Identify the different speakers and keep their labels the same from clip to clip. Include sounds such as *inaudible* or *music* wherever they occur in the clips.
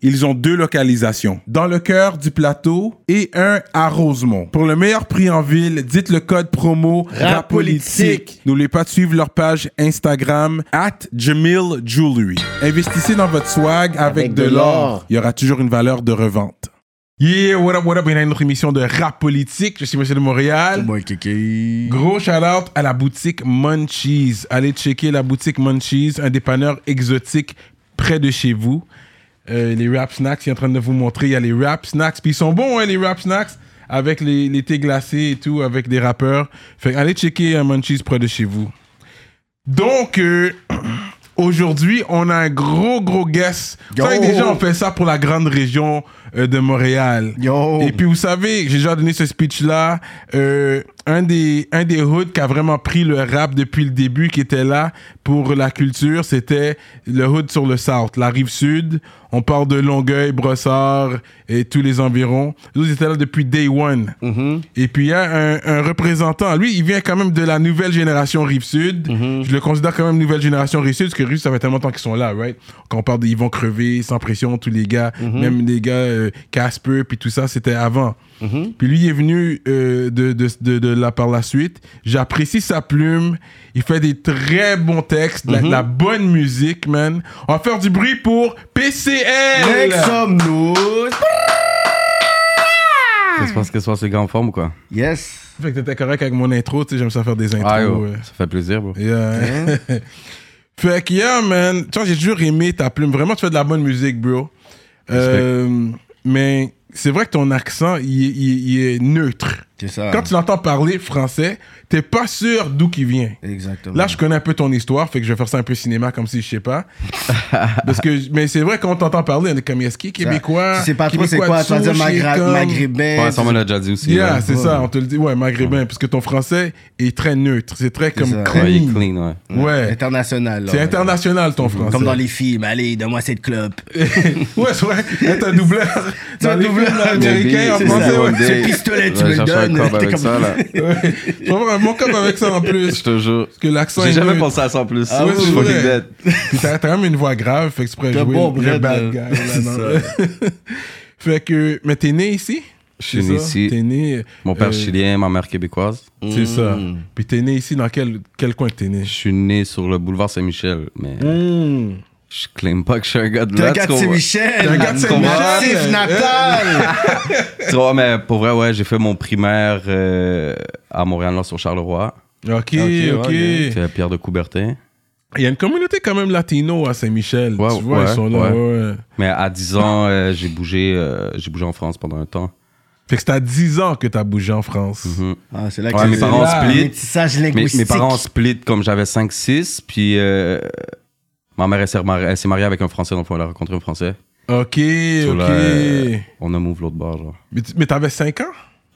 Speaker 1: ils ont deux localisations, dans le cœur du plateau et un à Rosemont. Pour le meilleur prix en ville, dites le code promo RAPOLITIQUE. N'oubliez pas de suivre leur page Instagram at Jamil Jewelry. Investissez dans votre swag avec,
Speaker 2: Avec
Speaker 1: de
Speaker 2: de
Speaker 1: l'or
Speaker 2: l'or.
Speaker 1: il y aura toujours une valeur de revente. Yeah, what up, what up, bienvenue à notre émission de rap politique. Je suis Monsieur de Montréal. Gros shout-out à la boutique Munchies. Allez checker la boutique Munchies, un dépanneur exotique près de chez vous. Euh, les rap snacks, il est en train de vous montrer, il y a les rap snacks. Puis ils sont bons, hein, les rap snacks, avec les, les thés glacés et tout, avec des rappeurs. Fait que allez checker un Munchies près de chez vous. Donc, euh, *clears throat* aujourd'hui, on a un gros, gros guest. Vous
Speaker 2: Yo.
Speaker 1: savez, déjà, on fait ça pour la grande région euh, de Montréal.
Speaker 2: Yo.
Speaker 1: Et puis, vous savez, j'ai déjà donné ce speech-là. euh, un des, un des hoods qui a vraiment pris le rap depuis le début, qui était là pour la culture, c'était le hood sur le South, la rive sud. On part de Longueuil, Brossard et tous les environs. Nous, ils étaient là depuis day one. Et puis, il y a un, un représentant. Lui, il vient quand même de la nouvelle génération Rive-Sud. Je le considère quand même nouvelle génération Rive-Sud, parce que Rive, ça fait tellement longtemps qu'ils sont là, right? Quand on parle de Ils vont crever, sans pression, tous les gars, même les gars euh, Casper, puis tout ça, c'était avant. Puis lui, il est venu euh, de, de, de, de là par la suite. J'apprécie sa plume. Il fait des très bons textes, de la, de la bonne musique, man. On va faire du bruit pour PCL!
Speaker 2: Next sommes-nous?
Speaker 3: Qu'est-ce que ce soir, c'est gars en forme ou quoi?
Speaker 2: Yes.
Speaker 1: Fait que t'étais correct avec mon intro, tu sais, j'aime ça faire des intros.
Speaker 3: Ah, yo,
Speaker 1: euh.
Speaker 3: ça fait plaisir, bro.
Speaker 2: Hein?
Speaker 1: *laughs* Yeah. fait que, yeah, man. Tu vois, j'ai toujours aimé ta plume. Vraiment, tu fais de la bonne musique, bro. Euh, mais c'est vrai que ton accent, il, est- il est- il est neutre.
Speaker 2: C'est ça.
Speaker 1: Quand tu l'entends parler français, t'es pas sûr d'où qu'il vient.
Speaker 2: Exactement.
Speaker 1: Là, je connais un peu ton histoire, fait que je vais faire ça un peu cinéma, comme si je
Speaker 2: *laughs*
Speaker 1: sais pas. Parce que, mais c'est vrai, quand on t'entend parler, on est comme, est-ce qu'il est
Speaker 2: Ça-
Speaker 1: québécois?
Speaker 2: Tu sais pas trop c'est
Speaker 1: Québécois
Speaker 2: quoi,
Speaker 1: de
Speaker 2: tu vas dire
Speaker 1: souche, il est
Speaker 2: magra-
Speaker 1: comme-
Speaker 2: maghrébin.
Speaker 3: Ouais, ça, on me l'a déjà dit aussi.
Speaker 1: Yeah,
Speaker 3: ouais.
Speaker 1: c'est ça, on te le dit. Ouais, maghrébin, parce que ton français est très neutre. C'est très comme
Speaker 2: ça.
Speaker 1: clean.
Speaker 3: Ouais, il est clean, ouais.
Speaker 1: Ouais.
Speaker 2: International. là.
Speaker 1: C'est international ton français.
Speaker 2: Comme dans les films, allez, donne-moi cette clope.
Speaker 1: *laughs* Ouais, c'est vrai. Être un doubleur.
Speaker 2: Tu
Speaker 1: Dans
Speaker 2: un
Speaker 1: les
Speaker 2: doubleur.
Speaker 1: films américains en
Speaker 2: C'est
Speaker 1: français,
Speaker 2: ça.
Speaker 1: ouais.
Speaker 2: Ce pistolet, tu
Speaker 3: Ouais,
Speaker 2: me le
Speaker 3: cherche un
Speaker 2: donnes,
Speaker 1: *laughs*
Speaker 3: cob
Speaker 2: t'es
Speaker 3: avec
Speaker 2: comme-
Speaker 3: ça, là.
Speaker 1: ouais. Je vais avoir un bon cop avec ça en
Speaker 3: Je
Speaker 1: plus.
Speaker 3: te jure.
Speaker 1: Parce que l'accent
Speaker 3: J'ai
Speaker 1: est
Speaker 3: jamais
Speaker 1: neutre.
Speaker 3: pensé à ça en plus.
Speaker 1: Ah ouais,
Speaker 3: je suis
Speaker 1: c'est
Speaker 3: fucking
Speaker 1: vrai.
Speaker 3: bête.
Speaker 1: Puis T'as t'as quand même une voix grave, fait que tu pourrais
Speaker 2: T'as
Speaker 1: jouer
Speaker 2: bon
Speaker 1: le
Speaker 2: bread,
Speaker 1: bad
Speaker 2: euh,
Speaker 1: guy. là,
Speaker 2: *laughs* c'est
Speaker 1: non? *laughs* Fait que, mais t'es né ici?
Speaker 3: Je suis né
Speaker 1: C'est ça?
Speaker 3: ici.
Speaker 1: T'es né.
Speaker 3: Mon père
Speaker 1: euh,
Speaker 3: chilien, ma mère québécoise.
Speaker 1: C'est ça.
Speaker 2: Mm.
Speaker 1: Puis t'es né ici, dans quel, quel coin t'es né?
Speaker 3: Je suis né sur le boulevard Saint-Michel, mais
Speaker 1: Hmm.
Speaker 3: je claim pas que je suis un gars de
Speaker 2: T'es un
Speaker 3: là.
Speaker 2: gars de
Speaker 3: tu comprends?
Speaker 2: Saint-Michel.
Speaker 1: T'es un gars de
Speaker 2: Natif
Speaker 1: Saint-Michel.
Speaker 2: natal.
Speaker 3: Tu vois, mais pour vrai, ouais, j'ai fait mon primaire euh, à Montréal-Nord sur Charleroi.
Speaker 1: Ok, ok.
Speaker 2: ouais,
Speaker 3: C'est Pierre de Coubertin.
Speaker 1: Il y a une communauté quand même latino à Saint-Michel.
Speaker 3: Ouais,
Speaker 1: tu vois,
Speaker 3: ouais,
Speaker 1: ils sont là.
Speaker 3: ouais.
Speaker 1: ouais.
Speaker 3: Mais à 10 ans, euh, j'ai bougé, euh, j'ai bougé en France pendant un temps.
Speaker 1: Fait que c'est à 10 ans que t'as bougé en France.
Speaker 2: Ah, c'est là
Speaker 3: Ouais,
Speaker 2: tu
Speaker 3: mes
Speaker 2: sais,
Speaker 3: parents
Speaker 2: là,
Speaker 3: split.
Speaker 2: Métissage
Speaker 3: Mes,
Speaker 2: linguistique.
Speaker 3: mes parents split comme j'avais 5-6, puis euh, ma mère, elle s'est remar- elle s'est mariée avec un Français, donc elle a rencontré un Français.
Speaker 1: Ok,
Speaker 3: Mhm. Sur
Speaker 1: ok.
Speaker 3: la- euh, on a move l'autre bord, genre.
Speaker 1: Mais, tu- mais t'avais 5 ans?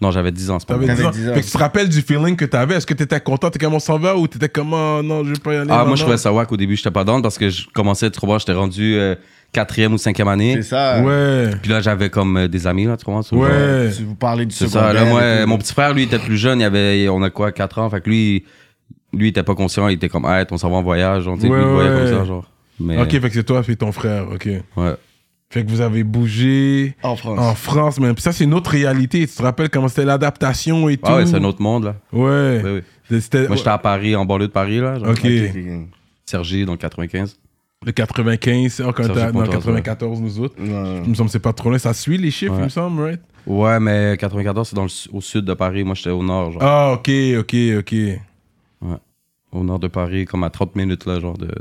Speaker 3: Non, j'avais 10 ans, c'est pas
Speaker 1: T'avais
Speaker 3: vrai.
Speaker 1: 10 ans.
Speaker 2: T'avais 10 ans.
Speaker 1: Fait que tu te rappelles du feeling que t'avais. Est-ce que t'étais content, t'es comme on s'en va ou t'étais comme oh, non, je veux pas y aller.
Speaker 3: Ah,
Speaker 1: maman.
Speaker 3: moi, je trouvais ça wack au début, j'étais pas down parce que je commençais, tu comprends, j'étais rendu euh, quatrième ou cinquième année.
Speaker 2: C'est ça.
Speaker 1: Ouais.
Speaker 3: Puis là, j'avais comme euh, des amis, là, tu comprends? sur- euh,
Speaker 1: Ouais.
Speaker 2: Si vous parlez du
Speaker 3: C'est
Speaker 2: secondaire.
Speaker 3: ça. Là, moi,
Speaker 2: et
Speaker 3: euh,
Speaker 2: tout.
Speaker 3: mon petit frère, lui, il était plus jeune, il avait, on a quoi, 4 ans, fait que lui, lui, il était pas conscient, il était comme, hey, on s'en va en voyage, genre, tu sais,
Speaker 1: Ouais,
Speaker 3: lui, il voyait
Speaker 1: ouais.
Speaker 3: comme ça, genre. Mais,
Speaker 1: Ok, fait que c'est toi et ton frère. Ok.
Speaker 3: ouais.
Speaker 1: Fait que vous avez bougé
Speaker 2: En France.
Speaker 1: en France, même. Puis ça, c'est une autre réalité. Tu te rappelles comment c'était l'adaptation et tout.
Speaker 3: Ah ouais, c'est un autre monde, là.
Speaker 1: Ouais.
Speaker 3: Oui, oui.
Speaker 1: C'était
Speaker 3: Moi, j'étais à Paris, en banlieue de Paris, là. Genre.
Speaker 1: Ok.
Speaker 2: Ok, ok.
Speaker 3: Sergi, dans le 95.
Speaker 1: le 95, oh, quand
Speaker 3: Ça,
Speaker 1: t'as-
Speaker 3: c'est
Speaker 1: dans
Speaker 3: pour toi,
Speaker 1: 94, nous autres.
Speaker 2: Ouais.
Speaker 1: Il me semble que c'est pas trop loin. Ça suit les chiffres,
Speaker 3: Ouais.
Speaker 1: il me semble, right?
Speaker 3: Ouais, mais 94, c'est dans le su- au sud de Paris. Moi, j'étais au nord, genre.
Speaker 1: Ah, ok, ok, ok.
Speaker 3: Au nord de Paris, comme à 30 minutes, là, genre, de de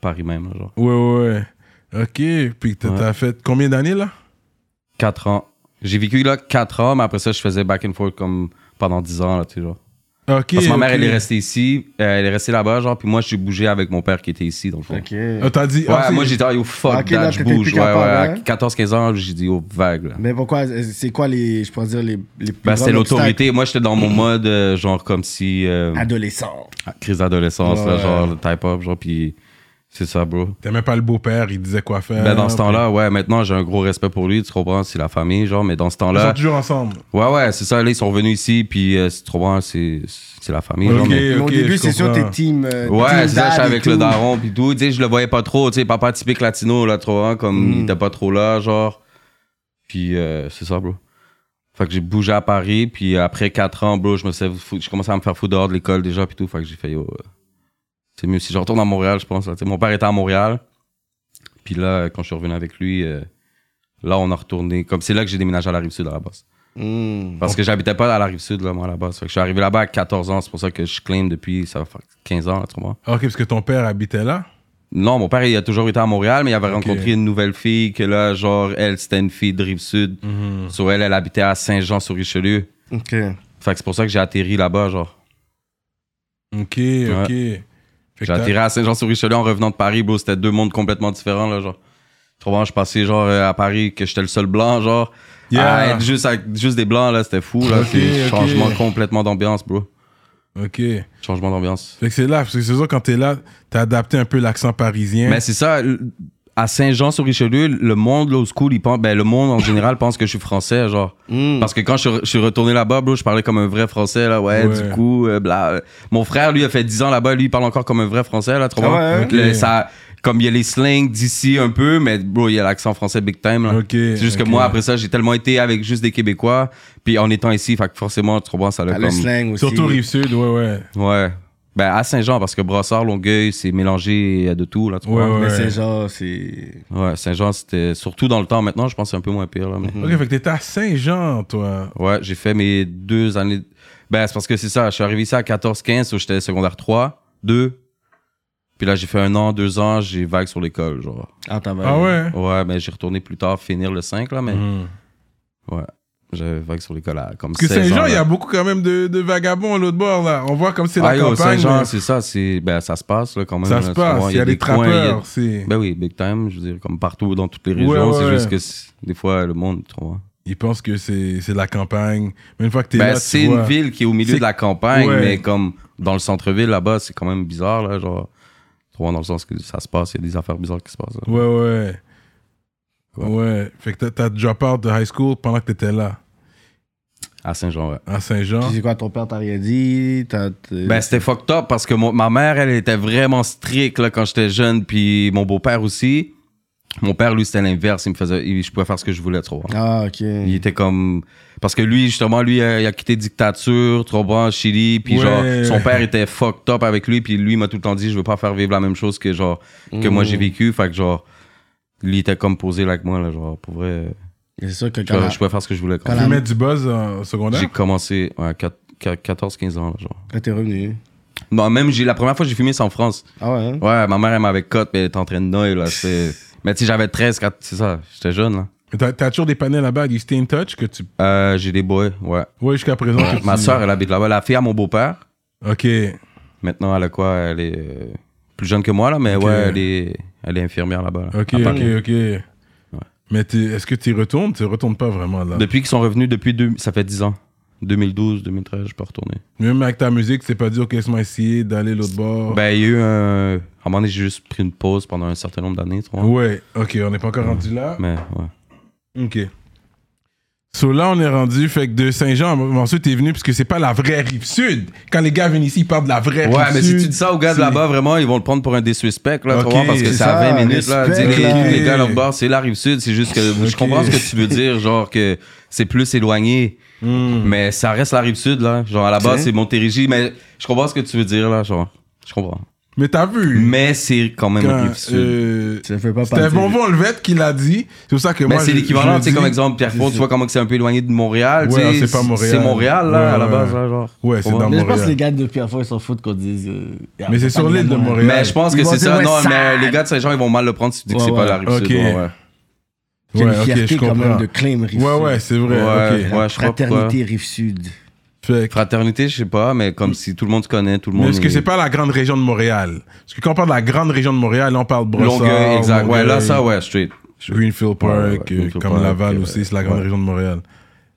Speaker 3: Paris même, là, genre.
Speaker 1: Ouais, ouais, ouais. Ok. Puis t'as
Speaker 3: Ouais.
Speaker 1: t'as fait combien d'années, là?
Speaker 3: 4 ans. J'ai vécu, là, 4 ans, mais après ça, je faisais back and forth, comme, pendant 10 ans, là, tu sais, genre.
Speaker 1: Ok.
Speaker 3: Parce que ma mère,
Speaker 1: ok.
Speaker 3: elle est restée ici, euh, elle est restée là-bas, genre, puis moi, j'ai bougé avec mon père qui était ici, dans le fond.
Speaker 2: Ok.
Speaker 1: Ah, t'as dit.
Speaker 3: Ouais,
Speaker 1: ah, c'est-
Speaker 3: moi, j'étais, oh, fuck
Speaker 2: Ok,
Speaker 3: that,
Speaker 2: là,
Speaker 3: je
Speaker 2: t'étais
Speaker 3: bouge.
Speaker 2: plus
Speaker 3: Ouais, ouais,
Speaker 2: capable,
Speaker 3: à
Speaker 2: hein?
Speaker 3: 14-15 ans, j'ai dit, oh, vague, là.
Speaker 2: Mais pourquoi euh, C'est quoi les. Je pourrais dire les. les plus
Speaker 3: Ben,
Speaker 2: grands obstacles?
Speaker 3: c'était l'autorité. Moi, j'étais dans mon mode, euh, genre, comme si. euh,
Speaker 2: Adolescent.
Speaker 3: crise d'adolescence, là,
Speaker 2: Ouais.
Speaker 3: genre, le type-up, genre, puis c'est ça, bro.
Speaker 1: T'aimais pas le beau-père, il disait quoi faire.
Speaker 3: Ben, dans ce temps-là, ouais, maintenant, j'ai un gros respect pour lui, tu comprends, c'est la famille, genre, mais dans ce
Speaker 1: Ils sont
Speaker 3: temps-là.
Speaker 1: toujours ensemble.
Speaker 3: Ouais, ouais, c'est ça, là, ils sont venus ici, puis euh, c'est trop bon, c'est c'est la famille, genre,
Speaker 1: Ok.
Speaker 3: mais-
Speaker 2: Mais au
Speaker 1: ok,
Speaker 2: début,
Speaker 1: je
Speaker 2: c'est sûr,
Speaker 1: comprends.
Speaker 2: t'es team. euh, team
Speaker 3: Ouais, c'est ça,
Speaker 2: dad
Speaker 3: j'étais
Speaker 2: et
Speaker 3: avec le
Speaker 2: tout.
Speaker 3: daron, puis tout, tu sais, je le voyais pas trop, tu sais, papa typique latino, là, trop, hein, comme
Speaker 2: Mm.
Speaker 3: il était pas trop là, genre. Puis euh, c'est ça, bro. Fait que j'ai bougé à Paris, puis après 4 ans, bro, je me suis fou- je commençais à me faire foutre dehors de l'école déjà, puis tout, fait que j'ai fait, yo, euh, c'est mieux si je retourne à Montréal, je pense, là, tu sais, mon père était à Montréal, puis là, quand je suis revenu avec lui, euh, là, on a retourné, comme c'est là que j'ai déménagé à la Rive-Sud, à la base.
Speaker 2: Hmm.
Speaker 3: Parce que j'habitais pas à la Rive-Sud, là, moi, à la base. Fait que je suis arrivé là-bas à 14 ans, c'est pour ça que je claim depuis, ça va faire 15 ans, là, tu vois.
Speaker 1: Ah, Ok, parce que ton père habitait là.
Speaker 3: Non, mon père, il a toujours été à Montréal, mais il avait rencontré une nouvelle fille que là, genre, elle, c'était une fille de Rive-Sud.
Speaker 1: Mm-hmm.
Speaker 3: Sur elle, elle habitait à Saint-Jean-sur-Richelieu.
Speaker 2: Ok.
Speaker 3: Fait que c'est pour ça que j'ai atterri là-bas, genre.
Speaker 1: Ok, ok. Fait que
Speaker 3: J'ai
Speaker 1: t'as-
Speaker 3: atterri à Saint-Jean-sur-Richelieu en revenant de Paris, bro. C'était deux mondes complètement différents, là, genre. Trop je passais, genre, euh, à Paris, que j'étais le seul blanc, genre.
Speaker 1: Yeah.
Speaker 3: À être juste, avec- juste des blancs, là, c'était fou, là.
Speaker 1: Ok,
Speaker 3: C'est
Speaker 1: ok.
Speaker 3: Changement complètement d'ambiance, bro.
Speaker 1: Ok. Fait
Speaker 3: Changement d'ambiance.
Speaker 1: que c'est là, parce que c'est sûr, quand t'es là, t'as adapté un peu l'accent parisien.
Speaker 3: Mais Ben, c'est ça. l- À Saint-Jean-sur-Richelieu, le monde low school, il pense, ben, le monde en général pense que je suis français, genre. Parce que quand je, suis re- je suis retourné là-bas, bro, je parlais comme un vrai français, là, ouais,
Speaker 1: Ouais.
Speaker 3: du coup, euh, bla. Mon frère, lui, a fait 10 ans là-bas, lui, il parle encore comme un vrai français, là, trop
Speaker 2: Ah ouais,
Speaker 1: ok.
Speaker 3: ça, Comme il y a les slings d'ici un peu, mais bro, il y a l'accent français big time, là.
Speaker 1: Ok,
Speaker 3: C'est juste
Speaker 1: ok.
Speaker 3: que moi, après ça, j'ai tellement été avec juste des Québécois, puis en étant ici, fait que forcément, trop bon, ça l'a
Speaker 2: Ah, Le
Speaker 3: comme.
Speaker 2: slang aussi.
Speaker 1: Surtout Rive-Sud, ouais, ouais.
Speaker 3: Ouais. Ben, à Saint-Jean, parce que Brassard, Longueuil, c'est mélangé, il y a de tout, là, tu
Speaker 1: Ouais,
Speaker 3: vois.
Speaker 1: ouais.
Speaker 2: Mais c'est genre, c'est.
Speaker 3: Ouais, Saint-Jean, c'était surtout dans le temps maintenant, je pense que c'est un peu moins pire. Là, mais...
Speaker 1: Ok, fait que t'étais à Saint-Jean, toi.
Speaker 3: Ouais, j'ai fait mes deux années. Ben, c'est parce que c'est ça, je suis arrivé ici à 14-15, où j'étais secondaire 3, 2. Puis là, j'ai fait un an, deux ans, j'ai vague sur l'école, genre.
Speaker 2: Ah, t'as
Speaker 1: Ah ouais?
Speaker 3: Ouais, ben, j'ai retourné plus tard finir le 5, là, mais
Speaker 1: Hmm.
Speaker 3: ouais, j'avais vague sur l'école à comme
Speaker 1: Parce que
Speaker 3: 16 ans,
Speaker 1: Saint-Jean, il y a
Speaker 3: là.
Speaker 1: beaucoup quand même de, de vagabonds à l'autre bord, là. On voit comme c'est
Speaker 3: Ah,
Speaker 1: la
Speaker 3: yo,
Speaker 1: campagne.
Speaker 3: Saint-Jean,
Speaker 1: mais
Speaker 3: c'est ça, c'est... Ben, ça se passe, là, quand même.
Speaker 1: ça
Speaker 3: là,
Speaker 1: se
Speaker 3: tu
Speaker 1: passe.
Speaker 3: vois,
Speaker 1: Il y a des
Speaker 3: coins, il y a-
Speaker 1: trappeurs. c'est-
Speaker 3: Ben oui, big time, je veux dire, comme partout dans toutes les
Speaker 1: Ouais,
Speaker 3: régions, c'est
Speaker 1: ouais,
Speaker 3: juste
Speaker 1: ouais.
Speaker 3: que c'est- des fois, le monde, tu vois.
Speaker 1: Ils pensent que c'est c'est la campagne. Mais une fois que t'es
Speaker 3: Ben,
Speaker 1: là,
Speaker 3: c'est
Speaker 1: tu
Speaker 3: une
Speaker 1: vois.
Speaker 3: ville qui est au milieu
Speaker 1: C'est-
Speaker 3: de la campagne,
Speaker 1: Ouais.
Speaker 3: mais comme dans le centre-ville là-bas, c'est quand même bizarre, là, genre. Tu vois, dans le sens que ça se passe, il y a des affaires bizarres qui se passent. là.
Speaker 1: Ouais, ouais.
Speaker 3: Quoi?
Speaker 1: Ouais. Fait que t'as- t'as drop out de high school pendant que t'étais là,
Speaker 3: À Saint-Jean, ouais.
Speaker 1: à Saint-Jean.
Speaker 2: Puis c'est quoi, ton père t'a rien dit t'as, t'as-
Speaker 3: Ben, c'était fucked up parce que mon- ma mère, elle était vraiment stricte là, quand j'étais jeune, puis mon beau-père aussi. Mon père, lui, c'était l'inverse. Il me faisait. il- je pouvais faire ce que je voulais, trop.
Speaker 2: Ah, ok.
Speaker 3: Il était comme. Parce que lui, justement, lui, euh, il a quitté dictature, trop bon, Chili, puis
Speaker 1: Ouais.
Speaker 3: genre, son père était fucked up avec lui, puis lui, il m'a tout le temps dit, je veux pas faire vivre la même chose que genre, que moi j'ai vécu, fait que genre, lui, il était comme posé là que moi, là, genre, pour vrai, euh,
Speaker 2: C'est sûr que
Speaker 3: je,
Speaker 2: quand.
Speaker 3: je pouvais faire ce que je voulais. quand
Speaker 2: quand
Speaker 1: Tu
Speaker 3: même.
Speaker 1: veux mettre du buzz en secondaire?
Speaker 3: J'ai commencé à 14-15 ans, là, genre.
Speaker 2: quand t'es revenu.
Speaker 3: Non, même, j'ai- la première fois que j'ai fumé, c'est en France.
Speaker 2: Ah ouais. hein?
Speaker 3: Ouais, ma mère, elle m'avait cote, mais elle était en train de noyer, là, c'est- Mais tu sais, j'avais 13, 14, c'est ça, j'étais jeune, là.
Speaker 1: T'as t'as toujours des panels là-bas, du stay in touch que tu.
Speaker 3: Euh, j'ai des boys, ouais.
Speaker 1: Ouais, jusqu'à présent. que
Speaker 3: Ma
Speaker 1: tu-
Speaker 3: soeur, elle habite là-bas, la fille à mon beau-père.
Speaker 1: Ok.
Speaker 3: Maintenant, elle a quoi Elle est euh, plus jeune que moi, là, mais
Speaker 1: Ok.
Speaker 3: ouais, elle est, elle est infirmière là-bas. là,
Speaker 1: Ok,
Speaker 3: à
Speaker 1: ok,
Speaker 3: Paris.
Speaker 1: ok. Mais t'es- est-ce que tu y retournes? Tu y retournes pas vraiment là.
Speaker 3: Depuis qu'ils sont revenus, depuis deux, ça fait 10 ans. 2012, 2013, je peux retourner.
Speaker 1: Même avec ta musique, c'est pas dit, ok, laisse-moi essayer d'aller l'autre bord.
Speaker 3: Ben, il y a eu un. À un moment donné, j'ai juste pris une pause pendant un certain nombre d'années, tu vois.
Speaker 1: ouais, ok, on n'est pas encore rendu là.
Speaker 3: Mais, ouais.
Speaker 1: Ok. So là, on est rendu, fait que de Saint-Jean, mais ensuite t'es venu, parce que c'est pas la vraie rive sud. Quand les gars viennent ici, ils parlent de la vraie
Speaker 3: Ouais,
Speaker 1: rive
Speaker 3: mais
Speaker 1: sud.
Speaker 3: si tu dis ça aux gars de
Speaker 1: c'est-
Speaker 3: là-bas, vraiment, ils vont le prendre pour un désuspect, là, tu
Speaker 1: Ok,
Speaker 3: vois, parce que
Speaker 1: c'est
Speaker 3: c'est à
Speaker 2: ça,
Speaker 3: 20 minutes, là.
Speaker 2: respect,
Speaker 3: Dis, les,
Speaker 2: là.
Speaker 3: les gars, leur bord, c'est la rive sud, c'est juste que je
Speaker 1: Ok.
Speaker 3: comprends ce que tu veux dire, genre que c'est plus éloigné,
Speaker 1: Hmm.
Speaker 3: mais ça reste la rive sud, là. Genre, à la base,
Speaker 2: Ok.
Speaker 3: c'est Montérégie, mais je comprends ce que tu veux dire, là, genre. Je comprends.
Speaker 1: Mais t'as vu.
Speaker 3: Mais c'est quand même
Speaker 1: quand,
Speaker 3: rive sud.
Speaker 1: euh,
Speaker 2: Ça fait pas
Speaker 1: C'était
Speaker 2: partie.
Speaker 1: bon bon Levette qui l'a dit. C'est pour ça que
Speaker 3: Mais
Speaker 1: moi. je-
Speaker 3: c'est
Speaker 1: je
Speaker 3: l'équivalent,
Speaker 1: le
Speaker 3: tu sais, comme
Speaker 1: dis.
Speaker 3: exemple, Pierrefonds, tu vois comment que c'est un peu éloigné de Montréal,
Speaker 1: Ouais,
Speaker 3: tu sais.
Speaker 1: c'est pas Montréal.
Speaker 3: C'est Montréal, là,
Speaker 1: Ouais,
Speaker 3: à la
Speaker 1: ouais,
Speaker 3: base,
Speaker 1: ouais.
Speaker 3: là, genre.
Speaker 1: Ouais, c'est
Speaker 3: Tu vois?
Speaker 1: dans
Speaker 2: Mais je pense
Speaker 1: hein, Montréal.
Speaker 2: que les gars de Pierrefonds, ils s'en foutent qu'on dise. euh, y a
Speaker 1: Mais c'est
Speaker 2: pas
Speaker 1: sur
Speaker 2: de
Speaker 1: l'île de
Speaker 2: gamin.
Speaker 1: Montréal.
Speaker 3: Mais je pense
Speaker 2: Ils
Speaker 3: que
Speaker 2: vont
Speaker 3: c'est
Speaker 2: dire,
Speaker 3: ça.
Speaker 2: ouais,
Speaker 3: Non,
Speaker 2: ça.
Speaker 3: mais les gars de Saint-Jean, ils vont mal le prendre si tu dis que
Speaker 2: Ouais,
Speaker 3: c'est pas la
Speaker 2: ouais.
Speaker 3: rive sud.
Speaker 1: Ok.
Speaker 3: ouais, ouais.
Speaker 2: C'est une
Speaker 1: Ouais, ok,
Speaker 2: hein. fierté
Speaker 1: je
Speaker 2: quand
Speaker 1: comprends.
Speaker 2: même de claim Rive-Sud.
Speaker 1: Ouais, ouais, c'est vrai.
Speaker 3: Ouais.
Speaker 1: ok.
Speaker 3: je crois pourquoi.
Speaker 2: Fraternité Rive-Sud.
Speaker 1: Fait que-
Speaker 3: Fraternité, je sais pas, mais
Speaker 2: Mm.
Speaker 3: comme si tout le monde se connaît, tout le
Speaker 1: mais
Speaker 3: monde.
Speaker 1: est-ce que
Speaker 3: est-
Speaker 1: c'est pas la grande région de Montréal? Parce que quand on parle de la grande région de Montréal, là, on parle Brossard.
Speaker 3: Longueuil, exact. Ouais, là,
Speaker 1: Longueuil,
Speaker 3: ça, ouais, straight.
Speaker 1: Greenfield Park,
Speaker 3: Ouais, ouais,
Speaker 1: euh,
Speaker 3: Greenfield
Speaker 1: comme
Speaker 3: Park,
Speaker 1: Laval
Speaker 3: euh,
Speaker 1: aussi, c'est la grande
Speaker 3: ouais.
Speaker 1: région de Montréal.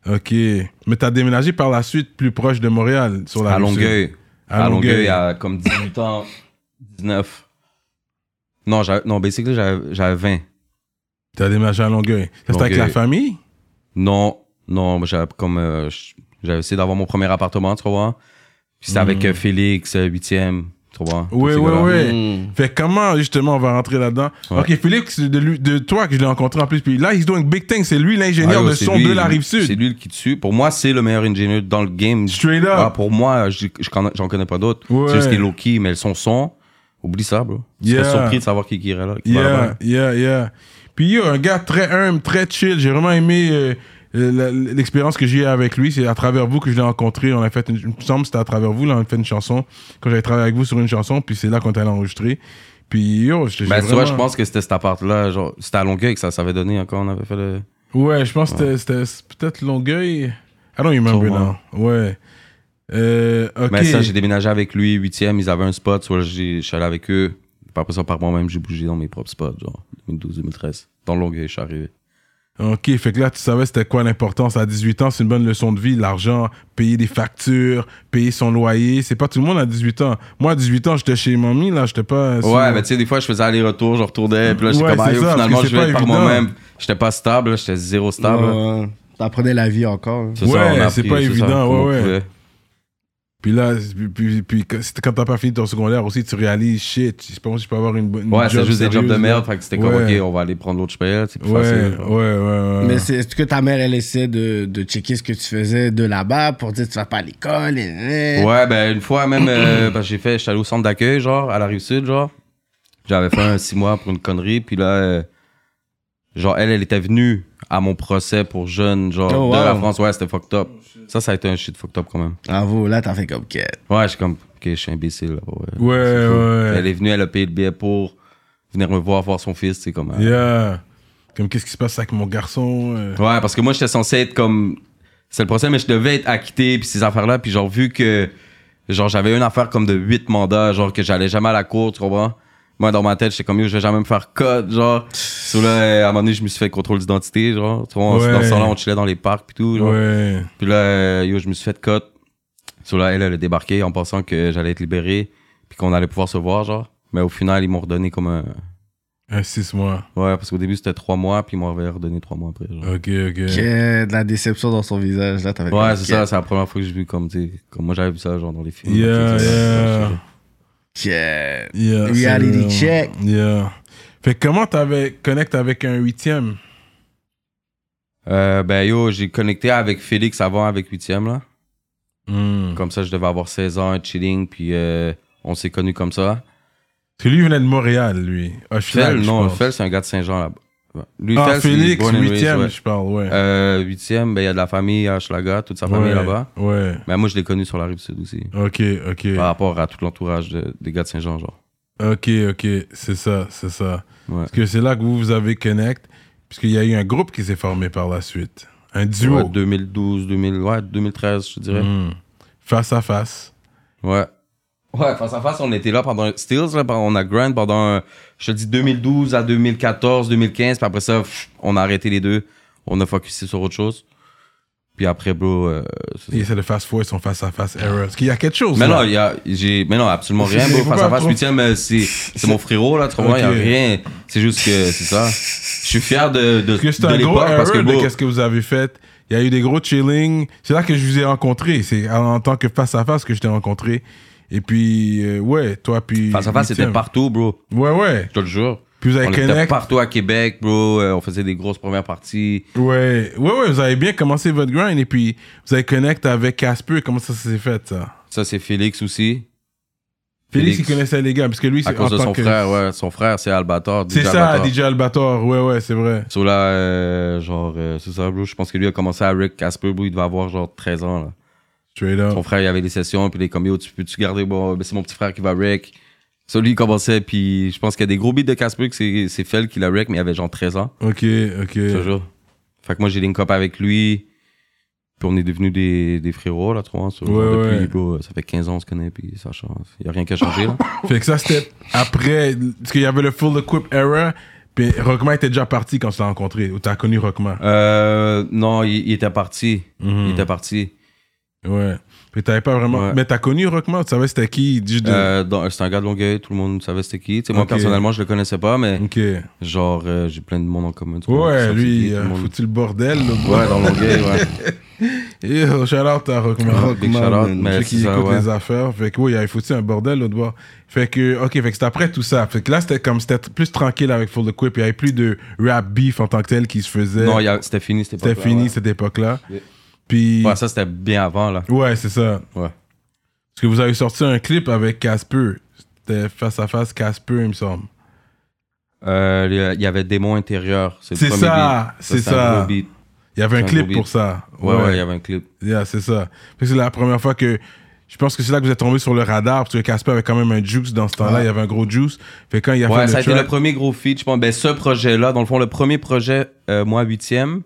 Speaker 1: OK. Mais t'as déménagé par la suite plus proche de Montréal, sur la
Speaker 3: à
Speaker 1: rive sud.
Speaker 3: Longueuil.
Speaker 1: À
Speaker 3: À Longueuil,
Speaker 1: Longueuil.
Speaker 3: à comme 18 ans, 19. Non, j'avais- non basically, j'avais j'avais 20.
Speaker 1: T'as déménagé à Longueuil. Ça, c'était avec
Speaker 3: Longueuil.
Speaker 1: la famille?
Speaker 3: Non, non, moi, j'avais comme. euh, j- j'avais essayé d'avoir mon premier appartement, tu vois. Puis c'était avec euh, Félix, 8e, tu vois.
Speaker 1: Oui,
Speaker 3: tous ces
Speaker 1: oui,
Speaker 3: gars-là.
Speaker 1: oui.
Speaker 3: Mm.
Speaker 2: Hmm.
Speaker 1: Fait que comment, justement, on va rentrer là-dedans?
Speaker 3: Ouais.
Speaker 1: OK, Félix, c'est de, lui- de toi que je l'ai rencontré en plus. Puis là, he's doing big thing. C'est lui l'ingénieur
Speaker 3: Ah, yo,
Speaker 1: de
Speaker 3: c'est
Speaker 1: son
Speaker 3: lui-
Speaker 1: de la rive
Speaker 3: C'est
Speaker 1: sud.
Speaker 3: lui qui tue. Pour moi, c'est le meilleur ingénieur dans le game.
Speaker 1: Straight up.
Speaker 3: Ah, pour moi, je- je connais- j'en connais pas d'autres.
Speaker 1: Ouais.
Speaker 3: C'est juste qu'il est low-key, mais son son, oublie ça, bro. Je serais
Speaker 1: Yeah.
Speaker 3: surpris de savoir qui, qui irait là. qui va là-bas.
Speaker 1: Yeah, yeah, yeah. Puis yo, un gars très humble, très chill. J'ai vraiment aimé euh, euh, la- l'expérience que j'ai eue avec lui. C'est à travers vous que je l'ai rencontré. On a fait, une, il me semble, que c'était à travers vous. Là, on a fait une chanson. Quand j'avais travaillé avec vous sur une chanson, puis c'est là qu'on est allé enregistrer. Puis yo, je
Speaker 3: Ben, tu vois, je pense que c'était cet appart-là, genre, c'était à Longueuil que ça s'avait donné hein, quand on avait fait le.
Speaker 1: Ouais, je pense que c'était- c'était c'est peut-être Longueuil. I don't remember
Speaker 3: Sûrement.
Speaker 1: now. Ouais. Euh, ok.
Speaker 3: Mais ça, j'ai déménagé avec lui, 8e, ils avaient un spot, soit j'ai- je suis allé avec eux. Puis après ça, par moi-même, j'ai bougé dans mes propres spots, genre 2012-2013. Dans Longueuil, je suis arrivé.
Speaker 1: Ok, fait que là, tu savais c'était quoi l'importance. À 18 ans, c'est une bonne leçon de vie. L'argent, payer des factures, payer son loyer. C'est pas tout le monde à 18 ans. Moi, à 18 ans, j'étais chez mamie, là, j'étais pas. sur-
Speaker 3: Ouais, mais tu sais, des fois, je faisais aller-retour, je retournais, puis là, j'étais
Speaker 1: Ouais,
Speaker 3: comme, ah,
Speaker 1: c'est
Speaker 3: yo,
Speaker 1: ça, parce
Speaker 3: finalement,
Speaker 1: que
Speaker 3: je
Speaker 1: c'est
Speaker 3: vais
Speaker 1: pas
Speaker 3: être par
Speaker 1: évident.
Speaker 3: moi-même. J'étais pas stable, là, j'étais zéro stable. là.
Speaker 2: Ouais, ouais. T'apprenais la vie encore.
Speaker 3: C'est ça, on a
Speaker 1: Ouais,
Speaker 3: appris,
Speaker 1: c'est pas
Speaker 3: ça,
Speaker 1: évident,
Speaker 3: comment
Speaker 1: ouais,
Speaker 3: on
Speaker 1: ouais.
Speaker 3: pouvait.
Speaker 1: Puis là, puis, puis, puis quand- c'était quand t'as pas fini ton secondaire aussi, tu réalises shit. Je pense que je peux avoir une bonne. une
Speaker 3: Ouais, c'est
Speaker 1: job
Speaker 3: juste des jobs
Speaker 1: sérieuse,
Speaker 3: de merde,
Speaker 1: là.
Speaker 3: fait que c'était comme,
Speaker 1: Ouais.
Speaker 3: ok, on va aller prendre l'autre cheval, c'est plus
Speaker 1: Ouais,
Speaker 3: facile.
Speaker 1: ouais, ouais, ouais.
Speaker 2: Mais c'est- est-ce que ta mère, elle essaie de, de checker ce que tu faisais de là-bas pour dire tu vas pas à l'école? et-
Speaker 3: Ouais, ben une fois même, euh, *clears throat* parce que j'ai fait, j'étais allé au centre d'accueil, genre, à la rive sud, genre. J'avais fait un six mois pour une connerie, puis là, euh, genre, elle, elle était venue à mon procès pour jeune, genre,
Speaker 2: Oh,
Speaker 3: de
Speaker 2: wow.
Speaker 3: la France. Ouais, c'était fucked up. ça, ça a été un shit fucked up quand même.
Speaker 2: Bravo, là, t'as fait comme quête.
Speaker 3: Ouais, je suis comme, ok, je suis imbécile. Là, ouais,
Speaker 1: Ouais,
Speaker 3: C'est fou.
Speaker 1: ouais.
Speaker 3: Elle est venue, elle a payé le billet pour venir me voir, voir son fils, c'est comme. euh,
Speaker 1: Yeah. Comme qu'est-ce qui se passe avec mon garçon euh.
Speaker 3: Ouais, parce que moi, j'étais censé être comme. C'est le procès, mais je devais être acquitté, puis ces affaires-là. Puis genre, vu que. Genre, j'avais une affaire comme de 8 mandats, genre que j'allais jamais à la cour, tu comprends? Moi, dans ma tête, j'étais comme, yo, je vais jamais me faire code, genre. Sur là, à un moment donné, je me suis fait contrôle d'identité, genre. Tu vois,
Speaker 1: Ouais.
Speaker 3: dans ce temps-là, on chillait dans les parcs, puis tout, genre.
Speaker 1: Ouais.
Speaker 3: Puis là, euh, yo, je me suis fait code. Sur là, elle, elle a débarqué en pensant que j'allais être libéré, puis qu'on allait pouvoir se voir, genre. Mais au final, ils m'ont redonné comme un.
Speaker 1: Un six mois.
Speaker 3: Ouais, parce qu'au début, c'était 3 mois, puis ils m'ont redonné 3 mois après, genre.
Speaker 1: Ok, ok.
Speaker 2: Quête, la déception dans son visage, là, t'as fait
Speaker 3: Ouais,
Speaker 2: comme
Speaker 3: c'est ça, c'est la première fois que j'ai vu comme, tu sais, comme moi j'avais vu ça genre dans les films.
Speaker 1: Yeah,
Speaker 3: Tu sais,
Speaker 1: yeah.
Speaker 2: Quête.
Speaker 1: Yeah,
Speaker 2: Reality
Speaker 1: c'est-
Speaker 2: check.
Speaker 1: Yeah. Fait que comment t'avais connecté avec un huitième?
Speaker 3: Euh, ben yo, j'ai connecté avec Félix avant, avec 8ème là.
Speaker 1: Hmm.
Speaker 3: Comme ça, je devais avoir 16 ans, chilling, puis euh, on s'est connus comme ça.
Speaker 1: Parce que lui, il venait de Montréal, lui. Ah,
Speaker 3: Fell, non, Fell, c'est un gars de Saint-Jean là-bas. Ouais. Lui,
Speaker 1: Ah,
Speaker 3: Fell, c'est
Speaker 1: Félix,
Speaker 3: born and raised,
Speaker 1: huitième,
Speaker 3: ouais.
Speaker 1: je parle, ouais.
Speaker 3: Euh, 8e, ben il y a de la famille à Schlaga, toute sa famille
Speaker 1: ouais,
Speaker 3: là-bas.
Speaker 1: Ouais.
Speaker 3: Mais moi, je l'ai connu sur la rive sud aussi.
Speaker 1: Ok, ok.
Speaker 3: Par rapport à tout l'entourage de- des gars de Saint-Jean, genre.
Speaker 1: Ok, ok. C'est ça, c'est ça.
Speaker 3: Ouais.
Speaker 1: Parce que c'est là que vous vous avez connecté, puisqu'il y a eu un groupe qui s'est formé par la suite. Un duo.
Speaker 3: Ouais, 2012, 2000, ouais, 2013, je dirais.
Speaker 1: Hmm. Face à face.
Speaker 3: Ouais. Ouais, face à face, on était là pendant Stills, là, pendant- on a grind pendant, euh, je te dis, 2012 à 2014, 2015, puis après ça, pff, on a arrêté les deux, on a focusé sur autre chose. Puis après, bro, euh, c'est ça.
Speaker 1: Et c'est le fast forward, son face à face error. Parce qu'il y a quelque chose.
Speaker 3: mais
Speaker 1: là.
Speaker 3: non, il y a, j'ai, mais non, absolument rien,
Speaker 1: C'est-
Speaker 3: bro,
Speaker 1: faut
Speaker 3: face
Speaker 1: pas
Speaker 3: à face,
Speaker 1: trop-
Speaker 3: 8e, euh, c'est, c'est mon frérot, là, tu comprends, il y a
Speaker 1: Ok.
Speaker 3: rien, c'est juste que, c'est ça. Je suis fier de, de,
Speaker 1: Parce que c'est
Speaker 3: de
Speaker 1: un gros
Speaker 3: l'époque,
Speaker 1: erreur
Speaker 3: parce que,
Speaker 1: de
Speaker 3: bro,
Speaker 1: qu'est-ce que vous avez fait. Il y a eu des gros chillings. C'est là que je vous ai rencontré. C'est en, en tant que face à face que je t'ai rencontré. Et puis, euh, ouais, toi, puis.
Speaker 3: face à face, c'était
Speaker 1: Lithium.
Speaker 3: partout, bro,
Speaker 1: Ouais, ouais.
Speaker 3: je te le jure.
Speaker 1: Puis vous avez
Speaker 3: On était
Speaker 1: connect.
Speaker 3: partout à Québec, bro, euh, on faisait des grosses premières parties.
Speaker 1: Ouais, ouais, ouais, vous avez bien commencé votre grind. Et puis, vous avez connect avec Casper. Comment ça, ça s'est fait, ça
Speaker 3: Ça, c'est Félix aussi.
Speaker 1: Félix, il connaissait les gars. Parce que lui,
Speaker 3: À
Speaker 1: c'est en
Speaker 3: cause de
Speaker 1: tant
Speaker 3: son
Speaker 1: que.
Speaker 3: frère, ouais. Son frère, c'est Albator.
Speaker 1: C'est
Speaker 3: DJ
Speaker 1: ça,
Speaker 3: Albator.
Speaker 1: DJ Albator. Ouais, ouais, c'est vrai.
Speaker 3: So là, euh, genre, euh, c'est ça, bro. Je pense que lui a commencé à Rick Casper, bro. Il devait avoir genre 13 ans, là.
Speaker 1: Straight up.
Speaker 3: Son frère, il avait des sessions, puis il est comme, yo, tu peux-tu garder, bon, ben, c'est mon petit frère qui va Rick. So lui, il commençait, puis je pense qu'il y a des gros beats de Casper que c'est- c'est Fell qui l'a Rick, mais il avait genre 13 ans.
Speaker 1: Ok, ok.
Speaker 3: Je te jure. Fait que moi, j'ai link up avec lui. Puis on est devenus des, des frérots, là, trop. Hein, sur-
Speaker 1: Ouais,
Speaker 3: depuis,
Speaker 1: ouais.
Speaker 3: bro, ça fait 15 ans qu'on se connaît, puis ça change. Il n'y a rien qui a
Speaker 1: *laughs*
Speaker 3: changé, là.
Speaker 1: Fait que ça, c'était après. Parce qu'il y avait le full equip era. Puis Rockman était déjà parti quand tu l'as rencontré. Ou t'as connu Rockman.
Speaker 3: Euh, non, il, il était parti.
Speaker 1: Mm-hmm.
Speaker 3: Il était parti.
Speaker 1: Ouais. Puis t'avais pas vraiment.
Speaker 3: Ouais.
Speaker 1: Mais t'as connu Rockman, tu savais c'était qui juste de-
Speaker 3: Euh, dans- C'était un gars de Longueuil, tout le monde savait c'était qui. Tu sais, moi,
Speaker 1: Ok.
Speaker 3: personnellement, je le connaissais pas, mais
Speaker 1: Ok.
Speaker 3: genre, euh, j'ai plein de monde en commun. tout le monde
Speaker 1: Ouais,
Speaker 3: savait c'était
Speaker 1: lui, euh, il
Speaker 3: qui, tout le
Speaker 1: a
Speaker 3: monde-
Speaker 1: foutu le bordel. Le gars.
Speaker 3: Ouais, dans Longueuil,
Speaker 1: *laughs*
Speaker 3: ouais.
Speaker 1: Yo, shout out à Rockman.
Speaker 3: Ouais,
Speaker 2: Rockman,
Speaker 3: big shout-out,
Speaker 2: man.
Speaker 3: mais
Speaker 1: Ceux
Speaker 3: c'est
Speaker 1: qui
Speaker 3: ça,
Speaker 1: écoutent
Speaker 3: ouais.
Speaker 1: les affaires. Fait que oui, il avait foutu un bordel l'autre bord. Fait que, ok, fait que c'était après tout ça. Fait que là, c'était comme, c'était plus tranquille avec Full Equip. Il y avait plus de rap beef en tant que tel qui se faisait.
Speaker 3: Non, il y a- c'était fini, c'était pas
Speaker 1: c'était
Speaker 3: là,
Speaker 1: fini
Speaker 3: ouais.
Speaker 1: cette époque-là.
Speaker 3: Yeah.
Speaker 1: Puis,
Speaker 3: Ouais, ça, c'était bien avant, là.
Speaker 1: ouais, c'est ça.
Speaker 3: Ouais.
Speaker 1: Parce que vous avez sorti un clip avec Casper. C'était face à face Casper, il me semble.
Speaker 3: Euh, il y a- il y avait Démon intérieur. le
Speaker 1: C'est
Speaker 3: premier
Speaker 1: ça,
Speaker 3: beat.
Speaker 1: c'est
Speaker 3: c'était un
Speaker 1: ça.
Speaker 3: gros beat.
Speaker 1: Il y avait un
Speaker 3: C'est un
Speaker 1: clip
Speaker 3: gros
Speaker 1: pour
Speaker 3: beat.
Speaker 1: ça.
Speaker 3: Ouais, ouais, il y avait un clip.
Speaker 1: Yeah, c'est ça. Parce que C'est la première fois que. Je pense que c'est là que vous êtes tombé sur le radar, parce que Casper avait quand même un juice dans ce temps-là. Il y avait un gros juice. Fait que quand il a
Speaker 3: Ouais,
Speaker 1: fait
Speaker 3: ça a
Speaker 1: le
Speaker 3: été le
Speaker 1: track,
Speaker 3: premier gros feat, je pense. Ben, ce projet-là, dans le fond, le premier projet, euh, moi, huitième,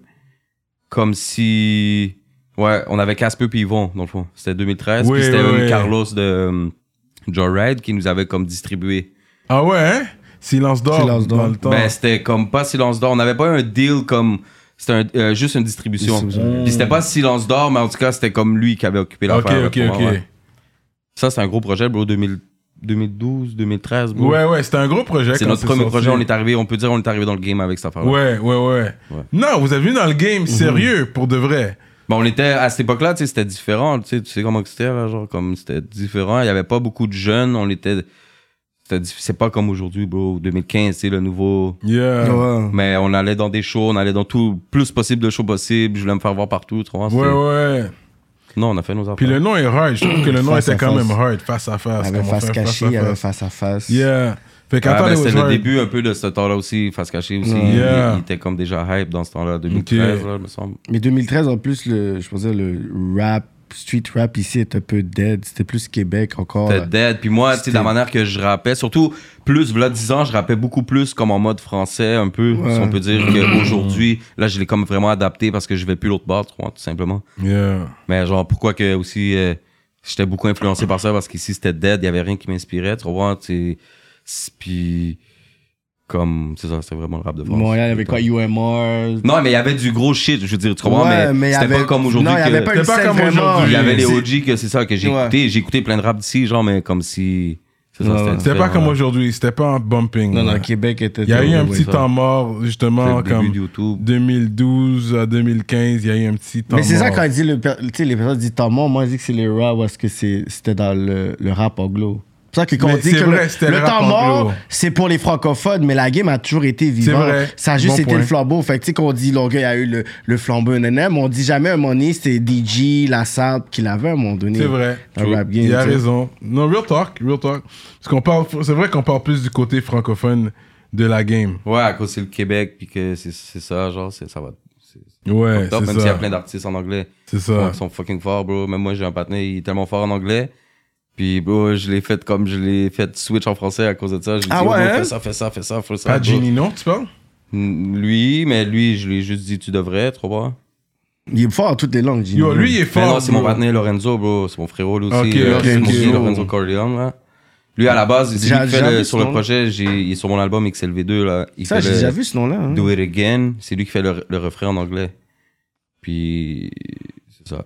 Speaker 3: comme si... Ouais, on avait Casper puis Yvon, dans le fond. C'était 2013.
Speaker 1: Oui,
Speaker 3: puis c'était
Speaker 1: oui,
Speaker 3: une
Speaker 1: oui.
Speaker 3: Carlos de euh, Joyride qui nous avait comme distribué.
Speaker 1: Ah ouais, hein? Silence d'or.
Speaker 2: Silence d'or.
Speaker 1: Dans le temps.
Speaker 3: Ben, c'était comme pas Silence d'or. On n'avait pas un deal comme... C'était un- euh, juste une distribution.
Speaker 2: Distribution.
Speaker 3: Puis c'était pas Silence d'or, mais en tout cas, c'était comme lui qui avait occupé
Speaker 1: ok,
Speaker 3: l'affaire. là,
Speaker 1: ok,
Speaker 3: pour moi,
Speaker 1: ok.
Speaker 3: ouais. Ça, c'est un gros projet, bro. 2000 2012, 2013, bro.
Speaker 1: Ouais, ouais, c'était un gros projet.
Speaker 3: c'est
Speaker 1: quand
Speaker 3: notre premier
Speaker 1: sorti.
Speaker 3: projet. On est arrivé, on peut dire, on est arrivé dans le game avec cette affaire.
Speaker 1: Ouais, ouais, ouais.
Speaker 3: Ouais. Mhm.
Speaker 1: Non, vous êtes venu dans le game sérieux, pour de vrai.
Speaker 3: Mais Ben, on était, à cette époque-là, tu sais, c'était différent. Tu sais, tu sais comment que c'était, là, genre, comme c'était différent. Il n'y avait pas beaucoup de jeunes. On était. c'était diff- C'est pas comme aujourd'hui, bro. 2015, c'est le nouveau.
Speaker 1: Yeah. Ouais,
Speaker 2: Ouais.
Speaker 3: Mais on allait dans des shows, on allait dans tout, plus possible de shows possibles. Je voulais me faire voir partout. tu vois, c'était-
Speaker 1: ouais.
Speaker 3: Non, on a fait nos affaires.
Speaker 1: Puis le nom est hard. Je trouve que le nom
Speaker 2: Face à
Speaker 1: était quand
Speaker 2: face.
Speaker 1: même hard, face à
Speaker 2: Il
Speaker 1: face.
Speaker 2: y avait
Speaker 1: Comment
Speaker 2: face
Speaker 1: faire
Speaker 2: cachée, il y avait face à face.
Speaker 1: Yeah. Fait
Speaker 3: Ah,
Speaker 1: qu'attends,
Speaker 3: ben,
Speaker 1: it was
Speaker 3: c'était le
Speaker 1: hard.
Speaker 3: début un peu de ce temps-là aussi, Face Cachée aussi.
Speaker 2: Ouais.
Speaker 1: Yeah.
Speaker 3: Il, il était comme déjà hype dans ce temps-là, 2013,
Speaker 1: Ok.
Speaker 3: là, il me semble.
Speaker 2: Mais 2013, en plus, le, je pense que le rap, street rap ici est un peu dead. C'était plus Québec encore.
Speaker 3: T'es dead. Puis moi, tu sais, de la manière que je rappais, surtout plus, voilà, 10 ans, je rappais beaucoup plus comme en mode français, un peu,
Speaker 2: Ouais.
Speaker 3: si on peut dire qu'aujourd'hui, là, je l'ai comme vraiment adapté parce que je vais plus l'autre bord, tu vois, tout simplement.
Speaker 1: Yeah.
Speaker 3: Mais genre, pourquoi que aussi, euh, j'étais beaucoup influencé par ça parce qu'ici, c'était dead, il y avait rien qui m'inspirait, tu vois, tu sais. C'est- Puis, comme, c'est ça, c'était vraiment le rap de France.
Speaker 2: Montréal, il y avait quoi UMR.
Speaker 3: Non, mais il y avait du gros shit, je veux dire, tu comprends,
Speaker 2: Ouais,
Speaker 3: mais,
Speaker 2: il y
Speaker 3: c'était
Speaker 2: avait-
Speaker 3: pas comme aujourd'hui
Speaker 2: Non, il y
Speaker 3: que-
Speaker 2: avait pas une
Speaker 1: C'était pas
Speaker 2: scène
Speaker 1: comme
Speaker 2: vraiment-
Speaker 1: aujourd'hui.
Speaker 3: il y avait les
Speaker 2: C'est-
Speaker 3: OG que c'est ça que j'ai
Speaker 2: Ouais.
Speaker 3: écouté. J'ai écouté plein de rap d'ici, genre, mais comme si. c'est ça,
Speaker 2: Ouais, ouais.
Speaker 1: C'était pas
Speaker 3: différent.
Speaker 1: comme aujourd'hui, c'était pas en bumping.
Speaker 2: Non,
Speaker 1: là.
Speaker 2: non, Québec était.
Speaker 1: Il y a eu un petit
Speaker 3: ça.
Speaker 1: temps mort,
Speaker 3: C'était
Speaker 1: justement,
Speaker 3: le début
Speaker 1: comme
Speaker 3: de YouTube.
Speaker 1: 2012 à 2015, il y a eu un petit temps
Speaker 2: Mais c'est ça
Speaker 1: mort.
Speaker 2: quand il dit le, per- tu sais, les personnes disent tant mort, moi je dis que c'est les rap parce que c'est- c'était dans le, le rap anglo. C'est pour ça que quand
Speaker 1: Mais
Speaker 2: on dit
Speaker 1: c'est
Speaker 2: que
Speaker 1: vrai,
Speaker 2: le-
Speaker 1: c'était
Speaker 2: le,
Speaker 1: le rap
Speaker 2: temps mort,
Speaker 1: anglo.
Speaker 2: c'est pour les francophones, mais la game a toujours été vivante.
Speaker 1: vrai.
Speaker 2: Ça a juste
Speaker 1: Bon
Speaker 2: été
Speaker 1: point.
Speaker 2: le flambeau. Fait que tu sais, qu'on dit Longueuil a eu le, le flambeau, nanana, mais on dit jamais à un moment donné, c'est DJ, la Sarp qui l'avait à un moment donné.
Speaker 1: C'est vrai.
Speaker 2: Un rap game,
Speaker 1: Il a
Speaker 2: Ah, bah, tu sais.
Speaker 1: raison. Non, real talk, real talk. Parce qu'on parle, c'est vrai qu'on parle plus du côté francophone de la game.
Speaker 3: Ouais, à cause c'est le Québec, puis que c'est c'est ça, genre, c'est- ça va. c'est-
Speaker 1: Ouais,
Speaker 3: top,
Speaker 1: c'est
Speaker 3: même s'il y a
Speaker 1: ça.
Speaker 3: plein d'artistes en anglais
Speaker 1: C'est
Speaker 3: qui
Speaker 1: ça.
Speaker 3: sont fucking forts, bro. Même moi, j'ai un partenaire, il est tellement fort en anglais. Puis, bro, je l'ai fait comme je l'ai fait switch en français à cause de ça. J'ai
Speaker 2: Ah
Speaker 3: dit, oh,
Speaker 2: ouais,
Speaker 3: bro,
Speaker 2: hein?
Speaker 3: fais ça, fais ça, fais ça, fais ça.
Speaker 1: Pas
Speaker 3: bro.
Speaker 1: Genie, non, tu parles?
Speaker 3: Lui, mais lui, je lui ai juste dit, tu devrais, tu vois.
Speaker 2: Il est fort en toutes les langues, Gino.
Speaker 1: Yo, lui, il est fort.
Speaker 3: Mais Ben non, c'est mon
Speaker 1: bro.
Speaker 3: partenaire Lorenzo, bro. C'est mon frérot, lui aussi.
Speaker 1: Ok,
Speaker 3: là.
Speaker 1: ok,
Speaker 3: C'est mon
Speaker 1: ok.
Speaker 3: frère, Lorenzo Corleone, là. Lui, à la base, c'est lui
Speaker 2: J'ai-
Speaker 3: qui
Speaker 2: j'ai
Speaker 3: fait
Speaker 2: vu
Speaker 3: le,
Speaker 2: ce
Speaker 3: sur le
Speaker 2: nom-là.
Speaker 3: projet. j'ai- Il est sur mon album XLV2, là. Il
Speaker 2: Ça,
Speaker 3: fait
Speaker 2: j'ai
Speaker 3: le
Speaker 2: déjà vu ce nom-là. hein.
Speaker 3: Do It Again. C'est lui qui fait le, le refrain en anglais. Puis, c'est ça.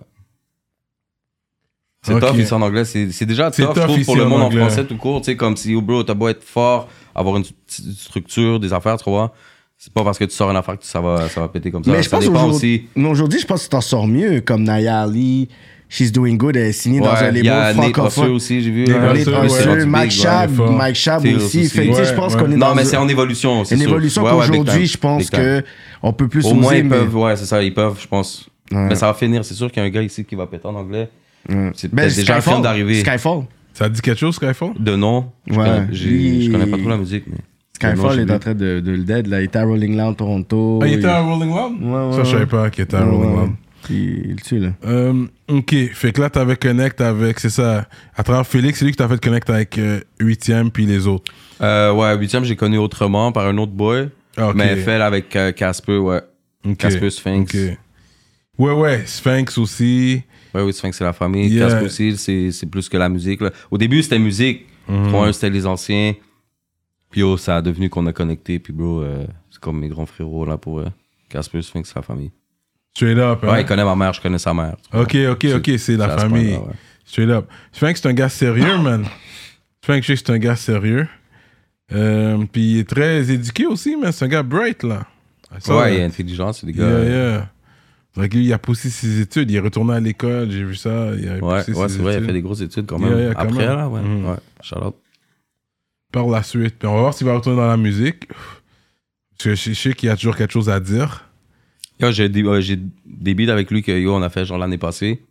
Speaker 3: C'est
Speaker 1: Ok.
Speaker 3: tough ici en anglais. C'est c'est déjà
Speaker 1: C'est
Speaker 3: tough, je
Speaker 1: tough
Speaker 3: trouve,
Speaker 1: ici
Speaker 3: pour le
Speaker 1: en
Speaker 3: monde en
Speaker 1: anglais.
Speaker 3: français tout court. Tu sais, comme si, yo, bro, t'as beau être fort, avoir une petite structure, des affaires, tu vois. C'est pas parce que tu sors une affaire que ça va, ça va péter comme ça.
Speaker 2: Mais je
Speaker 3: ça
Speaker 2: pense
Speaker 3: dépend
Speaker 2: aujourd'hui,
Speaker 3: aussi.
Speaker 2: mais aujourd'hui, je pense que tu t'en sors mieux, comme Naya Ali, She's Doing Good, elle est signée dans un
Speaker 3: Ouais, il y a
Speaker 2: label
Speaker 3: Nate Husser
Speaker 2: francophone.
Speaker 3: aussi, euh, j'ai vu. hein.
Speaker 1: Nate
Speaker 2: Nate
Speaker 1: Husser, ouais.
Speaker 2: Husser,
Speaker 1: Nate
Speaker 2: Mike
Speaker 3: Big,
Speaker 2: Shab,
Speaker 1: ouais, fort.
Speaker 2: Mike Shab
Speaker 3: Taylor
Speaker 2: aussi.
Speaker 3: aussi.
Speaker 2: Fait que, tu sais, je pense
Speaker 1: Ouais,
Speaker 2: qu'on est
Speaker 1: ouais.
Speaker 2: dans
Speaker 3: Non, mais
Speaker 2: un-
Speaker 3: c'est en évolution. c'est
Speaker 2: une
Speaker 3: sûr.
Speaker 2: évolution
Speaker 3: Ouais, ouais, big
Speaker 2: qu'aujourd'hui,
Speaker 3: time,
Speaker 2: je pense
Speaker 3: big time.
Speaker 2: que on peut plus
Speaker 3: Au moins,
Speaker 2: oser,
Speaker 3: ils
Speaker 2: mais-
Speaker 3: peuvent, ouais, c'est ça, ils peuvent, je pense.
Speaker 2: Ouais.
Speaker 3: Mais ça va finir, c'est sûr qu'il y a un gars ici qui va péter en anglais. C'est
Speaker 2: Ben,
Speaker 3: peut-être déjà en train
Speaker 2: Skyfall,
Speaker 3: d'arriver.
Speaker 2: Skyfall.
Speaker 1: Ça dit quelque chose, Skyfall?
Speaker 3: De nom, je,
Speaker 2: Ouais.
Speaker 3: connais, j'ai- je
Speaker 2: Lui-
Speaker 3: connais pas trop la musique. Mais... de nom,
Speaker 2: Skyfall
Speaker 3: j'ai
Speaker 2: est en
Speaker 3: oublié.
Speaker 2: train de, de le dead, là. Il était à Rolling Loud, Toronto.
Speaker 1: Ah, il était à Rolling Loud?
Speaker 2: Ouais, ouais,
Speaker 1: Ça, je savais
Speaker 2: ouais.
Speaker 1: pas qu'il était à
Speaker 2: Ouais,
Speaker 1: Rolling
Speaker 2: ouais.
Speaker 1: Loud.
Speaker 2: Puis, il le tue, là.
Speaker 1: Euh, ok, fait que là, t'avais connect avec, c'est ça, à travers Félix, c'est lui qui t'a fait connect avec euh, 8e puis les autres.
Speaker 3: Euh, ouais, 8 j'ai connu autrement par un autre boy.
Speaker 1: Ah, ok.
Speaker 3: Mais fait avec euh, Casper, ouais.
Speaker 1: Ok.
Speaker 3: Casper Sphinx.
Speaker 1: Ok. Ouais, ouais, Sphinx aussi.
Speaker 3: Ouais, oui, Sphinx, c'est la famille.
Speaker 1: Yeah.
Speaker 3: Casque aussi, c'est c'est plus que la musique. là. Au début, c'était musique.
Speaker 1: Mhm.
Speaker 3: Pour un, c'était les anciens. Puis, oh, ça a devenu qu'on a connecté. Puis, bro, euh, c'est comme mes grands frérots, là, pour eux. Casper, Sphinx, c'est la famille.
Speaker 1: Straight up. hein?
Speaker 3: Ouais, il connaît ma mère, je connais sa mère.
Speaker 1: Ok, ok, ok, c'est la
Speaker 3: à ce
Speaker 1: famille.
Speaker 3: point-là, ouais.
Speaker 1: Straight up. Sphinx, c'est un gars sérieux, man. Sphinx, je sais que c'est un gars sérieux. Euh, Puis il est très éduqué aussi, man. C'est un gars bright, là. I saw
Speaker 3: Ouais, il est
Speaker 1: that.
Speaker 3: intelligent, c'est des gars.
Speaker 1: Yeah, yeah. Like, lui, il a poussé ses études. Il est retourné à l'école, j'ai vu ça. Il a
Speaker 3: Ouais,
Speaker 1: poussé
Speaker 3: ouais,
Speaker 1: ses
Speaker 3: c'est vrai, il a
Speaker 1: études.
Speaker 3: fait des grosses études quand
Speaker 1: Yeah,
Speaker 3: même.
Speaker 1: yeah, quand
Speaker 3: Après,
Speaker 1: même.
Speaker 3: là, ouais.
Speaker 1: Mhm.
Speaker 3: Ouais, shout out.
Speaker 1: Par la suite. Puis on va voir s'il va retourner dans la musique. Parce que je je sais qu'il y a toujours quelque chose à dire.
Speaker 3: Yo, j'ai des, ouais, j'ai des beats avec lui que yo, on a fait genre l'année passée.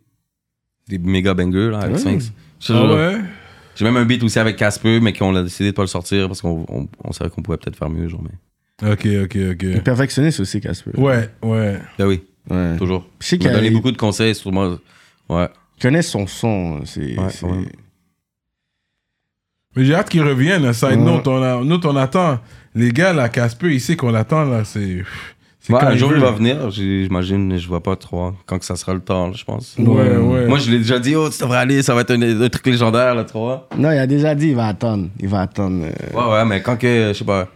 Speaker 3: Des méga bangers, là, avec Sphinx. Je te
Speaker 1: Ah
Speaker 3: jure.
Speaker 1: ouais?
Speaker 3: J'ai même un beat aussi avec Casper, mais qu'on a décidé de pas le sortir parce qu'on on, on savait qu'on pouvait peut-être faire mieux, genre. Mais...
Speaker 1: Ok, ok,
Speaker 2: Il est
Speaker 1: ok.
Speaker 2: perfectionniste aussi, Casper.
Speaker 1: Ouais, ouais.
Speaker 3: Ah oui,
Speaker 2: Ouais.
Speaker 3: toujours.
Speaker 2: Je sais
Speaker 3: Il m'a
Speaker 2: qu'il
Speaker 3: donné
Speaker 2: il
Speaker 3: beaucoup de conseils sur moi. Ouais.
Speaker 2: connaît son son. C'est.
Speaker 3: Ouais,
Speaker 2: c'est-
Speaker 3: ouais.
Speaker 1: Mais j'ai hâte qu'il revienne. Side
Speaker 2: Ouais.
Speaker 1: note, on a- nous, on attend. Les gars, là, Casper, il sait qu'on l'attend, là. C'est. c'est
Speaker 3: Ouais,
Speaker 1: quand
Speaker 3: un jour,
Speaker 1: veut.
Speaker 3: il va venir, j'ai- j'imagine, je vois pas trop. Quand que ça sera le temps, là, je pense.
Speaker 1: Ouais, ouais.
Speaker 3: Moi, je l'ai déjà dit, oh, tu devrais aller, ça va être un, un truc légendaire, là, trop. hein.
Speaker 2: Non, il a déjà dit, il va attendre. Il va attendre. euh,
Speaker 3: Ouais, ouais, mais quand que, je sais pas.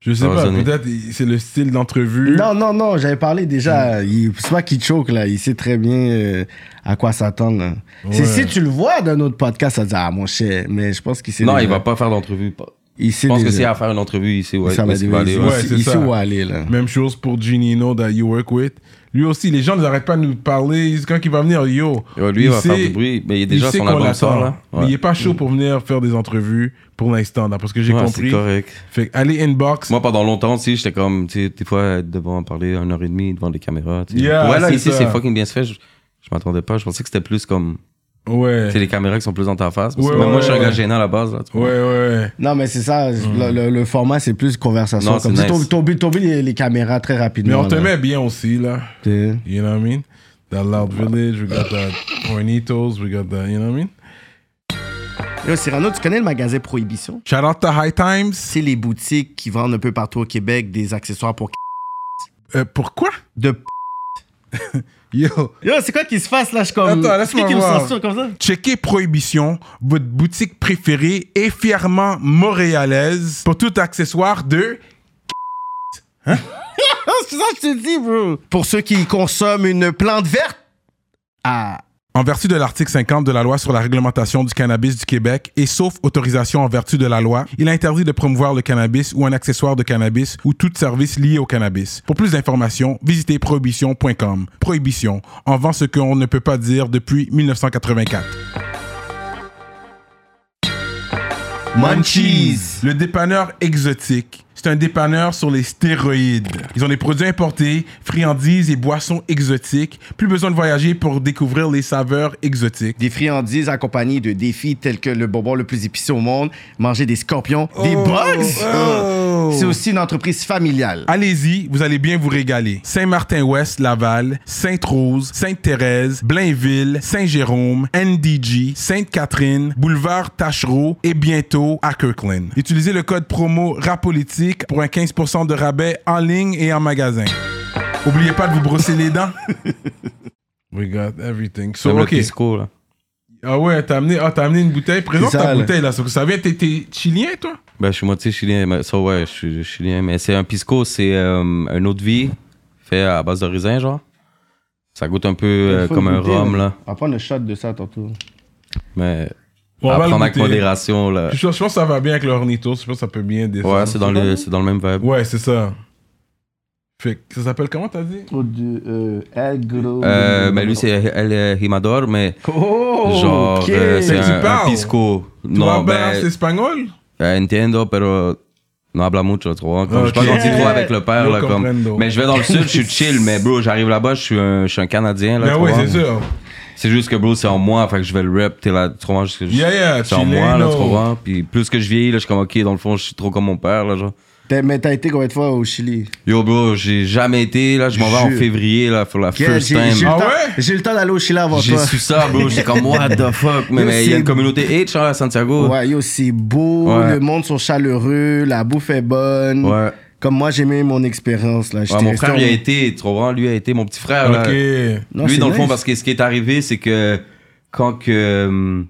Speaker 1: je sais
Speaker 3: Ça va
Speaker 1: pas,
Speaker 3: sonner.
Speaker 1: peut-être il- c'est le style d'entrevue.
Speaker 2: Non, non, non, j'avais parlé déjà.
Speaker 1: Hmm.
Speaker 2: Il- C'est pas qu'il choque, là. Il sait très bien euh, à quoi s'attendre. là.
Speaker 1: Ouais.
Speaker 2: C'est si tu le vois d'un autre podcast, ça te dit Ah, mon cher. Mais je pense qu'il sait.
Speaker 3: Non,
Speaker 2: déjà.
Speaker 3: il va pas faire d'entrevue. pas-
Speaker 2: Il sait
Speaker 3: Je pense que
Speaker 2: déjà.
Speaker 3: c'est à faire une entrevue ici, ouais.
Speaker 2: ça va
Speaker 3: mais c'est pas
Speaker 2: aller.
Speaker 3: aller,
Speaker 1: ouais.
Speaker 3: ouais.
Speaker 1: c'est
Speaker 2: il
Speaker 1: ça. Hmm.
Speaker 2: sait où aller, là.
Speaker 1: Même chose pour Ginino that you work with. Lui aussi, les gens n'arrêtent pas de nous parler. Quand il va venir, yo.
Speaker 3: Ouais, lui, il va faire du bruit, mais il est déjà
Speaker 1: il sait
Speaker 3: son
Speaker 1: qu'on
Speaker 3: album
Speaker 1: l'attend.
Speaker 3: sort, là.
Speaker 1: Mais
Speaker 3: Ouais.
Speaker 1: il est pas chaud pour venir faire des entrevues pour l'instant, là, parce que j'ai
Speaker 3: Ouais, c'est
Speaker 1: compris.
Speaker 3: correct.
Speaker 1: Fait que allez inbox.
Speaker 3: Moi, pendant longtemps, tu sais, j'étais comme, tu sais, des fois, être devant parler une heure et demie devant les caméras, tu sais.
Speaker 1: Yeah,
Speaker 3: ouais, là,
Speaker 1: c'est
Speaker 3: ici,
Speaker 1: ça.
Speaker 3: c'est fucking bien se fait. Je, je m'attendais pas. Je pensais que c'était plus comme,
Speaker 1: ouais.
Speaker 3: tu sais, les caméras qui sont plus dans ta face. Parce que
Speaker 1: Ouais,
Speaker 3: même
Speaker 1: ouais,
Speaker 3: moi, je suis un
Speaker 1: ouais.
Speaker 3: gars gênant à la base, là, tu
Speaker 1: Ouais,
Speaker 3: vois.
Speaker 1: ouais.
Speaker 2: Non, mais c'est ça. Le,
Speaker 1: Hmm.
Speaker 2: le- le format, c'est plus conversation.
Speaker 3: Non,
Speaker 2: comme
Speaker 3: c'est
Speaker 2: si
Speaker 3: nice.
Speaker 2: tomber, les, les caméras très
Speaker 1: Mais
Speaker 2: rapidement.
Speaker 1: on te
Speaker 2: là.
Speaker 1: met bien aussi, là.
Speaker 2: T'es-
Speaker 1: You know what I mean? That Loud Village, we got that Hornitos, we got that, you know what I mean?
Speaker 2: Yo, Cyrano, tu connais le magasin Prohibition?
Speaker 1: Shout out to High Times.
Speaker 2: C'est les boutiques qui vendent un peu partout au Québec des accessoires pour
Speaker 1: Euh, pourquoi?
Speaker 2: de p-
Speaker 1: Yo,
Speaker 2: Yo, c'est quoi qui se passe là? Je suis comme.
Speaker 1: Attends, laisse-moi
Speaker 2: C'est qui qui me
Speaker 1: voir.
Speaker 2: censure comme ça?
Speaker 1: checkez Prohibition, votre boutique préférée et fièrement montréalaise pour tout accessoire de...
Speaker 2: Non, c'est ça que je te dis, bro. Pour ceux qui consomment une plante verte. Ah.
Speaker 1: En vertu de l'article 50 de la loi sur la réglementation du cannabis du Québec et sauf autorisation en vertu de la loi, il est interdit de promouvoir le cannabis ou un accessoire de cannabis ou tout service lié au cannabis. Pour plus d'informations, visitez prohibition.com. Prohibition, en vend ce qu'on ne peut pas dire depuis 1984.
Speaker 2: Munchies.
Speaker 1: Le dépanneur exotique. C'est un dépanneur sur les stéroïdes. Ils ont des produits importés, friandises et boissons exotiques. Plus besoin de voyager pour découvrir les saveurs exotiques.
Speaker 2: Des friandises accompagnées de défis tels que le bonbon le plus épicé au monde, manger des scorpions, des bugs.
Speaker 1: oh.
Speaker 2: C'est aussi une entreprise familiale.
Speaker 1: Allez-y, vous allez bien vous régaler. Saint-Martin-Ouest, Laval, Sainte-Rose, Sainte-Thérèse, Blainville, Saint-Jérôme, NDG, Sainte-Catherine, Boulevard Tachereau et bientôt à Kirkland. Utilisez le code promo RAPOLITIQUE pour un 15% de rabais en ligne et en magasin. Oubliez pas de vous brosser les dents. *laughs* We got everything. So,
Speaker 3: Même
Speaker 1: ok.
Speaker 3: le pisco, là.
Speaker 1: Ah ouais, t'as amené, ah, t'as amené une bouteille. Présente
Speaker 2: C'est ça,
Speaker 1: ta
Speaker 2: là.
Speaker 1: bouteille là. Ça ça vient, t'es- t'es chilien toi?
Speaker 3: Ben, je suis moitié chilien. mais ça, ouais, je suis je suis chilien. Mais c'est un pisco, c'est euh, un eau de vie fait à base de raisin, genre. Ça goûte un peu euh, comme un rhum, là.
Speaker 2: On va prendre le shot de ça tantôt.
Speaker 3: Mais
Speaker 1: On
Speaker 3: à
Speaker 1: va le
Speaker 3: prendre avec
Speaker 1: goûter.
Speaker 3: modération, là.
Speaker 1: Je, pense- je pense que ça va bien avec le Hornitos. Je pense que ça peut bien descendre.
Speaker 3: Ouais, c'est dans, le- c'est dans le même vibe.
Speaker 1: Ouais, c'est ça. Fait que ça s'appelle comment t'as dit
Speaker 2: Oh,
Speaker 3: Euh, ben, lui, c'est El El Himador, mais
Speaker 2: Oh,
Speaker 3: genre,
Speaker 2: ok.
Speaker 3: euh, c'est
Speaker 1: Mais tu
Speaker 3: un, un
Speaker 1: parles.
Speaker 3: pisco.
Speaker 1: Tu vas
Speaker 3: Non,
Speaker 1: balancer
Speaker 3: ben,
Speaker 1: espagnol
Speaker 3: euh, entiendo, pero no habla mucho, trop. hein. Comme Je suis pas
Speaker 1: Ok.
Speaker 3: gentil trop avec le père,
Speaker 1: Yo
Speaker 3: là, comme.
Speaker 1: comprendo.
Speaker 3: Mais je vais dans le sud, je
Speaker 1: *laughs*
Speaker 3: suis chill, mais bro, j'arrive là-bas, je suis un, je suis un Canadien, là,
Speaker 1: Ben
Speaker 3: tu
Speaker 1: oui,
Speaker 3: vois.
Speaker 1: c'est sûr.
Speaker 3: C'est juste que, bro, c'est en moi, fait que je vais le rep, t'es là, tu comprends, je- je-
Speaker 1: Yeah, yeah,
Speaker 3: c'est en moi, là,
Speaker 1: chileno.
Speaker 3: tu comprends. Puis plus que je vieillis, là, je suis comme, ok, dans le fond, je suis trop comme mon père, là, genre.
Speaker 2: T'as- Mais t'as été combien de fois au Chili?
Speaker 3: Yo, bro, j'ai jamais été, là, je m'en vais en
Speaker 2: Jure.
Speaker 3: février, là, pour la
Speaker 2: J'ai
Speaker 3: first
Speaker 2: j'ai eu le
Speaker 3: time.
Speaker 1: Ah
Speaker 2: temps-
Speaker 1: ouais?
Speaker 2: j'ai eu le temps d'aller au Chili avant
Speaker 3: J'ai
Speaker 2: toi.
Speaker 3: su ça, bro, j'étais comme, what the fuck, mais
Speaker 2: Yo,
Speaker 3: mais il y a
Speaker 2: c'est-
Speaker 3: une communauté H, hein, à Santiago.
Speaker 2: Ouais, yo, c'est beau,
Speaker 3: Ouais.
Speaker 2: le monde sont chaleureux, la bouffe est bonne.
Speaker 3: Ouais.
Speaker 2: Comme moi, j'ai aimé mon expérience, là.
Speaker 3: Ouais,
Speaker 2: J'étais
Speaker 3: mon
Speaker 2: resté
Speaker 3: frère,
Speaker 2: en-
Speaker 3: il a été, tu comprends, lui a été mon petit frère. là.
Speaker 1: Ok.
Speaker 2: Non,
Speaker 3: lui,
Speaker 2: c'est
Speaker 3: dans le fond,
Speaker 2: nice.
Speaker 3: parce que ce qui est arrivé, c'est que quand que. euh,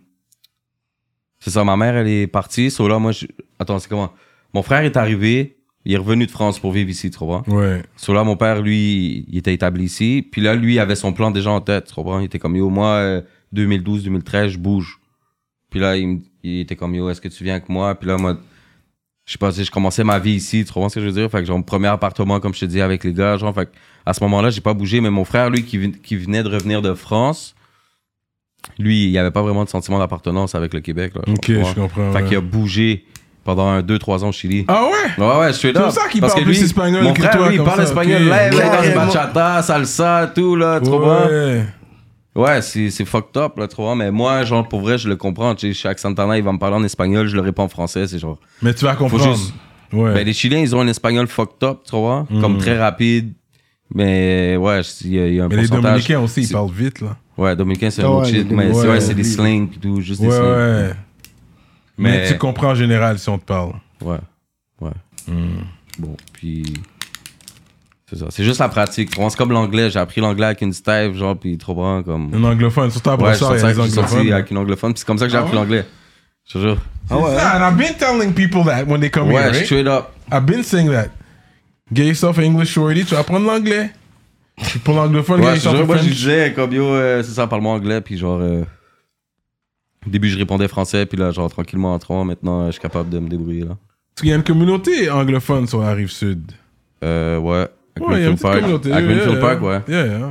Speaker 3: C'est ça, ma mère, elle est partie. So là, moi, je. Attends, c'est comment Mon frère est arrivé, il est revenu de France pour vivre ici, tu comprends
Speaker 1: Ouais.
Speaker 3: So là, mon père, lui, il était établi ici. Puis là, lui, il avait son plan déjà en tête, tu comprends Il était comme, yo, moi, euh, 2012, 2013, je bouge. Puis là, il, me- il était comme, yo, est-ce que tu viens avec moi Puis là, moi, je sais pas, tu sais, je commençais ma vie ici, tu comprends ce que je veux dire Fait que genre, mon premier appartement, comme je te dis, avec les gars, genre, fait que à ce moment-là, j'ai pas bougé. Mais mon frère, lui, qui, ven- qui venait de revenir de France, lui, il avait pas vraiment de sentiment d'appartenance avec le Québec, là. genre,
Speaker 1: Ok,
Speaker 3: tu vois.
Speaker 1: je comprends.
Speaker 3: Fait
Speaker 1: ouais.
Speaker 3: qu'il a bougé pendant un, deux, trois ans au Chili.
Speaker 1: Ah ouais?
Speaker 3: Ouais, ouais, je suis
Speaker 1: C'est
Speaker 3: là.
Speaker 1: pour ça qu'il
Speaker 3: Parce
Speaker 1: parle
Speaker 3: que
Speaker 1: plus
Speaker 3: lui,
Speaker 1: espagnol
Speaker 3: Mon
Speaker 1: que
Speaker 3: frère,
Speaker 1: toi,
Speaker 3: lui, il
Speaker 1: comme
Speaker 3: parle
Speaker 1: ça,
Speaker 3: espagnol.
Speaker 1: ok.
Speaker 3: Là, là, il
Speaker 2: Carrément.
Speaker 3: parle bachata, salsa, tout, là, trop bien.
Speaker 1: Ouais.
Speaker 3: Ouais, c'est c'est fucked up, là, trop bien. Mais moi, genre, pour vrai, je le comprends. Tu sais, chaque Santana, il va me parler en espagnol, je le réponds en français. C'est genre.
Speaker 1: Mais tu vas comprendre.
Speaker 3: juste-
Speaker 1: Ouais. Mm.
Speaker 3: Ben, les Chiliens, ils ont un espagnol fucked up, tu vois. Comme très rapide. Mais ouais, je- il y, a- il y a un
Speaker 1: mais les
Speaker 3: pourcentage.
Speaker 1: Dominicains aussi, ils
Speaker 3: c'est-
Speaker 1: parlent vite, là.
Speaker 3: Ouais, Dominicains, c'est un
Speaker 2: Ah ouais,
Speaker 3: autre shit.
Speaker 2: les
Speaker 3: Mais c'est-
Speaker 1: Dominicains,
Speaker 3: ouais, c'est des
Speaker 2: oui.
Speaker 3: slings, puis tout, juste
Speaker 1: Ouais,
Speaker 3: des slings.
Speaker 1: ouais. Mais...
Speaker 3: Mais-
Speaker 1: tu comprends en général si on te parle.
Speaker 3: Ouais. Ouais.
Speaker 1: Hmm.
Speaker 3: Bon, puis. C'est ça. C'est juste la pratique. Tu vois, C'est comme l'anglais. J'ai appris l'anglais avec une stève, genre, puis trop grand, comme.
Speaker 1: Un anglophone, surtout à
Speaker 3: Ouais, je suis
Speaker 1: Brossard,
Speaker 3: sorti
Speaker 1: il y a
Speaker 3: avec,
Speaker 1: des
Speaker 3: je suis sorti
Speaker 1: anglophones.
Speaker 3: avec une anglophone, puis c'est comme ça que j'ai
Speaker 1: Ah
Speaker 3: appris
Speaker 1: ouais?
Speaker 3: l'anglais. Je te jure.
Speaker 2: Ah ouais, hein?
Speaker 1: Yeah, and I've been telling people that when they come
Speaker 3: Ouais,
Speaker 1: here,
Speaker 3: je
Speaker 1: right?
Speaker 3: suis straight up.
Speaker 1: I've been saying that. Get yourself an English shorty, tu vas apprendre l'anglais. Puis Pour l'anglophone, get
Speaker 3: Ouais, je te
Speaker 1: yourself
Speaker 3: jure,
Speaker 1: a
Speaker 3: moi, je
Speaker 1: French-
Speaker 3: disais, comme yo, euh, c'est ça, parle-moi anglais, puis genre. euh, Au début, je répondais français, puis là, genre, tranquillement, en trois, maintenant, euh, je suis capable de me débrouiller, là.
Speaker 1: Parce qu'il y a une communauté anglophone sur la rive sud.
Speaker 3: Euh, ouais. Avec
Speaker 1: Ouais, il y a une
Speaker 3: Winfield
Speaker 1: petite
Speaker 3: Park.
Speaker 1: communauté. euh,
Speaker 3: Avec
Speaker 1: yeah,
Speaker 3: Winfield
Speaker 1: yeah.
Speaker 3: Park, ouais.
Speaker 1: Yeah, yeah.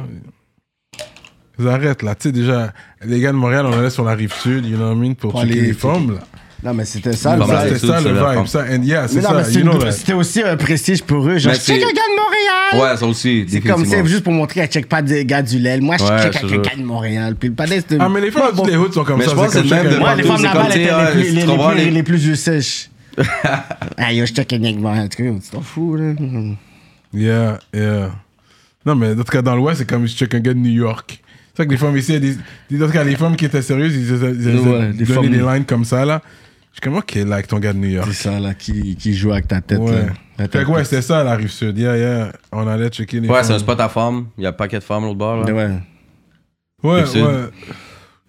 Speaker 1: Ils arrêtent là. Tu sais, déjà, les gars de Montréal, on allait sur la rive sud, you know what I mean, pour
Speaker 2: Pour
Speaker 1: checker
Speaker 2: aller-
Speaker 1: les femmes. Là.
Speaker 2: Non, mais c'était ça, le
Speaker 3: Pas
Speaker 1: Ça,
Speaker 3: mal.
Speaker 2: vibe.
Speaker 1: C'était
Speaker 3: sud,
Speaker 1: ça
Speaker 3: c'est
Speaker 1: le
Speaker 3: la
Speaker 1: vibe.
Speaker 3: femme.
Speaker 1: Ça, and yeah,
Speaker 2: Mais
Speaker 1: c'est
Speaker 2: non, mais
Speaker 1: ça.
Speaker 2: c'est
Speaker 1: You
Speaker 2: une-
Speaker 1: know that.
Speaker 2: c'était aussi un prestige pour eux. Genre, je check
Speaker 3: Mais c'est-
Speaker 2: le gars de
Speaker 1: euh.
Speaker 2: Montréal!
Speaker 3: Ouais, ça aussi.
Speaker 2: C'est comme
Speaker 3: définitivement.
Speaker 2: c'est juste pour montrer qu'elle check pas des gars du LEL. Moi, je
Speaker 3: Ouais,
Speaker 2: check
Speaker 3: je
Speaker 2: avec
Speaker 3: jure.
Speaker 2: les gars de Montréal. Puis le panel, c'est.
Speaker 1: Ah, mais les femmes,
Speaker 2: Moi,
Speaker 1: toutes les
Speaker 2: bon,
Speaker 1: hoods sont comme
Speaker 3: Mais
Speaker 1: ça.
Speaker 3: je pense
Speaker 1: c'est
Speaker 3: que
Speaker 1: comme
Speaker 3: c'est
Speaker 1: ça
Speaker 3: le même
Speaker 1: que-
Speaker 2: Moi, les
Speaker 3: partout,
Speaker 2: femmes
Speaker 3: c'est
Speaker 2: là-bas,
Speaker 3: comme,
Speaker 2: elles
Speaker 3: t'sais,
Speaker 2: étaient les
Speaker 3: ah,
Speaker 2: plus-
Speaker 3: tu
Speaker 2: les- les
Speaker 3: comprends,
Speaker 2: plus-
Speaker 3: les-
Speaker 2: les plus
Speaker 3: *laughs*
Speaker 2: usages. Ah, yo, je check avec les gars de Montréal. Tu sais, tu t'en fous,
Speaker 3: *laughs*
Speaker 2: là.
Speaker 1: Yeah, yeah. Non, mais en tout cas, dans l'Ouest, c'est comme si tu check un gars de New York. C'est vrai que les femmes ici, elles disent. En tout cas, les femmes qui étaient sérieuses, ils
Speaker 2: Ouais,
Speaker 1: essaient- ils essaient
Speaker 2: les
Speaker 1: de donner
Speaker 2: femmes-
Speaker 1: des lines comme ça, là. Je suis comme, ok, là, avec ton gars de New York.
Speaker 2: C'est ça, là, qui qui joue avec ta tête,
Speaker 1: Ouais.
Speaker 2: là. La
Speaker 1: Fait
Speaker 2: tête.
Speaker 1: que ouais, c'était ça, la rive sud. Yeah, yeah. On allait checker les
Speaker 3: Ouais,
Speaker 1: femmes.
Speaker 3: c'est un spot à femmes. Il y a un paquet de femmes l'autre bord, là.
Speaker 2: Ouais.
Speaker 1: Ouais,
Speaker 3: Rive Sud.
Speaker 1: ouais.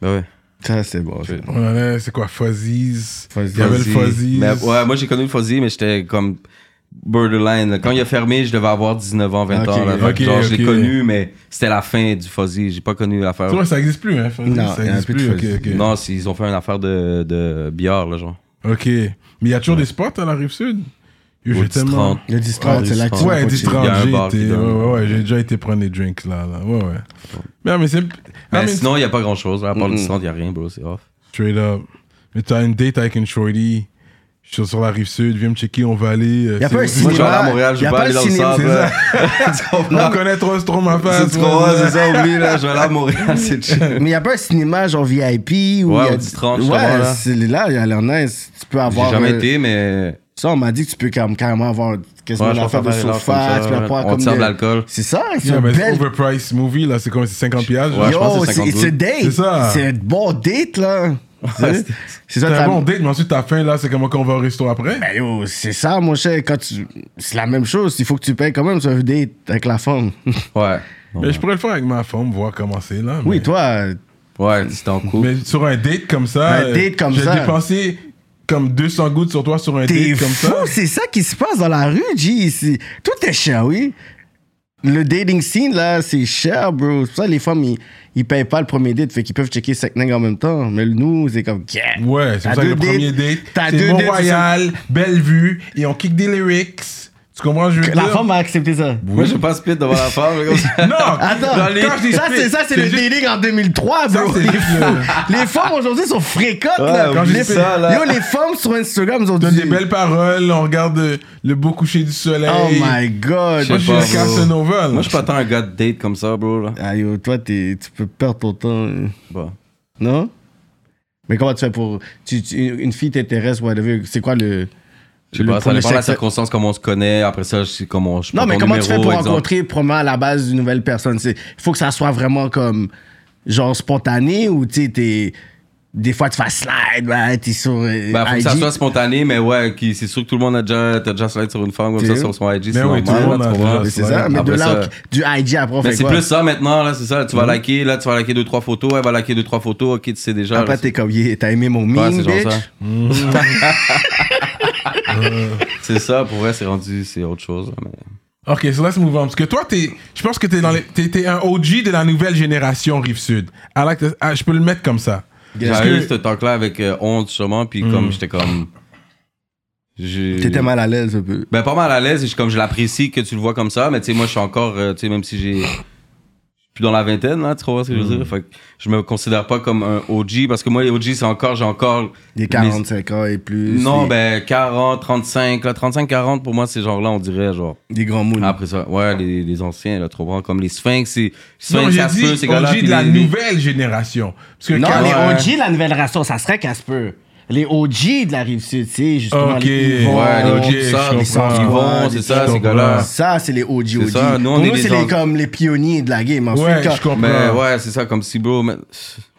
Speaker 3: Ben ouais.
Speaker 2: Ça, c'est bon. c'est bon.
Speaker 1: On allait, c'est quoi, Fuzzies.
Speaker 2: Fuzzies.
Speaker 1: Il y avait le Fuzzies.
Speaker 3: Mais, ouais, moi j'ai connu le Fuzzy, mais j'étais comme borderline. là. Quand il a fermé, je devais avoir 19 ans, 20 ans.
Speaker 2: Ok,
Speaker 3: Là. Fait que
Speaker 1: ok,
Speaker 3: genre, je l'ai
Speaker 1: ok.
Speaker 3: connu, mais c'était la fin du Fuzzy. J'ai pas connu l'affaire.
Speaker 1: Tu vois, ça existe plus, hein, Fuzzies.
Speaker 2: Non,
Speaker 1: ça
Speaker 2: il y a
Speaker 1: existe
Speaker 2: plus de
Speaker 1: plus. Ok,
Speaker 2: Fuzzies.
Speaker 1: ok.
Speaker 3: Non, c'est- ils ont fait une affaire de, de billard, là, genre.
Speaker 1: Ok. Mais il y a toujours des spots à la rive sud. Yo,
Speaker 3: Au
Speaker 1: J'ai tellement. Ah,
Speaker 3: 10-30.
Speaker 2: Le 10-30, c'est là que tu
Speaker 1: Ouais,
Speaker 2: vas
Speaker 3: Il y a
Speaker 1: 10-30,
Speaker 3: un bar
Speaker 1: j'ai
Speaker 3: qui
Speaker 1: été. Ouais,
Speaker 3: donne.
Speaker 1: ouais, ouais, j'ai déjà été prendre des drinks là. là. Ouais, ouais. Mais, mais c'est.
Speaker 3: Mais
Speaker 1: Ah, mais
Speaker 3: sinon, il n'y a pas grand chose. À part le
Speaker 2: Mm-mm.
Speaker 3: 10 il n'y a rien, bro. C'est off.
Speaker 1: Straight up. Mais t'as une date avec une shorty. Je suis sur la rive sud, viens me checker, on va aller. euh,
Speaker 2: Y a
Speaker 1: c'est-
Speaker 2: pas un
Speaker 3: Moi,
Speaker 2: cinéma.
Speaker 3: je vais aller à Montréal, je
Speaker 2: Y a
Speaker 3: vais
Speaker 2: pas
Speaker 3: aller
Speaker 2: le
Speaker 3: dans le
Speaker 2: cinéma,
Speaker 3: sable.
Speaker 1: c'est ça.
Speaker 2: *laughs*
Speaker 3: tu comprends?
Speaker 1: On connaît trop, trop ma face.
Speaker 3: Tu comprends, c'est ça, oublie, là. *laughs* Je vais aller à Montréal,
Speaker 1: *laughs*
Speaker 3: c'est chill.
Speaker 2: Mais il n'y a pas un cinéma genre VIP ou.
Speaker 3: Ouais,
Speaker 2: y a-
Speaker 3: au 10-30, justement,
Speaker 2: Ouais,
Speaker 3: là.
Speaker 2: c'est là, il y a l'air nice. Tu peux
Speaker 3: J'ai
Speaker 2: avoir.
Speaker 3: jamais
Speaker 2: euh,
Speaker 3: été, mais.
Speaker 2: Ça, on m'a dit que tu peux quand- carrément avoir quasiment
Speaker 3: Ouais, je
Speaker 2: une affaire de
Speaker 3: préfère aller là,
Speaker 2: sofa,
Speaker 3: comme ça,
Speaker 2: tu peux avoir
Speaker 3: on
Speaker 2: comme.
Speaker 3: te sert de
Speaker 2: des-
Speaker 3: l'alcool.
Speaker 2: C'est ça, c'est
Speaker 1: Yeah,
Speaker 2: un
Speaker 1: mais c'est
Speaker 2: bel.
Speaker 1: overpriced movie là, c'est quoi, c'est 50 piastres.
Speaker 3: Ouais, je pense
Speaker 2: Yo,
Speaker 3: que c'est
Speaker 2: c'est
Speaker 3: 52.
Speaker 2: c'est date.
Speaker 1: C'est ça.
Speaker 2: C'est un bon date, là.
Speaker 3: Ouais,
Speaker 2: C'est ça,
Speaker 1: C'est un
Speaker 2: t'as-
Speaker 1: bon date, mais ensuite t'as faim là, c'est comment qu'on va au resto après.
Speaker 2: Ben yo, c'est ça, mon cher. Quand tu... C'est la même chose. Il faut que tu payes quand même sur un date avec la femme.
Speaker 3: Ouais.
Speaker 1: Mais je pourrais le faire avec ma femme, voir comment c'est là. mais-
Speaker 2: Oui, toi,
Speaker 3: Ouais, c'était en couple.
Speaker 1: Mais sur un date comme ça.
Speaker 2: Un
Speaker 1: euh,
Speaker 2: date comme
Speaker 1: J'ai
Speaker 2: ça.
Speaker 1: dépensé comme 200 gouttes sur toi sur un
Speaker 2: t'es
Speaker 1: date comme
Speaker 2: fou.
Speaker 1: ça.
Speaker 2: C'est ça qui se passe dans la rue, G, ici. Tout est cher, oui. Le dating scene, là, c'est cher, bro. C'est pour ça que les femmes, ils, ils payent pas le premier date. Fait qu'ils peuvent checker 5 nègres en même temps. Mais nous, c'est comme... Yeah.
Speaker 1: Ouais, c'est
Speaker 2: T'as
Speaker 1: pour ça que
Speaker 2: deux
Speaker 1: le premier date,
Speaker 2: t'as
Speaker 1: c'est
Speaker 2: deux dates,
Speaker 1: Mont-Royal, belle vue, et on kick des lyrics. Tu comprends, ce que je veux
Speaker 2: La
Speaker 1: dire?
Speaker 2: femme a accepté ça.
Speaker 3: Moi, je passe vite devant la femme, mais
Speaker 1: *laughs*
Speaker 3: comme ça.
Speaker 1: Non!
Speaker 2: *laughs* Attends,
Speaker 1: Dans les-
Speaker 2: ça, c'est, ça, c'est le
Speaker 1: juste-
Speaker 2: dating en 2003,
Speaker 1: Ça,
Speaker 2: bro.
Speaker 1: c'est juste
Speaker 2: *laughs*
Speaker 1: le-
Speaker 2: les femmes aujourd'hui sont fréquentes, là.
Speaker 3: Ouais,
Speaker 1: quand
Speaker 2: les,
Speaker 1: j'ai fait ça,
Speaker 3: là.
Speaker 2: Yo, les femmes sur Instagram, ils ont
Speaker 1: donne
Speaker 2: dit-
Speaker 1: des belles paroles, on regarde euh, le beau coucher du soleil.
Speaker 2: Oh my god.
Speaker 1: Moi, je suis
Speaker 3: Pas,
Speaker 1: le
Speaker 3: bro.
Speaker 1: Casanova, là.
Speaker 3: Moi, je suis pas tant un gars de date comme ça, bro. Là.
Speaker 2: Ah, yo, toi, t'es- tu peux perdre ton temps. euh,
Speaker 3: Bah.
Speaker 2: Non? Mais comment tu fais pour. tu- tu- une fille t'intéresse, whatever. C'est quoi le.
Speaker 3: Je sais
Speaker 2: le
Speaker 3: pas, Bah, ça
Speaker 2: premier
Speaker 3: dépend de la
Speaker 2: sexe-
Speaker 3: circonstance, comment on se connaît. Après ça, je sais comment je
Speaker 2: Non,
Speaker 3: prends
Speaker 2: mais
Speaker 3: ton
Speaker 2: comment tu
Speaker 3: numéro,
Speaker 2: fais pour
Speaker 3: exemple.
Speaker 2: rencontrer, probablement, à la base, une nouvelle personne? Il faut que ça soit vraiment comme. Genre spontané ou tu sais, t'es. des fois tu fais slide, bah, t'es sur. euh,
Speaker 3: Bah, faut que ça
Speaker 2: IG.
Speaker 3: soit spontané, mais ouais, qui- c'est sûr que tout le monde a déjà, t'as déjà slide sur une femme comme
Speaker 2: C'est
Speaker 3: ça
Speaker 2: vrai.
Speaker 3: sur son IG, c'est
Speaker 1: Mais oui,
Speaker 3: normal.
Speaker 1: tout le
Speaker 3: là,
Speaker 1: monde
Speaker 3: tu
Speaker 1: a
Speaker 3: comprends?
Speaker 1: déjà
Speaker 2: Mais c'est ça,
Speaker 1: Ouais.
Speaker 2: mais de
Speaker 3: Après
Speaker 2: là,
Speaker 3: ça-
Speaker 2: du IG après, on
Speaker 3: Mais
Speaker 2: fait
Speaker 3: c'est
Speaker 2: quoi? Mhm.
Speaker 3: plus ça maintenant, là, c'est ça. Tu vas liker, là, tu vas liker deux, trois photos, elle va liker deux, trois photos, ok, tu sais déjà.
Speaker 2: Après,
Speaker 3: là,
Speaker 2: t'es comme, yeah, t'as aimé mon
Speaker 3: Ouais,
Speaker 2: meme,
Speaker 3: c'est
Speaker 2: bitch.
Speaker 3: genre ça. C'est ça, pour vrai, c'est rendu, c'est autre chose. là, mais-
Speaker 1: Ok, so let's move on. Parce que toi, t'es, je pense que t'es dans les, t'es, t'es un OG de la nouvelle génération Rive-Sud. I like this- ah, je peux le mettre comme ça. Parce
Speaker 3: J'ai eu
Speaker 1: que-
Speaker 3: ce talk-là avec euh, honte, justement, puis comme j'étais comme. j'ai-
Speaker 2: Hmm. T'étais mal à l'aise un peu.
Speaker 3: Ben, pas mal à l'aise, et je- comme je l'apprécie que tu le vois comme ça, mais tu sais, moi, je suis encore, euh, tu sais, même si j'ai. je suis Plus dans la vingtaine, là, tu vois ce que je veux
Speaker 1: Mm.
Speaker 3: dire? Fait que je me considère pas comme un OG, parce que moi, les OG, c'est encore, j'ai encore.
Speaker 2: Des 45 ans et plus.
Speaker 3: Non,
Speaker 2: des,
Speaker 3: ben 40, 35, là, 35, 40 pour moi, ces genres-là, on dirait genre.
Speaker 2: Des grands
Speaker 1: Mm.
Speaker 2: moules.
Speaker 3: Après ça, ouais, les, les anciens, là, trop grands, comme les Sphinx, c'est.
Speaker 1: Non,
Speaker 3: Sphinx,
Speaker 1: j'ai
Speaker 3: ça se peut,
Speaker 1: dit
Speaker 3: ces
Speaker 1: OG
Speaker 3: gars-là. puis
Speaker 1: de la
Speaker 3: les-
Speaker 1: nouvelle génération. Parce que
Speaker 2: Non,
Speaker 1: quand-
Speaker 3: ouais.
Speaker 2: les OG, la nouvelle race, ça serait qu'elle se peut. Les OG de la rive sud, tu sais, justement.
Speaker 1: Ok.
Speaker 2: les Yvon,
Speaker 3: Ouais, les
Speaker 1: Ok,
Speaker 3: OG, tout ça,
Speaker 1: je
Speaker 3: les
Speaker 1: comprends.
Speaker 3: sans
Speaker 2: Yvon,
Speaker 3: c'est
Speaker 2: des
Speaker 3: ça, ces
Speaker 1: Yvon.
Speaker 3: gars-là.
Speaker 2: Ça, c'est les OG.
Speaker 3: C'est ça, nous, on
Speaker 2: Pour
Speaker 3: est
Speaker 2: nous,
Speaker 3: des
Speaker 2: c'est les,
Speaker 3: gens-
Speaker 2: comme les pionniers de la game. En
Speaker 1: ouais,
Speaker 2: fait, quand-
Speaker 1: je comprends.
Speaker 3: Mais Ben, ouais, c'est ça, comme si, bro, mais-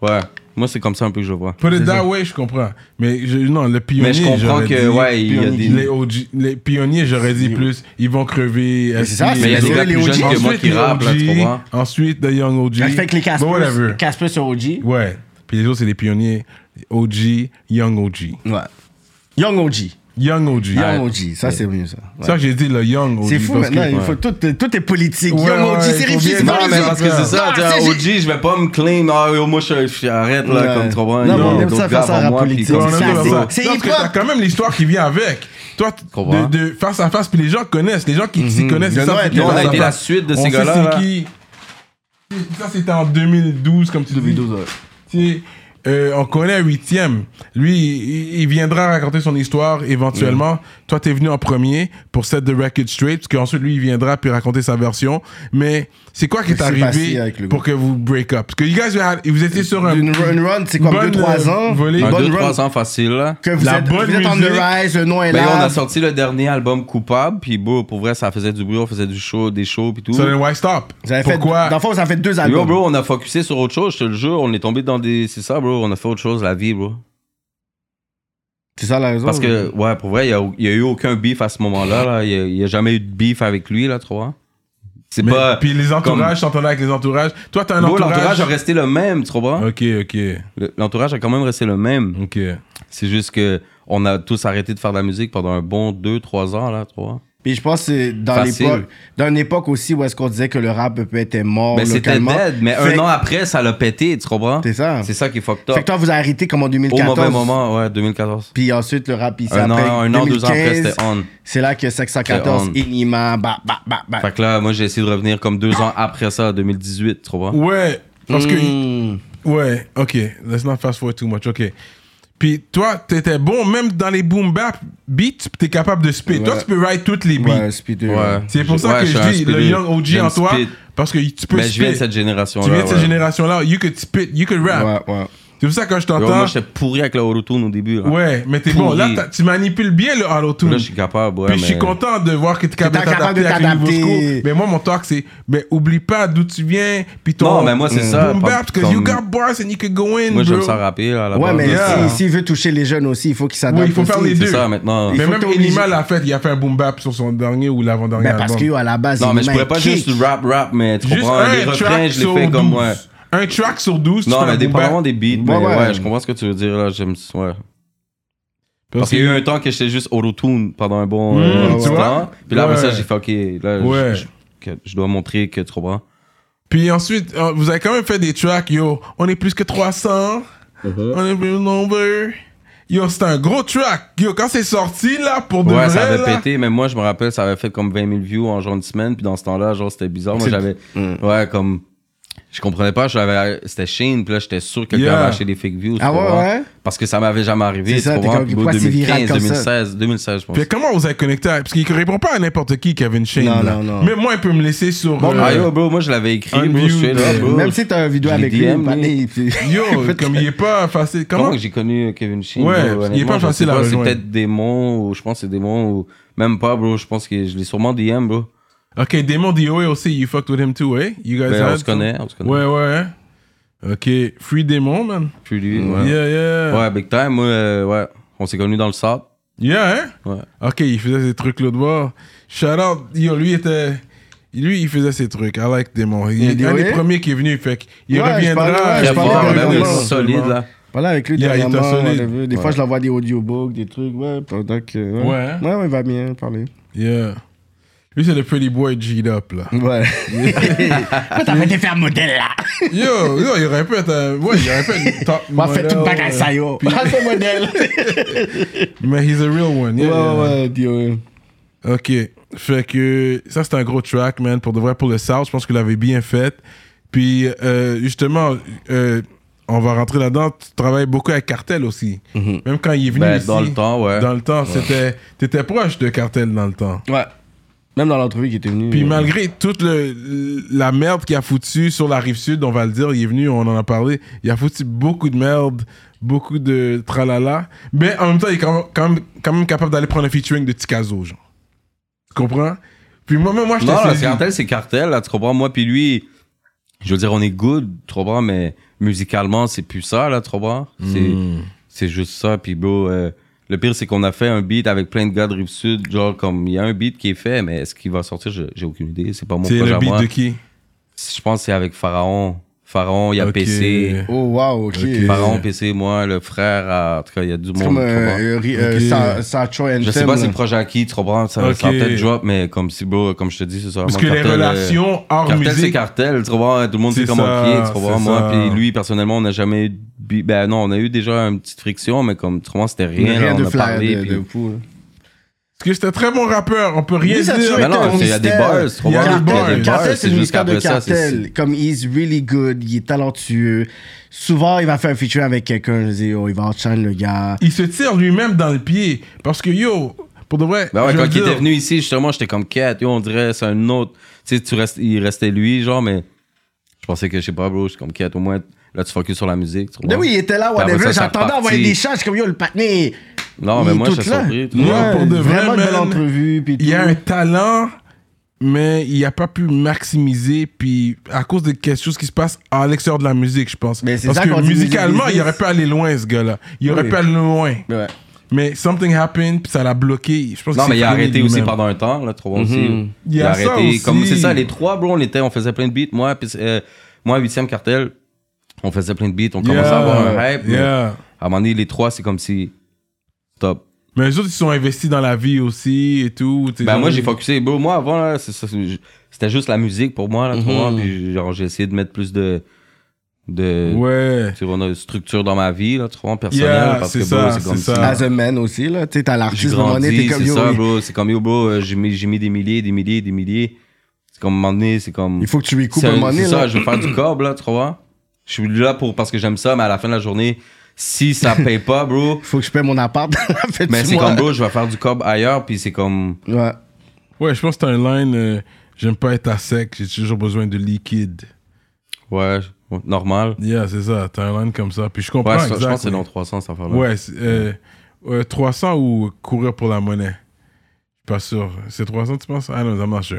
Speaker 3: ouais. Moi, c'est comme ça un peu que je le vois.
Speaker 1: Put it that way, je comprends. Mais je- non, le pionnier.
Speaker 3: Mais je comprends
Speaker 1: j'aurais
Speaker 3: que,
Speaker 1: dit-
Speaker 3: ouais, il y a
Speaker 1: pionnier-
Speaker 3: des-
Speaker 1: Les, OG les pionniers, j'aurais dit plus, ils vont crever.
Speaker 2: Mais c'est ça,
Speaker 1: ainsi,
Speaker 2: mais il y a
Speaker 1: les
Speaker 2: des
Speaker 1: autres.
Speaker 2: gars plus jeunes
Speaker 3: que moi
Speaker 1: Ensuite,
Speaker 3: qui
Speaker 1: les
Speaker 3: rappent, là, tu
Speaker 1: OG,
Speaker 3: comprends?
Speaker 1: Ensuite, les Young OG.
Speaker 2: Fait que les Casper,
Speaker 1: Bon, whatever.
Speaker 2: Casper sur OG.
Speaker 1: Ouais. Puis les autres, c'est les pionniers OG, Young OG.
Speaker 2: Ouais. Young OG.
Speaker 1: Young OG.
Speaker 3: Ah
Speaker 2: Young OG. Ça, c'est mieux, ça. Ouais.
Speaker 1: Ça, j'ai dit le Young OG.
Speaker 2: C'est fou
Speaker 1: parce que-
Speaker 2: maintenant, il faut, tout, euh, tout est politique.
Speaker 1: Ouais,
Speaker 2: Young
Speaker 1: ouais,
Speaker 2: OG, c'est
Speaker 1: il faut
Speaker 2: riche,
Speaker 1: bien-
Speaker 2: c'est
Speaker 3: Non,
Speaker 2: pas
Speaker 3: mais
Speaker 2: les
Speaker 3: parce
Speaker 2: autres.
Speaker 3: que c'est ça,
Speaker 2: Ah,
Speaker 3: tu sais,
Speaker 2: c'est-
Speaker 3: un OG, je vais pas me claim, ah, yo, moi, je, je- arrête, là,
Speaker 2: Ouais.
Speaker 3: comme trop
Speaker 2: Non,
Speaker 3: bon. il y a
Speaker 2: mais on aime
Speaker 3: d'autres
Speaker 2: ça
Speaker 3: gars
Speaker 2: faire ça
Speaker 3: avant
Speaker 2: à la
Speaker 3: moi, puis
Speaker 2: politique.
Speaker 3: comme
Speaker 1: Ouais, on
Speaker 3: ça,
Speaker 2: ça,
Speaker 1: aime ça.
Speaker 3: c'est-
Speaker 1: Non,
Speaker 2: c'est
Speaker 1: parce que
Speaker 2: hip-hop.
Speaker 1: t'as quand même l'histoire qui vient avec. Toi, t-
Speaker 3: Comprends.
Speaker 1: de, de face à face, puis les gens connaissent, les gens qui s'y connaissent,
Speaker 2: Le
Speaker 1: ils savent
Speaker 2: nom
Speaker 1: c'est
Speaker 2: est-
Speaker 1: qui
Speaker 3: Nous, on
Speaker 1: face
Speaker 3: a
Speaker 1: à
Speaker 3: été la
Speaker 1: face.
Speaker 3: suite de
Speaker 1: On
Speaker 3: ces
Speaker 1: sait
Speaker 3: gars-là.
Speaker 1: c'est
Speaker 3: là.
Speaker 1: qui. Ça, c'était en 2012, comme tu dis. Tu sais, euh, on connaît un huitième. Lui, il, il viendra raconter son histoire éventuellement. Toi, t'es venu en premier pour set the record straight, parce qu'ensuite, lui, il viendra puis raconter sa version. Mais c'est quoi qui est
Speaker 2: Qu'est-ce qui s'est passé
Speaker 1: arrivé
Speaker 2: avec le
Speaker 1: pour que vous break up? Parce que you guys, had- vous étiez sur un...
Speaker 2: Une run, run, c'est quoi,
Speaker 1: bonne,
Speaker 2: 2-3
Speaker 1: euh,
Speaker 2: ans
Speaker 1: volée.
Speaker 3: Un,
Speaker 2: Bonne
Speaker 3: deux,
Speaker 2: run.
Speaker 3: trois ans facile, là.
Speaker 2: Que vous
Speaker 1: La
Speaker 2: êtes,
Speaker 1: bonne
Speaker 2: vous êtes on the
Speaker 1: musique.
Speaker 2: rise, le nom est
Speaker 3: Ben, yo, on
Speaker 2: là.
Speaker 3: a sorti le dernier album Coupable, puis bro, pour vrai, ça faisait du bruit, on faisait du show, des shows, puis tout.
Speaker 1: Sur le Why Stop.
Speaker 2: Vous avez fait,
Speaker 1: Pourquoi?
Speaker 2: dans le fond, vous avez fait deux
Speaker 3: Yo,
Speaker 2: albums.
Speaker 3: bro, on a focusé sur autre chose, je te le jure, on est tombé dans des. C'est ça, bro, on a fait autre chose, la vie, bro.
Speaker 2: C'est ça la raison.
Speaker 3: Parce que, ouais, pour vrai, il y a, il y a eu aucun beef à ce moment-là, là. Il y a- il y a, jamais eu de beef avec lui, là, tu vois. C'est
Speaker 1: Mais-
Speaker 3: pas.
Speaker 1: puis les entourages, s'entendaient avec les entourages. Toi, t'as un
Speaker 3: Bro,
Speaker 1: entourage.
Speaker 3: Bah, l'entourage a resté le même, tu comprends?
Speaker 1: Ok, ok,
Speaker 3: Le- L'entourage a quand même resté le même.
Speaker 1: ok.
Speaker 3: C'est juste que on a tous arrêté de faire de la musique pendant un bon 2-3 ans, là, tu vois.
Speaker 2: Puis je pense que c'est dans
Speaker 3: Facile.
Speaker 2: l'époque, dans une époque aussi où est-ce qu'on disait que le rap peut être mort
Speaker 3: Mais Ben, c'était
Speaker 2: localement.
Speaker 3: dead, mais
Speaker 2: Fait-
Speaker 3: un an après, ça l'a pété, tu comprends?
Speaker 2: C'est ça.
Speaker 3: C'est ça qui est fucked
Speaker 2: Fait
Speaker 3: up.
Speaker 2: que toi, vous avez arrêté comme en
Speaker 3: Au
Speaker 2: 2014.
Speaker 3: mauvais moment, ouais, 2014.
Speaker 2: Puis ensuite, le rap ici
Speaker 3: Un
Speaker 2: après
Speaker 3: an, un an, deux ans après,
Speaker 2: 2015,
Speaker 3: c'était on.
Speaker 2: C'est là que 514,
Speaker 3: C'était on.
Speaker 2: Inima, bah, bah, bah, bah.
Speaker 3: Fait que là, moi, j'ai essayé de revenir comme deux ans après ça, 2018, tu comprends?
Speaker 1: Ouais, parce que.
Speaker 2: Hmm.
Speaker 1: Ouais, ok. Let's not fast forward too much. Ok. Puis toi, t'étais bon, même dans les boom bap beats, t'es capable de spit. Toi,
Speaker 2: Ouais.
Speaker 1: tu peux write toutes les beats.
Speaker 2: Ouais, Speed deux, ouais.
Speaker 1: C'est pour ça
Speaker 3: Mm. Ouais,
Speaker 1: que
Speaker 3: suis
Speaker 1: je
Speaker 3: un
Speaker 1: dis le
Speaker 3: speedé.
Speaker 1: young OG
Speaker 3: J'aime
Speaker 1: en toi,
Speaker 3: spit.
Speaker 1: parce que tu peux
Speaker 3: Mais je viens de
Speaker 1: spit.
Speaker 3: cette génération-là.
Speaker 1: Tu viens de cette
Speaker 3: ouais.
Speaker 1: génération-là, you could spit, you could rap.
Speaker 2: Ouais, ouais.
Speaker 1: C'est pour ça que quand je
Speaker 3: Yo,
Speaker 1: t'entends.
Speaker 3: Moi, j'étais pourri avec le autotune au début. Là.
Speaker 1: Ouais, mais t'es bon.
Speaker 3: Pourri.
Speaker 1: Là, t'as- tu manipules bien le auto-tune.
Speaker 3: Là, je suis capable. Ouais,
Speaker 1: Puis je suis
Speaker 3: mais-
Speaker 1: content de voir que tu es capable de
Speaker 2: capable
Speaker 1: t'adapter
Speaker 2: de
Speaker 1: avec les nouveaux
Speaker 2: t'adapter.
Speaker 1: schools. Mais moi, mon talk, c'est ben, oublie pas d'où tu viens. Puis ton.
Speaker 3: Non, mais moi, c'est ça,
Speaker 1: Boom
Speaker 3: pas-
Speaker 1: bap, because
Speaker 3: comme-
Speaker 1: you got bars and you could go in. bro.
Speaker 3: Moi, j'aime ça rapper. là, à la
Speaker 2: Ouais,
Speaker 3: base,
Speaker 2: mais
Speaker 3: là.
Speaker 1: Yeah.
Speaker 2: si- s'il veut toucher les jeunes aussi, il faut qu'il s'adapte.
Speaker 1: Oui, il faut faire
Speaker 2: aussi.
Speaker 1: les deux.
Speaker 3: C'est ça maintenant.
Speaker 2: Il
Speaker 1: Mais
Speaker 2: faut
Speaker 1: même
Speaker 2: que t'es
Speaker 1: Enima
Speaker 2: obligé.
Speaker 1: l'a fait, il a fait un boom bap sur son dernier ou l'avant-dernier.
Speaker 2: Ben, parce
Speaker 1: album.
Speaker 2: que yo, à la base,
Speaker 3: Non, mais je
Speaker 2: Inima,
Speaker 3: pourrais pas
Speaker 2: il
Speaker 3: juste
Speaker 2: kick.
Speaker 3: rap, rap, mais tu
Speaker 1: Juste
Speaker 3: comprends? Les
Speaker 1: un
Speaker 3: refrains,
Speaker 1: track
Speaker 3: je les
Speaker 1: sur
Speaker 3: fais
Speaker 1: 12.
Speaker 3: comme moi.
Speaker 1: Un track sur 12, tu
Speaker 3: Non,
Speaker 1: fais un
Speaker 3: mais
Speaker 1: boom bap.
Speaker 3: dépendamment des beats, mais
Speaker 2: Ouais, ouais.
Speaker 3: ouais, je comprends ce que tu veux dire. là. J'aime ça. ouais. Parce
Speaker 1: Parce
Speaker 3: qu'il y
Speaker 1: que-
Speaker 3: a eu un temps que j'étais juste autotune pendant un bon
Speaker 1: Mmh,
Speaker 3: euh,
Speaker 1: tu
Speaker 3: petit
Speaker 1: vois?
Speaker 3: temps. Puis là, après ça,
Speaker 1: Ouais.
Speaker 3: j'ai fait, OK, là, je-
Speaker 1: Ouais.
Speaker 3: je, que je dois montrer que tu comprends.
Speaker 1: Puis ensuite, euh, vous avez quand même fait des tracks, yo. On est plus que 300.
Speaker 3: Mhm.
Speaker 1: On est plus nombreux. Yo, c'était un gros track. Yo, quand c'est sorti, là, pour de
Speaker 3: Ouais,
Speaker 1: vrai,
Speaker 3: ça avait
Speaker 1: là,
Speaker 3: pété, mais moi, je me rappelle, ça avait fait comme 20 000 views en genre une semaine, puis dans ce temps-là, genre, c'était bizarre. Moi,
Speaker 2: C'est-
Speaker 3: j'avais.
Speaker 1: Mm.
Speaker 3: Ouais, comme. Je comprenais pas, j'avais, c'était Shane, puis là, j'étais sûr que quelqu'un
Speaker 1: Yeah.
Speaker 3: avait acheté des fake views. tu
Speaker 2: Ah ouais,
Speaker 3: comprends?
Speaker 2: ouais?
Speaker 3: Parce que ça m'avait jamais arrivé.
Speaker 2: C'est
Speaker 3: tu
Speaker 2: ça, t'es
Speaker 3: comprends?
Speaker 2: comme,
Speaker 3: Puis, bro,
Speaker 2: pourquoi c'est viral
Speaker 3: 2015,
Speaker 2: comme ça?
Speaker 3: 2016, 2016, je pense.
Speaker 1: Puis comment vous avez connecté à- Parce qu'il répond pas à n'importe qui Kevin Shane.
Speaker 2: Non,
Speaker 1: là.
Speaker 2: non, non.
Speaker 1: Mais moi, il peut me laisser sur.
Speaker 2: Bon,
Speaker 1: euh,
Speaker 3: Ah yo, bro, moi, je l'avais écrit, bro,
Speaker 1: Unviewed,
Speaker 3: je suis là,
Speaker 1: euh,
Speaker 3: bro.
Speaker 2: Même si t'as une vidéo
Speaker 3: Je l'ai
Speaker 2: avec lui,
Speaker 3: DM,
Speaker 2: pané, puis- *laughs*
Speaker 1: yo, comme il est pas facile.
Speaker 3: Comment
Speaker 1: Comment
Speaker 3: que j'ai connu Kevin Sheen?
Speaker 1: Ah Ouais,
Speaker 3: bro,
Speaker 1: parce qu'il est
Speaker 3: honnêtement,
Speaker 1: pas
Speaker 3: je sais
Speaker 1: facile à
Speaker 3: C'est
Speaker 1: rejoindre.
Speaker 3: peut-être démon, ou je pense que c'est démon, ou même pas, bro. Je pense que je l'ai sûrement DM, bro.
Speaker 1: Ok, Damon DOA aussi, you fucked with him too, eh You guys
Speaker 3: Ben, on
Speaker 1: had
Speaker 3: se connaît,
Speaker 1: some-
Speaker 3: on se connaît.
Speaker 1: Ouais, ouais. hein? Ok, Free Démon, man.
Speaker 3: Puis lui, ouais.
Speaker 1: Yeah, yeah.
Speaker 3: Ouais, big time, moi, euh, ouais. On s'est connus dans le sable.
Speaker 1: Yeah, hein?
Speaker 3: Ouais.
Speaker 1: Ok, il faisait ses trucs l'autre bord. Shout out, yo, lui était. Lui, il faisait ses trucs. I like Démon. Il
Speaker 2: Il
Speaker 1: est
Speaker 2: dit,
Speaker 1: un des
Speaker 2: ouais.
Speaker 1: premiers qui est venu. Fait qu'il
Speaker 2: Ouais, je
Speaker 1: reviendra.
Speaker 2: parlais- ouais,
Speaker 3: Très
Speaker 2: je parlais
Speaker 3: fort,
Speaker 2: avec
Speaker 3: man,
Speaker 2: un
Speaker 3: il est
Speaker 2: gars,
Speaker 3: solide, là.
Speaker 2: Voilà, avec lui,
Speaker 1: Yeah, il était
Speaker 2: dernièrement,
Speaker 1: solide.
Speaker 2: whatever. Des fois, je l'envoie des audiobooks, des trucs, ouais, pendant que. Ouais,
Speaker 1: Ouais.
Speaker 2: ouais, il va bien parler.
Speaker 1: Yeah. Lui, c'est le pretty boy G'd
Speaker 2: *laughs*
Speaker 1: up, là.
Speaker 2: Ouais. Pourquoi t'as fait des faire modèle là?
Speaker 1: Yo, yo, il répète. Euh, ouais, il
Speaker 2: *laughs*
Speaker 1: répète. Top
Speaker 2: M'a fait tout
Speaker 1: model,
Speaker 2: bac à ça, yo. Ah, c'est modèle.
Speaker 1: Mais he's a real one.
Speaker 2: Ouais,
Speaker 1: Yeah, yeah.
Speaker 2: ouais, ouais.
Speaker 1: Ok. Fait que ça, c'est un gros track, man. Pour de vrai, pour le South, je pense que vous l'avez bien fait. Puis, euh, justement, euh, on va rentrer là-dedans. Tu travailles beaucoup avec Cartel aussi. Même quand il est venu
Speaker 3: Ben,
Speaker 1: ici,
Speaker 3: dans le temps, ouais.
Speaker 1: Dans le temps, c'était... T'étais proche de Cartel dans le temps.
Speaker 2: Ouais. Même dans l'entrevue qui était venue.
Speaker 1: Puis
Speaker 2: euh,
Speaker 1: malgré toute le- la merde qu'il a foutu sur la rive sud, on va le dire, il est venu, on en a parlé, il a foutu beaucoup de merde, beaucoup de tralala. Mais en même temps, il est quand même, quand même, quand même capable d'aller prendre un featuring de Tikazo, genre. Tu comprends? Puis moi-même, moi, je
Speaker 3: Non,
Speaker 1: t'ai
Speaker 3: là,
Speaker 1: saisi.
Speaker 3: c'est cartel, c'est cartel, là, tu comprends? Moi, puis lui, je veux dire, on est good, tu comprends? Mais musicalement, c'est plus ça, là, tu comprends? C'est-
Speaker 1: Hmm.
Speaker 3: C'est juste ça, puis bro, euh, le pire, c'est qu'on a fait un beat avec plein de gars de Rive-Sud, genre, comme, il y a un beat qui est fait, mais est-ce qu'il va sortir? Je- J'ai aucune idée, c'est pas mon
Speaker 1: C'est
Speaker 3: projet
Speaker 1: le
Speaker 3: à
Speaker 1: beat
Speaker 3: moi.
Speaker 1: de qui?
Speaker 3: Je pense que c'est avec Pharaon. Pharaon, il y a
Speaker 1: Ok.
Speaker 3: PC.
Speaker 2: Oh, wow, ok.
Speaker 1: Ok.
Speaker 3: Pharaon, PC, moi, le frère, ah, en tout cas, il y a du monde.
Speaker 2: C'est comme
Speaker 3: tu comprends?
Speaker 2: euh, euh, ri- euh,
Speaker 1: Ok.
Speaker 2: Sa- Sacho Anthem.
Speaker 3: Je sais pas
Speaker 2: là.
Speaker 3: c'est le projet à qui, tu comprends? Ça, ça va
Speaker 1: Ok.
Speaker 3: peut-être drop, mais comme si, bro, comme je te dis, c'est ça.
Speaker 1: Parce
Speaker 3: moi,
Speaker 1: que les
Speaker 3: Cartel, euh,
Speaker 1: relations hors
Speaker 3: Cartel, c'est
Speaker 1: musique.
Speaker 3: cartel, tu vois, tout le monde
Speaker 1: C'est
Speaker 3: sait comment
Speaker 1: ça,
Speaker 3: pied, tu vois,
Speaker 1: c'est
Speaker 3: moi,
Speaker 1: ça.
Speaker 3: puis lui, personnellement, on n'a jamais eu, de bi- ben non, on a eu déjà une petite friction, mais comme, tu vois, c'était rien,
Speaker 2: Rien,
Speaker 3: là, on
Speaker 2: de
Speaker 3: a
Speaker 2: flair,
Speaker 3: parlé,
Speaker 2: de,
Speaker 3: puis-
Speaker 2: de fou, là.
Speaker 1: Parce que c'était un très bon rappeur, on peut rien
Speaker 2: Lui, ça a
Speaker 1: dire.
Speaker 2: toujours
Speaker 3: Mais
Speaker 2: été
Speaker 3: non,
Speaker 2: un
Speaker 3: c'est- il y a des
Speaker 2: mystère.
Speaker 3: bars, tu comprends?
Speaker 1: Il y a des bars.
Speaker 2: Cartel, Cartel,
Speaker 3: C'est
Speaker 2: c'est le
Speaker 3: juste
Speaker 2: mystère de
Speaker 3: qu'après ça, c'est-
Speaker 2: Cartel. Comme he's really good, il est talentueux. Souvent, il va faire un feature avec quelqu'un. Je dis, oh, il va enchaîner le gars.
Speaker 1: Il se tire lui-même dans le pied. Parce que yo, pour de vrai.
Speaker 3: Ben ouais,
Speaker 1: je
Speaker 3: quand
Speaker 1: veux
Speaker 3: il
Speaker 1: dire-
Speaker 3: était venu ici, justement, j'étais comme quête, yo, on dirait, c'est un autre. Tu sais, tu restes, il restait lui, genre, mais je pensais que, je sais pas, bro, je suis comme quête, au moins, là, tu focus sur la musique. tu
Speaker 1: Ben
Speaker 2: Mais
Speaker 3: vois.
Speaker 2: Ben oui, il était là,
Speaker 3: Puis après
Speaker 2: whatever.
Speaker 3: ça, ça
Speaker 2: J'attendais à
Speaker 3: repartit.
Speaker 2: envoyer des chats. Je suis comme, yo, le patiné.
Speaker 3: Non, mais moi, je suis surpris. tu vois.
Speaker 1: Ouais, pour de vrai,
Speaker 2: vraiment une belle
Speaker 1: man.
Speaker 2: entrevue. puis
Speaker 1: il y a
Speaker 3: Mm.
Speaker 2: tout.
Speaker 1: un talent, mais il n'a pas pu maximiser. Puis à cause de quelque chose qui se passe à l'extérieur de la musique, je pense.
Speaker 2: Mais c'est
Speaker 1: Parce
Speaker 2: ça qu'on
Speaker 1: que
Speaker 2: dit
Speaker 1: musicalement,
Speaker 2: business.
Speaker 1: il aurait pu aller loin, ce gars-là. Il aurait
Speaker 2: Oui.
Speaker 1: pu aller loin.
Speaker 2: Ouais.
Speaker 1: Mais something happened, puis ça l'a bloqué. Je pense
Speaker 3: Non,
Speaker 1: que
Speaker 3: mais
Speaker 1: c'est
Speaker 3: il a
Speaker 1: freiné
Speaker 3: arrêté aussi
Speaker 1: lui-même.
Speaker 3: pendant un temps, là, trop aussi.
Speaker 1: Il y a ça aussi.
Speaker 3: Comme c'est ça, les trois, bro, on était, on faisait plein de beats. Moi, puis, euh, moi, huitième cartel, on faisait plein de beats. On
Speaker 1: Yeah,
Speaker 3: commençait à avoir un hype. mais
Speaker 1: yeah.
Speaker 3: À un moment donné, les trois, c'est comme si. Stop.
Speaker 1: Mais les autres, ils sont investis dans la vie aussi et tout. t'sais,
Speaker 3: Ben,
Speaker 1: genre-
Speaker 3: moi, j'ai focusé. Bro, moi, avant, là, c'est ça, c'est- c'était juste la musique pour moi, là, tu vois, Puis, genre, j'ai essayé de mettre plus de. de
Speaker 1: Ouais.
Speaker 3: tu vois, de structure dans ma vie, là, tu vois, personnelle.
Speaker 1: Yeah,
Speaker 3: parce
Speaker 1: c'est
Speaker 3: que,
Speaker 1: ça,
Speaker 3: bro, c'est comme
Speaker 1: c'est
Speaker 3: ça.
Speaker 1: ça.
Speaker 2: As a man aussi, là. Tu sais, t'as
Speaker 3: J'ai
Speaker 2: l'artiste, à un moment donné,
Speaker 3: grandi,
Speaker 2: t'es comme,
Speaker 3: c'est
Speaker 2: yo,
Speaker 3: ça,
Speaker 2: oui,
Speaker 3: bro. C'est comme, yo, bro, euh, j'ai mis, j'ai mis des milliers, des milliers, des milliers. C'est comme, à un moment donné, c'est comme...
Speaker 2: il faut que tu recoupes
Speaker 3: C'est
Speaker 2: un
Speaker 3: un-
Speaker 2: moment donné,
Speaker 3: C'est ça,
Speaker 2: là.
Speaker 3: je veux faire du cob, là, tu vois. Je suis là pour, parce que j'aime ça, mais à la fin de la journée,
Speaker 2: *laughs*
Speaker 3: si ça paye pas, bro,
Speaker 2: Faut que je paie mon appart. *laughs* Fais-tu
Speaker 3: mais c'est
Speaker 2: moi?
Speaker 3: comme, bro, je vais faire du cob ailleurs, puis c'est comme...
Speaker 2: Ouais.
Speaker 1: Ouais, je pense que c'est un line. euh, J'aime pas être à sec, j'ai toujours besoin de liquide.
Speaker 3: Ouais, ouais, normal.
Speaker 1: Yeah, c'est ça, t'as un line comme ça. Puis je comprends.
Speaker 3: Ouais, c'est- je pense que c'est
Speaker 1: exactly.
Speaker 3: dans 300, cette affaire-là.
Speaker 1: Ouais, c'est, euh, euh, 300 ou courir pour la monnaie. Je suis pas sûr. C'est 300, tu penses Ah non, ça marche.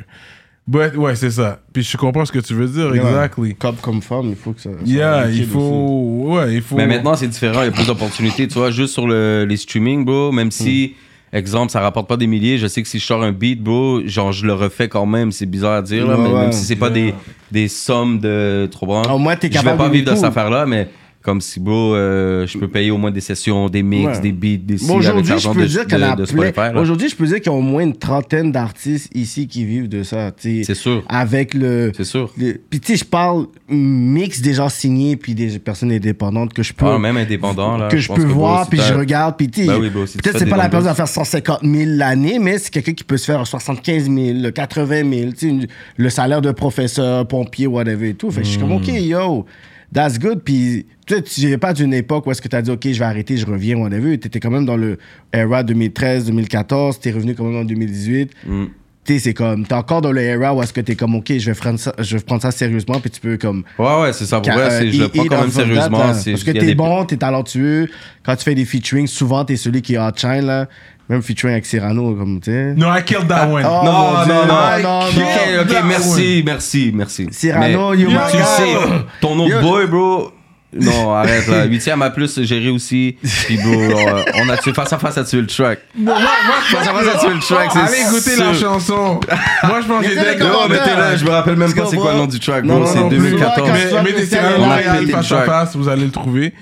Speaker 1: But, ouais, c'est ça. Puis je comprends ce que tu veux dire, exactly.
Speaker 2: Comme, comme femme, il faut que ça. ça
Speaker 1: Yeah,
Speaker 2: soit
Speaker 1: il
Speaker 2: liquide
Speaker 1: faut. Ouais, il faut.
Speaker 3: Mais maintenant, c'est différent, il y a plus d'opportunités, tu vois, juste sur le- les streaming, bro, même si,
Speaker 2: Hmm.
Speaker 3: exemple, ça rapporte pas des milliers, je sais que si je sors un beat, bro, genre, je le refais quand même, c'est bizarre à dire, là,
Speaker 2: Ouais,
Speaker 3: mais
Speaker 2: ouais.
Speaker 3: même si c'est pas des, des sommes de trop grand,
Speaker 2: Au moins, t'es
Speaker 3: je vais
Speaker 2: capable
Speaker 3: pas
Speaker 2: de
Speaker 3: vivre de cette
Speaker 2: beaucoup.
Speaker 3: affaire-là, mais comme si, bro, euh, je peux payer au moins des sessions, des mix,
Speaker 2: Ouais.
Speaker 3: des beats, des
Speaker 2: Bon,
Speaker 3: si avec
Speaker 2: aujourd'hui, je
Speaker 3: l'argent
Speaker 2: peux
Speaker 3: de,
Speaker 2: dire
Speaker 3: de,
Speaker 2: qu'il y en a
Speaker 3: de
Speaker 2: plein-
Speaker 3: Spotify, là.
Speaker 2: Aujourd'hui, je peux dire qu'il y a au moins une trentaine d'artistes ici qui vivent de ça. tu sais.
Speaker 3: C'est sûr.
Speaker 2: Avec le.
Speaker 3: C'est sûr.
Speaker 2: le- Puis tu sais, je parle mix des gens signés puis des personnes indépendantes que je peux.
Speaker 3: Ah, même indépendant, là,
Speaker 2: que
Speaker 3: je
Speaker 2: je
Speaker 3: pense
Speaker 2: peux
Speaker 3: que, bro,
Speaker 2: voir
Speaker 3: si
Speaker 2: puis
Speaker 3: t'as-
Speaker 2: je regarde puis tu sais,
Speaker 3: Ben oui, bro, si tu
Speaker 2: peut-être
Speaker 3: fais
Speaker 2: c'est
Speaker 3: des
Speaker 2: pas la personne
Speaker 3: numbers.
Speaker 2: à faire 150 000 l'année mais c'est quelqu'un qui peut se faire 75 000 80 000 tu sais, une- le salaire de professeur pompier whatever et tout fait que je suis comme
Speaker 3: Hmm.
Speaker 2: ok yo that's good puis tu sais, tu viens pas d'une époque où est-ce que t'as dit ok je vais arrêter je reviens whatever t'étais quand même dans le era 2013 2014 t'es revenu quand même en 2018
Speaker 3: Hmm.
Speaker 2: Tu sais, c'est comme, t'es encore dans le era où est-ce que t'es comme, ok, je vais prendre ça, je vais prendre ça sérieusement, puis tu peux comme
Speaker 3: Ouais, ouais, c'est ça, pour
Speaker 2: Ca-
Speaker 3: vrai,
Speaker 2: euh,
Speaker 3: c'est- je le
Speaker 2: et-
Speaker 3: prends
Speaker 2: et
Speaker 3: quand même
Speaker 2: dans le
Speaker 3: sérieusement.
Speaker 2: format,
Speaker 3: c'est-
Speaker 2: Parce que
Speaker 3: il y a
Speaker 2: t'es
Speaker 3: des-
Speaker 2: bon, t'es talentueux. Quand tu fais des featuring, souvent t'es celui qui est en chain, là. Même featuring avec Cyrano, comme tu sais.
Speaker 1: No, I killed that one.
Speaker 2: Oh,
Speaker 3: Non,
Speaker 2: mon Dieu,
Speaker 3: non, non,
Speaker 2: ah, non,
Speaker 3: Ok,
Speaker 2: non.
Speaker 3: ok,
Speaker 1: That
Speaker 3: merci, merci, merci.
Speaker 2: Cyrano,
Speaker 3: Mais
Speaker 2: you my
Speaker 3: tu le
Speaker 2: guy.
Speaker 3: sais, ton autre
Speaker 2: Yo.
Speaker 3: boy, bro, Non, arrête là. Huitième à plus, géré aussi. Puis bro, euh, on a tué face à face à tuer le track.
Speaker 1: Moi, moi, je
Speaker 3: Face à
Speaker 1: pense
Speaker 3: face à tuer le track, c'est
Speaker 1: Allez écouter la
Speaker 3: sûr.
Speaker 1: chanson. Moi, je pense que
Speaker 2: Mettez les
Speaker 1: j'étais
Speaker 3: Non,
Speaker 2: commentaires.
Speaker 1: comme.
Speaker 3: mais t'es là, je me rappelle même
Speaker 2: Parce
Speaker 3: pas
Speaker 2: que
Speaker 3: c'est
Speaker 2: moi-
Speaker 3: quoi le nom du track,
Speaker 2: Non,
Speaker 3: bro.
Speaker 2: Oh, non,
Speaker 3: c'est
Speaker 2: non plus.
Speaker 3: 2014.
Speaker 2: Mais-
Speaker 1: Mais mettez
Speaker 2: On
Speaker 1: Cyrano
Speaker 2: a
Speaker 1: Royal
Speaker 3: pété
Speaker 1: face
Speaker 3: le
Speaker 1: à
Speaker 3: track.
Speaker 1: face, vous allez le trouver.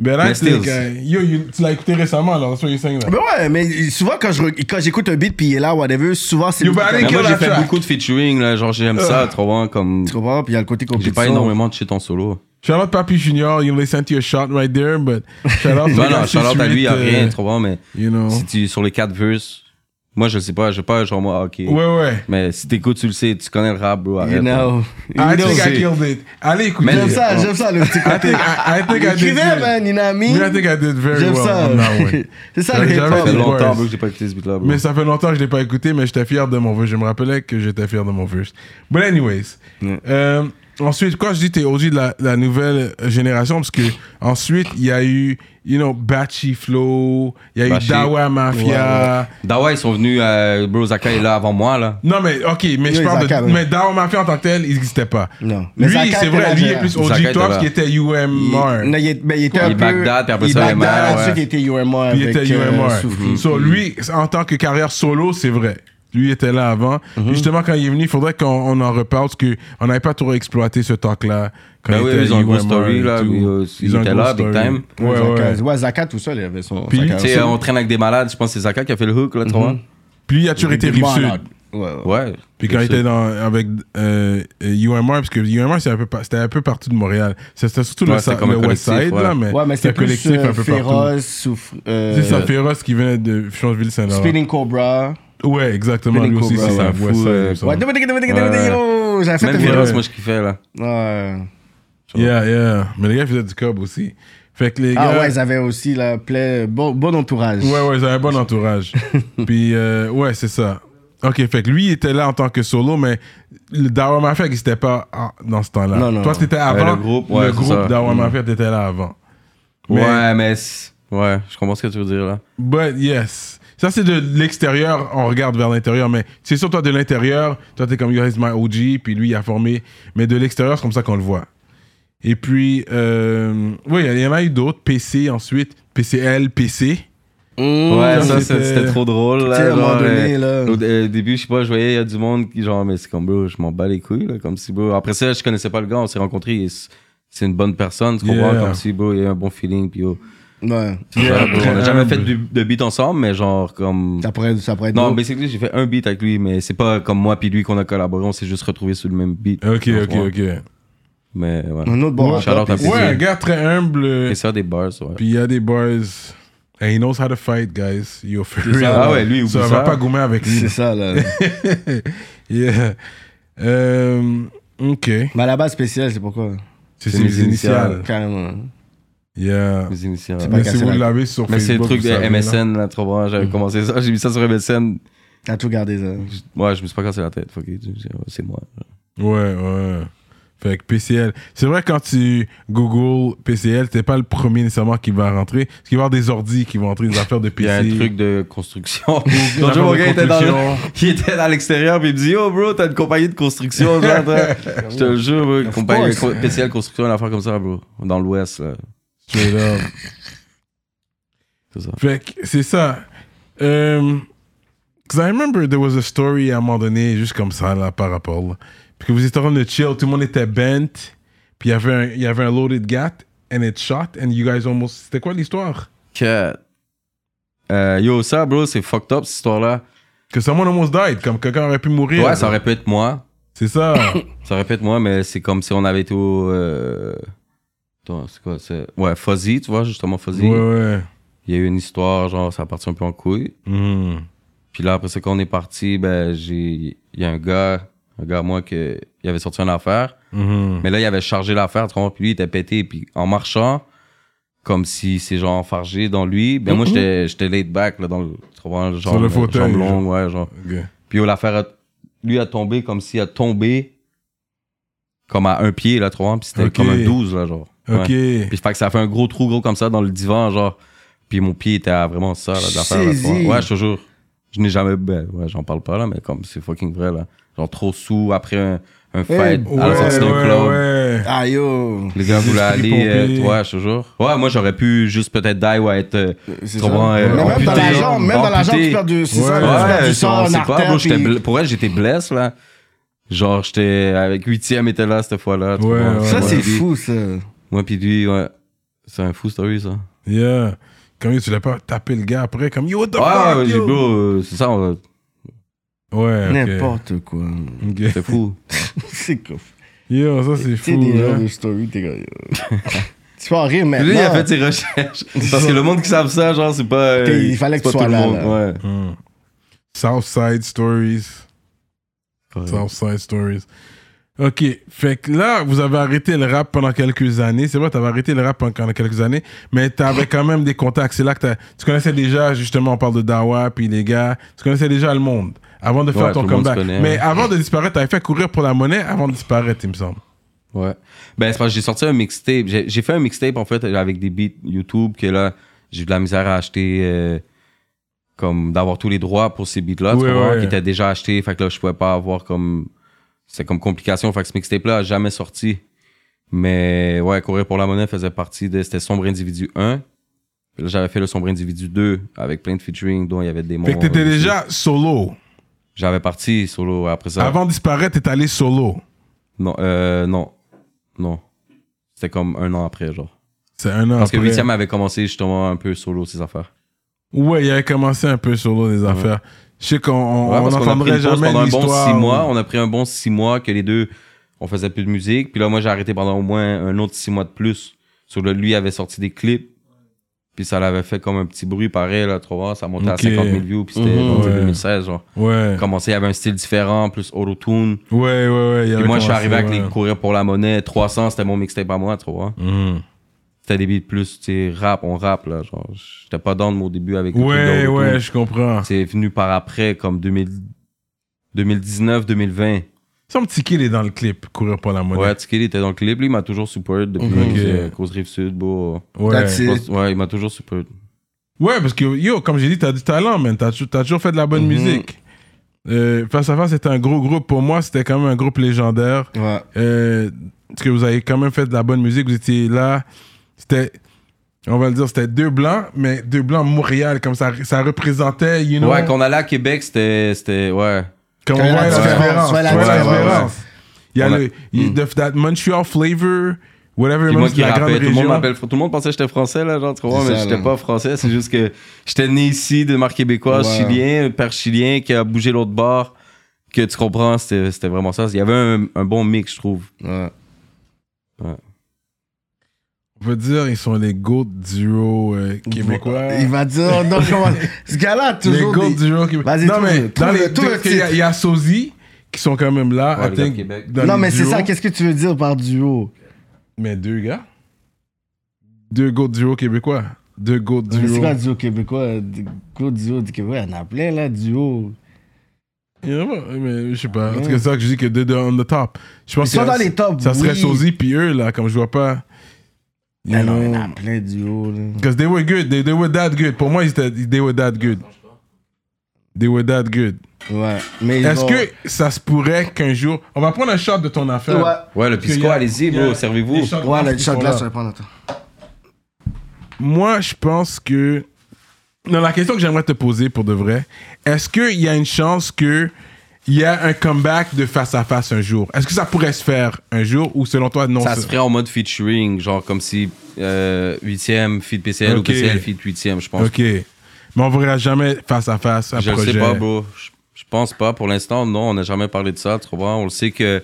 Speaker 1: Ben là,
Speaker 3: Mais
Speaker 1: c'est-
Speaker 3: Stills.
Speaker 1: yo, you- tu l'as écouté récemment, là, sur les 5 là.
Speaker 2: Mais ouais, mais souvent quand je re- quand j'écoute un beat puis il est là, whatever, souvent c'est
Speaker 1: You
Speaker 2: le beat
Speaker 1: better
Speaker 2: qui
Speaker 3: Mais
Speaker 2: commence.
Speaker 3: moi,
Speaker 1: Kill
Speaker 3: j'ai
Speaker 1: la
Speaker 3: fait
Speaker 1: track.
Speaker 3: beaucoup de featuring, là. Genre, j'aime ça, trop loin, comme.
Speaker 2: Tu comprends? Puis il y a le côté
Speaker 3: J'ai
Speaker 2: compétition.
Speaker 3: pas énormément de shit en solo.
Speaker 1: Shout out Papi Junior, you listen to your shot right there, but shout out
Speaker 3: *laughs* Non, non, shout out à lui, il y a rien, trop bon, mais
Speaker 1: euh, You know.
Speaker 3: si tu sur les quatre verses, moi, je sais pas, je sais pas, genre, moi, ok.
Speaker 1: Ouais, ouais.
Speaker 3: Mais si t'écoutes, tu le sais, tu connais le rap, bro.
Speaker 2: You
Speaker 3: Arrête. là.
Speaker 2: know.
Speaker 1: I think I
Speaker 3: c'est-
Speaker 1: killed it. Allez écouter.
Speaker 3: Mais-
Speaker 2: J'aime ça, j'aime ça le petit
Speaker 1: Ah, I
Speaker 2: côté.
Speaker 1: think I, I think I did.
Speaker 2: Écrivez,
Speaker 1: good.
Speaker 2: man, you know what I mean?
Speaker 1: Yeah, I think I did very
Speaker 2: J'aime
Speaker 1: well
Speaker 2: ça.
Speaker 1: on that one.
Speaker 2: *laughs* C'est ça le
Speaker 1: J'avais
Speaker 3: Ça fait
Speaker 1: fait
Speaker 2: hip-hop.
Speaker 3: longtemps,
Speaker 1: bars.
Speaker 3: bro, que j'ai pas écouté ce beat-là, bro.
Speaker 1: Mais ça fait longtemps que je l'ai pas écouté, mais j'étais fier de mon verse. Je me rappelais que j'étais fier de mon verse. But anyways. Euh, ensuite, quand je dis t'es OG de la, la nouvelle génération, parce que ensuite, il y a eu, you know, Batchy Flow, il y a eu
Speaker 3: Batchy.
Speaker 1: Dawa Mafia.
Speaker 3: Dawa, ils sont venus, euh, bro, Zaka est là avant moi, là.
Speaker 1: Non, mais OK, mais je
Speaker 2: Yo,
Speaker 1: parle
Speaker 2: Izaka,
Speaker 1: de...
Speaker 2: ouais.
Speaker 1: Mais Dawa Mafia en tant que tel, il n'existait pas.
Speaker 2: Non. Mais
Speaker 1: Lui,
Speaker 2: Izaka
Speaker 1: c'est
Speaker 2: était
Speaker 1: vrai,
Speaker 2: la
Speaker 1: lui est
Speaker 2: gérante.
Speaker 1: plus OG
Speaker 3: Izaka
Speaker 1: que
Speaker 3: était
Speaker 1: toi, parce qu'il
Speaker 3: là.
Speaker 1: était
Speaker 2: Il-
Speaker 1: UMR.
Speaker 2: Non, il, est- ben, il était un
Speaker 3: Il
Speaker 2: peu.
Speaker 3: backdate, puis après
Speaker 2: il
Speaker 3: ça,
Speaker 2: backdate,
Speaker 3: il est mort,
Speaker 2: après
Speaker 3: ouais.
Speaker 2: ça, qu'il était UMR.
Speaker 1: Il
Speaker 2: avec,
Speaker 1: était
Speaker 2: euh,
Speaker 1: UMR.
Speaker 3: Mm-hmm.
Speaker 2: Soufi.
Speaker 1: So, lui, en tant que carrière solo, c'est vrai. Lui était là avant.
Speaker 3: Mm-hmm.
Speaker 1: Justement, quand il est venu, il faudrait qu'on on en reparle parce qu'on n'avait pas trop exploité ce talk-là. Quand
Speaker 3: Ben
Speaker 1: il
Speaker 3: oui,
Speaker 1: était
Speaker 3: ils ont un gros
Speaker 1: UMR
Speaker 3: story,
Speaker 1: et
Speaker 3: là,
Speaker 1: tout.
Speaker 3: puis, euh, ils
Speaker 1: un
Speaker 3: étaient
Speaker 1: gros
Speaker 3: là, big
Speaker 1: story.
Speaker 3: time.
Speaker 1: Ouais, ouais.
Speaker 2: Zaka, ouais, Zaka tout seul, il avait son.
Speaker 1: Puis-
Speaker 2: Zaka,
Speaker 3: Tu sais,
Speaker 2: son-
Speaker 3: euh, on traîne avec des malades, je pense que c'est Zaka qui a fait le hook, là, tu vois.
Speaker 1: Puis il a toujours été
Speaker 2: Bon,
Speaker 1: Rive-Sud.
Speaker 2: alors, Ouais, ouais.
Speaker 3: Ouais.
Speaker 1: Puis quand il était dans, avec euh, euh, UMR, parce que UMR, c'était un, peu par- c'était un peu partout de Montréal. C'était surtout le,
Speaker 3: Ouais, c'était
Speaker 1: sa-
Speaker 3: comme un
Speaker 1: le West
Speaker 3: collectif,
Speaker 1: Side,
Speaker 3: ouais.
Speaker 1: là, mais,
Speaker 2: Ouais, mais c'est
Speaker 1: un
Speaker 2: plus euh,
Speaker 1: collectif un peu partout.
Speaker 2: féroce, souffre. euh,
Speaker 1: C'est ça, Féroce qui venait de Francheville-Saint-Laurent.
Speaker 2: Spinning Cobra.
Speaker 1: Ouais, exactement.
Speaker 2: Spinning
Speaker 1: Lui aussi,
Speaker 2: Cobra,
Speaker 1: c'est
Speaker 2: ouais.
Speaker 1: ça.
Speaker 3: Fou,
Speaker 1: West Side,
Speaker 3: euh,
Speaker 1: il me semble.
Speaker 2: Ouais, débat, débat, débat, débat,
Speaker 3: Ouais.
Speaker 2: yo, j'avais fait
Speaker 3: Même
Speaker 2: un
Speaker 3: Véros,
Speaker 1: Ouais.
Speaker 3: moi, je kiffais, là.
Speaker 2: Ouais.
Speaker 1: Yeah, yeah. Mais les gars faisaient du cob aussi. Fait que les
Speaker 2: Ah
Speaker 1: gars.
Speaker 2: ouais, ils avaient aussi la plaie, bon, bon entourage.
Speaker 1: ouais, ouais, ils avaient un bon
Speaker 2: *laughs*
Speaker 1: entourage. Puis, euh, ouais, c'est ça. Ok, fait que lui, il était là en tant que solo, mais le Dawa Mafia n'existait pas en- dans ce temps-là.
Speaker 2: Non, non.
Speaker 1: Toi, c'était avant.
Speaker 3: Ouais, le groupe, ouais,
Speaker 1: le
Speaker 3: c'est
Speaker 1: groupe
Speaker 3: ça.
Speaker 1: Dawa
Speaker 3: Mm.
Speaker 1: Mafia, t'étais là avant. Mais-
Speaker 3: Ouais, mais. c'est- Ouais, je comprends ce que tu veux dire, là.
Speaker 1: But yes. Ça, c'est de l'extérieur, on regarde vers l'intérieur, mais c'est sûr, toi, de l'intérieur, toi, t'es comme, yo, he's my OG, puis lui, il a formé. Mais de l'extérieur, c'est comme ça qu'on le voit. Et puis, euh, oui, il y en a eu d'autres, PC ensuite, PCL, PC.
Speaker 2: Mmh.
Speaker 3: Ouais,
Speaker 1: Mmh.
Speaker 3: ça,
Speaker 1: C'était-
Speaker 3: c'est- c'était trop drôle.
Speaker 2: Tu sais,
Speaker 3: Là,
Speaker 2: à un moment
Speaker 3: genre,
Speaker 2: donné,
Speaker 3: euh,
Speaker 2: là.
Speaker 3: Au euh, début, je sais pas, je voyais, il y a du monde qui, genre, mais c'est comme, bro, je m'en bats les couilles, là, comme si, bro. Après ça, je connaissais pas le gars, on s'est rencontrés, il est- c'est une bonne personne, tu comprends,
Speaker 1: Yeah.
Speaker 3: comme si, bro, il y a un bon feeling, puis oh.
Speaker 2: Ouais.
Speaker 3: C'est ça, bro. on a jamais
Speaker 1: humble.
Speaker 3: fait de, de beat ensemble, mais genre, comme.
Speaker 2: Ça pourrait, ça pourrait être.
Speaker 3: Non,
Speaker 2: drôle.
Speaker 3: basically, j'ai fait un beat avec lui, mais c'est pas comme moi puis lui qu'on a collaboré, on s'est juste retrouvés sur le même beat.
Speaker 1: Ok,
Speaker 3: Tu
Speaker 1: ok,
Speaker 3: comprends?
Speaker 1: ok.
Speaker 3: Mais, ouais.
Speaker 2: Un autre bon
Speaker 3: Ouais, shout-out
Speaker 2: rappeur,
Speaker 3: à
Speaker 2: puis-
Speaker 1: Ouais, un
Speaker 3: sûr.
Speaker 1: gars très humble,
Speaker 3: Et ça, des bars, ouais.
Speaker 1: puis il y a des bars. And he knows how to fight, guys. Yo, for real.
Speaker 3: ça. Ah ouais, lui, oublie
Speaker 1: ça.
Speaker 3: ça.
Speaker 1: va pas gommer avec lui.
Speaker 3: *laughs*
Speaker 2: C'est ça, là.
Speaker 1: *laughs* yeah. Euh, ok.
Speaker 2: Mais à la base spéciale, c'est pourquoi
Speaker 1: C'est
Speaker 3: C'est
Speaker 1: ses
Speaker 3: mes
Speaker 1: initiales.
Speaker 3: initiales.
Speaker 2: Carrément.
Speaker 1: Yeah.
Speaker 3: Les initiales.
Speaker 2: C'est pas
Speaker 1: Mais
Speaker 2: casser
Speaker 1: si vous
Speaker 2: la-
Speaker 1: l'avez sur
Speaker 3: Mais c'est le
Speaker 1: Facebook.
Speaker 3: truc
Speaker 1: vous
Speaker 3: de
Speaker 1: savez, là.
Speaker 3: MSN, là, trop bon. J'avais
Speaker 1: Mm.
Speaker 3: commencé ça, *laughs* j'ai mis ça sur MSN.
Speaker 2: T'as tout gardé, ça.
Speaker 3: Ouais, je me suis pas cassé la tête. Fuck it, c'est moi.
Speaker 1: Ouais, ouais. Fait que PCL. C'est vrai, quand tu Google PCL, t'es pas le premier nécessairement qui va rentrer. Parce qu'il va y avoir des ordis qui vont rentrer, des affaires de
Speaker 3: Il
Speaker 1: PC.
Speaker 3: y a un truc de
Speaker 1: *laughs*
Speaker 3: construction.
Speaker 1: Des
Speaker 3: L'autre
Speaker 1: affaires
Speaker 3: jour, mon
Speaker 1: de
Speaker 3: gars était dans le-
Speaker 1: construction.
Speaker 3: il était à l'extérieur, puis il me dit Yo, bro, t'as une compagnie de construction, genre, toi. Je te le jure, bro, une compagnie
Speaker 2: course.
Speaker 3: spéciale construction, une affaire comme ça, bro. Dans l'Ouest, là.
Speaker 1: Straight up.
Speaker 3: C'est ça.
Speaker 1: Fait que c'est ça. Um, Cause I remember there was a story à un moment donné, juste comme ça, là, par rapport. là. Puis que vous étiez en train de chill, tout le monde était bent. Puis il y avait un, il y avait un loaded gat, and it shot, and you guys almost. C'était quoi l'histoire?
Speaker 3: Cat. Euh, yo, ça, bro, c'est fucked up, cette histoire-là.
Speaker 1: Que someone almost died, comme quelqu'un aurait pu mourir.
Speaker 3: Ouais, ça aurait pu être moi.
Speaker 1: C'est
Speaker 3: *coughs*
Speaker 1: ça.
Speaker 3: Ça répète moi, mais c'est comme si on avait été au. euh, Attends, c'est quoi c'est... Ouais, Fuzzy, tu vois, justement, Fuzzy.
Speaker 1: ouais, ouais.
Speaker 3: Il y a eu une histoire, genre, ça a parti un peu en couille.
Speaker 1: Hmm.
Speaker 3: Puis là, après ça, quand on est parti, ben, j'ai. Il y a un gars, un gars à moi, que... il avait sorti une affaire.
Speaker 1: Mhm.
Speaker 3: Mais là, il avait chargé l'affaire, tu comprends? Puis lui, il était pété. Puis en marchant, comme si c'est genre enfargé dans lui, ben moi, j'étais, j'étais laid back, là, dans le. tu comprends, genre,
Speaker 1: le
Speaker 3: euh,
Speaker 1: fauteuil,
Speaker 3: jambe
Speaker 1: genre.
Speaker 3: longue, ouais, genre.
Speaker 1: Ok.
Speaker 3: Puis yo, l'affaire, a- lui a tombé comme s'il a tombé comme à un pied, là, trois ans, puis c'était
Speaker 1: Ok.
Speaker 3: comme un 12, là, genre. Ouais.
Speaker 1: Ok.
Speaker 3: Puis fait que ça a fait un gros trou, gros, comme ça, dans le divan, genre. Puis mon pied était à vraiment ça, là, de l'affaire, là, trois ans.
Speaker 2: Saisi.
Speaker 3: Ouais, je te jure. Je n'ai jamais... Ben, ouais, j'en parle pas, là, mais comme c'est fucking vrai, là. Genre trop sous après un, un fight à la
Speaker 1: Eh, Ouais,
Speaker 3: sortie d'un
Speaker 1: ouais,
Speaker 3: club.
Speaker 1: ouais. Ouais.
Speaker 2: Ah yo.
Speaker 3: Les gars voulaient
Speaker 1: esprits
Speaker 3: aller, euh,
Speaker 1: pompés.
Speaker 3: toi, je te jure. Ouais, moi, j'aurais pu juste peut-être die ou être. euh,
Speaker 2: C'est
Speaker 3: tu comprends,
Speaker 2: ça.
Speaker 3: euh,
Speaker 2: Mais même dans
Speaker 3: amputé,
Speaker 2: la jambe, même dans la jambe,
Speaker 3: amputé.
Speaker 2: tu perds du, c'est
Speaker 1: Ouais.
Speaker 2: ça, tu
Speaker 3: Ouais,
Speaker 2: perds du
Speaker 3: je
Speaker 2: sang en
Speaker 3: sais pas,
Speaker 2: artère.
Speaker 3: bro, j'étais
Speaker 2: puis-
Speaker 3: bl- pour elle, j'étais blessé, là. Genre, j'étais avec 8ème, était là cette fois-là. tu
Speaker 1: Ouais,
Speaker 3: vois.
Speaker 1: ouais,
Speaker 2: Ça,
Speaker 3: Moi,
Speaker 2: c'est
Speaker 3: puis-
Speaker 2: fou, ça.
Speaker 3: Moi, puis lui, ouais. C'est un fou story, ça.
Speaker 1: Yeah. Comme tu l'as pas tapé le gars après, comme yo, what the
Speaker 3: Ah,
Speaker 1: fuck?
Speaker 3: j'ai
Speaker 1: yo?
Speaker 3: bro, euh, c'est ça, on-
Speaker 1: Ouais, ok.
Speaker 2: N'importe quoi.
Speaker 1: Ok.
Speaker 3: c'est fou.
Speaker 2: C'est quoi?
Speaker 1: Yo, ça c'est
Speaker 2: Tu sais,
Speaker 1: fou.
Speaker 2: des genres
Speaker 1: hein.
Speaker 2: de stories, t'es comme. euh, Tu peux en rire maintenant.
Speaker 3: Lui, il a fait ses recherches. Parce que le monde qui savent ça, genre, c'est pas. euh,
Speaker 2: T'es- il fallait
Speaker 3: c'est
Speaker 2: que tu
Speaker 3: pas
Speaker 2: sois
Speaker 3: tout
Speaker 2: là,
Speaker 3: le monde,
Speaker 2: là.
Speaker 3: ouais.
Speaker 1: Hmm. Southside Stories.
Speaker 3: Ouais.
Speaker 1: Southside Stories. Ok, fait que là, vous avez arrêté le rap pendant quelques années. C'est vrai, t'avais arrêté le rap pendant- pendant quelques années, mais t'avais quand même des contacts. C'est là que t'as- tu connaissais déjà, justement, on parle de Dawa, puis les gars, tu connaissais déjà le monde avant de faire
Speaker 3: Ouais,
Speaker 1: ton
Speaker 3: tout le monde
Speaker 1: comeback.
Speaker 3: se connaît,
Speaker 1: mais
Speaker 3: ouais.
Speaker 1: avant de disparaître, t'avais fait courir pour la monnaie avant de disparaître, il me semble.
Speaker 3: Ouais. Ben, c'est parce que j'ai sorti un mixtape. J'ai j'ai fait un mixtape, en fait, avec des beats YouTube que là, j'ai eu de la misère à acheter, euh, comme d'avoir tous les droits pour ces beats-là, tu
Speaker 1: Ouais,
Speaker 3: comprends,
Speaker 1: ouais.
Speaker 3: qui étaient déjà achetés. Fait que là, je pouvais pas avoir comme. C'est comme complication. Fait que ce mixtape-là a jamais sorti. Mais ouais, Courir pour la monnaie faisait partie de. C'était Sombre Individu 1. Puis là, j'avais fait le Sombre Individu 2 avec plein de featuring, dont il y avait des
Speaker 1: Fait que t'étais déjà solo.
Speaker 3: J'avais parti solo après ça.
Speaker 1: Avant de disparaître, t'es allé solo.
Speaker 3: Non, euh, non. Non. C'était comme un an après, genre.
Speaker 1: C'est un an
Speaker 3: Parce que
Speaker 1: après.
Speaker 3: Wissam avait commencé justement un peu solo ses affaires.
Speaker 1: Ouais, il avait commencé un peu solo des affaires. Je sais qu'on on-
Speaker 3: Ouais,
Speaker 1: on
Speaker 3: parce qu'on a pris
Speaker 1: n'entendrait
Speaker 3: une pause
Speaker 1: jamais
Speaker 3: pendant un bon
Speaker 1: l'histoire.
Speaker 3: six mois. On a pris un bon six mois que les deux, on faisait plus de musique. Puis là, moi, j'ai arrêté pendant au moins un autre six mois de plus. Sur le, lui avait sorti des clips. Puis ça l'avait fait comme un petit bruit pareil, là, tu vois. Ça montait
Speaker 1: Ok.
Speaker 3: à 50 000 views. Puis c'était
Speaker 2: Mhm.
Speaker 3: genre, c'est
Speaker 1: Ouais.
Speaker 3: 2016, genre.
Speaker 1: Ouais.
Speaker 3: Commencé, il y avait un style différent, plus auto-tune.
Speaker 1: Ouais, ouais, ouais. il avait
Speaker 3: Puis moi, je suis
Speaker 1: commencé,
Speaker 3: arrivé avec
Speaker 1: ouais.
Speaker 3: les courir pour la monnaie. 300, c'était mon mixtape à moi, tu vois.
Speaker 1: Mhm.
Speaker 3: C'était des beats plus, tu sais, rap, on rap, là. Genre, j'étais pas dans de mon début avec le truc
Speaker 1: Ouais,
Speaker 3: d'autotune.
Speaker 1: ouais, je comprends.
Speaker 3: Ah. C'est venu par après, comme 2000 2019, 2020.
Speaker 1: Son petit kill est dans le clip, courir pour la monnaie.
Speaker 3: Ouais, Tikil était dans le clip. Lui, il m'a toujours supporté depuis
Speaker 2: Mhm.
Speaker 3: euh, Cause Rive Sud, bro.
Speaker 1: Ouais,
Speaker 2: That's it.
Speaker 3: Je pense- Ouais, il m'a toujours supporté.
Speaker 1: Ouais, parce que yo, comme j'ai dit, t'as du talent, man. T'as tou- t'as toujours fait de la bonne
Speaker 2: Mhm.
Speaker 3: Mm-hmm.
Speaker 1: musique. Euh, face à face, c'était un gros groupe. Pour moi, c'était quand même un groupe légendaire.
Speaker 2: Ouais.
Speaker 1: euh, parce que vous avez quand même fait de la bonne musique. Vous étiez là. C'était, on va le dire, c'était deux blancs, mais deux blancs Montréal, comme ça, ça représentait, you know,
Speaker 3: Ouais, quand on allait à Québec, c'était. c'était- Ouais.
Speaker 1: comme on
Speaker 2: Ouais,
Speaker 1: voit la
Speaker 2: la
Speaker 1: différence.
Speaker 2: différence, ouais, la
Speaker 1: tu vois la
Speaker 3: différence.
Speaker 1: différence. Il y a
Speaker 3: On a- Hmm.
Speaker 1: le il- the- that Montreal flavor, whatever,
Speaker 3: Puis
Speaker 1: même
Speaker 3: moi
Speaker 1: si
Speaker 3: qui
Speaker 1: la grande
Speaker 3: rappelle, tout le monde
Speaker 1: région.
Speaker 3: m'appelle. Tout le monde pensait que j'étais français, là, genre, tu comprends,
Speaker 2: C'est
Speaker 3: mais
Speaker 2: ça,
Speaker 3: j'étais
Speaker 2: là.
Speaker 3: pas français. C'est juste que j'étais né ici, de marque québécoise,
Speaker 2: Ouais.
Speaker 3: chilien, père chilien, qui a bougé l'autre bord. Que tu comprends, c'était c'était vraiment ça. Il y avait un, un bon mix, je trouve.
Speaker 2: Ouais.
Speaker 1: On peut dire, ils sont les goats duo euh, québécois.
Speaker 2: Il va dire, oh, non,
Speaker 1: *laughs*
Speaker 2: comment. Ce gars-là a
Speaker 1: Les
Speaker 2: toujours.
Speaker 1: goats
Speaker 2: des-
Speaker 1: duo québécois.
Speaker 2: Vas-y,
Speaker 1: Non,
Speaker 2: trouve
Speaker 1: mais
Speaker 2: le-
Speaker 1: dans
Speaker 2: trouve
Speaker 1: les
Speaker 2: le- trouve le
Speaker 1: parce qu'il y a-
Speaker 2: titre.
Speaker 1: il y a Sozy qui sont quand même là.
Speaker 3: Ouais,
Speaker 1: I
Speaker 3: les gars de
Speaker 1: think,
Speaker 3: Québec.
Speaker 1: dans
Speaker 2: Non,
Speaker 1: les
Speaker 2: mais c'est
Speaker 1: duos.
Speaker 2: ça, qu'est-ce que tu veux dire par duo
Speaker 1: Mais deux gars. Deux go duo québécois. Deux go
Speaker 2: Mais C'est
Speaker 1: duo.
Speaker 2: quoi duo québécois Du- Quoi duo du Québec Il y en a plein, là, duo.
Speaker 1: Il y en a pas, mais je sais pas. En tout cas, C'est ça que je dis que deux de on the top. Je pense
Speaker 2: Ils sont
Speaker 1: que
Speaker 2: dans
Speaker 1: ça-
Speaker 2: les tops.
Speaker 1: ça serait
Speaker 2: oui.
Speaker 1: Sozy puis eux là, comme je vois pas. You
Speaker 2: Mais non, il y en a
Speaker 1: know.
Speaker 2: plein, duo, là.
Speaker 1: Because they were good. They, they were that good. Pour moi, ils étaient, they were that good. They were that good.
Speaker 2: Ouais. Mais ils
Speaker 1: Est-ce
Speaker 2: vont-
Speaker 1: que ça se pourrait qu'un jour. On va prendre un shot de ton affaire.
Speaker 2: Ouais.
Speaker 3: Ouais, le
Speaker 1: Parce qu'il
Speaker 3: pisco,
Speaker 1: y a-
Speaker 3: allez-y,
Speaker 1: il y a
Speaker 3: bro,
Speaker 1: des
Speaker 3: servez-vous.
Speaker 1: shots
Speaker 2: Ouais,
Speaker 1: blancs
Speaker 2: le
Speaker 1: qui
Speaker 2: shot
Speaker 1: Ah, sont
Speaker 2: là,
Speaker 1: là.
Speaker 2: je vais prendre attends.
Speaker 1: Moi, je pense que. Non, la question que j'aimerais te poser pour de vrai, est-ce qu'il y a une chance que il y a un comeback de face à face un jour Est-ce que ça pourrait se faire un jour ou selon toi, non
Speaker 3: Ça
Speaker 1: ça-
Speaker 3: se ferait en mode featuring, genre comme si euh, 8e, feed PCL ou
Speaker 1: Ok.
Speaker 3: PCL, feed 8e, je pense.
Speaker 1: Ok. Mais on verra jamais face à face un
Speaker 3: Je le
Speaker 1: projet.
Speaker 3: sais pas, bro. Je, je pense pas. Pour l'instant, non, on n'a jamais parlé de ça, tu comprends? On le sait que.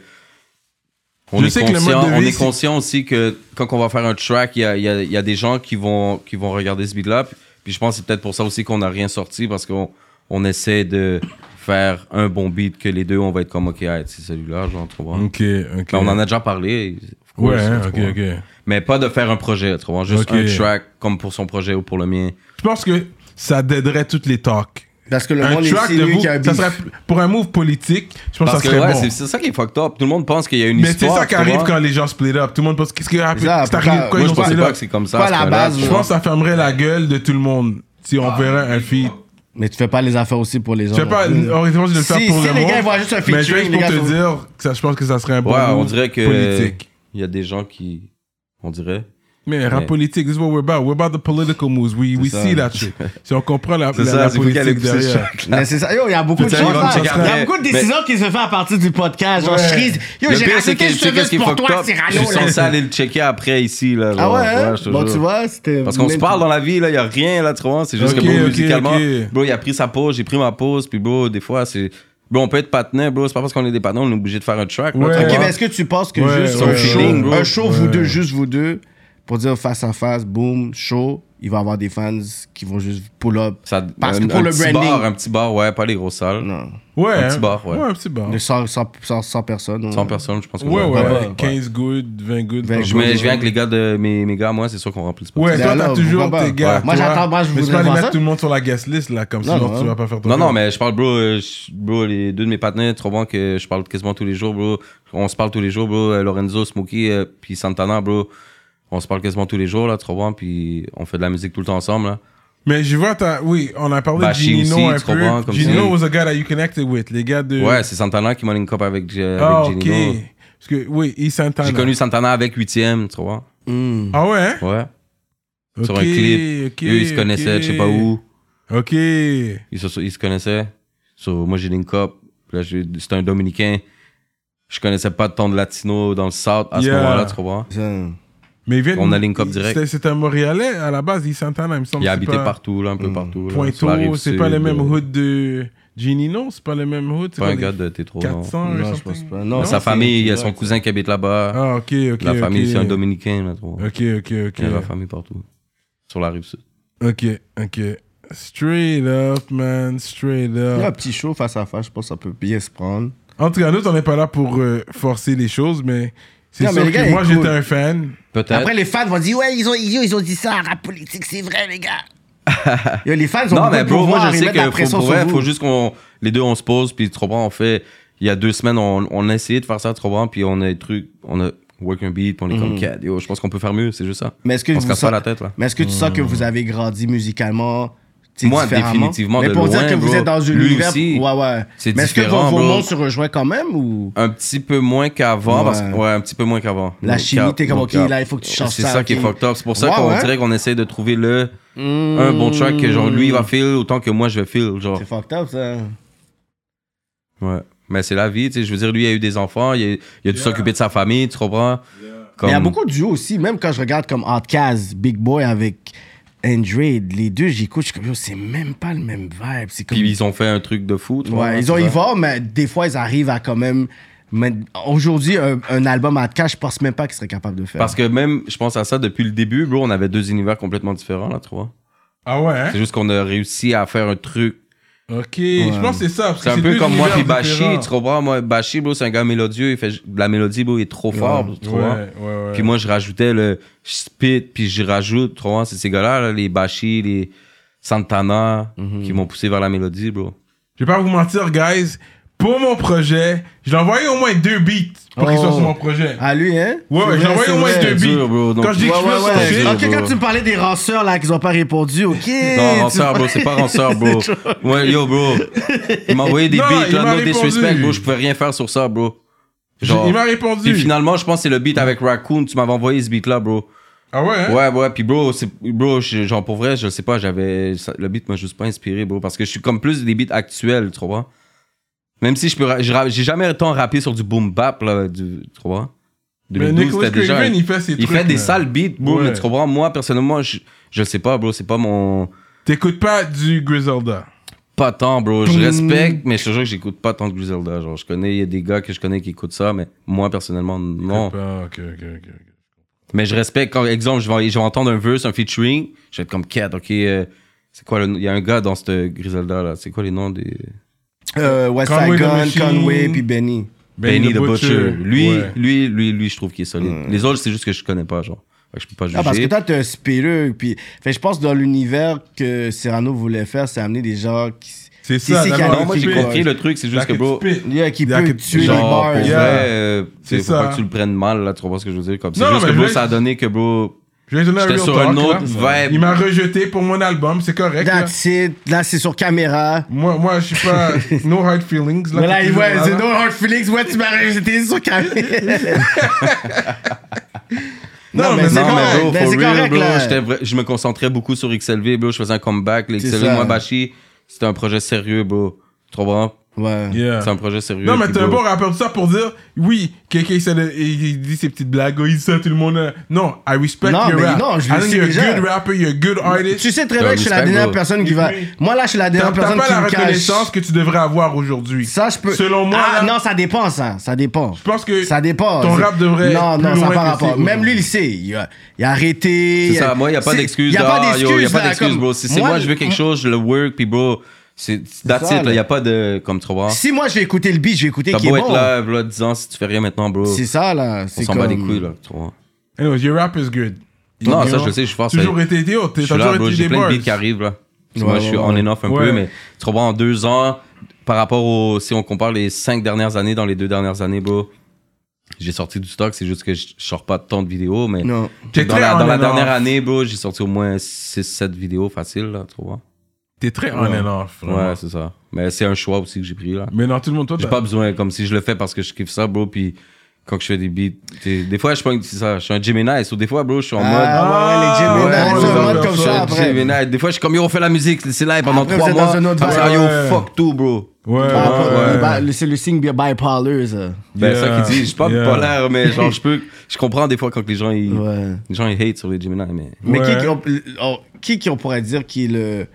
Speaker 3: On,
Speaker 1: Je
Speaker 3: est,
Speaker 1: sais que le
Speaker 3: conscient,
Speaker 1: mode de
Speaker 3: on
Speaker 1: vie,
Speaker 3: est
Speaker 1: c'est-
Speaker 3: conscient aussi que quand on va faire un track, il y a, il y a- il y a des gens qui vont, qui vont regarder ce beat-là. Puis, puis je pense que c'est peut-être pour ça aussi qu'on n'a rien sorti parce qu'on on essaie de faire un bon beat que les deux, on va être comme OK, hey, c'est celui-là, genre, tu comprends?
Speaker 1: Ok, ok.
Speaker 3: Mais on en a déjà parlé. of course,
Speaker 1: Ouais, hein,
Speaker 3: tu
Speaker 1: ok,
Speaker 3: comprends?
Speaker 1: ok.
Speaker 3: Mais pas de faire un projet, tu vois, juste
Speaker 1: Ok.
Speaker 3: un track comme pour son projet ou pour le mien.
Speaker 1: Je pense que ça déderait toutes les talks.
Speaker 2: Parce que le
Speaker 1: un
Speaker 2: monde est
Speaker 1: track de
Speaker 2: sérieux
Speaker 1: vous,
Speaker 2: qui a un
Speaker 1: ça
Speaker 2: beef.
Speaker 1: serait pour un move politique. Je pense
Speaker 3: Parce
Speaker 1: que
Speaker 3: que
Speaker 1: ça serait
Speaker 3: ouais,
Speaker 1: bon.
Speaker 3: c'est- c'est ça qui est fucked up. Tout le monde pense qu'il y a une
Speaker 1: Mais c'est
Speaker 3: histoire.
Speaker 1: ça qui
Speaker 3: tu
Speaker 1: arrive
Speaker 3: vois.
Speaker 1: quand les gens split up. Tout le monde pense qu'est-ce qui a
Speaker 2: Ça,
Speaker 1: C'est
Speaker 2: pourquoi-
Speaker 1: arrivé quand
Speaker 2: Moi,
Speaker 3: Moi,
Speaker 1: ils
Speaker 3: je
Speaker 1: ont
Speaker 3: pensais
Speaker 1: split
Speaker 3: pas
Speaker 1: up.
Speaker 3: que c'est comme ça.
Speaker 2: Pas
Speaker 3: à ce
Speaker 2: la
Speaker 3: point-là,
Speaker 2: base,
Speaker 3: tu
Speaker 1: Je
Speaker 3: vois.
Speaker 1: pense que ça fermerait la gueule de tout le monde si on verrait un feat.
Speaker 2: Mais tu fais pas les affaires aussi pour les gens.
Speaker 1: Je sais pas,
Speaker 2: Ah. non plus.
Speaker 1: on est supposé de le faire
Speaker 2: Si-
Speaker 1: pour
Speaker 2: si
Speaker 1: le
Speaker 2: les
Speaker 1: monde,
Speaker 2: gars, ils voient juste un
Speaker 1: Mais
Speaker 2: featuring,
Speaker 1: juste
Speaker 2: les
Speaker 1: pour
Speaker 2: gars
Speaker 1: te
Speaker 2: sont-
Speaker 1: dire que ça, je pense que ça serait un bon
Speaker 3: Ouais, on
Speaker 1: move
Speaker 3: dirait que.
Speaker 1: politique.
Speaker 3: Il y a des gens qui, on dirait.
Speaker 1: Mais rap
Speaker 3: Ouais.
Speaker 1: politique, this is what we're about. We're about the political moves. We, we
Speaker 3: ça.
Speaker 1: see that
Speaker 3: *laughs*
Speaker 1: shit. Si on comprend la, la, la
Speaker 3: vous qui
Speaker 1: politique
Speaker 3: allez pousser
Speaker 1: derrière.
Speaker 3: chaque-
Speaker 2: Mais c'est ça. Yo, il y a beaucoup de
Speaker 3: Putain,
Speaker 2: choses.
Speaker 3: il va me
Speaker 2: à faire.
Speaker 3: checker
Speaker 2: Il y a
Speaker 3: après.
Speaker 2: beaucoup de
Speaker 3: Mais-
Speaker 2: décisions qui se font à partir du podcast. Genre, je crise. Yo,
Speaker 3: Le
Speaker 2: j'ai raconté
Speaker 3: pire, c'est que
Speaker 2: le
Speaker 3: je sais qu'est-ce qui
Speaker 2: service
Speaker 3: est
Speaker 2: pour
Speaker 3: fucked
Speaker 2: toi,
Speaker 3: up. Je suis
Speaker 2: Cyrano. là.
Speaker 3: censé aller le checker après ici. Là,
Speaker 2: Ah
Speaker 3: genre.
Speaker 2: ouais, hein?
Speaker 3: je te
Speaker 2: Bon,
Speaker 3: jure.
Speaker 2: tu vois, c'était.
Speaker 3: Parce qu'on se parle dans la vie, là, il n'y a rien, là, tu vois. C'est juste
Speaker 1: Ok,
Speaker 3: que, bro,
Speaker 1: ok,
Speaker 3: musicalement,
Speaker 1: ok.
Speaker 3: bro, il a pris sa pause, j'ai pris ma pause, puis, bro, des fois, c'est. Bro, on peut être partenaire, bro, c'est pas parce qu'on est des partenaires, on est obligé de faire un track. là,
Speaker 1: Ouais.
Speaker 3: tu
Speaker 2: Ok,
Speaker 3: vois.
Speaker 2: mais est-ce que tu penses que
Speaker 1: Ouais,
Speaker 2: juste
Speaker 1: ouais,
Speaker 2: un
Speaker 1: ouais.
Speaker 2: show,
Speaker 3: Feeling, bro.
Speaker 2: un show vous deux, juste vous deux, pour dire face à face, boom, show, il va y avoir des fans qui vont juste pull up.
Speaker 3: Ça-
Speaker 2: Parce
Speaker 3: un,
Speaker 2: que pour
Speaker 3: un
Speaker 2: le
Speaker 3: petit
Speaker 2: branding-
Speaker 3: Bar, un petit bar, ouais, pas les grosses salles.
Speaker 2: Non.
Speaker 1: Ouais.
Speaker 3: Un
Speaker 1: hein.
Speaker 3: petit bar, ouais.
Speaker 1: Ouais, un petit bar.
Speaker 2: De 100, 100, 100, 100 personnes. hein. on-
Speaker 3: 100 personnes, je pense que
Speaker 1: Ouais,
Speaker 3: ça
Speaker 1: ouais.
Speaker 3: va.
Speaker 2: ouais.
Speaker 1: 15 good, 20 good.
Speaker 2: Vingt
Speaker 1: par
Speaker 3: Je,
Speaker 2: good.
Speaker 1: jour.
Speaker 3: mets- je viens avec les gars de mes, mes gars, moi, c'est sûr qu'on remplit le spot.
Speaker 1: Ouais, toi,
Speaker 2: Ben
Speaker 1: t'as
Speaker 2: là,
Speaker 1: toujours
Speaker 2: pourquoi
Speaker 1: tes
Speaker 2: pas?
Speaker 1: gars.
Speaker 2: Ouais. Moi,
Speaker 1: toi.
Speaker 2: j'attends, moi, je
Speaker 1: Mais tu peux
Speaker 2: voudrais
Speaker 1: aller
Speaker 2: voir
Speaker 1: mettre
Speaker 2: ça.
Speaker 1: tout le monde sur la guest list, là, comme
Speaker 2: Non,
Speaker 1: sinon
Speaker 2: non.
Speaker 1: tu vas pas faire ton
Speaker 3: Non,
Speaker 1: film.
Speaker 3: non, mais je parle, bro, euh, je- bro les deux de mes partenaires, trop bon que je parle quasiment tous les jours, bro. On se parle tous les jours, bro. euh, Lorenzo, Smokey, euh, puis Santana, bro. On se parle quasiment tous les jours, là, trop bon, puis on fait de la musique tout le temps ensemble, là.
Speaker 1: Mais je vois, t'as- oui, on a parlé de
Speaker 3: Bashing
Speaker 1: Gino
Speaker 3: Bah, aussi,
Speaker 1: un
Speaker 3: tu comprends,
Speaker 1: peu.
Speaker 3: comme
Speaker 1: Gino
Speaker 3: ça.
Speaker 1: was a guy that you connected with, les gars de.
Speaker 3: Ouais, c'est Santana qui m'a link up avec,
Speaker 1: Euh.
Speaker 3: euh,
Speaker 1: Ah,
Speaker 3: avec
Speaker 1: ok.
Speaker 3: Genino.
Speaker 1: Parce que, oui, il s'entend.
Speaker 3: J'ai connu Santana avec 8ème, tu vois.
Speaker 2: Hmm.
Speaker 1: Ah ouais? hein?
Speaker 3: Ouais. Sur
Speaker 1: Ok,
Speaker 3: un clip.
Speaker 1: ok,
Speaker 3: Eux, ils se connaissaient,
Speaker 1: ok.
Speaker 3: je sais pas où.
Speaker 1: Ok.
Speaker 3: Ils se, ils se connaissaient. So, moi, j'ai link up. Puis Là, j'ai- c'était un Dominicain. Je connaissais pas tant de Latino dans le South à
Speaker 1: Yeah.
Speaker 3: ce moment-là, tu comprends?
Speaker 2: Ça-
Speaker 1: Mais il vient de-
Speaker 3: On a link up direct.
Speaker 1: C'est- C'est un Montréalais à la base, il s'entend, il me semble.
Speaker 3: Il
Speaker 1: c'est
Speaker 3: habitait
Speaker 1: pas-
Speaker 3: partout, là, un peu
Speaker 2: Mm.
Speaker 3: partout. là, sur la rive
Speaker 1: Pointeau, c'est pas
Speaker 3: sud,
Speaker 1: les mêmes
Speaker 3: euh,
Speaker 1: hoods de Ginino, c'est pas les mêmes hoods.
Speaker 3: Pas un
Speaker 1: quoi,
Speaker 3: gars
Speaker 1: des
Speaker 3: de Tétro, non.
Speaker 1: 400
Speaker 2: Non,
Speaker 1: or
Speaker 2: je pense
Speaker 1: something?
Speaker 2: pas. Non,
Speaker 3: Sa
Speaker 2: c'est-
Speaker 3: famille, il y a son
Speaker 2: ouais.
Speaker 3: cousin qui habite là-bas.
Speaker 1: Ah, ok, ok.
Speaker 3: La famille,
Speaker 1: ok.
Speaker 3: c'est un Dominicain, là, tu vois.
Speaker 1: Ok, ok, ok.
Speaker 3: Il y a la famille partout. Sur la rive sud.
Speaker 1: Ok, ok. Straight up, man, straight
Speaker 2: Il y a un
Speaker 1: up.
Speaker 2: petit show face à face, je pense que ça peut bien se prendre.
Speaker 1: En tout cas, nous, on n'est pas là pour euh, forcer les choses, mais c'est
Speaker 2: Non, mais
Speaker 1: sûr
Speaker 2: les gars,
Speaker 1: que moi,
Speaker 2: écoute.
Speaker 1: j'étais un fan.
Speaker 3: Peut-être.
Speaker 2: Après, les fans vont dire, ouais, ils ont, ils ont, ils ont dit ça, rap politique, c'est vrai, les
Speaker 3: *laughs*
Speaker 2: gars. Yo, les fans ont
Speaker 3: Non,
Speaker 2: beaucoup
Speaker 3: mais
Speaker 2: de
Speaker 3: bro,
Speaker 2: pouvoir,
Speaker 3: moi, je
Speaker 2: ils
Speaker 3: sais
Speaker 2: mettent la
Speaker 3: que
Speaker 2: pression
Speaker 3: faut, pour
Speaker 2: sur
Speaker 3: vrai,
Speaker 2: vous.
Speaker 3: faut juste qu'on. Les deux, on se pose, puis tu comprends, on fait. Il y a deux semaines, on, on a essayé de faire ça, tu comprends, puis on a des trucs. On a work un beat, puis on est comme cat. Yo, je pense qu'on peut faire mieux, c'est juste ça.
Speaker 2: Hmm. Mais est-ce que
Speaker 3: on se
Speaker 2: vous
Speaker 3: casse pas
Speaker 2: sent-
Speaker 3: la tête, là.
Speaker 2: Mais est-ce que tu sens que vous avez grandi musicalement tu sais,
Speaker 3: Moi,
Speaker 2: différemment?
Speaker 3: définitivement,
Speaker 2: Mais
Speaker 3: de
Speaker 2: pour dire
Speaker 3: loin,
Speaker 2: que vous
Speaker 3: bro.
Speaker 2: êtes dans un
Speaker 3: Lui
Speaker 2: univers.
Speaker 3: aussi,
Speaker 2: ouais, ouais.
Speaker 3: c'est
Speaker 2: Mais est-ce que vos,
Speaker 3: différent,
Speaker 2: vos
Speaker 3: bro.
Speaker 2: mondes se rejoint quand même ou.
Speaker 3: Un petit peu moins qu'avant,
Speaker 2: Ouais.
Speaker 3: parce que. Ouais, un petit peu moins qu'avant.
Speaker 2: La
Speaker 3: Donc,
Speaker 2: chimie, t'es comme,
Speaker 3: donc,
Speaker 2: ok, là, il faut que tu changes
Speaker 3: C'est
Speaker 2: ça,
Speaker 3: ça qui est
Speaker 2: ok.
Speaker 3: fucked up. C'est pour ça
Speaker 2: Ouais,
Speaker 3: qu'on
Speaker 2: ouais. Hmm.
Speaker 3: dirait qu'on essaie de trouver le. Un bon track que, genre, lui, il va feel autant que moi, je vais feel, genre.
Speaker 2: C'est fucked up, ça.
Speaker 3: Ouais. Mais c'est la vie, tu sais. Je veux dire, lui, il a eu des enfants, il a, il a dû s'occuper de sa famille, tu comprends?
Speaker 2: Mais il y a
Speaker 3: Comme-
Speaker 2: beaucoup de duos aussi, même quand je regarde comme Outkast, Big Boy avec Andre, les deux, j'écoute, je suis comme, yo, c'est même pas le même vibe. C'est comme.
Speaker 3: Puis ils ont fait un truc de fou. tu vois,
Speaker 2: Ouais, ils
Speaker 3: c'est
Speaker 2: ont
Speaker 3: ça.
Speaker 2: y va, mais des fois, ils arrivent à quand même. mais Aujourd'hui, un, un album Outkast, je pense même pas qu'ils seraient capables de faire.
Speaker 3: Parce que même, je pense à ça, depuis le début, bro, on avait deux univers complètement différents, là, tu vois.
Speaker 1: Ah ouais, hein?
Speaker 3: C'est juste qu'on a réussi à faire un truc.
Speaker 1: Ok, je pense que c'est ça. parce
Speaker 3: C'est
Speaker 1: que
Speaker 3: un peu
Speaker 1: deux
Speaker 3: comme moi
Speaker 1: univers
Speaker 3: puis Bashi,
Speaker 1: différents.
Speaker 3: tu comprends? Moi, Bashi, bro, c'est un gars mélodieux, il fait ju- la mélodie, bro, il est trop fort, bro, tu vois.
Speaker 1: Ouais, ouais, ouais.
Speaker 3: Puis moi, je rajoutais le je spit, puis je rajoute, tu vois, c'est ces gars-là, là, les Bashi, les Santana, qui m'ont poussé vers la mélodie, bro.
Speaker 1: Je vais pas vous mentir, guys. Pour mon projet, je l'ai envoyé au moins deux beats pour qu'il
Speaker 2: Oh.
Speaker 1: soit sur mon projet.
Speaker 2: À lui, hein?
Speaker 1: Ouais,
Speaker 2: C'est
Speaker 1: ouais, j'ai
Speaker 2: vrai,
Speaker 1: envoyé
Speaker 2: c'est
Speaker 1: au moins
Speaker 2: vrai.
Speaker 1: deux
Speaker 3: Dur,
Speaker 1: beats.
Speaker 3: bro, donc-
Speaker 1: Quand je dis que
Speaker 2: Ouais,
Speaker 1: je suis sur
Speaker 2: ouais,
Speaker 1: shit,
Speaker 2: ouais.
Speaker 3: Dur,
Speaker 2: Ok,
Speaker 3: bro.
Speaker 2: quand tu me parlais des ranceurs là qu'ils ont pas répondu, ok.
Speaker 1: *laughs*
Speaker 3: Non,
Speaker 2: tu
Speaker 3: ranceur, bro,
Speaker 2: vois.
Speaker 3: c'est pas ranceur, bro. Ouais, yo, bro. Il m'a envoyé des
Speaker 1: Non,
Speaker 3: beats,
Speaker 1: il m'a
Speaker 3: là, no
Speaker 1: répondu.
Speaker 3: disrespect, bro, je pouvais rien faire sur ça, bro.
Speaker 1: il m'a répondu.
Speaker 3: Puis finalement, je pense que c'est le beat avec Raccoon, tu m'avais envoyé ce beat-là, bro.
Speaker 1: Ah ouais, hein?
Speaker 3: Ouais, ouais, puis bro, c'est- bro je- genre pour vrai, je sais pas, j'avais. ça- Le beat m'a juste pas inspiré, bro, parce que je suis comme plus des beats actuels, tu vois. Même si je peux. ra- je ra- J'ai jamais tant rappé sur du boom bap, là, du, tu vois.
Speaker 1: Mais
Speaker 3: 2012,
Speaker 1: Nicolas
Speaker 3: c'était déjà un-
Speaker 1: Craven, il fait ses
Speaker 3: il
Speaker 1: trucs.
Speaker 3: fait des
Speaker 1: là.
Speaker 3: sales beats, bro,
Speaker 1: Ouais.
Speaker 3: mais tu comprends, moi, personnellement, je, je sais pas, bro, c'est pas mon.
Speaker 1: T'écoutes pas du Griselda.
Speaker 3: Pas tant, bro. Je respecte, mais je te jure que j'écoute pas tant que Griselda. Genre, je connais, il y a des gars que je connais qui écoutent ça, mais moi, personnellement, non.
Speaker 1: Ah, ok, ok, ok. ok.
Speaker 3: Mais je respecte, quand, exemple, je vais, je vais entendre un verse, un featuring, je vais être comme Cat, ok. euh, c'est quoi le nom? Il y a un gars dans cette Griselda là. C'est quoi les noms des.
Speaker 2: Euh, West Side
Speaker 1: Conway the
Speaker 2: Gun,
Speaker 1: Machine.
Speaker 2: Conway, puis Benny.
Speaker 3: Benny, the Butcher. Lui,
Speaker 1: Ben, Ouais.
Speaker 3: lui, lui, lui, je trouve qu'il est solide. Les autres, c'est juste que je connais pas, genre. Fait que je peux pas juger.
Speaker 2: Hmm. Ah, parce que toi, t'es un spéreux. Puis, fait, je pense que dans l'univers que Cyrano voulait faire, c'est amener des gens qui.
Speaker 1: C'est
Speaker 2: qui
Speaker 1: ça,
Speaker 2: c'est qui
Speaker 1: d'abord,
Speaker 2: a-
Speaker 3: non, moi, j'ai
Speaker 2: qui-
Speaker 3: compris le truc, c'est
Speaker 1: Là
Speaker 3: juste que,
Speaker 1: tu
Speaker 3: bro.
Speaker 1: spit.
Speaker 2: Yeah, qui
Speaker 1: Là
Speaker 2: peut
Speaker 1: que-
Speaker 2: tuer les
Speaker 3: Genre,
Speaker 2: bars.
Speaker 3: pour
Speaker 1: yeah.
Speaker 3: vrai, euh,
Speaker 1: C'est
Speaker 3: c'est faut
Speaker 1: ça.
Speaker 3: pas que tu le prennes mal, là, tu vois ce que je veux dire. Comme c'est
Speaker 1: Non,
Speaker 3: juste
Speaker 1: mais
Speaker 3: que, bro,
Speaker 1: je-
Speaker 3: ça a donné que, bro,
Speaker 1: Je lui ai donné un
Speaker 3: J'étais
Speaker 1: real
Speaker 3: sur
Speaker 1: talk,
Speaker 3: un autre
Speaker 1: là.
Speaker 3: vibe.
Speaker 1: Il m'a rejeté pour mon album, c'est correct. là.
Speaker 2: That's it. Là, c'est sur caméra.
Speaker 1: Moi, moi, je
Speaker 2: *laughs*
Speaker 1: suis pas. No hard feelings.
Speaker 2: Mais là, il
Speaker 1: t'es toujours
Speaker 2: voit,
Speaker 1: là,
Speaker 2: c'est
Speaker 1: là.
Speaker 2: No Hard Feelings, ouais, tu m'as rejeté sur
Speaker 1: *laughs*
Speaker 2: caméra.
Speaker 1: Non, mais c'est
Speaker 3: Non, mais
Speaker 1: correct.
Speaker 3: bro,
Speaker 2: Ben,
Speaker 3: for
Speaker 2: c'est
Speaker 3: real,
Speaker 2: correct,
Speaker 3: bro,
Speaker 2: là.
Speaker 3: j'étais vra- je me concentrais beaucoup sur XLV, bro. Je faisais un comeback. Les
Speaker 2: C'est
Speaker 3: XLV,
Speaker 2: ça.
Speaker 3: moi, Bashi, c'était un projet sérieux, bro. Tu comprends?
Speaker 2: Ouais.
Speaker 1: Yeah.
Speaker 3: C'est un projet sérieux.
Speaker 1: Non, mais
Speaker 3: puis,
Speaker 1: t'es un
Speaker 3: bro,
Speaker 1: bon rappeur de ça pour dire, oui, KK, c'est le- il il dit ses petites blagues, oh, il dit ça, tout le monde. euh, Non, I respect
Speaker 2: Non,
Speaker 1: your
Speaker 2: mais
Speaker 1: rap.
Speaker 2: non, je le
Speaker 1: I think
Speaker 2: sais
Speaker 1: you're
Speaker 2: déjà.
Speaker 1: a good rapper, you're a good artist.
Speaker 2: Tu sais très bien
Speaker 3: Non,
Speaker 2: que je suis la
Speaker 3: respect,
Speaker 2: dernière
Speaker 3: bro.
Speaker 2: personne qui va.
Speaker 1: Oui.
Speaker 2: Moi, là, je suis la
Speaker 1: T'as
Speaker 2: dernière
Speaker 1: t'as
Speaker 2: personne
Speaker 1: pas
Speaker 2: qui
Speaker 1: la
Speaker 2: me cache.
Speaker 1: reconnaissance que tu devrais avoir aujourd'hui.
Speaker 2: Ça, je peux.
Speaker 1: Selon moi,
Speaker 2: Ah,
Speaker 1: là-
Speaker 2: non, ça dépend, ça. Ça dépend.
Speaker 1: Je pense que
Speaker 2: Ça dépend.
Speaker 1: ton
Speaker 2: C'est-
Speaker 1: rap devrait
Speaker 2: Non,
Speaker 1: être
Speaker 2: non,
Speaker 1: plus
Speaker 2: ça
Speaker 1: loin
Speaker 2: par
Speaker 1: que
Speaker 2: rapport.
Speaker 1: c'est,
Speaker 2: Même
Speaker 1: bro.
Speaker 2: lui, il sait. Il a, il a arrêté.
Speaker 3: C'est
Speaker 2: il
Speaker 3: ça, moi, il n'y a pas
Speaker 2: c'est-
Speaker 3: d'excuse.
Speaker 2: Il n'y a pas
Speaker 3: là.
Speaker 2: d'excuse.
Speaker 3: Yo, y a pas
Speaker 2: là,
Speaker 3: d'excuse,
Speaker 2: comme-
Speaker 3: bro. Si c'est moi, je veux quelque chose, je le work, puis bro, c'est that's
Speaker 2: ça,
Speaker 3: it,
Speaker 2: là.
Speaker 3: là. Y a pas de. Comme tu comprends?
Speaker 2: Si moi, je vais écouter le beat, je vais écouter
Speaker 3: hein. T'as
Speaker 2: qui est
Speaker 3: beau être
Speaker 2: bon.
Speaker 3: là, là, 10 ans, si tu fais rien maintenant, bro.
Speaker 2: C'est ça, là.
Speaker 3: On
Speaker 2: C'est
Speaker 3: s'en bat les
Speaker 2: comme-
Speaker 3: couilles, là. Tu comprends?
Speaker 1: Anyways, your rap is good.
Speaker 3: Non,
Speaker 1: You
Speaker 3: ça,
Speaker 1: know?
Speaker 3: je le sais, je suis fort. ça.
Speaker 1: Toujours été idiot, t'as
Speaker 3: Je suis là,
Speaker 1: toujours
Speaker 3: bro,
Speaker 1: été
Speaker 3: j'ai
Speaker 1: des
Speaker 3: plein
Speaker 1: bars.
Speaker 3: de beats qui arrivent là. Tu vois,
Speaker 2: Ouais,
Speaker 3: je suis
Speaker 2: ouais,
Speaker 3: on and off un
Speaker 1: Ouais.
Speaker 3: peu, mais tu comprends, en deux ans, par rapport au. Si on compare les cinq dernières années, dans les deux dernières années, bro, j'ai sorti du stock, c'est juste que je je sors pas tant de vidéos, mais.
Speaker 2: Non.
Speaker 1: T'es
Speaker 3: Dans
Speaker 1: très
Speaker 3: la,
Speaker 1: on
Speaker 3: dans la
Speaker 1: and
Speaker 3: dernière
Speaker 1: off.
Speaker 3: année, bro, j'ai sorti au moins 6-7 vidéos faciles, là, tu vois.
Speaker 1: T'es très on and off. vraiment. Ben.
Speaker 3: Ouais, c'est ça. Mais c'est un choix aussi que j'ai pris, là.
Speaker 1: Mais non, tout le monde, toi,
Speaker 3: J'ai
Speaker 1: t'as-
Speaker 3: pas besoin, comme si je le fais parce que je kiffe ça, bro, puis quand je fais des beats, t'es- des fois, je pogne, c'est ça, je suis un Gemini, ou des fois, bro, je suis en mode...
Speaker 2: Ah, ouais, ouais, les
Speaker 1: Ah,
Speaker 2: Gemini,
Speaker 1: ouais,
Speaker 2: ils sont en
Speaker 1: ouais,
Speaker 2: mode
Speaker 1: ouais,
Speaker 2: comme
Speaker 1: ouais,
Speaker 2: ça,
Speaker 1: ouais,
Speaker 2: après.
Speaker 3: Gemini. Des fois, je suis comme, yo, on fait la musique, c'est live pendant
Speaker 2: Après,
Speaker 3: trois
Speaker 2: vous êtes
Speaker 3: mois.
Speaker 2: dans un autre
Speaker 3: Après,
Speaker 2: vibe.
Speaker 3: yo,
Speaker 1: Ouais.
Speaker 3: fuck tout, bro.
Speaker 1: Ouais, ouais,
Speaker 2: Ah, pas-
Speaker 1: ouais.
Speaker 2: bah, le- C'est le signe bi- euh. bipolar, ça.
Speaker 3: Ben,
Speaker 1: Yeah.
Speaker 3: ça qui dit, je suis pas
Speaker 1: Yeah.
Speaker 3: bipolaire, mais genre, je
Speaker 1: *laughs*
Speaker 3: peux, je comprends des fois quand les gens, ils,
Speaker 2: Ouais.
Speaker 3: les gens, ils hate sur les Gemini, mais...
Speaker 2: Mais
Speaker 1: Ouais.
Speaker 2: qui, qui, on, on- qui, qui on pourrait dire qui est le,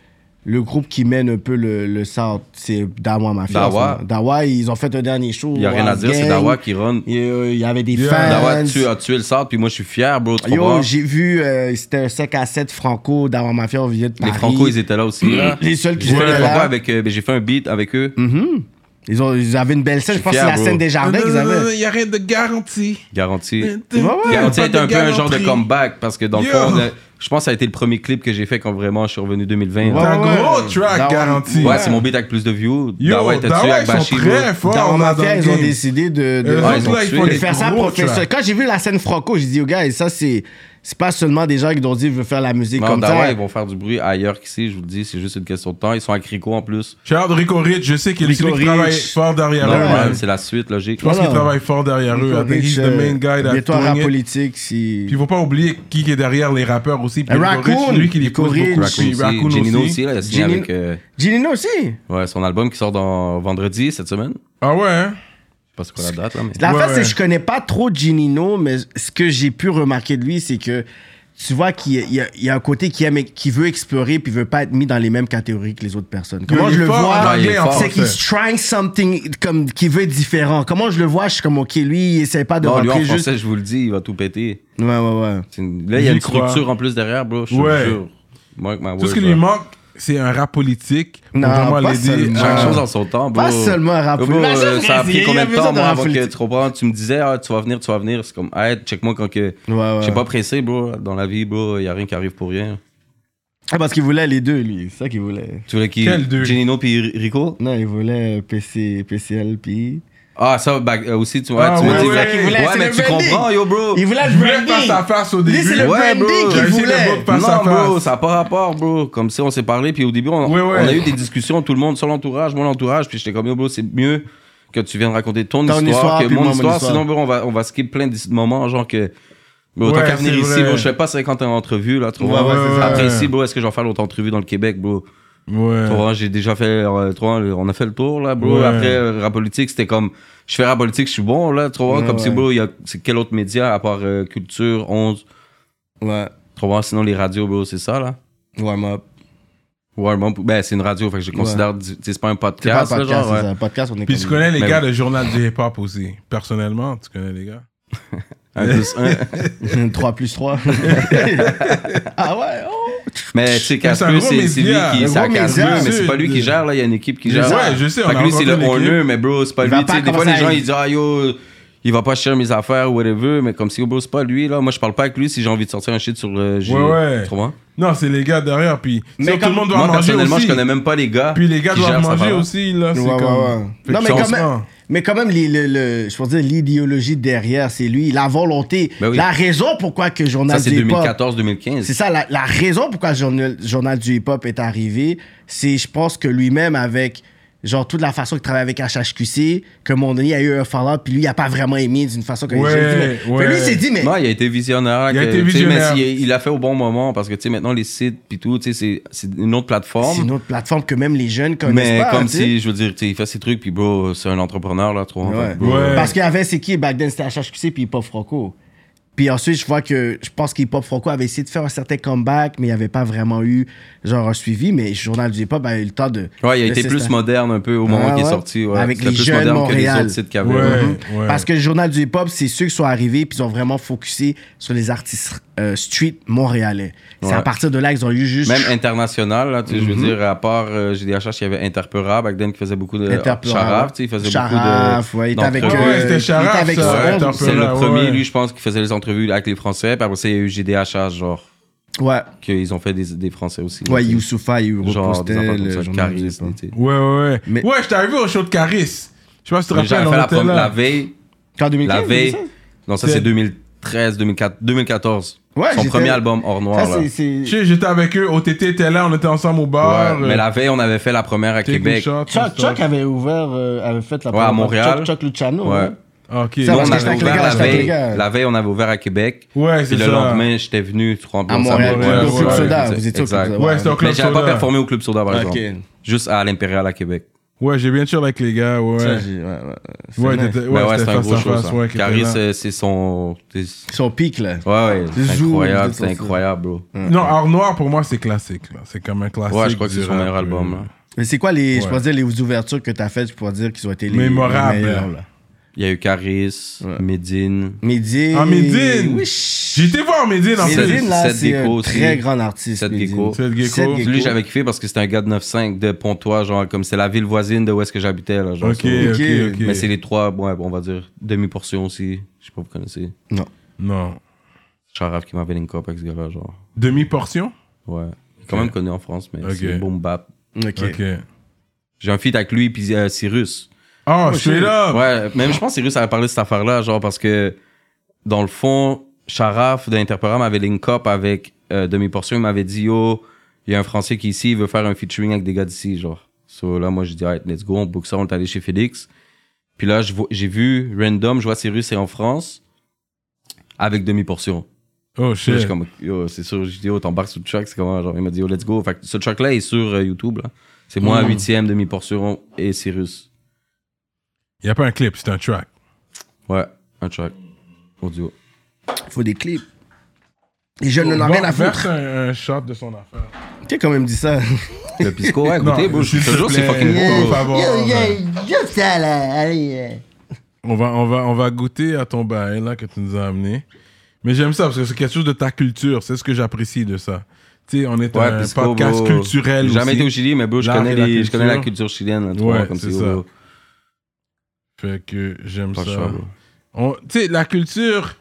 Speaker 2: le groupe qui mène un peu le, le South C'est Dawa Mafia.
Speaker 3: Dawa.
Speaker 2: en ce moment. Dawa, ils ont fait un dernier show.
Speaker 3: Il y a rien à dire, c'est Dawa qui run.
Speaker 2: Il y a- il y avait des
Speaker 1: Yeah.
Speaker 2: fans.
Speaker 3: Dawa tue, a tué le sort, puis moi, je suis fier, bro, tu
Speaker 2: Yo,
Speaker 3: comprends?
Speaker 2: j'ai vu, euh, c'était un 5 à 7 Franco, Dawa Mafia, on vient de
Speaker 3: Les
Speaker 2: Paris.
Speaker 3: Franco, ils étaient là aussi, là.
Speaker 2: Les seuls qui
Speaker 3: J'ai fait
Speaker 2: étaient
Speaker 3: un
Speaker 2: là.
Speaker 3: combat avec, euh, ben, j'ai fait un beat avec eux.
Speaker 2: Ils, ont, ils avaient une belle scène, je
Speaker 3: suis
Speaker 2: pense que c'est
Speaker 3: fier,
Speaker 2: la
Speaker 3: bro.
Speaker 2: scène des jardins qu'ils
Speaker 1: Non, non, non,
Speaker 2: avaient.
Speaker 1: y a rien de garanti.
Speaker 3: Garanti.
Speaker 2: ouais,
Speaker 3: Garanti a été un peu un genre de
Speaker 1: combat.
Speaker 3: comeback parce que dans le
Speaker 1: Yo.
Speaker 3: fond, on a- je pense que ça a été le premier clip que j'ai fait quand vraiment je suis revenu 2020.
Speaker 1: T'as
Speaker 3: là.
Speaker 1: un
Speaker 2: Ouais,
Speaker 1: gros
Speaker 2: ouais.
Speaker 1: track
Speaker 2: Dawa-
Speaker 1: garanti.
Speaker 3: Ouais, c'est mon beat avec plus de views.
Speaker 1: Yo,
Speaker 3: Dawah était tué
Speaker 1: Dawa,
Speaker 3: avec
Speaker 1: ils sont
Speaker 3: Bashi.
Speaker 1: très forts.
Speaker 2: Dawa
Speaker 1: on a Euh, dans
Speaker 2: Mafia,
Speaker 1: le
Speaker 2: ils ont
Speaker 1: game.
Speaker 2: décidé de- de,
Speaker 1: Eux
Speaker 3: Ouais, ils
Speaker 1: autres,
Speaker 3: ont
Speaker 1: là, ils
Speaker 3: tué.
Speaker 1: font
Speaker 3: De
Speaker 1: des
Speaker 2: faire ça
Speaker 1: gros
Speaker 2: professionnel.
Speaker 1: tracks.
Speaker 2: Quand j'ai vu la scène Franco, j'ai dit, oh gars, ça, c'est c'est pas seulement des gens qui ont dit, je veux faire la musique
Speaker 3: Non,
Speaker 2: comme
Speaker 3: Dawa,
Speaker 2: ça.
Speaker 3: ils vont faire du bruit ailleurs qu'ici, je vous le dis, c'est juste une question de temps. Ils sont à Crico en plus.
Speaker 1: Shout out Rico Rich, je sais qu'il est
Speaker 2: Rico
Speaker 1: celui qui travaille
Speaker 2: Rich.
Speaker 1: fort derrière
Speaker 3: Non,
Speaker 1: eux,
Speaker 3: mais
Speaker 1: man.
Speaker 3: c'est la suite logique.
Speaker 1: Je pense
Speaker 2: Voilà.
Speaker 1: qu'il travaille fort derrière eux. I think he's the main guy that's
Speaker 2: euh, Bientôt à
Speaker 1: doing
Speaker 2: rap
Speaker 1: it.
Speaker 2: politique, si...
Speaker 1: Puis il faut pas oublier qui est derrière les rappeurs aussi. Puis
Speaker 2: Euh,
Speaker 1: Rico Rich,
Speaker 2: Raccoon.
Speaker 1: c'est lui qui les
Speaker 2: Rico
Speaker 1: pousse
Speaker 2: Rich.
Speaker 1: beaucoup.
Speaker 3: Raccoon
Speaker 1: Puis
Speaker 3: aussi.
Speaker 1: Raccoon
Speaker 3: Genino
Speaker 1: aussi.
Speaker 3: aussi, là, il a signé
Speaker 2: Genino-
Speaker 3: avec euh,
Speaker 2: Gilino aussi.
Speaker 3: ouais, son album qui sort dans vendredi cette semaine.
Speaker 1: Ah ouais, hein?
Speaker 3: Je sais pas c'est quoi la date, là, mais.
Speaker 2: La
Speaker 1: Ouais,
Speaker 2: face, c'est
Speaker 1: ouais.
Speaker 2: que je connais pas trop Ginino, mais ce que j'ai pu remarquer de lui, c'est que tu vois qu'il y a- il y a, il y a un côté qui, aime, qui veut explorer puis veut pas être mis dans les mêmes catégories que les autres personnes. Comment
Speaker 1: Il est
Speaker 2: je le
Speaker 1: fort en
Speaker 2: vois,
Speaker 1: anglais, en
Speaker 2: c'est
Speaker 1: français.
Speaker 2: qu'il is trying something comme qui veut être différent. Comment je le vois, je suis comme ok, lui, il essaie pas de
Speaker 3: Non, lui en
Speaker 2: rentrer juste.
Speaker 3: français, je vous le dis, il va tout péter.
Speaker 2: Ouais, ouais, ouais.
Speaker 3: C'est une- Là, il y a
Speaker 1: J'y
Speaker 3: une structure
Speaker 1: crois.
Speaker 3: en plus derrière, bro. Je te
Speaker 1: Ouais.
Speaker 3: jure. Mark my
Speaker 1: Tout ce
Speaker 3: words,
Speaker 1: qui
Speaker 3: là.
Speaker 1: lui manque, c'est un rap politique pour
Speaker 2: Non,
Speaker 1: vraiment
Speaker 2: pas
Speaker 1: l'aider.
Speaker 2: seulement.
Speaker 3: Chaque
Speaker 1: à-
Speaker 3: chose en son temps, bro.
Speaker 2: Pas seulement un rap
Speaker 3: Bro,
Speaker 2: politique.
Speaker 3: euh,
Speaker 2: Imagine,
Speaker 3: ça a
Speaker 2: il y
Speaker 3: pris
Speaker 2: a
Speaker 3: combien de
Speaker 2: eu un
Speaker 3: temps,
Speaker 2: rap
Speaker 3: moi, avant que
Speaker 2: politique.
Speaker 3: tu comprends Tu me disais, ah, tu vas venir, tu vas venir. C'est comme, hey, check-moi quand que.
Speaker 2: Ouais, ouais.
Speaker 3: Je suis pas pressé, bro. Dans la vie, bro, y a rien qui arrive pour rien.
Speaker 2: Ah, parce qu'il voulait les deux, lui. C'est ça qu'il voulait.
Speaker 3: Tu voulais qui
Speaker 1: Quel deux?
Speaker 3: Genino puis Rico
Speaker 2: Non, il voulait PC, PCL puis.
Speaker 3: Ah, ça, bah, euh, aussi, tu vois,
Speaker 1: Ah,
Speaker 3: tu me
Speaker 1: ouais,
Speaker 3: dis.
Speaker 1: ouais. C'est ça qu'il
Speaker 2: voulait, c'est
Speaker 3: mais
Speaker 2: le
Speaker 3: tu
Speaker 2: branding.
Speaker 3: comprends, yo, bro.
Speaker 2: Il voulait
Speaker 1: Je
Speaker 2: le
Speaker 1: voulais
Speaker 2: branding.
Speaker 1: face à face au
Speaker 2: Lui,
Speaker 1: début.
Speaker 2: c'est le
Speaker 3: Ouais,
Speaker 2: branding
Speaker 3: bro,
Speaker 2: qu'il
Speaker 3: j'ai
Speaker 1: essayé de
Speaker 2: voulait.
Speaker 1: voir face
Speaker 3: non,
Speaker 1: à
Speaker 3: bro,
Speaker 1: face.
Speaker 3: ça n'a pas rapport, bro. Comme si on s'est parlé, puis au début, on,
Speaker 1: Ouais, ouais.
Speaker 3: on a eu des discussions, tout le monde, sur l'entourage, mon entourage, puis j'étais comme, yo, bro, c'est mieux que tu viennes raconter ton,
Speaker 2: Ton histoire,
Speaker 3: histoire, que
Speaker 2: puis
Speaker 3: mon
Speaker 2: moi, mon
Speaker 3: histoire.
Speaker 2: histoire.
Speaker 3: Sinon, bro, on va, on va skip plein de moments, genre que. Bro,
Speaker 1: Ouais,
Speaker 3: autant qu'à venir
Speaker 1: c'est
Speaker 3: ici,
Speaker 1: vrai.
Speaker 3: bro, je fais pas 50 entrevues, là, tu
Speaker 2: Ouais,
Speaker 3: vois.
Speaker 2: ouais, c'est ça.
Speaker 3: Après
Speaker 1: Ouais.
Speaker 3: ici, bro, est-ce que je vais faire l'autre entrevue dans le Québec, bro?
Speaker 1: Ouais.
Speaker 3: Tu vois, j'ai déjà fait, euh, tu vois, on a fait le tour, là, bro.
Speaker 1: Ouais.
Speaker 3: Après, euh, rap politique, c'était comme, je fais rap politique, je suis bon, là, tu vois,
Speaker 2: Ouais,
Speaker 3: comme si,
Speaker 2: ouais.
Speaker 3: bro, il y a, c'est quel autre média à part euh, culture, 11,
Speaker 2: Ouais,
Speaker 3: tu vois, sinon les radios, bro, c'est ça, là.
Speaker 2: warm up.
Speaker 3: Warm Up, ben c'est une radio, fait que je le considère, tu sais, c'est pas un
Speaker 2: C'est pas un
Speaker 3: podcast, là,
Speaker 2: podcast,
Speaker 3: genre,
Speaker 2: c'est
Speaker 3: ouais.
Speaker 2: un podcast, on est
Speaker 1: Puis
Speaker 2: comme-
Speaker 1: tu connais les
Speaker 3: Mais
Speaker 1: gars
Speaker 3: oui.
Speaker 1: de Journal du Hip Hop aussi. Personnellement, tu connais les gars.
Speaker 3: Un plus
Speaker 2: *laughs*
Speaker 3: un.
Speaker 2: 3 plus 3. ah ouais, oh.
Speaker 3: Mais tu sais,
Speaker 1: un
Speaker 3: Casper,
Speaker 1: gros
Speaker 3: c'est c'est lui
Speaker 1: média.
Speaker 3: qui,
Speaker 1: Un
Speaker 3: c'est à
Speaker 2: gros
Speaker 3: Casper,
Speaker 2: média.
Speaker 3: mais c'est pas lui qui gère, là, il y a une équipe qui gère.
Speaker 1: Ouais, je sais, on
Speaker 3: Fait
Speaker 1: a
Speaker 3: que lui, c'est le
Speaker 1: rencontré l'équipe.
Speaker 3: honneur, mais bro, c'est pas
Speaker 2: Il
Speaker 3: lui,
Speaker 2: va
Speaker 3: tu
Speaker 2: pas
Speaker 3: sais, des fois,
Speaker 2: commencer
Speaker 3: les gens,
Speaker 2: à-
Speaker 3: ils disent, ah yo, il va pas chercher mes affaires ou whatever, mais comme si, oh, bro, c'est pas lui, là. Moi, je parle pas avec lui si j'ai envie de sortir un shit sur le G.
Speaker 1: Ouais, ouais.
Speaker 3: Tu comprends?
Speaker 1: Non, c'est les gars derrière, puis
Speaker 2: Mais
Speaker 1: sinon, tout
Speaker 2: comme-
Speaker 1: le monde doit
Speaker 3: Moi,
Speaker 1: manger
Speaker 3: personnellement,
Speaker 1: aussi.
Speaker 3: je connais même pas les gars.
Speaker 1: Puis les gars
Speaker 3: qui
Speaker 1: doivent
Speaker 3: gèrent cette
Speaker 1: manger
Speaker 3: affaire-là.
Speaker 1: aussi, là. c'est
Speaker 2: Ouais, ouais,
Speaker 1: comme...
Speaker 2: ouais.
Speaker 1: Fait
Speaker 2: Non,
Speaker 1: que
Speaker 2: mais
Speaker 1: ça, on
Speaker 2: quand
Speaker 1: se
Speaker 2: même,
Speaker 1: rend.
Speaker 2: mais quand même les- le, le- je veux dire, l'idéologie derrière, c'est lui, la volonté,
Speaker 3: Ben oui.
Speaker 2: la raison pourquoi que le journal
Speaker 3: Ça, c'est
Speaker 2: du hip-hop-
Speaker 3: 2014-2015.
Speaker 2: C'est ça, la, la raison pourquoi le journal, journal du hip-hop est arrivé, c'est je pense que lui-même, avec genre toute la façon qu'il travaille avec HHQC, que mon donné, il y a eu un fall puis lui, il a pas vraiment aimé d'une façon que
Speaker 1: Ouais,
Speaker 2: j'ai dit, mais- mais
Speaker 1: ouais.
Speaker 2: lui, il s'est dit, mais.
Speaker 3: Non, il a été visionnaire.
Speaker 1: Il a
Speaker 3: que,
Speaker 1: été
Speaker 3: tu sais,
Speaker 1: visionnaire.
Speaker 3: Mais il, il a fait au bon moment parce que tu sais maintenant les sites puis tout, tu sais, c'est c'est une autre plateforme.
Speaker 2: C'est une autre plateforme que même les jeunes connaissent
Speaker 3: mais
Speaker 2: pas.
Speaker 3: comme
Speaker 2: tu sais.
Speaker 3: si je veux dire, tu sais, il fait ses trucs puis bro, c'est un entrepreneur là, trop.
Speaker 2: Ouais.
Speaker 1: Ouais.
Speaker 2: Parce qu'il y avait, c'est qui back then? C'était HHQC puis Hip Hop Franco. Puis ensuite, je vois que je pense qu'Hip Hop Franco avait essayé de faire un certain comeback, mais il n'y avait pas vraiment eu genre un suivi. Mais le Journal du Hip Hop a eu le temps de.
Speaker 3: Ouais, il a
Speaker 2: de
Speaker 3: été plus
Speaker 2: s'esta-
Speaker 3: moderne un peu au moment
Speaker 2: Ah,
Speaker 3: qu'il est
Speaker 2: ouais.
Speaker 3: sorti. Ouais.
Speaker 2: Avec
Speaker 3: C'était
Speaker 2: les
Speaker 3: plus
Speaker 2: jeunes
Speaker 3: moderne que les
Speaker 2: Montréal.
Speaker 3: autres sites qu'il y avait.
Speaker 1: Ouais.
Speaker 3: Mhm.
Speaker 1: Ouais.
Speaker 2: Parce que le Journal du Hip Hop, c'est ceux qui sont arrivés puis ils ont vraiment focusé sur les artistes euh, street montréalais. C'est
Speaker 3: Ouais.
Speaker 2: à partir de là qu'ils ont eu juste.
Speaker 3: Même international, là, tu sais, je
Speaker 2: Mm-hmm.
Speaker 3: veux dire, à part euh, GDHH, il y avait Interpurable, Agden qui faisait beaucoup de.
Speaker 2: Interpurable.
Speaker 3: Charaf, tu sais, il faisait
Speaker 2: Charaf,
Speaker 3: beaucoup de.
Speaker 2: ouais, il était avec,
Speaker 3: d'entrevues.
Speaker 1: Ouais,
Speaker 2: euh,
Speaker 1: c'était
Speaker 2: il était
Speaker 1: Charaf,
Speaker 2: avec
Speaker 1: ça,
Speaker 2: Swan.
Speaker 1: Interpurable.
Speaker 3: C'est le
Speaker 1: Ouais,
Speaker 3: premier,
Speaker 1: ouais.
Speaker 3: lui, je pense, qui faisait les entrevues avec les Français. Puis après ça, il y a eu GDHH, genre,
Speaker 2: Ouais,
Speaker 3: qu'ils ont fait des, des Français aussi. là,
Speaker 2: ouais,
Speaker 3: tu sais.
Speaker 2: Youssoufa, il
Speaker 3: genre des
Speaker 2: repostait
Speaker 3: affaires
Speaker 2: le
Speaker 3: comme ça,
Speaker 2: Journal du
Speaker 3: Caris,
Speaker 2: Hip Hop.
Speaker 3: tu sais.
Speaker 1: Ouais, ouais, ouais.
Speaker 2: Mais-
Speaker 1: Ouais, je t'avais vu au show de Caris. Je sais pas si tu te
Speaker 3: Mais J'avais
Speaker 1: rappelles,
Speaker 3: fait
Speaker 1: on
Speaker 3: la,
Speaker 1: était
Speaker 3: prom- la
Speaker 1: là.
Speaker 3: veille,
Speaker 2: Quand 2015,
Speaker 3: la
Speaker 2: c'est
Speaker 3: veille.
Speaker 2: ça?
Speaker 3: Non, ça
Speaker 1: C'est-
Speaker 3: c'est 2013, 2004, 2014.
Speaker 2: Ouais,
Speaker 3: Son
Speaker 2: j'étais-
Speaker 3: premier album hors noir.
Speaker 2: Ça,
Speaker 3: là.
Speaker 2: c'est- c'est.
Speaker 1: Je sais, J'étais avec eux, OTT était là, on était ensemble au bar.
Speaker 3: Ouais,
Speaker 1: euh,
Speaker 3: mais la veille, on avait fait la première à
Speaker 1: take a
Speaker 3: Québec.
Speaker 1: shot,
Speaker 2: Chuck,
Speaker 1: on sort.
Speaker 2: Chuck avait ouvert, euh, avait fait la
Speaker 3: Ouais, à
Speaker 2: première-
Speaker 3: Montréal.
Speaker 2: Chuck, Chuck Luciano.
Speaker 3: Ouais.
Speaker 2: hein.
Speaker 1: Ok.
Speaker 2: Ça,
Speaker 3: Nous,
Speaker 2: parce
Speaker 3: on
Speaker 2: que j'étais
Speaker 3: avait
Speaker 2: avec les
Speaker 3: ouvert
Speaker 2: gars,
Speaker 3: la
Speaker 2: j'étais avec les
Speaker 3: veille.
Speaker 2: gars.
Speaker 3: La veille, on avait ouvert à Québec.
Speaker 1: Ouais, c'est
Speaker 3: Puis le
Speaker 1: ça.
Speaker 3: lendemain, j'étais venu, tu remplis
Speaker 2: À Montréal,
Speaker 1: au Club
Speaker 2: Soda, vous étiez au Club Soda.
Speaker 1: Ouais, c'était au Club
Speaker 3: Mais j'avais pas
Speaker 1: Soda.
Speaker 3: performé au Club Soda, par
Speaker 2: Ok.
Speaker 3: exemple. Juste à l'Impérial à Québec.
Speaker 1: Ouais, j'ai bien chill avec les gars, ouais.
Speaker 2: Ça, j'ai- ouais, ouais. C'est
Speaker 1: Ouais,
Speaker 2: nice.
Speaker 1: t'étais-
Speaker 3: Mais
Speaker 1: ouais,
Speaker 3: Ben ouais, c'est
Speaker 1: c'était
Speaker 3: un
Speaker 1: face
Speaker 3: gros
Speaker 1: à
Speaker 3: show,
Speaker 1: face,
Speaker 3: ça.
Speaker 1: ouais. qui était
Speaker 3: Caris,
Speaker 1: là.
Speaker 3: euh, c'est son... c'est-
Speaker 2: Son pic, là.
Speaker 3: Ouais, ouais, c'est
Speaker 2: Zoom,
Speaker 3: incroyable,
Speaker 2: c'est
Speaker 3: c'est
Speaker 2: ça.
Speaker 3: incroyable, bro.
Speaker 1: Non, Art Noir, pour moi, c'est classique, là. C'est comme un classique.
Speaker 3: Ouais, je crois que c'est
Speaker 1: du
Speaker 3: son meilleur
Speaker 1: rap,
Speaker 3: album,
Speaker 1: euh.
Speaker 3: là.
Speaker 2: Mais c'est quoi les, je
Speaker 1: Ouais.
Speaker 2: pourrais dire, les ouvertures que t'as faites, je pourrais dire qu'ils ont été les,
Speaker 1: Mémorables.
Speaker 2: les meilleures, là.
Speaker 3: Il y a eu Caris, Medine.
Speaker 2: Médine.
Speaker 1: Ah, Médine!
Speaker 2: Oui,
Speaker 1: J'ai été voir Medine en
Speaker 3: Medine,
Speaker 1: plus.
Speaker 2: Médine, là,
Speaker 3: Seth
Speaker 2: c'est
Speaker 3: Gecko
Speaker 2: un
Speaker 3: aussi.
Speaker 2: très grand artiste.
Speaker 3: Seth
Speaker 2: Médine.
Speaker 3: Gecko.
Speaker 1: Seth Gecko.
Speaker 2: Seth Gecko.
Speaker 3: Lui, j'avais kiffé parce que c'était un gars de 9-5 de Pontois, genre, comme c'est la ville voisine de où est-ce que j'habitais, là. Genre,
Speaker 1: Ok,
Speaker 3: c'est-
Speaker 1: ok, ok.
Speaker 3: Mais c'est les trois, ouais, on va dire, demi-portions aussi. Je sais pas, vous connaissez.
Speaker 2: Non.
Speaker 1: Non.
Speaker 3: Charaf qui m'avait link up avec ce gars-là, genre.
Speaker 1: Demi-portion
Speaker 3: Ouais. Il est quand même connu en France, mais
Speaker 1: Ok.
Speaker 3: c'est boom bap.
Speaker 2: Ok.
Speaker 1: Ok.
Speaker 3: J'ai un feat avec lui, puis euh, Cyrus.
Speaker 1: Oh, straight up
Speaker 3: Ouais, même je pense que Cyrus avait parlé de cette affaire-là, genre, parce que dans le fond, Charaf d'Interprogram avait link up avec euh, Demi-Portion. Il m'avait dit, yo, il y a un Français qui est ici, il veut faire un featuring avec des gars d'ici, genre. So là, moi, j'ai dit, alright, let's go, on book ça, on est allé chez Félix. Puis là, je vois- j'ai vu random, je vois Cyrus est en France avec
Speaker 1: Oh,
Speaker 3: Demi-Portion. Puis là,
Speaker 1: shit.
Speaker 3: J'ai comme, yo, c'est sûr, j'ai dit, yo, t'embarques sur le track, c'est comment, genre, il m'a dit, yo, let's go. Fait que ce track-là est sur euh, YouTube, là. C'est moi, huitième, Demi-Portion et Cyrus.
Speaker 1: Il a pas un clip, c'est un track.
Speaker 3: Ouais, un track. Audio.
Speaker 2: Faut des clips. Les jeunes n'en ont
Speaker 1: Bon,
Speaker 2: rien à
Speaker 1: verse
Speaker 2: foutre.
Speaker 1: un, un shot de son affaire.
Speaker 2: Qui a quand même dit ça?
Speaker 3: Le Pisco, ouais,
Speaker 1: *laughs* Non,
Speaker 3: écoutez, bro, je
Speaker 1: s'il
Speaker 3: te
Speaker 1: te
Speaker 3: jure, c'est
Speaker 1: plaît,
Speaker 3: fucking
Speaker 1: pour
Speaker 3: bon, bro.
Speaker 1: favor, ouais.
Speaker 2: yo, ça, là. Allez.
Speaker 1: On va, on, va, on va goûter à ton bail là, que tu nous as amené. Mais j'aime ça parce que c'est quelque chose de ta culture. C'est ce que j'apprécie de ça. Tu sais, on est
Speaker 3: Ouais,
Speaker 1: un
Speaker 3: Pisco,
Speaker 1: podcast
Speaker 3: bro.
Speaker 1: culturel
Speaker 3: J'ai jamais
Speaker 1: aussi.
Speaker 3: été au Chili, mais bro, je
Speaker 1: L'art
Speaker 3: connais,
Speaker 1: et la
Speaker 3: les- je connais
Speaker 1: culture.
Speaker 3: la culture chilienne. Là, tu
Speaker 1: Ouais,
Speaker 3: vois, comme
Speaker 1: c'est
Speaker 3: c'est
Speaker 1: ça.
Speaker 3: bro.
Speaker 1: Fait que j'aime
Speaker 3: Pas
Speaker 1: ça.
Speaker 3: le choix, bro.
Speaker 1: On- Tu sais, la culture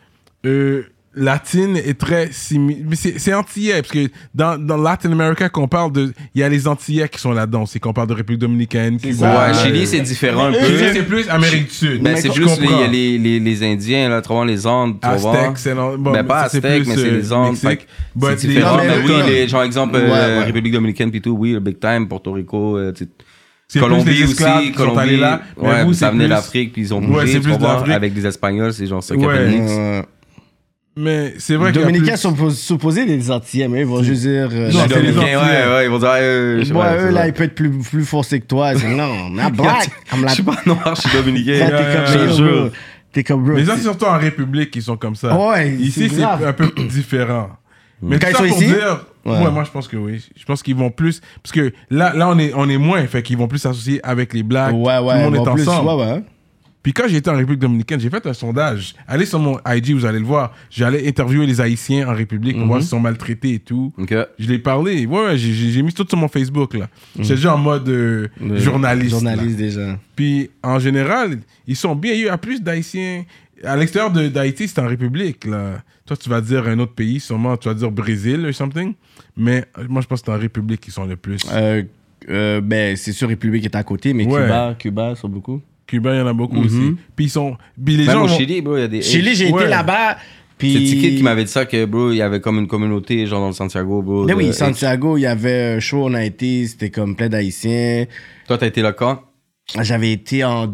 Speaker 1: euh, latine est très similaire. Mais c'est c'est antillais, parce que dans, dans Latin America, qu'on parle de. Il y a les Antillais qui sont là-dedans aussi, qu'on parle de République Dominicaine, Cuba.
Speaker 3: Ouais,
Speaker 1: là,
Speaker 3: Chili,
Speaker 1: euh,
Speaker 3: c'est
Speaker 1: *laughs*
Speaker 3: différent un
Speaker 1: Chili,
Speaker 3: peu.
Speaker 1: c'est plus Amérique du Sud.
Speaker 3: Ben, c'est
Speaker 1: Je
Speaker 3: juste les, il y
Speaker 1: comprends.
Speaker 3: a les, les, les Indiens, là, tu vois, les Andes, tu vois.
Speaker 1: Aztèques, c'est non- bon,
Speaker 3: ben, pas
Speaker 1: ça, c'est
Speaker 3: Aztèques,
Speaker 1: plus,
Speaker 3: mais c'est
Speaker 1: euh,
Speaker 3: les Andes.
Speaker 1: Mexique.
Speaker 3: fait que
Speaker 1: But
Speaker 3: C'est
Speaker 1: les-
Speaker 3: différent,
Speaker 2: Non,
Speaker 3: mais
Speaker 2: mais
Speaker 3: oui,
Speaker 2: oui.
Speaker 3: les, genre, exemple,
Speaker 2: Ouais,
Speaker 3: euh,
Speaker 2: ouais.
Speaker 3: République Dominicaine, puis tout, oui, le Big Time, Puerto Rico, euh, tu sais,
Speaker 1: C'est plus
Speaker 3: Colombie
Speaker 1: les esclaves
Speaker 3: aussi,
Speaker 1: qui sont allés
Speaker 3: Colombie.
Speaker 1: là, mais
Speaker 3: ouais,
Speaker 1: vous, c'est
Speaker 3: ça venait
Speaker 1: plus-
Speaker 3: d'Afrique, puis ils ont
Speaker 1: Ouais,
Speaker 3: bougé,
Speaker 1: c'est
Speaker 3: tu
Speaker 1: plus
Speaker 3: comprends,
Speaker 1: d'Afrique.
Speaker 3: avec des Espagnols, c'est genre ça qui
Speaker 1: Ouais.
Speaker 3: appelle Nix.
Speaker 1: Mais c'est vrai
Speaker 2: Les
Speaker 1: qu'il y a
Speaker 2: Euh, Dominicains
Speaker 1: plus-
Speaker 2: sont pos- supposés des Antillais, mais ils vont juste dire. euh,
Speaker 1: Non,
Speaker 2: la
Speaker 1: c'est les
Speaker 3: Dominicains,
Speaker 1: Antillais.
Speaker 3: ouais, ouais, ils vont dire, ah, euh, je sais
Speaker 2: Moi,
Speaker 3: pas,
Speaker 2: eux,
Speaker 3: c'est
Speaker 2: là,
Speaker 3: ça.
Speaker 2: ils peuvent être plus, plus forcés que toi. C'est non,
Speaker 1: *laughs*
Speaker 2: I'm not black. I'm
Speaker 3: Je
Speaker 2: like,
Speaker 3: suis pas noir, je suis
Speaker 2: Là,
Speaker 3: dominicain.
Speaker 2: t'es
Speaker 1: je
Speaker 2: comme
Speaker 1: te
Speaker 2: bro,
Speaker 3: jure.
Speaker 2: bro. T'es comme bro.
Speaker 1: Mais ça, c'est surtout en République qu'ils sont comme ça.
Speaker 2: Ouais,
Speaker 1: Ah ici,
Speaker 2: c'est
Speaker 1: c'est
Speaker 2: grave.
Speaker 1: un peu différent.
Speaker 3: Mm.
Speaker 1: Mais
Speaker 2: Quand
Speaker 1: tout
Speaker 2: ils
Speaker 1: ça
Speaker 2: sont
Speaker 1: pour
Speaker 2: ici?
Speaker 1: dire,
Speaker 2: Ouais.
Speaker 1: ouais, moi je pense que oui. Je pense qu'ils vont plus parce que là, là on est, on est moins, fait qu'ils vont plus s'associer avec les
Speaker 2: ouais,
Speaker 1: blacks. tout le
Speaker 2: ouais,
Speaker 1: monde
Speaker 2: en
Speaker 1: est
Speaker 2: plus,
Speaker 1: ensemble.
Speaker 2: ouais, ouais.
Speaker 1: Puis quand j'étais en République dominicaine, j'ai fait un sondage. Allez sur mon IG, vous allez le voir. J'allais interviewer les Haïtiens en République
Speaker 3: Mm-hmm.
Speaker 1: pour voir s'ils sont maltraités et tout.
Speaker 3: Ok.
Speaker 1: Je l'ai parlé. Ouais, ouais, j'ai- j'ai j'ai mis tout sur mon Facebook là.
Speaker 3: Mhm.
Speaker 1: J'étais déjà en mode euh, journaliste. là.
Speaker 2: Journaliste déjà.
Speaker 1: Puis en général, ils sont bien. Il y a plus d'Haïtiens à l'extérieur de- d'Haïti, c'est en République. Là. Toi, tu vas dire un autre pays, sûrement, tu vas dire Brésil ou something. Mais euh, moi, je pense que c'est en République qu'ils sont le plus.
Speaker 2: Euh, euh, ben, c'est sûr, République est à côté, mais
Speaker 1: Ouais.
Speaker 2: Cuba, Cuba, sur beaucoup.
Speaker 1: Cuba, il y en a beaucoup aussi. Puis ils sont. Puis les
Speaker 3: Mhm. Même
Speaker 1: gens.
Speaker 3: au
Speaker 1: vont-
Speaker 3: Chili, bro, il y a des.
Speaker 2: Chili, j'ai
Speaker 1: ouais.
Speaker 2: été là-bas, puis...
Speaker 3: C'est Ticket qui m'avait dit ça que, bro, il y avait comme une communauté, genre dans le Santiago, bro.
Speaker 2: Mais
Speaker 3: de-
Speaker 2: Ben oui, Santiago, il y avait un show, on a été, c'était comme plein d'Haïtiens.
Speaker 3: Toi, t'as été là quand
Speaker 2: J'avais été en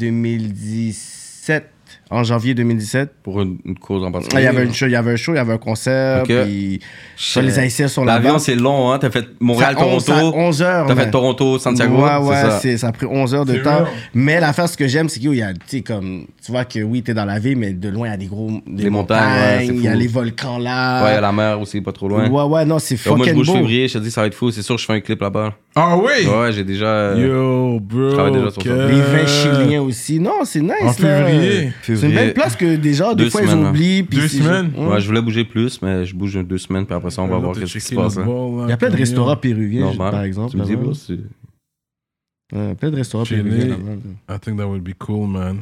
Speaker 2: 2017, en janvier 2017.
Speaker 3: Pour une, une cause en
Speaker 2: Ah,
Speaker 3: particulier
Speaker 2: Il y avait une show, il y avait un show, il y avait un concert,
Speaker 3: Ok.
Speaker 2: puis ça, les Haïtiens sont là-bas.
Speaker 3: L'avion, c'est long, hein. T'as fait Montréal-Toronto.
Speaker 2: Ça a 11 à 11 heures,
Speaker 3: T'as
Speaker 2: ouais.
Speaker 3: fait Toronto-Santiago.
Speaker 2: Ouais, ouais,
Speaker 3: c'est ça.
Speaker 2: c'est- ça a pris 11 heures de
Speaker 1: C'est hein.
Speaker 2: temps.
Speaker 1: long.
Speaker 2: Mais l'affaire, ce que j'aime, c'est qu'il y a, tu sais, comme, tu vois que oui, t'es dans la ville, mais de loin, il y a des gros, des
Speaker 3: Les montagnes, ouais, c'est
Speaker 2: il y a
Speaker 3: fou.
Speaker 2: les volcans là.
Speaker 3: Ouais, il y a la mer aussi, pas trop loin.
Speaker 2: Ouais, ouais, non, c'est
Speaker 3: Yo, moi, je
Speaker 2: fucking
Speaker 3: bouge
Speaker 2: beau.
Speaker 3: février, je te dis, ça va être fou. C'est sûr, je fais un clip là-bas.
Speaker 1: Ah oui!
Speaker 3: Ouais, j'ai déjà. euh,
Speaker 1: Yo, bro.
Speaker 3: Je travaille déjà sur ça.
Speaker 1: que-
Speaker 2: Les vins chiliens aussi. Non, c'est nice.
Speaker 1: En
Speaker 2: là.
Speaker 1: février.
Speaker 2: C'est une belle place que des gens, des
Speaker 3: Deux
Speaker 2: fois,
Speaker 3: semaines,
Speaker 2: ils
Speaker 3: là.
Speaker 2: oublient. puis
Speaker 1: Deux
Speaker 2: c'est-
Speaker 1: semaines?
Speaker 2: Hum.
Speaker 3: Ouais, je voulais bouger plus, mais je bouge deux semaines, puis après ça, on va voir qu'est-ce qui se passe. hein.
Speaker 2: Il y a plein de restaurants péruviens,
Speaker 3: Normal.
Speaker 2: par exemple.
Speaker 3: Tu me dis,
Speaker 2: là-bas.
Speaker 3: bro, c'est-
Speaker 2: Ouais, Il y a plein de restaurants
Speaker 1: Chili.
Speaker 2: péruviens. là-bas.
Speaker 1: I think that would be cool, man.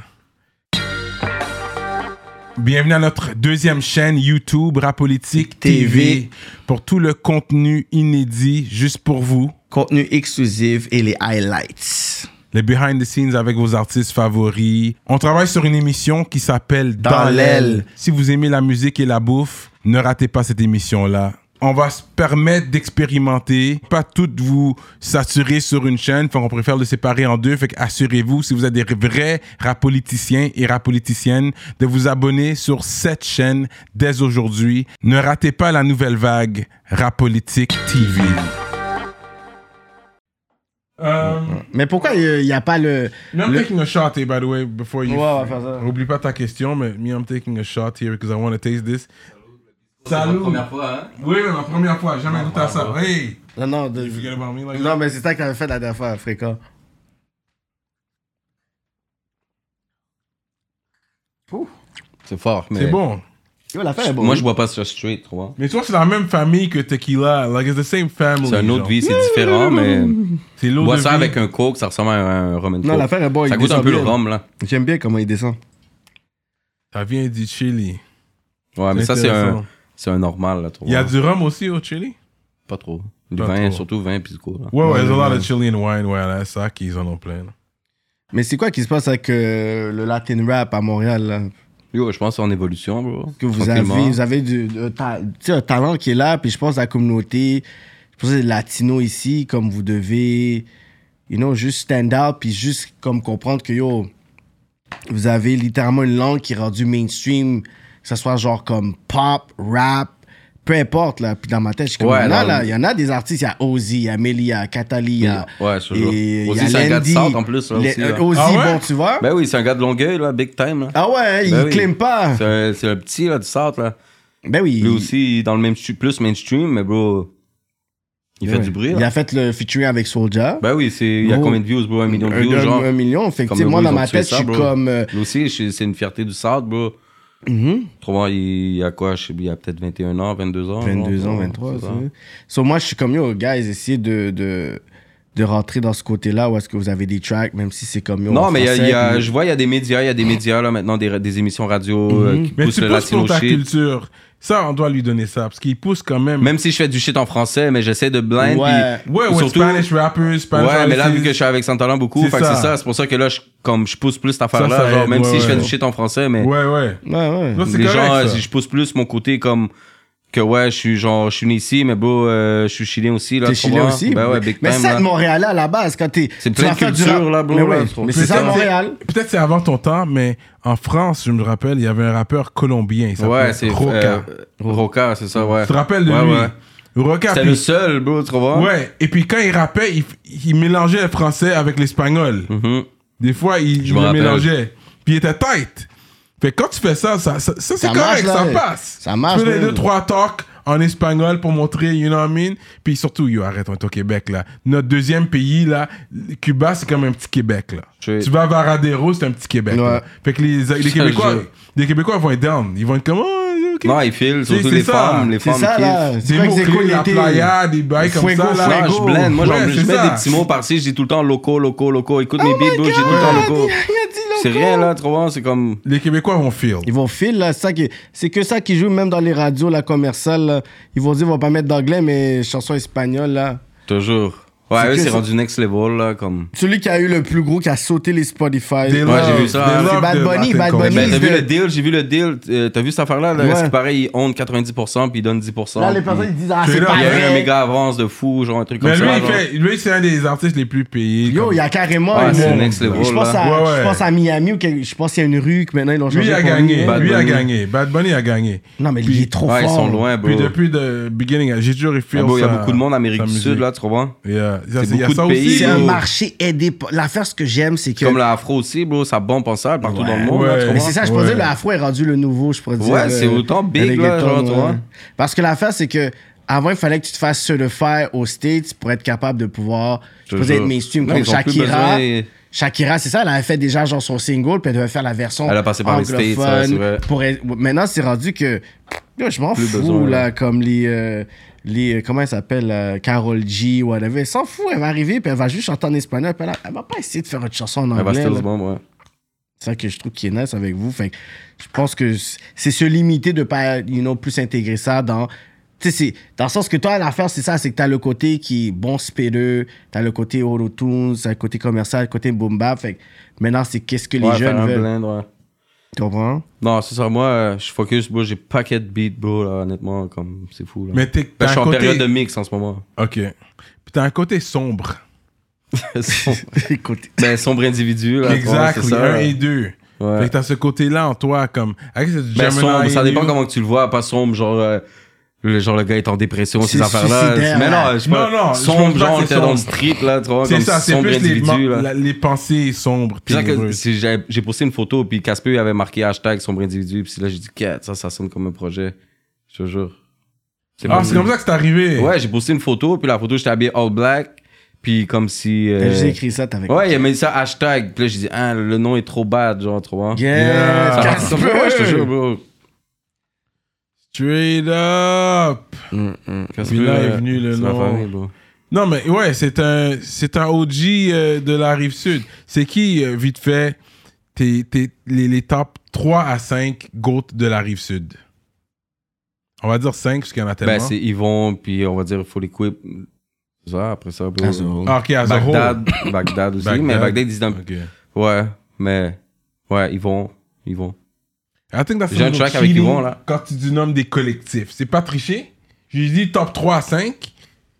Speaker 1: Bienvenue à notre deuxième chaîne YouTube Rapolitique TV pour tout le contenu inédit juste pour vous.
Speaker 2: Contenu exclusif et les highlights.
Speaker 1: Les behind the scenes avec vos artistes favoris. On travaille sur une émission qui s'appelle Dans,
Speaker 2: Dans l'aile.
Speaker 1: l'aile. Si vous aimez la musique et la bouffe, ne ratez pas cette émission-là. On va se permettre d'expérimenter, pas toutes vous saturer sur une chaîne. Fait qu'on préfère le séparer en deux. Fait assurez-vous, si vous êtes des vrais rapoliticiens et rapoliticiennes, de vous abonner sur cette chaîne dès aujourd'hui. Ne ratez pas la nouvelle vague Rapolitique TV.
Speaker 2: Mais pourquoi euh, il n'y a pas le.
Speaker 1: Me, I'm
Speaker 2: le-
Speaker 1: taking a shot here, by the way, before you.
Speaker 2: Ouais, on va faire ça.
Speaker 1: Oublie pas ta question, mais me, I'm taking a shot here because I want to taste this.
Speaker 3: la
Speaker 1: Salut.
Speaker 3: première fois, hein.
Speaker 1: Oui, mais ma première fois,
Speaker 3: Ah,
Speaker 1: jamais goûté à ça. Hey,
Speaker 2: Non, non, de-
Speaker 1: you forget about me like
Speaker 2: non mais c'est ça que t'avais fait la dernière fois, fréquent.
Speaker 3: C'est fort, mais.
Speaker 1: C'est bon.
Speaker 2: Tu vois, l'affaire est bonne.
Speaker 3: Moi, je bois pas ça straight, tu vois.
Speaker 1: Mais toi, c'est la même famille que Tequila. Like, it's the same family.
Speaker 3: C'est un autre
Speaker 1: genre.
Speaker 3: vie, c'est différent, mais.
Speaker 1: C'est l'autre
Speaker 3: Bois
Speaker 1: vie.
Speaker 3: ça avec un coke, ça ressemble à un rhum and
Speaker 2: Non,
Speaker 3: coke.
Speaker 2: l'affaire est bonne,
Speaker 3: Ça
Speaker 2: il
Speaker 3: goûte un peu le
Speaker 2: descend bien.
Speaker 3: rhum, là.
Speaker 2: J'aime bien comment il descend.
Speaker 1: Ça vient du Chili.
Speaker 3: Ouais, Ah, mais ça, c'est
Speaker 1: Intéressant.
Speaker 3: un. C'est un normal, là, tu vois.
Speaker 1: Il y a du rhum aussi au Chili?
Speaker 3: Pas trop. Du
Speaker 1: Pas
Speaker 3: vin,
Speaker 1: trop.
Speaker 3: surtout vin, puis du coke, là.
Speaker 1: Ouais, ouais, there's a lot of Chilean wine. Ouais, là, ça, qu'ils en ont plein. là.
Speaker 2: Mais c'est quoi qui se passe avec euh, le Latin rap à Montréal là?
Speaker 3: Yo, je pense que c'est en évolution, bro.
Speaker 2: Que vous avez,
Speaker 3: Tranquillement.
Speaker 2: vous avez du, de- ta- tu sais, un talent qui est là, puis je pense à la communauté, je pense les latinos ici, comme vous devez, you know, juste stand out, puis juste comme comprendre que yo, vous avez littéralement une langue qui est rendue mainstream, que ce soit genre comme pop, rap, peu importe là. Puis dans ma tête, je suis comme,
Speaker 3: Ouais,
Speaker 2: il y en a
Speaker 3: dans-
Speaker 2: là, il y en a des artistes, il y a Ozzy, il y a Melly, il y a Katali, il y a.
Speaker 3: Ouais, je te
Speaker 2: et
Speaker 3: jure.
Speaker 2: il y a
Speaker 3: Ozzy, c'est un gars de
Speaker 2: Landy.
Speaker 3: South, en plus, là,
Speaker 2: Les- euh,
Speaker 3: aussi, là.
Speaker 2: Ozzy,
Speaker 1: Ah ouais?
Speaker 2: bon, tu vois.
Speaker 3: Ben oui, c'est un gars de Longueuil, là, big time, là.
Speaker 2: Ah ouais,
Speaker 3: Ben
Speaker 2: il
Speaker 3: oui.
Speaker 2: clame pas.
Speaker 3: C'est un- C'est le petit, là, du South, là.
Speaker 2: Ben oui.
Speaker 3: Lui aussi, il est dans le même stu- plus mainstream, mais bro, il fait
Speaker 2: Ben Ouais.
Speaker 3: du bruit.
Speaker 2: Il
Speaker 3: Là.
Speaker 2: a fait le featuring avec Soulja.
Speaker 3: Ben oui, c'est il y a
Speaker 2: Gros.
Speaker 3: combien de views, bro Un million de
Speaker 2: Un-
Speaker 3: views,
Speaker 2: un-
Speaker 3: genre.
Speaker 2: un million,
Speaker 3: Comme,
Speaker 2: effectivement.
Speaker 3: bro,
Speaker 2: dans
Speaker 3: ils ont
Speaker 2: ma
Speaker 3: tué
Speaker 2: tête, je
Speaker 3: ça,
Speaker 2: suis
Speaker 3: bro.
Speaker 2: comme. euh,
Speaker 3: Lui aussi, je- c'est une fierté du South, bro.
Speaker 2: mhm.
Speaker 3: Autrement, il y a quoi je sais, Il y a peut-être 21 ans, 22 ans.
Speaker 2: 22
Speaker 3: genre,
Speaker 2: ans,
Speaker 3: c'est
Speaker 2: 23.
Speaker 3: ça.
Speaker 2: c'est- So, moi, je suis comme yo, guys, essayez de, de, de rentrer dans ce côté-là où est-ce que vous avez des tracks, même si c'est comme yo.
Speaker 3: Non,
Speaker 2: en
Speaker 3: mais il y a- il y a-
Speaker 2: français,
Speaker 3: je vois, il y a des médias, il y a des médias, là, maintenant, des, des émissions radio euh,
Speaker 2: Mm-hmm.
Speaker 3: qui
Speaker 1: Mais
Speaker 3: poussent
Speaker 1: tu
Speaker 3: le
Speaker 1: pousses pour
Speaker 3: latino
Speaker 1: ta
Speaker 3: shit.
Speaker 1: culture. Ça, on doit lui donner ça. Parce qu'il pousse quand même.
Speaker 3: Même si je fais du shit en français, mais j'essaie de blind.
Speaker 2: Ouais.
Speaker 3: puis
Speaker 1: Ouais, ouais,
Speaker 3: surtout,
Speaker 1: Spanish rappers, Spanish
Speaker 3: ouais, mais là, vu
Speaker 1: artists.
Speaker 3: que je suis avec Santallan beaucoup,
Speaker 1: C'est
Speaker 3: fait que
Speaker 1: ça.
Speaker 3: c'est ça. C'est pour ça que là, je, comme je pousse plus cette
Speaker 1: Ça, ça
Speaker 3: affaire-là. Genre,
Speaker 1: aide,
Speaker 3: même si
Speaker 1: ouais,
Speaker 3: je fais
Speaker 1: ouais.
Speaker 3: du shit en français, mais
Speaker 1: Ouais, ouais.
Speaker 2: Ouais, ouais.
Speaker 1: Non, c'est
Speaker 3: les
Speaker 1: correct,
Speaker 3: gens, euh,
Speaker 1: ça.
Speaker 3: si je pousse plus mon côté comme que ouais, je suis genre, je suis né ici, mais bro, euh, je suis chilien aussi. là,
Speaker 2: T'es
Speaker 3: tu
Speaker 2: chilien
Speaker 3: vois.
Speaker 2: aussi.
Speaker 3: Ben ouais, big
Speaker 2: mais
Speaker 3: time,
Speaker 2: ça,
Speaker 3: là.
Speaker 2: de Montréal, à la base, quand t'es.
Speaker 3: C'est
Speaker 2: tu
Speaker 3: plein
Speaker 2: vas
Speaker 3: de
Speaker 2: faire du
Speaker 3: culture,
Speaker 2: rap.
Speaker 3: là, bro,
Speaker 2: Mais,
Speaker 3: là,
Speaker 2: ouais,
Speaker 3: tu vois.
Speaker 2: mais c'est
Speaker 3: C'est
Speaker 2: ça,
Speaker 3: ça.
Speaker 2: Montréal.
Speaker 1: Peut-être c'est avant ton temps, mais en France, je me rappelle, il y avait un rappeur colombien. Il
Speaker 3: Ouais, c'est
Speaker 1: s'appelait Roca.
Speaker 3: euh, Roca, c'est ça, ouais.
Speaker 1: Tu te rappelles de
Speaker 3: Ouais,
Speaker 1: lui
Speaker 3: ouais.
Speaker 1: Roca.
Speaker 3: C'était
Speaker 1: puis-
Speaker 3: le seul, bro, tu vois.
Speaker 1: Ouais, et puis quand il rappait, il, il mélangeait le français avec l'espagnol.
Speaker 3: Mhm.
Speaker 1: Des fois, il,
Speaker 3: Je
Speaker 1: il
Speaker 3: me
Speaker 1: le
Speaker 3: rappelle.
Speaker 1: mélangeait. Puis il était tight. Fait que quand tu fais ça, ça, ça, ça, c'est
Speaker 2: Ça marche,
Speaker 1: correct,
Speaker 2: là,
Speaker 1: ça
Speaker 2: ouais.
Speaker 1: passe.
Speaker 2: Ça marche,
Speaker 1: Tu fais les
Speaker 2: ouais.
Speaker 1: deux, trois talks en espagnol pour montrer, you know what I mean? Puis surtout, yo, arrête, on est au Québec, là. Notre deuxième pays, là, Cuba, c'est comme un petit Québec, là.
Speaker 3: Je-
Speaker 1: Tu vas à Varadero, c'est un petit Québec,
Speaker 2: Ouais.
Speaker 1: là. Fait que les, les
Speaker 3: te
Speaker 1: Québécois,
Speaker 3: jure.
Speaker 1: les Québécois vont être down. Ils vont être comme, oh, ok.
Speaker 3: Non, il file,
Speaker 1: C'est-
Speaker 3: surtout
Speaker 1: c'est
Speaker 3: les
Speaker 1: ça.
Speaker 3: femmes, les
Speaker 2: C'est
Speaker 3: femmes
Speaker 2: ça,
Speaker 3: qui
Speaker 2: là. C'est
Speaker 1: des
Speaker 2: vrai que
Speaker 1: mots
Speaker 2: c'est cool
Speaker 1: clés, la
Speaker 2: l'été.
Speaker 1: playa, des bails comme
Speaker 2: Fuego,
Speaker 1: ça, là.
Speaker 3: Non, je
Speaker 2: Fuego.
Speaker 3: blende. Moi, j'en-
Speaker 1: Ouais,
Speaker 3: je
Speaker 1: c'est
Speaker 3: mets
Speaker 1: ça. Oh
Speaker 3: des petits mots par-ci, je dis tout le temps loco, loco, loco. Écoute mes beats, bro, j'ai tout le
Speaker 2: Ah,
Speaker 3: temps
Speaker 2: Oh il a
Speaker 3: loco.
Speaker 2: dit- il a dit
Speaker 3: C'est rien, là, tu vois, c'est comme.
Speaker 1: Les Québécois vont feel.
Speaker 2: Ils vont filer, là. c'est ça qui- C'est que ça qui joue, même dans les radios, la commerciale. là. Ils vont dire, ils vont pas mettre d'anglais, mais chanson espagnole, là.
Speaker 3: Toujours.
Speaker 2: C'est
Speaker 3: Ouais, eux,
Speaker 2: que
Speaker 3: c'est
Speaker 2: ça-
Speaker 3: rendu next level, là, comme.
Speaker 2: Celui qui a eu le plus gros, qui a sauté les Spotify.
Speaker 1: They
Speaker 2: là.
Speaker 3: Ouais, j'ai
Speaker 1: love-
Speaker 3: vu ça.
Speaker 1: they
Speaker 3: C'est
Speaker 1: love
Speaker 2: Bad
Speaker 1: the
Speaker 2: Bunny,
Speaker 1: Latin
Speaker 2: Bad
Speaker 1: culture.
Speaker 2: Bunny.
Speaker 3: Ben, t'as
Speaker 2: Ils
Speaker 3: vu
Speaker 2: veulent-
Speaker 3: le deal, j'ai vu le deal. Euh, T'as vu cette affaire-là? là?
Speaker 2: Ouais.
Speaker 3: Parce que pareil, ils honte 90%, puis ils donnent 10%.
Speaker 2: Là, les
Speaker 3: puis
Speaker 2: personnes, ils disent, ah,
Speaker 1: Tu
Speaker 2: c'est
Speaker 1: l'as-
Speaker 2: pas
Speaker 3: Il y a eu un
Speaker 2: vrai.
Speaker 3: méga avance de fou, genre un truc comme
Speaker 1: Mais lui,
Speaker 3: ça.
Speaker 1: il
Speaker 3: genre.
Speaker 1: fait- lui, c'est un des artistes les plus payés.
Speaker 2: Yo,
Speaker 1: comme-
Speaker 2: il y a carrément.
Speaker 3: Ouais,
Speaker 2: une-
Speaker 3: c'est le next
Speaker 2: je,
Speaker 3: level,
Speaker 2: pense
Speaker 3: là.
Speaker 2: à,
Speaker 1: Ouais, ouais.
Speaker 2: je pense à Miami, ou quelque- je pense qu'il y a une rue que maintenant ils l'ont
Speaker 1: Lui,
Speaker 2: changé.
Speaker 1: il a
Speaker 2: pour
Speaker 1: gagné.
Speaker 3: Bad
Speaker 1: Lui, il a
Speaker 3: Bunny.
Speaker 1: gagné. Bad Bunny a gagné.
Speaker 2: Non, mais
Speaker 1: Puis-
Speaker 2: il est trop
Speaker 3: Ouais, ils
Speaker 2: fort.
Speaker 3: sont loin, bro.
Speaker 1: Puis depuis le beginning, j'ai toujours
Speaker 3: Mais
Speaker 1: feel
Speaker 3: Ah, bro, il y a
Speaker 1: sa-
Speaker 3: beaucoup de monde en Amérique
Speaker 1: sa
Speaker 3: du
Speaker 1: musique.
Speaker 3: Sud, là, tu comprends?
Speaker 1: Yeah. Ça,
Speaker 3: C'est
Speaker 1: c'est- Il y a
Speaker 3: beaucoup
Speaker 1: ça
Speaker 3: de pays,
Speaker 1: aussi.
Speaker 2: C'est un
Speaker 3: Yo.
Speaker 2: marché aidé. par- L'affaire, ce que j'aime, c'est que.
Speaker 3: Comme l'afro aussi, bro, ça bombe en salle partout
Speaker 2: Ouais.
Speaker 3: dans le monde, là, tu
Speaker 1: Ouais.
Speaker 2: Mais
Speaker 3: comprends?
Speaker 2: c'est ça, je
Speaker 1: Ouais.
Speaker 2: pourrais dire, le afro est rendu le nouveau, je pourrais dire. euh,
Speaker 3: Ouais, c'est autant
Speaker 2: le
Speaker 3: big, là, genre,
Speaker 2: reggaeton,
Speaker 3: tu vois.
Speaker 2: Parce que l'affaire, c'est que avant, il fallait que tu te fasses certifier aux States pour être capable de pouvoir je
Speaker 3: te
Speaker 2: pourrais être
Speaker 3: jure.
Speaker 2: mainstream
Speaker 3: Là,
Speaker 2: comme
Speaker 3: ils ont plus
Speaker 2: Shakira.
Speaker 3: besoin-
Speaker 2: Shakira, c'est ça, elle avait fait déjà genre son single, puis elle devait faire la version
Speaker 3: Elle a passé par les States, ouais,
Speaker 2: anglophone
Speaker 3: c'est vrai.
Speaker 2: pour être- Maintenant, c'est rendu que... Yo, je m'en fous,
Speaker 3: Plus besoin,
Speaker 2: là,
Speaker 3: là.
Speaker 2: comme les... euh, les euh, comment elle s'appelle euh, Carol G, whatever. Elle s'en fout, elle va arriver, puis elle va juste chanter en espagnol, puis elle, elle va pas essayer de faire une chanson en anglais.
Speaker 3: Elle va still
Speaker 2: là.
Speaker 3: se bombe, ouais.
Speaker 2: C'est ça que je trouve qui est nice avec vous. Fait que je pense que c- c'est se limiter de pas, you know, plus intégrer ça dans. Tu sais, c'est- dans le sens que toi, l'affaire, c'est ça, c'est que t'as le côté qui est bon spéreux, t'as le côté auto-tunes, t'as le côté commercial, le côté boom bap. Fait que maintenant, c'est qu'est-ce que les
Speaker 3: Ouais, faire
Speaker 2: jeunes
Speaker 3: un
Speaker 2: veulent.
Speaker 3: blend, ouais.
Speaker 2: Tu comprends?
Speaker 3: Non, c'est ça, moi, euh, je focus, bro, j'ai paquet de beats, bro, là, honnêtement, comme, c'est fou, là.
Speaker 1: Mais t'es-
Speaker 3: Ben, je
Speaker 1: t'as
Speaker 3: suis
Speaker 1: un
Speaker 3: en
Speaker 1: côté-
Speaker 3: période de mix en ce moment. *laughs*
Speaker 1: OK. Puis t'as un côté sombre.
Speaker 3: Oh.
Speaker 2: *laughs* Écoute.
Speaker 3: ben, sombre individu, là. tu vois,
Speaker 1: Exact,
Speaker 3: c'est
Speaker 1: oui,
Speaker 3: ça,
Speaker 1: un
Speaker 3: là.
Speaker 1: et deux.
Speaker 3: Ouais.
Speaker 1: Fait que t'as ce côté-là en toi, comme... Avec cette
Speaker 3: Ben,
Speaker 1: Gemini
Speaker 3: sombre, ça
Speaker 1: in
Speaker 3: dépend
Speaker 1: you.
Speaker 3: comment que tu le vois, pas sombre, genre, euh, le, genre, le gars est en dépression,
Speaker 2: C'est
Speaker 3: ces affaires-là.
Speaker 2: suicidaire,
Speaker 3: Mais
Speaker 2: là.
Speaker 3: non, je sais
Speaker 1: Non,
Speaker 3: pas,
Speaker 1: non, je pense
Speaker 3: sombre,
Speaker 1: pas
Speaker 3: genre,
Speaker 1: que c'est
Speaker 3: t'es dans le
Speaker 1: sombre.
Speaker 3: street, là, tu vois,
Speaker 1: C'est
Speaker 3: comme
Speaker 1: ça, c'est
Speaker 3: sombre
Speaker 1: plus les,
Speaker 3: individu,
Speaker 1: man-
Speaker 3: là.
Speaker 1: la- les pensées sombres,
Speaker 3: C'est ça que
Speaker 1: ténébreuses.
Speaker 3: si j'ai j'ai posté une photo, puis Casper, il avait marqué hashtag sombre individu, puis là, j'ai dit, Cat, ça, ça sonne comme un projet. Je te jure.
Speaker 1: Ah,
Speaker 3: pas-
Speaker 1: c'est comme ça que c'est arrivé.
Speaker 3: Ouais, j'ai posté une photo, puis la photo, j'étais habillé all black, puis comme si. euh,
Speaker 2: T'as
Speaker 1: Ben,
Speaker 2: juste écrit ça, t'avais.
Speaker 3: Ouais, il a mis ça hashtag, puis là, j'ai dit, ah, le nom est trop bad, genre, trop hein.
Speaker 2: Yeah!
Speaker 3: Ça
Speaker 1: Yeah.
Speaker 3: marche comme ça, ouais, je te jure, bro.
Speaker 1: Straight up!
Speaker 3: Casper,
Speaker 1: là est
Speaker 3: euh,
Speaker 1: venu le
Speaker 3: c'est ma
Speaker 1: nom.
Speaker 3: famille, bro.
Speaker 1: Non, mais ouais, c'est un, c'est un OG euh, de la Rive-Sud. C'est qui, euh, vite fait, tes- tes- les, les top 3 à 5 GOAT de la Rive-Sud? On va dire 5, parce qu'il y en a tellement.
Speaker 3: Ben, c'est Yvon, puis on va dire Full Equip. C'est Ça, après ça, bro.
Speaker 1: Ah, OK, as a whole.
Speaker 3: Bagdad, Bagdad aussi,
Speaker 1: Bagdad.
Speaker 3: mais Bagdad, ils dans...
Speaker 1: OK.
Speaker 3: Ouais, mais. Ouais, Yvon, Yvon.
Speaker 1: I think that's
Speaker 3: J'ai un
Speaker 1: little
Speaker 3: track avec
Speaker 1: cheating
Speaker 3: Yvon, là.
Speaker 1: Quand tu dis nommes des collectifs, c'est pas tricher. J'ai dit top 3 à 5.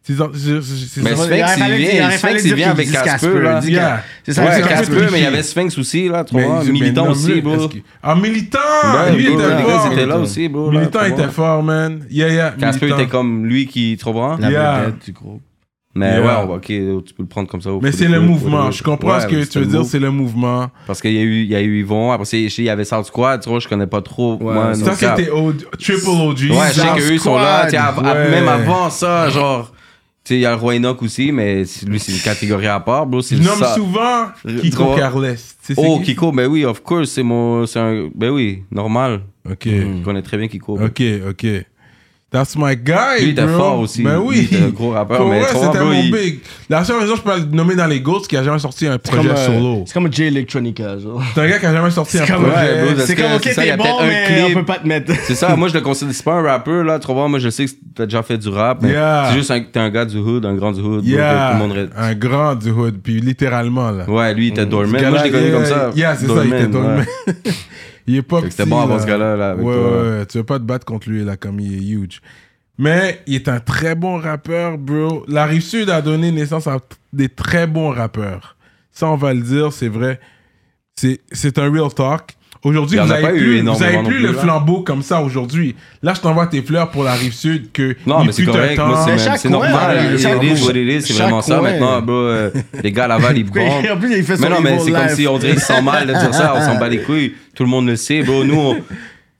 Speaker 1: C'est c'est- c'est-
Speaker 3: Mais
Speaker 2: vrai,
Speaker 3: Sphinx,
Speaker 2: il aurait
Speaker 3: il
Speaker 2: fallu dire- il
Speaker 3: vient,
Speaker 2: aurait fallu
Speaker 3: Sphinx,
Speaker 2: dire
Speaker 3: il vient
Speaker 2: qu'il
Speaker 3: avec
Speaker 2: dise
Speaker 3: Casper,
Speaker 2: Casper,
Speaker 3: là.
Speaker 2: dis-
Speaker 1: Yeah.
Speaker 2: C'est ça,
Speaker 3: Ouais,
Speaker 2: c'est ça,
Speaker 3: Casper,
Speaker 1: c'est
Speaker 3: mais il y
Speaker 1: qui?
Speaker 3: avait Sphinx aussi, là, tu
Speaker 1: Mais-
Speaker 3: vois.
Speaker 1: mais
Speaker 3: Militant
Speaker 1: nomme-le,
Speaker 3: aussi, bro.
Speaker 1: est-ce qu'il- Ah, militant!
Speaker 3: Ouais,
Speaker 1: lui
Speaker 3: bro,
Speaker 1: était
Speaker 3: les gars,
Speaker 1: fort.
Speaker 3: ils étaient là aussi, bro. là,
Speaker 1: Militant
Speaker 3: tu
Speaker 1: était
Speaker 3: vois.
Speaker 1: fort, man. Yeah, yeah.
Speaker 3: Casper
Speaker 1: militant.
Speaker 3: était comme lui qui, tu comprends?
Speaker 2: La
Speaker 1: Yeah.
Speaker 2: vedette du groupe.
Speaker 3: Mais
Speaker 1: Yeah.
Speaker 3: ouais, on va- ok, tu peux le prendre comme ça. au
Speaker 1: Mais
Speaker 3: feu
Speaker 1: c'est
Speaker 3: des
Speaker 1: le
Speaker 3: feux,
Speaker 1: mouvement.
Speaker 3: au-
Speaker 1: Je comprends
Speaker 3: ouais,
Speaker 1: ce que tu veux
Speaker 3: le
Speaker 1: dire,
Speaker 3: move.
Speaker 1: c'est le mouvement.
Speaker 3: Parce qu'il y, a eu- il y a eu Yvon, après c'est- je sais, il y avait South Squad, tu vois, je connais pas trop. moi,
Speaker 1: Ça,
Speaker 3: nos cap.
Speaker 1: c'était O- Triple OG.
Speaker 3: Ouais, je sais
Speaker 2: South
Speaker 3: qu'eux ils sont là,
Speaker 2: Squad,
Speaker 3: tu sais, av- av-
Speaker 1: ouais.
Speaker 3: même avant ça, genre. Tu sais, il y a le Roy Enoch aussi, mais c'est- lui, c'est une catégorie à part, bro. C'est
Speaker 1: Je
Speaker 3: le
Speaker 1: nomme
Speaker 3: ça.
Speaker 1: souvent Kiko
Speaker 3: Trois.
Speaker 1: Carles. Tu sais, c'est
Speaker 3: Oh,
Speaker 1: qui?
Speaker 3: Kiko, ben oui, of course, c'est mon. c'est un- Ben oui, normal.
Speaker 1: Ok,
Speaker 3: Je connais très bien Kiko.
Speaker 1: ok, ok. That's my guy,
Speaker 3: Lui, il était
Speaker 1: bro.
Speaker 3: fort aussi.
Speaker 1: Ben
Speaker 3: Lui,
Speaker 1: oui.
Speaker 3: il était un gros rappeur,
Speaker 1: Pour
Speaker 3: mais
Speaker 1: vrai,
Speaker 3: trop
Speaker 1: c'était
Speaker 3: bro,
Speaker 1: mon
Speaker 3: il-
Speaker 1: big. La seule raison que je peux le nommer dans les Ghosts, c'est qu'il a jamais sorti un
Speaker 2: Comme,
Speaker 1: projet
Speaker 2: euh,
Speaker 1: solo.
Speaker 2: C'est comme J Electronica, genre.
Speaker 1: C'est un gars qui a jamais sorti un
Speaker 2: C'est comme,
Speaker 3: ouais,
Speaker 1: projet.
Speaker 3: bro, parce
Speaker 2: c'est
Speaker 3: que
Speaker 2: comme, ok,
Speaker 3: c'est ça, il y
Speaker 2: t'es
Speaker 3: a
Speaker 2: bon,
Speaker 3: peut-être un
Speaker 2: mais on
Speaker 3: clip.
Speaker 2: peut pas te mettre.
Speaker 3: C'est ça, moi je le considère, c'est pas un rappeur là, tu vois, moi je sais que t'as déjà fait du rap, mais
Speaker 1: Yeah.
Speaker 3: c'est juste un, t'es un gars du hood, un grand du hood, bro, tout
Speaker 1: Yeah,
Speaker 3: le monde ré-
Speaker 1: un grand du hood, puis littéralement, là.
Speaker 3: Ouais, lui il était dormant,
Speaker 1: Ce
Speaker 3: moi je
Speaker 1: gars-là,
Speaker 3: l'ai connu
Speaker 1: Mm. yeah,
Speaker 3: comme ça.
Speaker 1: Yeah, c'est ça, il était
Speaker 3: Doorman,
Speaker 1: dormant.
Speaker 3: ouais.
Speaker 1: *laughs* il est pas
Speaker 3: Fait
Speaker 1: petit.
Speaker 3: que c'était bon
Speaker 1: là.
Speaker 3: avant ce gars-là, là, avec
Speaker 1: ouais,
Speaker 3: toi,
Speaker 1: ouais, ouais. Tu veux pas te battre contre lui, là, comme il est huge. Mais il est un très bon rappeur, bro. La Rive-Sud a donné naissance à t- des très bons rappeurs. Ça, on va le dire, c'est vrai. C'est- C'est un real talk. Aujourd'hui,
Speaker 3: Il y en
Speaker 1: vous
Speaker 3: a pas
Speaker 1: avez
Speaker 3: eu
Speaker 1: plus, vous
Speaker 3: énormément
Speaker 1: avez
Speaker 3: non
Speaker 1: plus
Speaker 3: plus,
Speaker 1: le
Speaker 3: là.
Speaker 1: flambeau comme ça aujourd'hui. Là, je t'envoie tes fleurs pour la Rive-Sud que
Speaker 3: Non,
Speaker 1: il
Speaker 3: mais c'est
Speaker 1: fut un
Speaker 3: correct, moi,
Speaker 1: temps-
Speaker 3: c'est
Speaker 2: Mais
Speaker 3: même-
Speaker 2: chaque
Speaker 3: c'est
Speaker 2: coin,
Speaker 3: normal,
Speaker 2: là,
Speaker 3: it
Speaker 2: chaque
Speaker 3: is
Speaker 2: coin.
Speaker 3: what it is, c'est
Speaker 2: Chaque
Speaker 3: vraiment ça
Speaker 2: coin.
Speaker 3: maintenant, bro. euh, les gars
Speaker 1: *laughs*
Speaker 3: à Laval ils
Speaker 2: Pourquoi il-
Speaker 3: bombent.
Speaker 2: en plus, il fait
Speaker 3: Mais
Speaker 2: son
Speaker 3: non, mais
Speaker 2: niveau
Speaker 3: c'est comme
Speaker 2: live.
Speaker 3: si on dirait qu'ils se sentent mal de dire ça, on s'en bat les couilles, tout le monde le sait, bro. Nous, on...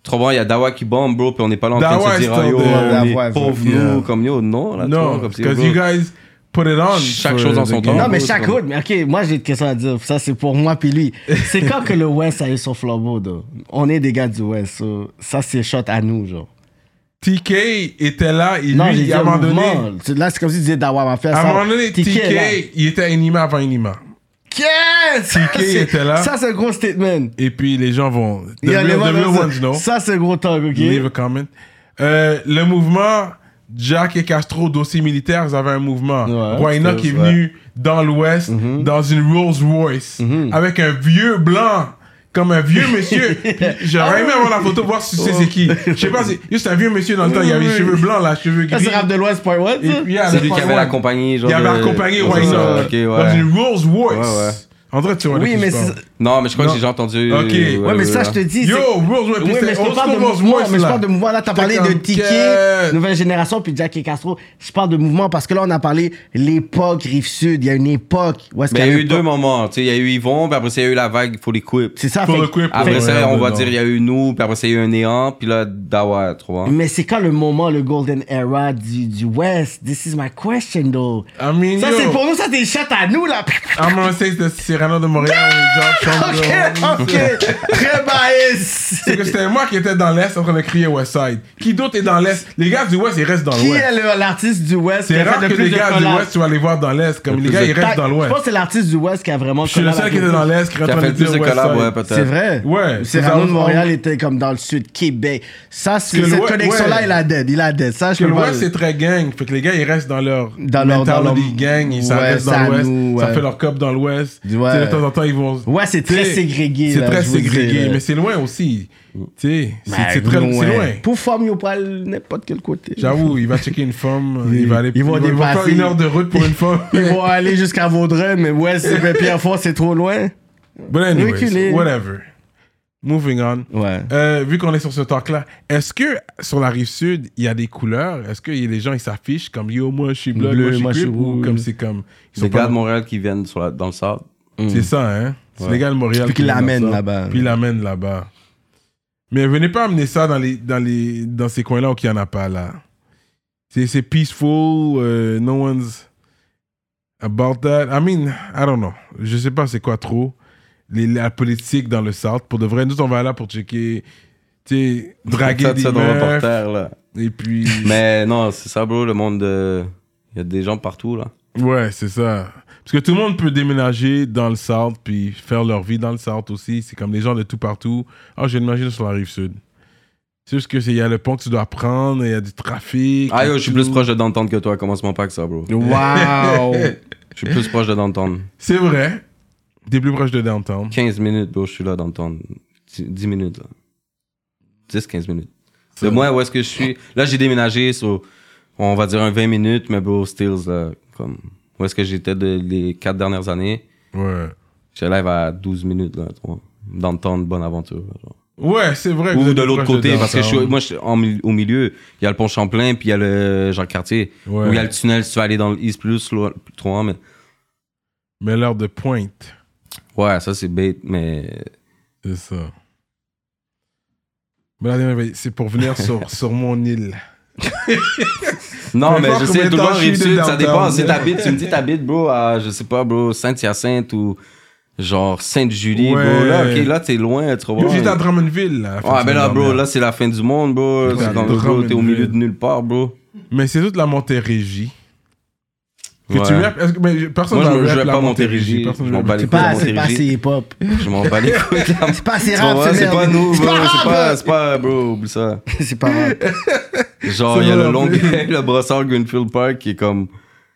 Speaker 3: trop bon, il y a Dawa qui bombe, bro, puis on n'est pas là en train
Speaker 1: Dawa
Speaker 3: de se dire,
Speaker 1: is
Speaker 3: oh, yo,
Speaker 1: still there.
Speaker 3: on
Speaker 2: Dawa is
Speaker 3: est pauvres
Speaker 1: there.
Speaker 3: nous, comme yo, non, là, tu vois,
Speaker 1: Non,
Speaker 3: comme
Speaker 1: parce
Speaker 3: c'est,
Speaker 1: que
Speaker 3: bro.
Speaker 1: you guys put it on.
Speaker 3: Chaque
Speaker 1: for
Speaker 3: chose en
Speaker 1: the
Speaker 3: son
Speaker 1: game.
Speaker 3: temps.
Speaker 2: Non, mais
Speaker 3: Gros,
Speaker 2: chaque
Speaker 3: c'est bon.
Speaker 2: hood, mais ok, moi j'ai une question à dire. Ça, c'est pour moi puis lui. C'est quand que le West a eu son flambeau, though? On est des gars du West, so ça, c'est shot à nous, genre.
Speaker 1: TK était là, il
Speaker 2: Non, j'ai
Speaker 1: lui,
Speaker 2: dit
Speaker 1: à un
Speaker 2: un
Speaker 1: moment donné,
Speaker 2: mouvement. C'est- Là, c'est comme si tu disais Dawa m'a fait ça.
Speaker 1: à un moment donné, TK,
Speaker 2: là.
Speaker 1: il était Inima avant Inima.
Speaker 2: Yes!
Speaker 1: TK
Speaker 2: C'est-
Speaker 1: était là.
Speaker 2: Ça, c'est un gros statement.
Speaker 1: Et puis les gens vont. The
Speaker 2: Yeah,
Speaker 1: real,
Speaker 2: les
Speaker 1: the
Speaker 2: gens
Speaker 1: real
Speaker 2: vont-
Speaker 1: ones know.
Speaker 2: Ça, c'est un gros talk, OK?
Speaker 1: Leave a comment. Euh, le mouvement, Jack et Castro, dossier militaire, ils avaient un mouvement.
Speaker 2: Ouais,
Speaker 1: Royna
Speaker 2: c'est
Speaker 1: qui est
Speaker 2: vrai. Mm-hmm.
Speaker 1: venu dans l'Ouest, dans une Rolls Royce, avec un vieux blanc. Comme un vieux
Speaker 2: *laughs*
Speaker 1: monsieur. Puis J'aurais aimé avoir la photo, voir si tu sais
Speaker 2: Oh.
Speaker 1: c'est qui. Je sais pas, c'est juste un vieux monsieur dans le temps. Il avait les cheveux blancs, là, cheveux
Speaker 2: Ça,
Speaker 1: gris.
Speaker 2: c'est rap de l'Ouest, point one,
Speaker 1: Et
Speaker 2: ça?
Speaker 1: puis, à
Speaker 3: C'est
Speaker 1: la
Speaker 3: lui qui
Speaker 1: fin,
Speaker 3: avait
Speaker 1: ouais.
Speaker 3: accompagné, genre.
Speaker 1: Il avait
Speaker 3: le-
Speaker 1: accompagné
Speaker 3: Ouais, c'est ça,
Speaker 1: Royna
Speaker 3: ok, ouais.
Speaker 1: dans une Rolls Royce.
Speaker 3: Ouais, ouais.
Speaker 1: En vrai, tu vois de
Speaker 2: Oui,
Speaker 1: qui
Speaker 2: mais
Speaker 1: je parle.
Speaker 2: c'est...
Speaker 3: Non, mais je crois
Speaker 1: Non.
Speaker 3: que j'ai déjà entendu.
Speaker 1: Ok. Ouais,
Speaker 2: Ouais, mais ça, je te dis...
Speaker 1: Yo,
Speaker 2: c'est-
Speaker 1: Rolls Royce,
Speaker 2: Oui,
Speaker 1: puis
Speaker 2: mais
Speaker 1: c'est
Speaker 2: je te
Speaker 1: old
Speaker 2: parle de
Speaker 1: school Rolls
Speaker 2: mouvement,
Speaker 1: Royce.
Speaker 2: mais je
Speaker 1: là.
Speaker 2: parle de mouvement. Là, t'as
Speaker 1: C'était
Speaker 2: parlé de
Speaker 1: comme
Speaker 2: tickets,
Speaker 1: que-
Speaker 2: nouvelle génération, puis Jack et Castro. Je parle de mouvement parce que là, on a parlé l'époque Rive-Sud. Il y a une époque où est-ce
Speaker 3: Mais
Speaker 2: qu'il
Speaker 3: il y a
Speaker 2: avait
Speaker 3: eu
Speaker 2: pas-
Speaker 3: deux moments. Tu sais, il y a eu Yvon, puis après, ça, il y a eu la vague, faut les quips.
Speaker 2: C'est ça,
Speaker 1: Faut
Speaker 2: fait-
Speaker 1: le couper pour
Speaker 3: Après
Speaker 1: le
Speaker 3: ça, on
Speaker 1: regarder,
Speaker 3: va
Speaker 1: non.
Speaker 3: dire, il y a eu nous, puis après, ça, il y a eu un néant, puis là, Dawa, tu vois.
Speaker 2: Mais c'est quand le moment, le golden era du, du West? This is my question, though.
Speaker 1: I mean,
Speaker 2: Ça,
Speaker 1: yo.
Speaker 2: c'est pour nous, ça, t'es chat à nous, là. *laughs*
Speaker 1: I'm gonna say c'est Cyrano de Montréal. Jean Chambre.
Speaker 2: ok,
Speaker 1: *laughs*
Speaker 2: ok. Très bias.
Speaker 1: Ah, C'est que c'était moi qui étais dans l'Est en train de crier Westside. Qui d'autre est dans l'Est Les gars du West, ils restent dans
Speaker 2: Qui
Speaker 1: l'Ouest.
Speaker 2: est le- l'artiste du West qui
Speaker 1: C'est
Speaker 2: a
Speaker 1: rare
Speaker 2: fait
Speaker 1: que
Speaker 2: le plus
Speaker 1: les
Speaker 2: de
Speaker 1: gars du
Speaker 2: collabs?
Speaker 1: West, tu vas les voir dans l'Est. Comme les gars, ils restent dans
Speaker 2: Je
Speaker 1: l'Ouest.
Speaker 2: pense que c'est l'artiste du West qui a vraiment
Speaker 1: Je suis le
Speaker 2: collab
Speaker 1: seul qui
Speaker 2: avec
Speaker 1: était dans
Speaker 2: nous.
Speaker 1: l'Est, qui est en
Speaker 3: Qui a
Speaker 1: train de
Speaker 3: fait plus
Speaker 1: dire
Speaker 3: de collabs, ouais,
Speaker 1: Westside.
Speaker 3: peut-être.
Speaker 2: C'est vrai.
Speaker 1: Ouais, c'est
Speaker 2: Cyrano
Speaker 1: ça,
Speaker 2: de Montréal était comme dans le sud, Québec. Ça, c'est-
Speaker 1: Que le
Speaker 2: cette
Speaker 1: Ouest-
Speaker 2: connexion-là,
Speaker 1: ouais.
Speaker 2: il a dead. Il a dead. Ça, je
Speaker 1: Parce que
Speaker 2: peux pas-
Speaker 1: l'Ouest, c'est très gang. Fait que les gars, ils restent dans leur
Speaker 2: Dans
Speaker 1: dans
Speaker 2: leur- dans
Speaker 1: mentality
Speaker 2: leur-
Speaker 1: gang. Ils s'en
Speaker 2: Ouais,
Speaker 1: restent
Speaker 2: ça
Speaker 1: dans l'Ouest.
Speaker 2: nous,
Speaker 1: Ça
Speaker 2: ouais.
Speaker 1: fait leur cop dans l'Ouest. Tu
Speaker 2: Ouais.
Speaker 1: sais, De temps en temps, ils vont...
Speaker 2: Ouais, c'est très
Speaker 1: Tu sais,
Speaker 2: ségrégé,
Speaker 1: C'est
Speaker 2: là,
Speaker 1: très
Speaker 2: je vous dirais,
Speaker 1: ségrégé,
Speaker 2: là.
Speaker 1: mais c'est loin aussi. Tu sais, c'est
Speaker 2: Ben,
Speaker 1: c'est très c'est loin.
Speaker 2: Pour former au poil, n'importe quel côté.
Speaker 1: J'avoue, il va checker
Speaker 2: *laughs*
Speaker 1: une femme, il va aller
Speaker 2: Ils vont
Speaker 1: il va- il va faire
Speaker 2: dépasser.
Speaker 1: une heure de route pour une femme.
Speaker 2: *laughs* Ils vont aller jusqu'à Vaudreuil, mais ouais, c'est mais Pierrefonds, c'est trop loin.
Speaker 1: But anyways,
Speaker 2: Reculer.
Speaker 1: whatever. Moving on.
Speaker 2: Ouais.
Speaker 1: Euh, vu qu'on est sur ce talk-là, est-ce que sur la rive sud, il y a des couleurs Est-ce que les gens ils s'affichent comme yo, moi je suis bleu,
Speaker 2: Bleu,
Speaker 1: moi je suis cuivre
Speaker 2: rouge.
Speaker 1: Ou comme c'est comme. Ils
Speaker 3: Les
Speaker 1: sont
Speaker 3: gars
Speaker 1: pas...
Speaker 3: de Montréal qui viennent sur la- dans le Mm. sable.
Speaker 1: C'est ça, hein C'est les gars de Montréal.
Speaker 2: Puis
Speaker 1: qui
Speaker 2: qu'ils
Speaker 1: viennent
Speaker 2: l'amènent
Speaker 1: dans ça.
Speaker 2: là-bas.
Speaker 1: Puis ils l'amènent là-bas. Mais venez pas amener ça dans, les, dans, les, dans ces coins-là où il n'y en a pas là. C'est c'est peaceful, euh, no one's about that. I mean, I don't know. Je sais pas c'est quoi trop. Les, la politique dans le South. Pour de vrai, nous on va là pour checker, tu sais, draguer
Speaker 3: Faites
Speaker 1: des
Speaker 3: ça dans le
Speaker 1: meufs.
Speaker 3: reporter, là.
Speaker 1: Et puis.
Speaker 3: Mais non, c'est ça, bro, le monde de. Il y a des gens partout, là.
Speaker 1: Ouais, c'est ça. Parce que tout le monde peut déménager dans le South puis faire leur vie dans le South aussi. C'est comme les gens de tout partout. Ah, j'ai déménagé sur la rive sud. C'est juste que c'est- il y a le pont que tu dois prendre, il y a du trafic.
Speaker 3: Ah yo, je suis
Speaker 1: tout.
Speaker 3: plus proche de Danton que toi, commence-moi pas avec ça, bro.
Speaker 2: Wow!
Speaker 3: *laughs* Je suis plus proche de Danton.
Speaker 1: C'est vrai. T'es plus proche de downtown.
Speaker 3: 15 minutes, bro, je suis là, Danton. 10 minutes, là. 10-15 minutes. De moi, où est-ce que je suis Là, j'ai déménagé sur, on va dire, un 20 minutes, mais bro, Stills, là, comme. Où est-ce que j'étais de, les 4 dernières années
Speaker 1: Ouais.
Speaker 3: J'étais là à 12 minutes, là, tu vois. Danton, bonne aventure, là, genre.
Speaker 1: Ouais, c'est vrai. que vous
Speaker 3: Ou
Speaker 1: êtes
Speaker 3: de
Speaker 1: plus
Speaker 3: l'autre
Speaker 1: proche
Speaker 3: côté, parce que je suis,
Speaker 1: downtown.
Speaker 3: moi, je suis en mi- au milieu, il y a le pont Champlain, puis il y a le Jean-Cartier.
Speaker 1: Ouais.
Speaker 3: Où il y a le tunnel, si tu veux aller dans le East Plus, là, plus loin, mais.
Speaker 1: Mais l'heure de pointe,
Speaker 3: Ouais, ça, c'est bête, mais.
Speaker 1: c'est ça. Mais là, anyway, c'est pour venir
Speaker 3: *laughs*
Speaker 1: sur, sur mon île.
Speaker 3: Non,
Speaker 1: Peu
Speaker 3: mais
Speaker 1: importe
Speaker 3: je
Speaker 1: combien
Speaker 3: sais,
Speaker 1: de
Speaker 3: tout le
Speaker 1: temps
Speaker 3: monde
Speaker 1: je suis
Speaker 3: arrive
Speaker 1: de
Speaker 3: sud, ça
Speaker 1: downtown.
Speaker 3: dépend. Si t'habites, tu me dis t'habites, bro, à, je sais pas, bro, Saint-Hyacinthe ou genre Sainte-Julie, bro.
Speaker 1: Ouais.
Speaker 3: Là, ok, là, t'es loin, tu
Speaker 1: Yo,
Speaker 3: vois.
Speaker 1: J'étais à Drummondville. Là, la fin
Speaker 3: Ouais,
Speaker 1: de
Speaker 3: mais là,
Speaker 1: semaine
Speaker 3: bro,
Speaker 1: dernière.
Speaker 3: là, c'est la fin du monde, bro.
Speaker 1: Ouais,
Speaker 3: C'est comme,
Speaker 1: t'es
Speaker 3: bro, t'es au
Speaker 1: Drummondville.
Speaker 3: milieu de nulle part, bro.
Speaker 1: Mais c'est toute la Montérégie. Que tu
Speaker 3: Ouais.
Speaker 1: rappes- est-ce que- mais je- personne
Speaker 3: Moi, je
Speaker 1: va
Speaker 3: me- je
Speaker 1: rap
Speaker 3: vais
Speaker 1: la
Speaker 3: pas Montérégie.
Speaker 1: Personne
Speaker 3: Je
Speaker 1: ne
Speaker 3: m'en bats les
Speaker 2: C'est
Speaker 1: rap.
Speaker 3: couilles de
Speaker 2: pas, c'est pas
Speaker 3: Montérégie.
Speaker 2: assez
Speaker 3: *laughs*
Speaker 2: hip-hop.
Speaker 3: Je m'en bats les couilles.
Speaker 2: C'est pas assez
Speaker 3: Tu
Speaker 2: rap,
Speaker 3: vois, c'est
Speaker 2: merde.
Speaker 3: pas nous, bro.
Speaker 2: rap,
Speaker 3: C'est
Speaker 2: hein.
Speaker 3: pas, c'est pas, bro, oublie ça.
Speaker 2: C'est pas rap.
Speaker 1: *laughs*
Speaker 3: Genre,
Speaker 1: C'est
Speaker 3: il y a
Speaker 1: vrai,
Speaker 3: le long,
Speaker 1: en
Speaker 3: *laughs*
Speaker 1: plus.
Speaker 3: le brossard Greenfield Park qui est comme,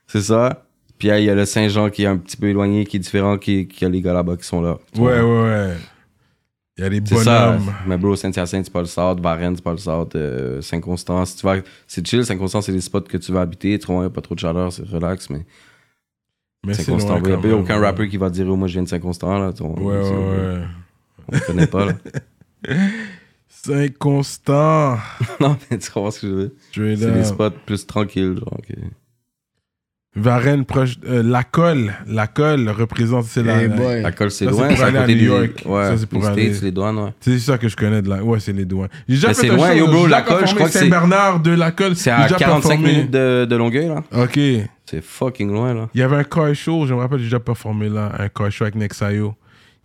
Speaker 3: c'est ça. Puis il y a le Saint-Jean qui est un petit peu éloigné, qui est différent, qui, qui a les gars là-bas qui sont là. Tu
Speaker 1: Ouais, ouais, ouais. Il y a des
Speaker 3: C'est ça.
Speaker 1: bonhommes.
Speaker 3: Mais bro, Saint-Hyacinthe, c'est pas le South. Varennes, c'est pas le South. euh, Saint-Constant, si tu vas. C'est chill. Saint-Constant, c'est les spots que tu vas habiter. Tu vois, y a pas trop de chaleur, c'est relax. Mais
Speaker 1: Mais c'est loin
Speaker 3: Saint-Constant, il
Speaker 1: quand
Speaker 3: n'y a
Speaker 1: même.
Speaker 3: aucun rapper qui va dire, oh, moi, je viens de Saint-Constant, là. tu vois.
Speaker 1: Ouais,
Speaker 3: C'est-
Speaker 1: ouais, ouais.
Speaker 3: On ne
Speaker 1: *laughs*
Speaker 3: connaît pas, là.
Speaker 1: Saint-Constant.
Speaker 3: non, mais tu comprends ce que je veux dire.
Speaker 1: Straight
Speaker 3: C'est des
Speaker 1: up.
Speaker 3: spots plus tranquilles, genre. que-
Speaker 1: Varennes proche. euh, la colle. La colle représente. C'est la.
Speaker 2: Hey
Speaker 1: la-
Speaker 2: Eh boy.
Speaker 3: La colle, c'est
Speaker 1: Ça, c'est
Speaker 3: loin.
Speaker 1: pour
Speaker 3: C'est à
Speaker 1: aller à
Speaker 3: côté
Speaker 1: New
Speaker 3: des-
Speaker 1: York.
Speaker 3: Ouais,
Speaker 1: Ça, c'est pour
Speaker 3: les
Speaker 1: aller-
Speaker 3: States, les douanes, ouais.
Speaker 1: C'est ça que je connais de la. Ouais, c'est les douanes. J'ai déjà
Speaker 3: Mais
Speaker 1: fait
Speaker 3: c'est
Speaker 1: un
Speaker 3: loin,
Speaker 1: show,
Speaker 3: yo,
Speaker 1: j'ai
Speaker 3: bro,
Speaker 1: déjà
Speaker 3: la colle, je
Speaker 1: performé
Speaker 3: crois que c'est-
Speaker 1: Saint-Bernard de la colle.
Speaker 3: C'est
Speaker 1: J'ai
Speaker 3: à
Speaker 1: déjà
Speaker 3: 45
Speaker 1: performé.
Speaker 3: minutes de, de Longueuil, là.
Speaker 1: Ok. Il
Speaker 3: C'est fucking loin, là.
Speaker 1: y avait un car show. Je me rappelle, j'ai déjà performé là. Un car show avec Nexayo.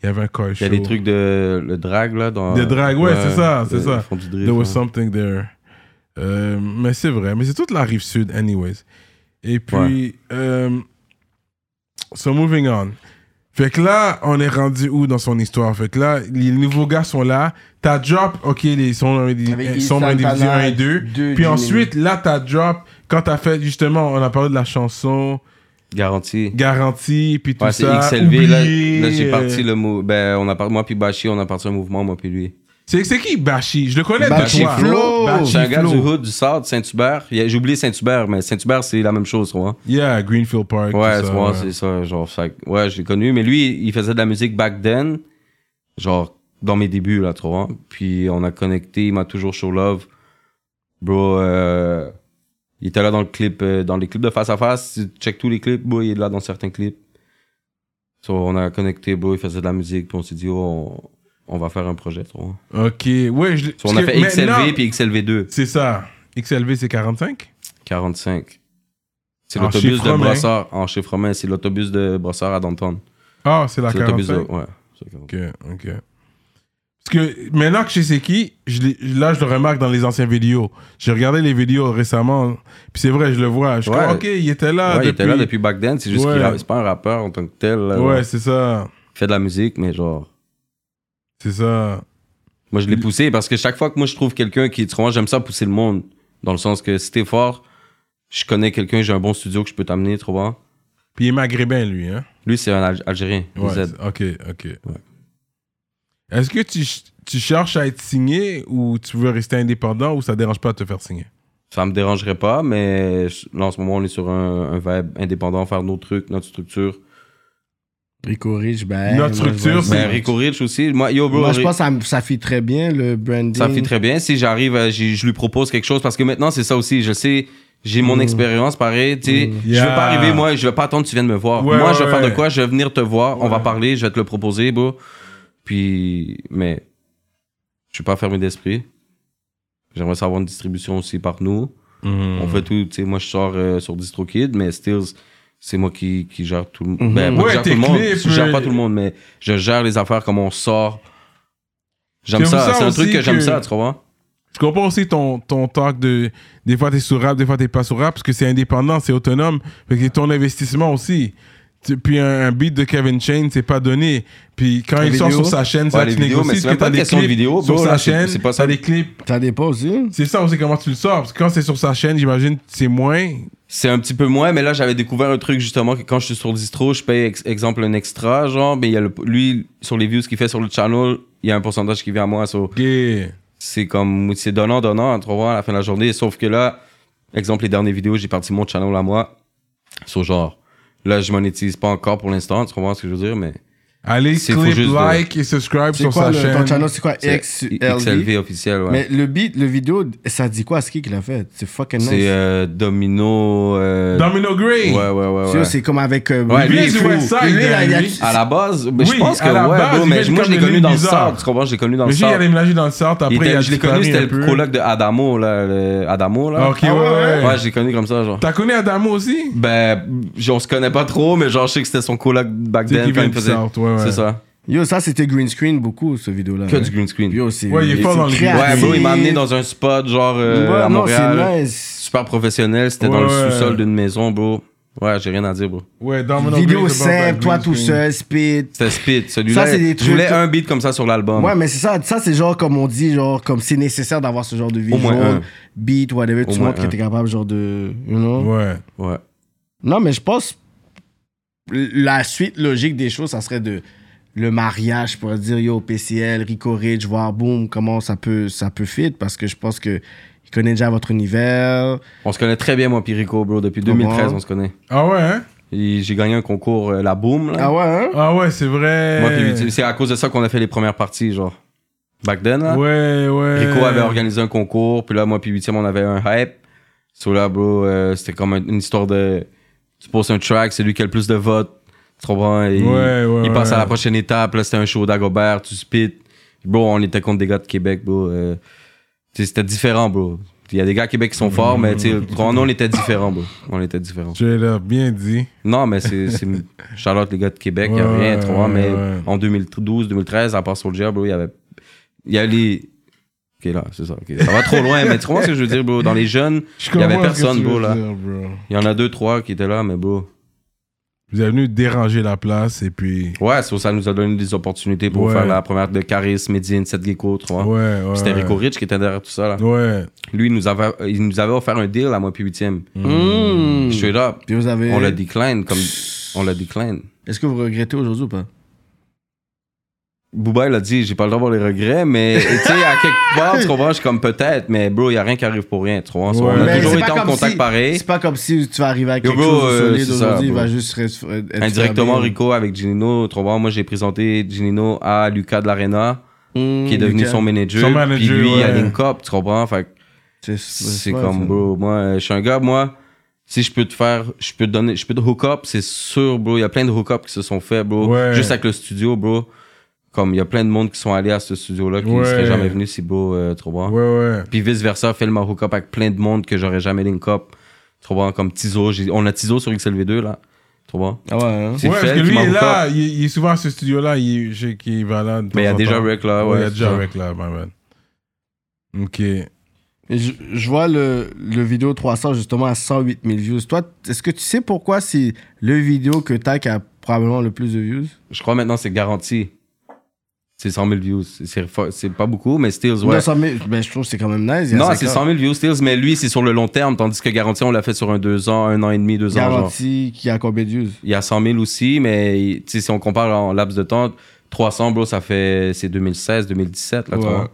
Speaker 1: Il y avait un car
Speaker 3: Il
Speaker 1: show.
Speaker 3: y a des trucs de. Le drag, là. Dans...
Speaker 1: Des drags, ouais, c'est ça, c'est
Speaker 3: ils
Speaker 1: ça.
Speaker 3: font du drift,
Speaker 1: There was
Speaker 3: ouais.
Speaker 1: something there. Euh, mais c'est vrai, mais c'est toute la rive sud, anyways. Et puis, euh, so moving on. Fait que là, on est rendu où dans son histoire? Fait que là, les nouveaux gars sont là. Ta drop, ok, ils eh, sont
Speaker 2: Avec
Speaker 1: sombres
Speaker 2: Santana,
Speaker 1: individu 1 et 2.
Speaker 2: deux
Speaker 1: Puis
Speaker 2: Jimmy.
Speaker 1: ensuite, là, ta drop, quand t'as fait, justement, on a parlé de la chanson
Speaker 3: Garanti.
Speaker 1: Garantie, puis tout
Speaker 3: Ouais, c'est
Speaker 1: ça.
Speaker 3: XLV. Là,
Speaker 1: oublié,
Speaker 3: là j'ai
Speaker 1: euh,
Speaker 3: parti le mot. Ben, on a par- moi puis Bashi, on a parti un mouvement, moi puis lui.
Speaker 1: C'est c'est qui Bashi? Je le connais,
Speaker 2: Bashi
Speaker 1: Ah, Bashi.
Speaker 2: Flo.
Speaker 3: C'est un gars du Hood, du Sard, de Saint-Hubert. Il y a- J'ai oublié Saint-Hubert, mais Saint-Hubert, c'est la même chose, tu vois.
Speaker 1: Yeah, Greenfield Park.
Speaker 3: Ouais,
Speaker 1: tout
Speaker 3: c'est
Speaker 1: ça,
Speaker 3: moi,
Speaker 1: ouais.
Speaker 3: c'est ça. Genre, ça- ouais, j'ai connu. Mais lui, il faisait de la musique back then, genre dans mes débuts, là, tu vois. Puis on a connecté, il m'a toujours show love. Bro, euh, il était là dans le clip, euh, dans les clips de face à face. Si tu check tous les clips, bro, il est là dans certains clips. So, on a connecté, bro, il faisait de la musique, puis on s'est dit, oh, on, on va faire un projet, tu vois.
Speaker 1: Ok, ouais. Je,
Speaker 3: So, on a
Speaker 1: parce
Speaker 3: fait
Speaker 1: que maintenant-
Speaker 3: XLV puis XLV2,
Speaker 1: C'est ça. XLV, c'est 45?
Speaker 3: 45. C'est
Speaker 1: En
Speaker 3: l'autobus
Speaker 1: chiffre
Speaker 3: de
Speaker 1: romain.
Speaker 3: Brossard, en chiffre romain, c'est l'autobus de Brossard à Downtown.
Speaker 1: Ah, c'est la
Speaker 3: C'est l'autobus de.
Speaker 1: 45?
Speaker 3: Ouais. c'est la 45.
Speaker 1: Ok, ok. Parce que maintenant que je sais c'est qui, je l'ai- là, je le remarque dans les anciennes vidéos. J'ai regardé les vidéos récemment, puis c'est vrai, je le vois. Je suis
Speaker 3: Ouais.
Speaker 1: comme, ok, il était là
Speaker 3: ouais,
Speaker 1: Ah, depuis...
Speaker 3: il était là euh, depuis back then, c'est juste
Speaker 1: Ouais.
Speaker 3: qu'il ra- c'est pas un rappeur en tant que tel. là,
Speaker 1: Ouais,
Speaker 3: genre.
Speaker 1: c'est ça.
Speaker 3: Il fait de la musique, mais genre.
Speaker 1: C'est ça.
Speaker 3: Moi, je l'ai poussé parce que chaque fois que moi je trouve quelqu'un qui. Tu vois, j'aime ça pousser le monde. Dans le sens que si t'es fort, je connais quelqu'un, j'ai un bon studio que je peux t'amener, tu vois.
Speaker 1: Puis il est maghrébin, lui, hein?
Speaker 3: Lui, c'est un Alg- Algérien,
Speaker 1: Ouais,
Speaker 3: Z.
Speaker 1: c'est- ok, ok. Est-ce que tu, ch- tu cherches à être signé ou tu veux rester indépendant ou ça dérange pas de te faire signer?
Speaker 3: Ça me dérangerait pas, mais je- là, en ce moment, on est sur un, un vibe indépendant, faire nos trucs, notre structure.
Speaker 2: Rico Rich, ben.
Speaker 1: Notre
Speaker 2: moi, je
Speaker 1: structure,
Speaker 2: vois-
Speaker 1: c'est-
Speaker 3: Mais Rico Rich aussi, moi, yo, bro,
Speaker 2: Moi, je
Speaker 3: Ri-
Speaker 2: pense que ça, me- ça fit très bien, le branding.
Speaker 3: Ça fait très bien. Si j'arrive, euh, j'ai- je lui propose quelque chose parce que maintenant, c'est ça aussi. Je sais, j'ai mon expérience, pareil. Tu sais, je vais
Speaker 1: Mm. Yeah.
Speaker 3: pas arriver, moi, je vais pas attendre que tu viennes me voir.
Speaker 1: Ouais,
Speaker 3: moi,
Speaker 1: ouais,
Speaker 3: je vais faire de
Speaker 1: ouais.
Speaker 3: quoi Je vais venir te voir. On va parler. Je vais te le proposer, bro. Puis, mais, je suis pas fermé d'esprit. J'aimerais savoir une distribution aussi par nous. On fait tout. Tu sais, moi, je sors euh, sur DistroKid, mais Stills. C'est moi qui, qui gère tout le monde. Ben, pas
Speaker 1: Ouais,
Speaker 3: qui gère tout
Speaker 1: tes
Speaker 3: le monde.
Speaker 1: clips,
Speaker 3: je gère pas
Speaker 1: euh,
Speaker 3: tout le monde, mais je gère les affaires comme on sort. J'aime
Speaker 1: J'aime
Speaker 3: ça.
Speaker 1: ça
Speaker 3: C'est un
Speaker 1: aussi
Speaker 3: truc que, j'aime
Speaker 1: que-
Speaker 3: ça, tu comprends?
Speaker 1: Je comprends aussi ton, ton talk de des fois t'es sous rap, des fois t'es pas sous rap, parce que c'est indépendant, c'est autonome, fait que c'est ton investissement aussi. Tu- Puis un, un beat de Kevin Chain, c'est pas donné. Puis quand
Speaker 2: Les
Speaker 1: il sort
Speaker 2: vidéos.
Speaker 1: sur sa chaîne,
Speaker 3: Ouais,
Speaker 1: ça
Speaker 3: les
Speaker 1: tu
Speaker 3: vidéos,
Speaker 1: négocies,
Speaker 3: mais
Speaker 1: parce
Speaker 3: c'est
Speaker 1: que
Speaker 3: même pas
Speaker 1: t'as
Speaker 3: une
Speaker 1: des
Speaker 3: question de
Speaker 1: clips
Speaker 3: vidéo,
Speaker 1: sur
Speaker 3: bro,
Speaker 1: sa
Speaker 3: là, c'est-
Speaker 1: chaîne,
Speaker 3: c'est pas
Speaker 1: t'as
Speaker 3: ça.
Speaker 1: des clips.
Speaker 2: Ça hein? dépend aussi.
Speaker 1: C'est ça aussi comment tu le sors, parce que quand c'est sur sa chaîne, j'imagine c'est moins.
Speaker 3: C'est un petit peu moins, mais là, j'avais découvert un truc justement que quand je suis sur le distro, je paye ex- exemple un extra, genre, mais il y a le, lui, sur les views qu'il fait sur le channel, il y a un pourcentage qui vient à moi. so,
Speaker 1: Ok.
Speaker 3: c'est comme, c'est donnant-donnant, tu vois, à la fin de la journée. Sauf que là, exemple, les dernières vidéos, j'ai parti mon channel à moi. So, genre, là, je monétise pas encore pour l'instant, tu comprends ce que je veux dire, mais
Speaker 1: Allez,
Speaker 3: C'est- faut
Speaker 1: clip,
Speaker 3: juste de-
Speaker 1: like et subscribe
Speaker 2: C'est
Speaker 1: sur
Speaker 2: quoi
Speaker 1: sa
Speaker 2: le, ton
Speaker 1: chaîne.
Speaker 2: channel C'est quoi
Speaker 3: c'est
Speaker 2: XLV
Speaker 3: XLV officiel, ouais.
Speaker 2: Mais le beat, le vidéo, ça dit quoi à ce qu'il a fait C'est fucking nice.
Speaker 3: c'est euh, Domino. euh,
Speaker 1: Domino Gray.
Speaker 3: Ouais, ouais, ouais.
Speaker 2: Tu vois,
Speaker 3: ouais.
Speaker 2: C'est comme avec. euh,
Speaker 3: Ouais,
Speaker 1: Lui,
Speaker 3: lui,
Speaker 1: il est
Speaker 3: fou.
Speaker 1: West Side,
Speaker 2: Lui, là,
Speaker 1: hein,
Speaker 2: il y a-
Speaker 1: lui.
Speaker 3: À la base, mais
Speaker 1: Oui,
Speaker 3: je pense que
Speaker 1: à la
Speaker 3: ouais,
Speaker 1: base,
Speaker 3: bro,
Speaker 1: il
Speaker 3: mais
Speaker 1: vient
Speaker 3: moi
Speaker 1: comme
Speaker 3: je l'ai
Speaker 1: de
Speaker 3: connu dans le
Speaker 1: Lévis-Art.
Speaker 3: sort, tu comprends, je l'ai connu dans
Speaker 1: Mais
Speaker 3: le
Speaker 1: j'ai
Speaker 3: sort.
Speaker 1: il a déménagé dans le Sart, après
Speaker 3: Il
Speaker 1: il
Speaker 3: était-
Speaker 1: a
Speaker 3: je l'ai connu,
Speaker 1: disparu
Speaker 3: c'était
Speaker 1: un
Speaker 3: le
Speaker 1: peu.
Speaker 3: coloc de Adamo, là, le- Adamo, là.
Speaker 1: Ah, Ok, ouais, ouais.
Speaker 3: Ouais, je l'ai connu comme ça, genre.
Speaker 1: T'as connu Adamo aussi?
Speaker 3: Ben, j- on se connaît pas trop, mais genre, je sais que c'était son coloc back
Speaker 1: C'est
Speaker 3: then
Speaker 1: qui
Speaker 3: quand
Speaker 1: vient
Speaker 3: il
Speaker 1: du
Speaker 3: Ben, faisait.
Speaker 1: Sart, ouais, ouais.
Speaker 3: C'est ça.
Speaker 2: Yo, ça, c'était green screen beaucoup, ce vidéo-là.
Speaker 3: Que
Speaker 2: ouais.
Speaker 3: du green screen.
Speaker 2: Yo, c'est.
Speaker 1: Ouais, il est
Speaker 2: c'est
Speaker 1: fort dans le green.
Speaker 3: Ouais,
Speaker 2: créatif.
Speaker 3: bro, il m'a amené dans un spot, genre, euh,
Speaker 2: Ouais,
Speaker 3: à
Speaker 2: non,
Speaker 3: Montréal.
Speaker 2: c'est nice.
Speaker 3: Super professionnel, c'était dans
Speaker 1: Ouais,
Speaker 3: le
Speaker 1: ouais.
Speaker 3: sous-sol d'une maison, bro. Ouais, j'ai rien à dire, bro.
Speaker 1: Ouais, Domino
Speaker 2: Vidéo
Speaker 1: Gray, c'est pas
Speaker 2: simple,
Speaker 1: dans
Speaker 2: toi
Speaker 1: green
Speaker 2: tout
Speaker 1: screen.
Speaker 2: seul, speed.
Speaker 3: C'était spit, celui-là.
Speaker 2: Ça, c'est des
Speaker 3: Je
Speaker 2: trucs-
Speaker 3: voulais un beat comme ça sur l'album.
Speaker 2: Ouais, mais c'est ça, ça c'est genre comme on dit, genre comme c'est nécessaire d'avoir ce genre de vidéo,
Speaker 3: moins un.
Speaker 2: beat, whatever,
Speaker 3: Au
Speaker 2: tu
Speaker 3: moins
Speaker 2: montres que
Speaker 3: un.
Speaker 2: t'es capable genre de, you know.
Speaker 1: Ouais.
Speaker 3: Ouais.
Speaker 2: Non, mais je pense la suite logique des choses, ça serait de le mariage pour dire yo PCL, Rico Rich, voir boom, comment ça peut ça peut fit parce que je pense que il connaît déjà votre univers.
Speaker 3: On se connaît très bien, moi, Pirico, bro. Depuis
Speaker 2: Comment?
Speaker 3: 2013, on se connaît.
Speaker 1: Ah ouais, hein?
Speaker 3: Et J'ai gagné un concours, euh, la Boom, là.
Speaker 2: Ah ouais. Hein?
Speaker 1: Ah ouais, c'est vrai.
Speaker 3: Moi, puis lui, c'est à cause de ça qu'on a fait les premières parties, genre. Back then, là.
Speaker 1: Ouais, ouais.
Speaker 3: Rico avait organisé un concours, puis là, moi, puis 8 on avait un hype. So là, bro, euh, c'était comme un- une histoire de. Tu poses un track, c'est lui qui a le plus de votes. Tu comprends? Et
Speaker 1: Ouais,
Speaker 3: il,
Speaker 1: ouais,
Speaker 3: il passe
Speaker 1: ouais.
Speaker 3: à la prochaine étape. Là, c'était un show d'Agobert, tu spit. Bro, on était contre des gars de Québec, bro. euh, tu sais, c'était différent, bro. Il y a des gars à Québec qui sont forts, mais tu sais, nous, on était différents, bro. On était différents.
Speaker 1: Tu l'as bien dit.
Speaker 3: Non, mais c'est. c'est-
Speaker 1: *laughs*
Speaker 3: Charlotte, les gars de Québec, il y a
Speaker 1: Ouais,
Speaker 3: rien,
Speaker 1: ouais,
Speaker 3: tu vois, Mais
Speaker 1: ouais.
Speaker 3: en 2012, 2013, à part Soldier, bro, il y avait. Il y a les. Ok, là, c'est ça. ok. Ça va trop loin, mais tu comprends ce que je veux dire, bro? Dans les jeunes,
Speaker 1: Je
Speaker 3: il y avait
Speaker 1: comprends ce que
Speaker 3: personne,
Speaker 1: tu veux
Speaker 3: bro, là.
Speaker 1: dire, bro.
Speaker 3: Il y en a deux, trois qui étaient là, mais bro.
Speaker 1: Vous êtes venu déranger la place et puis.
Speaker 3: Ouais, so, ça nous a donné des opportunités pour
Speaker 1: Ouais.
Speaker 3: faire la première de Charisme, Medine, 7 Gecko, tu vois.
Speaker 1: Ouais, ouais.
Speaker 3: C'était
Speaker 1: ouais.
Speaker 3: Rico Rich qui était derrière tout ça. Là.
Speaker 1: Ouais.
Speaker 3: Lui, il nous, avait, il nous avait offert un deal à moi, puis 8e.
Speaker 2: Hmm.
Speaker 1: Mm.
Speaker 3: Straight up.
Speaker 2: Puis vous avez.
Speaker 3: On l'a decline comme. On l'a decline.
Speaker 2: Est-ce que vous regrettez aujourd'hui ou pas
Speaker 3: Booba, il a dit, j'ai pas le droit d'avoir les regrets, mais tu sais, à
Speaker 2: *laughs*
Speaker 3: quelque part, tu comprends, je suis comme peut-être, mais bro, il y a rien qui arrive pour rien, tu vois. So,
Speaker 1: Ouais.
Speaker 3: On a
Speaker 1: Mais
Speaker 3: toujours
Speaker 2: Ben, c'est
Speaker 3: été
Speaker 2: pas
Speaker 3: en
Speaker 2: comme
Speaker 3: contact
Speaker 2: si-
Speaker 3: pareil.
Speaker 2: C'est pas comme si tu vas arriver à quelque
Speaker 3: bro,
Speaker 2: chose de
Speaker 3: euh,
Speaker 2: solide
Speaker 3: c'est ça,
Speaker 2: aujourd'hui, il
Speaker 3: bro.
Speaker 2: va juste rester- être
Speaker 3: Indirectement,
Speaker 2: fermé.
Speaker 3: Rico avec Ginino, tu vois, moi, j'ai présenté Ginino à Lucas de l'Arena,
Speaker 2: Hmm,
Speaker 3: qui est devenu
Speaker 2: Lucas.
Speaker 3: son manager.
Speaker 1: Son manager,
Speaker 3: puis lui,
Speaker 1: ouais.
Speaker 3: à Linkop, tu comprends? Fait que
Speaker 2: C'est
Speaker 3: c'est
Speaker 2: ouais,
Speaker 3: comme,
Speaker 2: ça.
Speaker 3: bro, moi, euh, je suis un gars, moi, si je peux te faire, je peux te donner, je peux te hook up, c'est sûr, bro. Il y a plein de hook up qui se sont faits, bro.
Speaker 1: Ouais.
Speaker 3: Juste avec le studio, bro. Comme il y a plein de monde qui sont allés à ce studio-là qui
Speaker 1: Ouais.
Speaker 3: seraient jamais venus si, bro, euh, tu vois.
Speaker 1: Ouais, ouais.
Speaker 3: Puis vice versa, film en hook-up avec plein de monde que j'aurais jamais link up. Tu vois, comme Tizo. j'ai- On a Tizo sur XLV2, là. Tu vois.
Speaker 2: Ah ouais, hein?
Speaker 3: C'est
Speaker 1: ouais, parce
Speaker 3: Feld
Speaker 1: que
Speaker 3: qui
Speaker 1: lui,
Speaker 3: m'a
Speaker 1: il est
Speaker 3: hook
Speaker 1: là,
Speaker 3: up.
Speaker 1: il, il est souvent à ce studio-là, il, je sais qu'il va là. de
Speaker 3: Mais il y a
Speaker 1: temps en
Speaker 3: déjà
Speaker 1: temps.
Speaker 3: Rick, là.
Speaker 1: Ouais,
Speaker 3: Ouais,
Speaker 1: il y a
Speaker 3: c'est
Speaker 1: déjà
Speaker 3: ça.
Speaker 1: Rick là, my man. Ok.
Speaker 2: Et Je, je vois le, le vidéo 300 justement à 108 000 views. Toi, est-ce que tu sais pourquoi c'est le vidéo que t'as qui a probablement le plus de views
Speaker 3: Je crois maintenant, c'est garanti. C'est 100 000 views. C'est- C'est fa- c'est pas beaucoup, mais Steels, ouais.
Speaker 2: 900 000, ben, je trouve que c'est quand même nice. il y a
Speaker 3: Non,
Speaker 2: cinq
Speaker 3: c'est
Speaker 2: ans.
Speaker 3: 100 000 views, Steels, mais lui, c'est sur le long terme, tandis que Garanti, on l'a fait sur un 2 ans, un an et demi, 2 ans. genre.
Speaker 2: Garanti qu'il y a combien de views
Speaker 3: Il y a 100 000 aussi, mais tu sais, si on compare en laps de temps, 300, bro, ça fait. C'est 2016, 2017, là, tu
Speaker 2: Ouais.
Speaker 3: vois.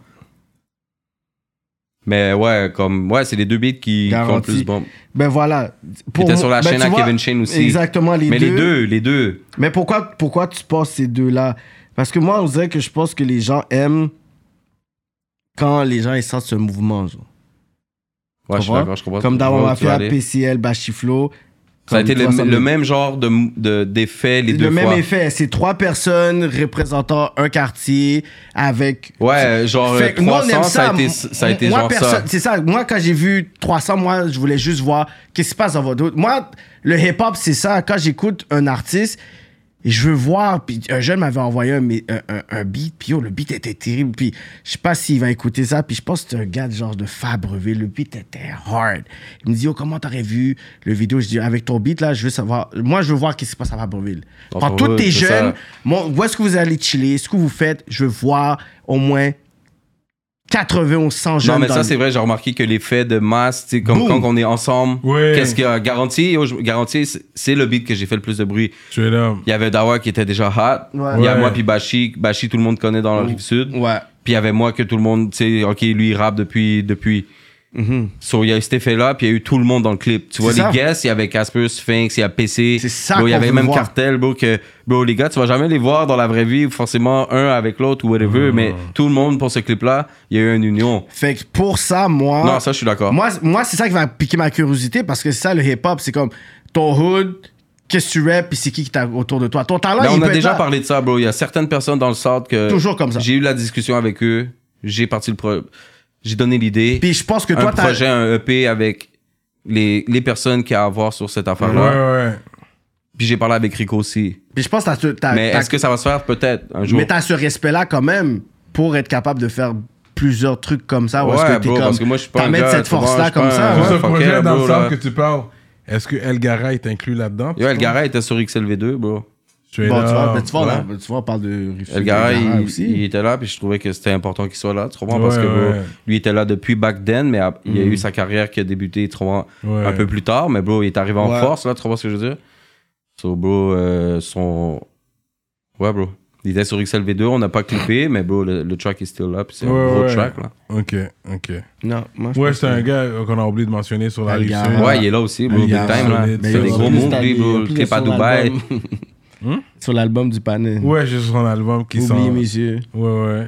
Speaker 3: Mais ouais, comme. Ouais, c'est les deux beats qui, qui ont le
Speaker 2: Garanti.
Speaker 3: plus bon.
Speaker 2: Ben voilà.
Speaker 3: Qui
Speaker 2: Pour
Speaker 3: était sur la
Speaker 2: ben,
Speaker 3: chaîne
Speaker 2: tu
Speaker 3: à
Speaker 2: vois,
Speaker 3: Kevin Shane aussi.
Speaker 2: Exactement, les
Speaker 3: mais
Speaker 2: deux.
Speaker 3: les deux, les deux.
Speaker 2: Mais pourquoi, pourquoi tu passes ces deux-là Parce que moi, on dirait que je pense que les gens aiment quand les gens ils sentent ce mouvement. genre.
Speaker 3: Ouais, je suis
Speaker 2: Comprends?
Speaker 3: d'accord, je comprends.
Speaker 2: Comme
Speaker 3: Je vois
Speaker 2: Dawa
Speaker 3: où tu vas
Speaker 2: Mafia,
Speaker 3: aller.
Speaker 2: PCL, Bachiflo.
Speaker 3: Ça a
Speaker 2: comme
Speaker 3: été le,
Speaker 2: 300 000.
Speaker 3: le même genre de, de, d'effet les
Speaker 2: le
Speaker 3: deux
Speaker 2: même
Speaker 3: fois.
Speaker 2: effet. C'est trois personnes représentant un quartier avec.
Speaker 3: Ouais, genre
Speaker 2: Fait que
Speaker 3: euh,
Speaker 2: nous, on
Speaker 3: 300,
Speaker 2: aime
Speaker 3: ça, a été, ça a été
Speaker 2: moi,
Speaker 3: genre
Speaker 2: personne- C'est ça. Moi, quand j'ai vu 300, moi, je voulais juste voir qu'est-ce qui se passe dans votre route. Moi, le hip-hop, c'est ça. Quand j'écoute un artiste, je veux voir. Puis un jeune m'avait envoyé un, mais- un, un- un beat. Puis yo, le beat était terrible. Puis je sais pas s'il va écouter ça. Puis je pense que c'est un gars de genre de Fabreville. Le beat était hard. Il me dit, yo, comment t'aurais vu le vidéo? Je dis, avec ton beat, là, je veux savoir. Moi, je veux voir qu'est-ce qui se passe à Fabreville.
Speaker 3: Dans
Speaker 2: Quand
Speaker 3: ton
Speaker 2: tous tes
Speaker 3: hood, c'est
Speaker 2: jeunes,
Speaker 3: ça.
Speaker 2: mon- où est-ce que vous allez chiller? Ce que vous faites, je veux voir au moins 80 ou 100
Speaker 3: ça.
Speaker 2: jeunes.
Speaker 3: Non, mais
Speaker 2: dans
Speaker 3: ça,
Speaker 2: le-
Speaker 3: c'est vrai, j'ai remarqué que l'effet de masse, tu sais, comme
Speaker 2: Boom.
Speaker 3: quand on est ensemble,
Speaker 1: Ouais.
Speaker 3: qu'est-ce qu'il y a Garanti, yo, je- Garanti, c'est- c'est le beat que j'ai fait le plus de bruit.
Speaker 1: Tu es là.
Speaker 3: Il y avait Dawa qui était déjà hot.
Speaker 2: Ouais.
Speaker 3: Il y a
Speaker 1: Ouais.
Speaker 3: moi puis Bashi. Bashi, tout le monde connaît dans le Rive-Sud.
Speaker 2: Ouais.
Speaker 3: Puis il y avait moi que tout le monde, tu sais, OK, lui, il rappe depuis... depuis. So, il y a eu cet effet-là, puis il y a eu tout le monde dans le clip. Tu vois, les
Speaker 2: Mhm. C'est ça.
Speaker 3: guests, il y avait Casper, Sphinx, il y a PC.
Speaker 2: C'est ça
Speaker 3: Bro, Il y
Speaker 2: qu'on
Speaker 3: avait
Speaker 2: veut
Speaker 3: même
Speaker 2: voir.
Speaker 3: Cartel, bro, que... Bro, les gars, tu vas jamais les voir dans la vraie vie, forcément, un avec l'autre ou
Speaker 2: Ah.
Speaker 3: whatever, mais tout le monde, pour ce clip-là, il y a eu une union.
Speaker 2: Fait que pour ça, moi.
Speaker 3: Non, ça, je suis d'accord.
Speaker 2: Ah. Moi, moi c'est ça qui va piquer ma curiosité parce que c'est ça le hip-hop. C'est comme ton hood, qu'est-ce que tu rap, puis c'est qui qui t'a autour de toi. Ton talent,
Speaker 3: Mais
Speaker 2: il
Speaker 3: Ben, on a
Speaker 2: peut être
Speaker 3: déjà
Speaker 2: là.
Speaker 3: parlé de ça, bro. Il y a certaines personnes dans le sort que...
Speaker 2: Toujours comme ça.
Speaker 3: J'ai eu la discussion avec eux. J'ai parti le... pro- J'ai donné l'idée.
Speaker 2: Puis je pense que
Speaker 3: un
Speaker 2: toi, t'as.
Speaker 3: projet, un EP avec les, les personnes qu'il y a à voir sur cette
Speaker 1: Ouais,
Speaker 3: affaire-là.
Speaker 1: ouais. Ah,
Speaker 3: Puis j'ai parlé avec Rico aussi.
Speaker 2: Puis je pense que t'as. t'as-
Speaker 3: Mais
Speaker 2: t'as-
Speaker 3: est-ce que ça va se faire peut-être un jour?
Speaker 2: Mais t'as ce respect-là quand même pour être capable de faire plusieurs trucs comme ça. ou est-ce
Speaker 3: Ouais,
Speaker 2: que t'es
Speaker 3: bro,
Speaker 2: comme.
Speaker 3: parce que moi, je suis pas un
Speaker 2: t'amènes
Speaker 3: gars,
Speaker 2: cette
Speaker 3: tu vois, je
Speaker 2: force-là
Speaker 3: suis
Speaker 2: comme
Speaker 3: pas
Speaker 2: ça. hein?
Speaker 3: un-
Speaker 1: Pour
Speaker 2: ouais.
Speaker 1: ce
Speaker 3: Ah, fuck
Speaker 1: projet
Speaker 3: yeah, bro,
Speaker 1: d'ensemble
Speaker 3: là.
Speaker 1: que tu parles, est-ce que Elgara est inclus là-dedans?
Speaker 3: Yo, Elgara était sur XLV2, bro.
Speaker 1: Tu es
Speaker 2: Bon, tu vois,
Speaker 1: là.
Speaker 2: mais tu vois, là,
Speaker 3: Ouais.
Speaker 2: tu vois, on parle de Riff
Speaker 3: Elgara, il, il était là, puis je trouvais que c'était important qu'il soit là, tu comprends? parce
Speaker 1: Ouais,
Speaker 3: que bro,
Speaker 1: ouais. Mm.
Speaker 3: lui était là depuis back then, mais ap- il y a eu sa carrière qui a débuté, tu comprends,
Speaker 1: Ouais.
Speaker 3: un peu plus tard, mais bro, il est arrivé en
Speaker 2: Ouais.
Speaker 3: force, là, tu comprends ce que je veux dire? So, bro, euh, son. Ouais, bro. Il était sur XLV2, on n'a pas clippé, mais bro, le, le track est still là, puis c'est
Speaker 1: Ouais,
Speaker 3: un gros
Speaker 1: ouais.
Speaker 3: track, là.
Speaker 1: Ok, ok.
Speaker 2: Non, moi, je
Speaker 1: Ouais,
Speaker 2: pense
Speaker 1: c'est
Speaker 2: que-
Speaker 1: un gars euh, qu'on a oublié de mentionner sur la rive
Speaker 2: Elgara.
Speaker 1: sud.
Speaker 3: Ouais, il est là aussi, bro,
Speaker 1: Il
Speaker 3: big
Speaker 1: y a un
Speaker 3: time, là.
Speaker 1: solide,
Speaker 3: Il fait
Speaker 1: solide.
Speaker 3: des gros
Speaker 1: Plus
Speaker 3: moves, lui, bro. Le clip à Dubaï.
Speaker 2: *laughs* Sur l'album du panel.
Speaker 1: Ouais, j'ai son album qui sort.
Speaker 2: Oubliez mes yeux.
Speaker 1: Ouais, ouais.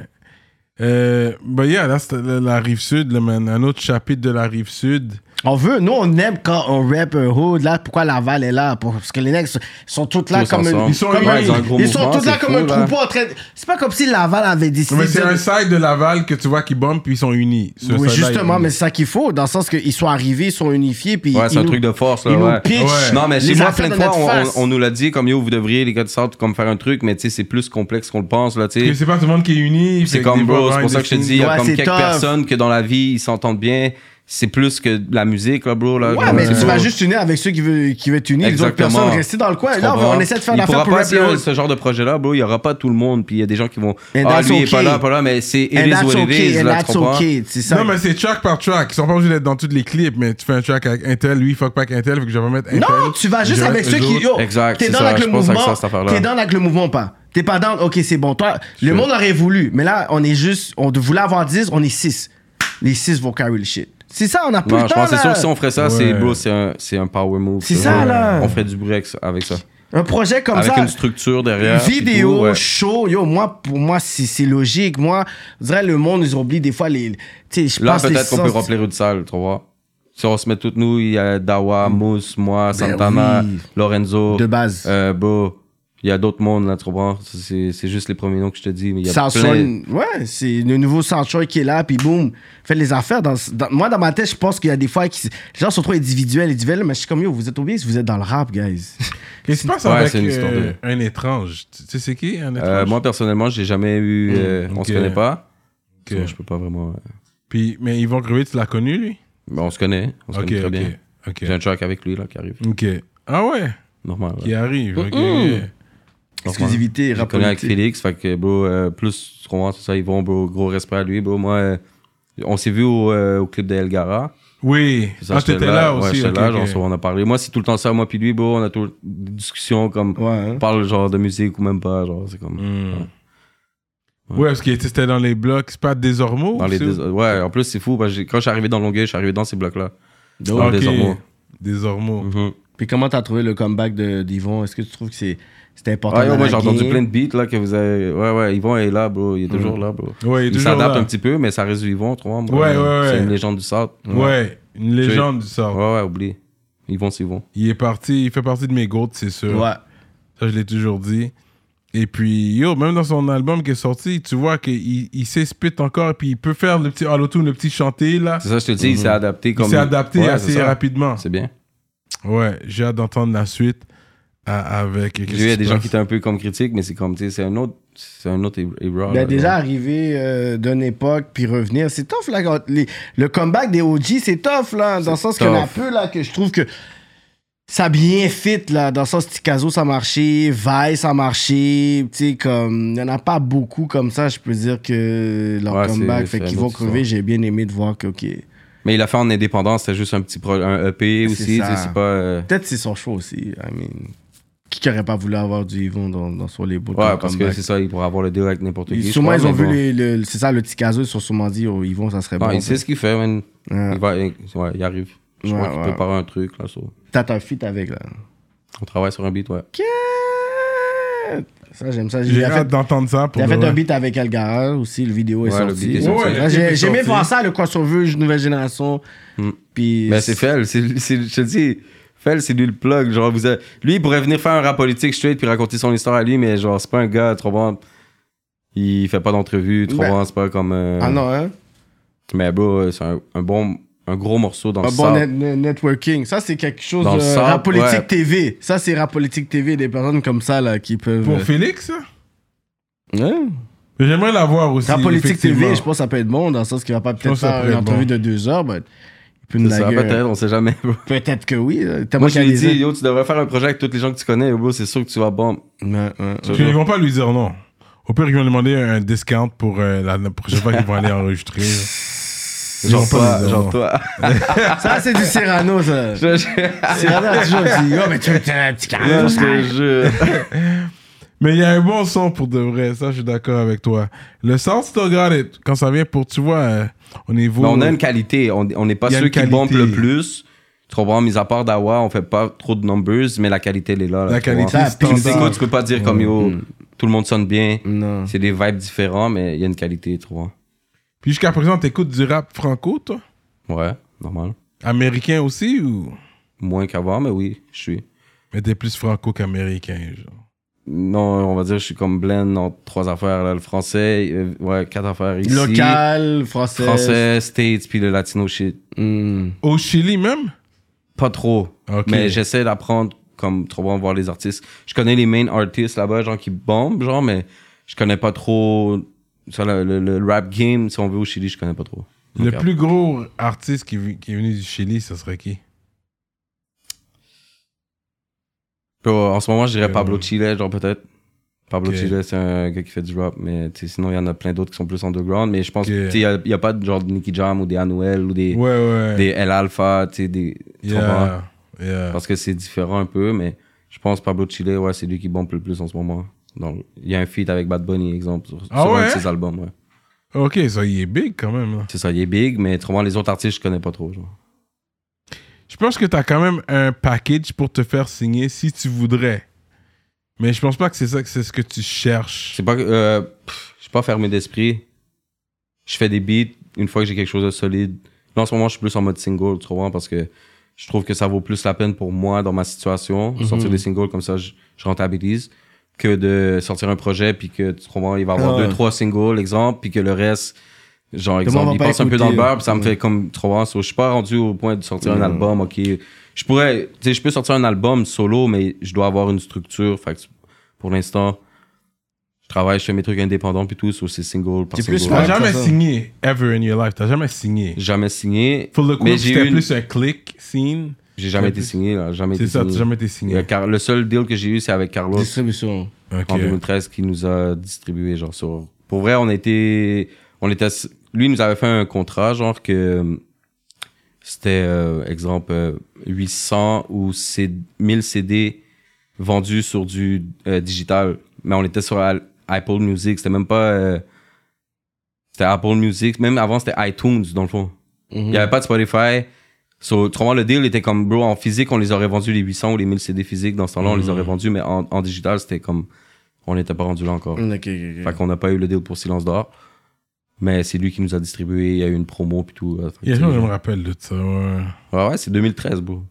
Speaker 1: Euh, bah, yeah, là, c'est la, la rive sud, là, man. Un autre chapitre de la rive sud.
Speaker 2: On veut, nous, on aime quand on rap un hood. Là, pourquoi Laval est là? Pour- parce que les necks sont- sont toutes là
Speaker 3: Tous
Speaker 2: comme
Speaker 3: ensemble.
Speaker 2: un.
Speaker 3: Ils sont
Speaker 2: comme
Speaker 1: unis.
Speaker 2: un-
Speaker 1: Ils ont un
Speaker 3: gros
Speaker 2: ils sont
Speaker 3: mouvement,
Speaker 2: tous là
Speaker 3: c'est
Speaker 2: comme un
Speaker 3: fou, là.
Speaker 2: troupeau en train. de- C'est pas comme si Laval avait décidé.
Speaker 1: Mais c'est
Speaker 2: de-
Speaker 1: un side de Laval que tu vois qui bombe puis ils sont unis. Ce
Speaker 2: Oui,
Speaker 1: side-là,
Speaker 2: justement,
Speaker 1: il-
Speaker 2: mais c'est ça qu'il faut, dans le sens qu'ils sont arrivés, ils sont unifiés, puis
Speaker 3: Ouais,
Speaker 2: ils
Speaker 3: c'est un
Speaker 2: nous-
Speaker 3: truc de force,
Speaker 2: ils
Speaker 3: là.
Speaker 2: nous
Speaker 3: ouais.
Speaker 2: pitchent
Speaker 1: Ouais.
Speaker 3: Non, mais
Speaker 2: les
Speaker 3: chez moi,
Speaker 2: affaires
Speaker 3: plein de
Speaker 2: de
Speaker 3: fois,
Speaker 2: notre
Speaker 3: on,
Speaker 2: face.
Speaker 3: on- on nous l'a dit, comme yo, vous devriez, les gars de sorte, comme faire un truc, mais tu sais, c'est plus complexe qu'on le pense, là, tu
Speaker 1: que
Speaker 3: sais.
Speaker 1: C'est pas tout le monde qui est uni.
Speaker 3: C'est
Speaker 1: fait
Speaker 3: comme,
Speaker 1: des
Speaker 3: bro,
Speaker 1: fois,
Speaker 3: c'est pour ça que je te dis, il y a
Speaker 2: Ouais,
Speaker 3: comme
Speaker 2: c'est
Speaker 3: quelques
Speaker 2: tough.
Speaker 3: personnes que dans la vie, ils s'entendent bien, c'est plus que la musique, là, bro. Là,
Speaker 2: Ouais,
Speaker 3: comme,
Speaker 2: mais
Speaker 3: euh,
Speaker 2: tu vas juste tuner avec ceux qui veulent, qui veulent tuner, les autres
Speaker 3: Exactement.
Speaker 2: personnes restez dans le coin.
Speaker 3: Tu
Speaker 2: Là, on, va-
Speaker 3: comprends?
Speaker 2: on essaie de faire
Speaker 3: Il
Speaker 2: l'affaire
Speaker 3: pourra
Speaker 2: pour
Speaker 3: pas,
Speaker 2: Rap Heroes.
Speaker 3: si, ce genre de projet-là, bro, il n'y aura pas tout le monde. Puis il y a des gens qui vont.
Speaker 2: And
Speaker 3: ah,
Speaker 2: that's
Speaker 3: lui, il est pas
Speaker 2: okay.
Speaker 3: là, pas là, mais c'est. It
Speaker 2: And
Speaker 3: is
Speaker 2: that's
Speaker 3: what it
Speaker 2: okay,
Speaker 3: is,
Speaker 2: and
Speaker 3: là, tu
Speaker 2: that's
Speaker 3: comprends?
Speaker 2: okay. C'est ça.
Speaker 1: Non, mais c'est track par track. Ils sont pas obligés d'être dans tous les clips, mais tu fais un track avec Intel, lui, il fuck pas avec Intel, fait que je vais mettre Intel.
Speaker 2: Non, tu vas juste
Speaker 1: Je vais
Speaker 2: avec
Speaker 1: mettre
Speaker 2: ceux
Speaker 1: eux
Speaker 2: qui.
Speaker 1: autres.
Speaker 2: Yo,
Speaker 3: Exact,
Speaker 2: T'es
Speaker 3: c'est
Speaker 2: dans
Speaker 3: ça,
Speaker 2: avec
Speaker 3: je
Speaker 2: le
Speaker 3: pense avec
Speaker 2: mouvement.
Speaker 3: ça, cette affaire-là.
Speaker 2: T'es dans avec le mouvement, pas. T'es pas dans. Ok, c'est bon. Toi, le monde aurait voulu. Mais là, on est juste. On voulait avoir 10, on est 6. Les 6 vont carry le shit. C'est ça, on a plus
Speaker 3: Non,
Speaker 2: le
Speaker 3: je
Speaker 2: temps.
Speaker 3: pense que c'est sûr
Speaker 2: là.
Speaker 3: que si on ferait ça,
Speaker 1: Ouais.
Speaker 3: c'est, bro, c'est un, c'est un power move.
Speaker 2: C'est
Speaker 3: bro.
Speaker 2: ça, là.
Speaker 3: On ferait du break ça- avec ça.
Speaker 2: Un projet comme
Speaker 3: avec
Speaker 2: ça.
Speaker 3: une structure derrière. puis
Speaker 2: vidéo,
Speaker 3: tout, ouais.
Speaker 2: show, yo, moi, pour moi, c'est c'est logique. Moi, je dirais, le monde, ils oublient des fois les. Tu sais, je
Speaker 3: Là,
Speaker 2: pense les
Speaker 3: peut-être qu'on peut
Speaker 2: sens-
Speaker 3: remplir une salle, tu vois. Si on se met toutes nous, il y a Dawa, Mousse, moi, Santana,
Speaker 2: Mm. Ben oui.
Speaker 3: Lorenzo.
Speaker 2: De base.
Speaker 3: Euh, bro, il y a d'autres mondes, là, tu comprends? C'est, c'est juste les premiers noms que je te dis, mais il y a plein.
Speaker 2: Samson, ouais, c'est le nouveau Sancho qui est là, puis boum, fait les affaires. Dans, dans- moi, dans ma tête, je pense qu'il y a des fois qui, les gens sont trop individuels, individuels, mais je suis comme yo, vous êtes oubliés si vous êtes dans le rap,
Speaker 3: *laughs*
Speaker 2: guys.
Speaker 1: Qu'est-ce qui se passe
Speaker 3: Ouais,
Speaker 1: avec
Speaker 3: c'est une histoire
Speaker 1: euh,
Speaker 3: de-
Speaker 1: un étrange Tu tu sais, c'est qui un étrange
Speaker 3: Euh, moi, personnellement, j'ai jamais eu. euh, On se
Speaker 1: Mm. ok.
Speaker 3: connaît pas.
Speaker 1: Ok.
Speaker 3: Donc, je peux pas vraiment. euh,
Speaker 1: Puis, mais Yvon Crevé, tu l'as connu, lui
Speaker 3: mais on se connaît. On se
Speaker 1: Ok,
Speaker 3: connaît très
Speaker 1: ok,
Speaker 3: bien.
Speaker 1: ok.
Speaker 3: J'ai un track avec lui, là, qui arrive.
Speaker 1: Ok. Ah ouais,
Speaker 3: Normal. ouais.
Speaker 1: qui arrive. ok.
Speaker 3: Normal.
Speaker 2: Exclusivité,
Speaker 3: Je
Speaker 2: rap.
Speaker 3: connais avec
Speaker 2: politique.
Speaker 3: Félix, fait que, bro, euh, plus, tu comprends, tout ça, ils vont, bro, gros respect à lui, bro. Moi, euh, on s'est vu au, euh, au clip de Elgara.
Speaker 1: Oui.
Speaker 3: C'est ça,
Speaker 1: Ah,
Speaker 3: j'étais
Speaker 1: t'étais là
Speaker 3: ouais,
Speaker 1: aussi.
Speaker 3: j'étais
Speaker 1: ok,
Speaker 3: là,
Speaker 1: ok.
Speaker 3: genre, on a parlé. Moi, c'est tout le temps ça, moi, puis lui, bro, on a toujours des discussions comme.
Speaker 2: Ouais. hein.
Speaker 3: On parle, genre, de musique ou même pas, genre, c'est comme.
Speaker 1: Hmm.
Speaker 3: ouais.
Speaker 1: Ouais, parce qu'il était c'était dans les blocs. C'est pas des ormeaux
Speaker 3: Dans les
Speaker 1: c'est
Speaker 3: dés-
Speaker 1: où? Ah,
Speaker 3: Ouais, en plus, c'est fou, parce que j'ai- quand je suis arrivé dans Longueuil, je suis arrivé dans ces blocs-là. Dans
Speaker 1: Ok.
Speaker 3: les Desormeaux.
Speaker 1: Des ormeaux.
Speaker 3: Mhm.
Speaker 2: Puis comment t'as trouvé le comeback de d'Yvon Est-ce que tu trouves que c'est c'était important
Speaker 3: Ouais,
Speaker 2: dans
Speaker 3: ouais, Ah, moi,
Speaker 2: la
Speaker 3: j'ai entendu
Speaker 2: game?
Speaker 3: plein de beats, là, que vous avez. Ouais, ouais, Yvon est là, bro, il est toujours là, bro.
Speaker 1: Mm. Ouais, il est toujours
Speaker 3: s'adapte
Speaker 1: là.
Speaker 3: un petit peu, mais ça reste Yvon, tu vois, bro.
Speaker 1: Ouais, ouais, ouais.
Speaker 3: C'est une légende du South.
Speaker 1: Ouais, une légende du sort.
Speaker 3: Ouais, ouais, oublie. Ils vont, c'est bon.
Speaker 1: Il est parti, il fait partie de mes goats, c'est sûr.
Speaker 2: Ouais.
Speaker 1: Ça, je l'ai toujours dit. Et puis, yo, même dans son album qui est sorti, tu vois qu'il il, sait spit encore et puis il peut faire le petit auto, le petit chanté là.
Speaker 3: C'est ça, je te dis, il
Speaker 2: Mhm.
Speaker 3: s'est adapté
Speaker 1: Il
Speaker 3: comme.
Speaker 1: s'est adapté
Speaker 3: Ouais, c'est
Speaker 1: assez
Speaker 3: ça.
Speaker 1: rapidement.
Speaker 3: C'est bien.
Speaker 1: Ouais, j'ai hâte d'entendre la suite à- avec.
Speaker 3: J'ai vu, il y a des gens qui étaient un peu comme critiques, mais c'est comme, tu sais, c'est un autre. C'est un autre Ebra.
Speaker 2: Ben, déjà arrivé euh, d'une époque puis revenir, c'est tough là. quand les- le comeback des OG, c'est tough là, dans le sens qu'il y en a
Speaker 3: tough.
Speaker 2: peu là que je trouve que ça a bien fit là, dans le sens Ticazo ça a marché, Vice ça a marché, tu sais comme il y en a pas beaucoup comme ça, je peux dire que leur
Speaker 3: Ouais, c'est-
Speaker 2: comeback fait
Speaker 3: c'est
Speaker 2: qu'ils
Speaker 3: une
Speaker 2: vont
Speaker 3: autre
Speaker 2: crever.
Speaker 3: histoire.
Speaker 2: J'ai bien aimé de voir que ok,
Speaker 3: Mais il a fait en indépendance, c'était juste un petit pro- un EP
Speaker 2: C'est
Speaker 3: aussi, tu
Speaker 2: ça.
Speaker 3: sais, c'est pas. euh,
Speaker 2: peut-être c'est son choix aussi. I mean, qui qui aurait pas voulu avoir du Yvon dans, dans sur les bouts
Speaker 3: Ouais, parce que c'est ça, il pourra avoir le deal avec n'importe qui. je
Speaker 2: Sûrement,
Speaker 3: crois,
Speaker 2: ils ont
Speaker 3: mais
Speaker 2: vu
Speaker 3: bon.
Speaker 2: les- le- c'est ça, le Ticazo, ils se sont sûrement dit, oh, Yvon, ça serait
Speaker 3: Non,
Speaker 2: bon.
Speaker 3: il sait ce qu'il fait, man.
Speaker 2: Ouais.
Speaker 3: Il va. il- Ouais, il arrive. Je
Speaker 2: Ouais,
Speaker 3: crois qu'il
Speaker 2: ouais.
Speaker 3: prépare un truc, là, ça.
Speaker 2: T'as un feat avec, là.
Speaker 3: On travaille sur un beat, ouais.
Speaker 2: Quête! Ça, j'aime ça. Il
Speaker 1: J'ai
Speaker 2: a fait,
Speaker 1: hâte d'entendre ça. Pour
Speaker 2: il a
Speaker 1: de
Speaker 2: fait un
Speaker 1: vrai.
Speaker 2: beat avec Algara aussi. Le vidéo est
Speaker 3: Ouais, le
Speaker 2: sorti.
Speaker 3: beat est
Speaker 2: Ça,
Speaker 3: sorti.
Speaker 1: Ouais, le clip
Speaker 2: j'ai
Speaker 1: est
Speaker 2: j'ai aimé
Speaker 1: sorti.
Speaker 2: voir ça, le crossover nouvelle génération. Puis.
Speaker 3: Mais Mm. Ben, c'est Fell, c'est, c'est- je te dis, Fell, c'est lui le plug. Genre, vous avez- Lui, il pourrait venir faire un rap politique straight puis raconter son histoire à lui, mais genre, c'est pas un gars, trop bon. Il fait pas d'entrevue, trop
Speaker 2: Ben-
Speaker 3: bon, c'est pas comme. euh,
Speaker 2: Ah non, hein?
Speaker 3: Mais bro, euh, c'est un, un bon, un gros morceau dans
Speaker 2: Un
Speaker 3: le
Speaker 2: Bah, bon
Speaker 3: South.
Speaker 2: net- net- networking. Ça, c'est quelque chose.
Speaker 3: Dans le
Speaker 2: euh,
Speaker 3: sable,
Speaker 2: rap politique
Speaker 3: ouais.
Speaker 2: TV. Ça, c'est rap politique TV. Des personnes comme ça, là, qui peuvent. euh,
Speaker 1: Pour Félix, ça?
Speaker 2: Ouais.
Speaker 1: J'aimerais l'avoir aussi.
Speaker 2: Rap politique TV,
Speaker 1: effectivement.
Speaker 2: je pense que ça peut être bon, dans le sens qu'il va pas peut-être
Speaker 1: pense que ça
Speaker 2: faire
Speaker 1: peut
Speaker 2: une
Speaker 1: être
Speaker 2: entrevue
Speaker 1: bon.
Speaker 2: de deux heures, mais il peut nous
Speaker 3: C'est ça,
Speaker 2: laguer. euh,
Speaker 3: peut-être, on sait jamais. bro.
Speaker 2: Peut-être que oui. là. Tellement
Speaker 3: Moi, je
Speaker 2: qu'il y a
Speaker 3: lui ai
Speaker 2: des-
Speaker 3: dit, yo, tu devrais faire un projet avec tous les gens que tu connais, yo, bro, c'est sûr que tu vas bomber.
Speaker 2: Ouais, ouais.
Speaker 1: Parce qu'ils vont pas lui dire non. Au pire, ils vont lui demander un discount pour euh, la prochaine fois qu'ils vont aller enregistrer. Ils
Speaker 3: *laughs* Genre
Speaker 1: vont pas
Speaker 3: toi,
Speaker 1: lui dire non.
Speaker 3: genre toi. *laughs*
Speaker 2: Ça, c'est du Cyrano, ça.
Speaker 3: Je- je-
Speaker 2: Cyrano a *laughs* toujours dit, oh, mais tu veux que t'aies un petit
Speaker 3: Yo,
Speaker 2: carré.
Speaker 3: je te jure.
Speaker 1: Mais il y a un bon son pour de vrai, ça je suis d'accord avec toi. Le South still got it. Quand ça vient pour, tu vois, euh, au niveau.
Speaker 3: Mais on a une qualité. On on n'est pas
Speaker 1: Il y a
Speaker 3: ceux
Speaker 1: une
Speaker 3: qui
Speaker 1: qualité.
Speaker 3: bombent le plus. Tu comprends, mis à part Dawa, on fait pas trop de numbers, mais la qualité, elle est là. là,
Speaker 1: La
Speaker 3: tu
Speaker 1: qualité
Speaker 3: comprends.
Speaker 2: est
Speaker 3: Tu nous
Speaker 2: standard.
Speaker 3: écoutes, tu peux pas dire comme yo, tout le monde sonne bien.
Speaker 2: Non.
Speaker 3: C'est des vibes différents, mais il y a une qualité, tu vois.
Speaker 1: Puis jusqu'à présent, t'écoutes du rap franco, toi
Speaker 3: Ouais, normal.
Speaker 1: Américain aussi ou.
Speaker 3: Moins qu'avant, mais oui, je suis.
Speaker 1: Mais t'es plus franco qu'américain, genre.
Speaker 3: Non, on va dire, je suis comme blend en trois affaires, là, le français, euh, ouais, quatre affaires ici.
Speaker 2: Local, français.
Speaker 1: euh,
Speaker 3: Français, States, puis le latino shit.
Speaker 2: Hmm.
Speaker 1: Au Chili même Ah,
Speaker 3: Pas trop.
Speaker 1: Ok.
Speaker 3: Mais j'essaie d'apprendre comme trop bon voir les artistes. Je connais les main artistes là-bas, genre qui bombent, genre, mais je connais pas trop ça, le, le- le rap game, si on veut, au Chili, je connais pas trop.
Speaker 1: Le
Speaker 3: Ok.
Speaker 1: plus gros artiste qui, vi- qui est venu du Chili, ce serait qui
Speaker 3: Puis, euh, en ce moment, je dirais
Speaker 1: Euh,
Speaker 3: Pablo Chile, genre peut-être. Pablo
Speaker 1: Ok.
Speaker 3: Chile, c'est un gars qui fait du rap, mais tu sais, sinon, il y en a plein d'autres qui sont plus underground. Mais je pense
Speaker 1: Ok.
Speaker 3: qu'il n'y a, y a pas de genre de Nicky Jam ou des Anuel ou des,
Speaker 1: Ouais, ouais.
Speaker 3: des El Alpha, tu sais, des. tu comprends?
Speaker 1: Yeah. Yeah.
Speaker 3: Parce que c'est différent un peu, mais je pense Pablo Chile, ouais, c'est lui qui bombe le plus en ce moment. Donc, il y a un feat avec Bad Bunny, exemple, sur,
Speaker 1: Ah
Speaker 3: sur un
Speaker 1: ouais?
Speaker 3: de ses albums, ouais.
Speaker 1: Ok, ça, il est big quand même. là.
Speaker 3: C'est ça, il est big, mais autrement, les autres artistes, je connais pas trop, genre.
Speaker 1: Je pense que t'as quand même un package pour te faire signer si tu voudrais. Mais je pense pas que c'est ça que c'est ce que tu cherches.
Speaker 3: C'est pas. que- Euh, pff, je suis pas fermé d'esprit. Je fais des beats une fois que j'ai quelque chose de solide. Là, en ce moment, je suis plus en mode single, tu comprends, parce que je trouve que ça vaut plus la peine pour moi, dans ma situation,
Speaker 2: Mhm.
Speaker 3: sortir des singles comme ça, je, je rentabilise, que de sortir un projet, puis que, tu comprends, il va y avoir
Speaker 2: Ah.
Speaker 3: deux, trois singles, exemple, puis que le reste, genre,
Speaker 2: monde
Speaker 3: exemple,
Speaker 2: va
Speaker 3: il
Speaker 2: pas
Speaker 3: passe un peu dans le
Speaker 2: écouter. Mhm.
Speaker 3: beurre, puis ça me fait comme, tu comprends, so, je suis pas rendu au point de sortir un album, ok. Je pourrais, tu sais, je peux sortir un album solo, mais je dois avoir une structure, fait que pour l'instant, je travaille, je fais mes trucs indépendants puis tout, so c'est single par
Speaker 2: T'es plus
Speaker 3: single.
Speaker 1: T'as
Speaker 2: Ouais,
Speaker 1: jamais
Speaker 2: c'est ça.
Speaker 1: signé, ever in your life. T'as jamais signé.
Speaker 3: Jamais signé.
Speaker 1: Pour le coup,
Speaker 3: mais j'ai
Speaker 1: c'était
Speaker 3: eu une-
Speaker 1: plus un click scene.
Speaker 3: j'ai jamais été
Speaker 1: plus-
Speaker 3: signé là, jamais
Speaker 1: C'est
Speaker 3: été
Speaker 1: ça, t'as
Speaker 3: signé.
Speaker 1: jamais été
Speaker 3: Il y a
Speaker 1: signé.
Speaker 3: Car- le seul deal que j'ai eu c'est avec Carlos
Speaker 2: Distribution.
Speaker 1: Ok.
Speaker 3: en 2013 qui nous a distribué genre sur pour vrai, on était on était lui il nous avait fait un contrat genre que euh, c'était euh, exemple euh, 800 ou C- 1000 CD vendus sur du euh, digital, mais on était sur Al- Apple Music, c'était même pas euh, c'était Apple Music, même avant c'était iTunes dans le fond. Il
Speaker 2: Mhm.
Speaker 3: n'y avait pas de Spotify. So, autrement, le deal était comme, bro, en physique, on les aurait vendus les 800 ou les 1000 CD physiques. Dans ce temps-là, on
Speaker 1: Mm.
Speaker 3: les aurait vendus, mais en, en digital, c'était comme, on n'était pas rendu là encore.
Speaker 1: Mm.
Speaker 2: Ok, ok,
Speaker 3: Fait qu'on n'a pas eu le deal pour Silence d'or. Mais c'est lui qui nous a distribué, il y a eu une promo puis tout. Fait que,
Speaker 1: Il y a
Speaker 3: tu
Speaker 1: ça,
Speaker 3: sais,
Speaker 1: je me rappelle de ça. Ouais.
Speaker 3: Ouais, ouais, c'est 2013, bro.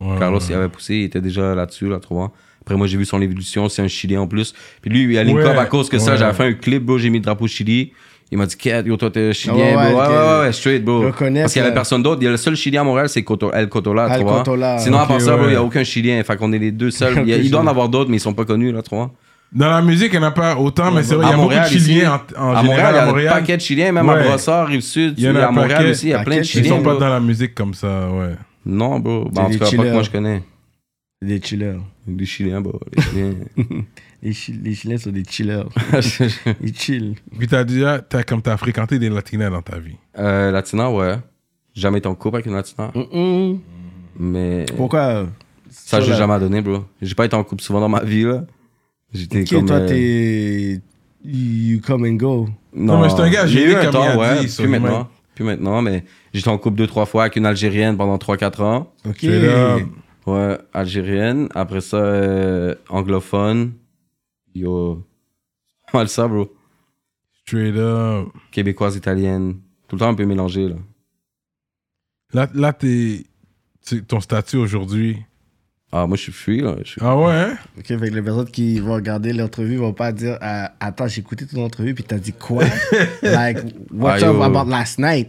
Speaker 1: Ouais,
Speaker 3: Carlos,
Speaker 1: ouais.
Speaker 3: il avait poussé, il était déjà là-dessus, là, trop Après, moi, j'ai vu son évolution, c'est un Chilien en plus. Puis lui, il a link
Speaker 1: Ouais,
Speaker 3: up à cause que ça,
Speaker 1: ouais.
Speaker 3: j'avais fait un clip, bro, j'ai mis le drapeau Chili. Il m'a dit, Kat, yo, toi, t'es Chilien,
Speaker 2: Ouais, ouais,
Speaker 3: bro. Ouais,
Speaker 2: ok.
Speaker 3: ouais, ouais, straight, bro.
Speaker 2: Je le connais,
Speaker 3: Parce qu'il y avait
Speaker 2: ça.
Speaker 3: personne d'autre. Il y a le seul Chilien à Montréal, c'est Coto- El Cotola,
Speaker 2: El
Speaker 3: tu vois.
Speaker 2: Cotola,
Speaker 3: Sinon, à
Speaker 1: ok,
Speaker 3: part ça, bro,
Speaker 1: ouais.
Speaker 3: il n'y a aucun Chilien. Fait qu'on est les
Speaker 1: *laughs*
Speaker 3: deux seuls. Il, y a- il doit en avoir d'autres, mais ils sont pas connus, là, tu vois.
Speaker 1: Dans la musique, il n'y en a pas autant, mais c'est vrai, il y a
Speaker 3: À
Speaker 1: beaucoup de
Speaker 3: Montréal,
Speaker 1: Chiliens
Speaker 3: ici,
Speaker 1: en, en
Speaker 3: à
Speaker 1: général
Speaker 3: Montréal,
Speaker 1: à
Speaker 3: il y a un
Speaker 1: Montréal.
Speaker 3: paquet de Chiliens, même
Speaker 1: Ouais.
Speaker 3: à Brossard, Rive-Sud.
Speaker 1: Il y en a
Speaker 3: à
Speaker 1: un
Speaker 3: Montréal
Speaker 1: paquet.
Speaker 3: aussi, il y a plein
Speaker 2: Paquet,
Speaker 3: de
Speaker 1: Ils
Speaker 3: Chiliens.
Speaker 1: sont pas
Speaker 3: bro.
Speaker 1: dans la musique comme ça, ouais.
Speaker 3: Non, bro. Bah, en
Speaker 2: C'est des
Speaker 3: tout cas, pas que
Speaker 2: chillers.
Speaker 3: moi, je connais.
Speaker 2: Des chillers.
Speaker 3: Des Chiliens, bro.
Speaker 2: *laughs*
Speaker 3: Les Chiliens.
Speaker 2: Les, chi- les Chiliens sont des
Speaker 3: *laughs*
Speaker 2: chillers. Ils chillent.
Speaker 1: Puis t'as déjà, t'as comme t'as fréquenté des latinas dans ta vie.
Speaker 3: Euh, Latina, ouais. J'ai Jamais été en couple avec une Latina. Mais
Speaker 2: Mhm. Pourquoi
Speaker 3: ça,
Speaker 2: Sur
Speaker 3: j'ai
Speaker 2: la-
Speaker 3: jamais donné, bro. J'ai pas été en couple souvent dans ma *laughs* vie, là. J'étais
Speaker 2: Ok,
Speaker 3: comme.
Speaker 2: toi,
Speaker 3: euh,
Speaker 2: t'es. You come and go.
Speaker 3: Non,
Speaker 1: Non, mais c'est un gars,
Speaker 3: il y a
Speaker 1: j'ai
Speaker 3: eu
Speaker 1: eu
Speaker 3: un
Speaker 1: comme il a
Speaker 3: temps, ouais.
Speaker 1: dit, sur
Speaker 3: Plus
Speaker 1: lui-même.
Speaker 3: maintenant. Plus maintenant, mais j'étais en couple deux, trois fois avec une Algérienne pendant 3-4 ans.
Speaker 2: Ok.
Speaker 1: Tu es là,
Speaker 3: Ouais, Algérienne. Après ça, euh, anglophone. Yo. *laughs* Pas Mal ça, bro.
Speaker 1: tu es là.
Speaker 3: Québécoise, italienne. Tout le temps un peu mélangé, là.
Speaker 1: Là, là t'es, c'est ton statut aujourd'hui.
Speaker 3: Ah, moi, je suis fui, là. Je suis-
Speaker 1: Ah ouais, hein?
Speaker 2: Ok, fait que les personnes qui vont regarder l'entrevue vont pas dire Ah, Attends, j'ai écouté ton entrevue, puis t'as dit
Speaker 3: *laughs*
Speaker 2: quoi Like, what's
Speaker 3: Ah,
Speaker 2: up
Speaker 3: yo.
Speaker 2: about last night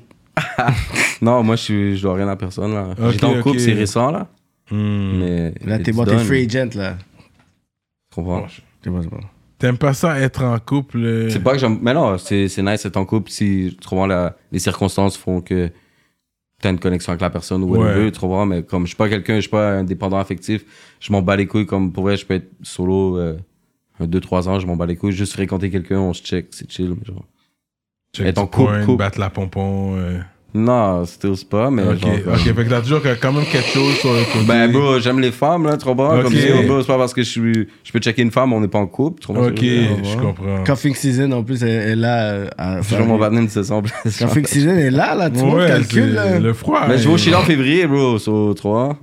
Speaker 3: Non, moi, je, suis... je dois rien à personne, là.
Speaker 1: Ok,
Speaker 3: j'étais en couple,
Speaker 1: ok.
Speaker 3: c'est récent, là.
Speaker 1: Hmm.
Speaker 3: Mais.
Speaker 2: Là,
Speaker 3: mais
Speaker 2: t'es
Speaker 3: tu
Speaker 2: bon, t'es
Speaker 3: donnes,
Speaker 2: free agent, là.
Speaker 3: Tu comprends?
Speaker 2: C'est bon, c'est bon.
Speaker 1: T'aimes pas ça être en couple euh,
Speaker 3: C'est pas que j'aime. Mais non, c'est c'est nice d'être en couple si, tu comprends, la- les circonstances font que t'as une connexion avec la personne ou whatever,
Speaker 1: Ouais.
Speaker 3: tu comprends. Mais comme je suis pas quelqu'un, je suis pas un dépendant affectif, je m'en bats les couilles. Comme pour vrai, je peux être solo euh, un, deux, trois ans, je m'en bats les couilles. Juste fréquenter quelqu'un, on se check, c'est chill. mais genre.
Speaker 1: check
Speaker 3: être en
Speaker 1: du
Speaker 3: couple,
Speaker 1: coin,
Speaker 3: couple.
Speaker 1: battre la pompon. euh.
Speaker 3: Non, c'était pas, mais.
Speaker 1: Ok,
Speaker 3: genre, comme-
Speaker 1: ok, fait que t'as toujours quand même quelque chose sur le côté.
Speaker 3: Ben, bro, j'aime les femmes, là, tu comprends?
Speaker 1: Ok.
Speaker 3: Comme si, oh, bro, c'est pas parce que je suis, je peux checker une femme, on n'est pas en couple, tu comprends ce
Speaker 1: Ok,
Speaker 3: que je veux dire?
Speaker 1: je comprends.
Speaker 2: Cuffing season, en plus, elle est là. euh, à-
Speaker 3: C'est Toujours mon partenaire, ça semble.
Speaker 2: Cuffing season est là, là. Tout le monde
Speaker 1: Ouais, c'est
Speaker 2: calcule, là.
Speaker 1: le froid.
Speaker 3: Mais je vais au
Speaker 1: hein.
Speaker 3: Chili en février, bro, sur 3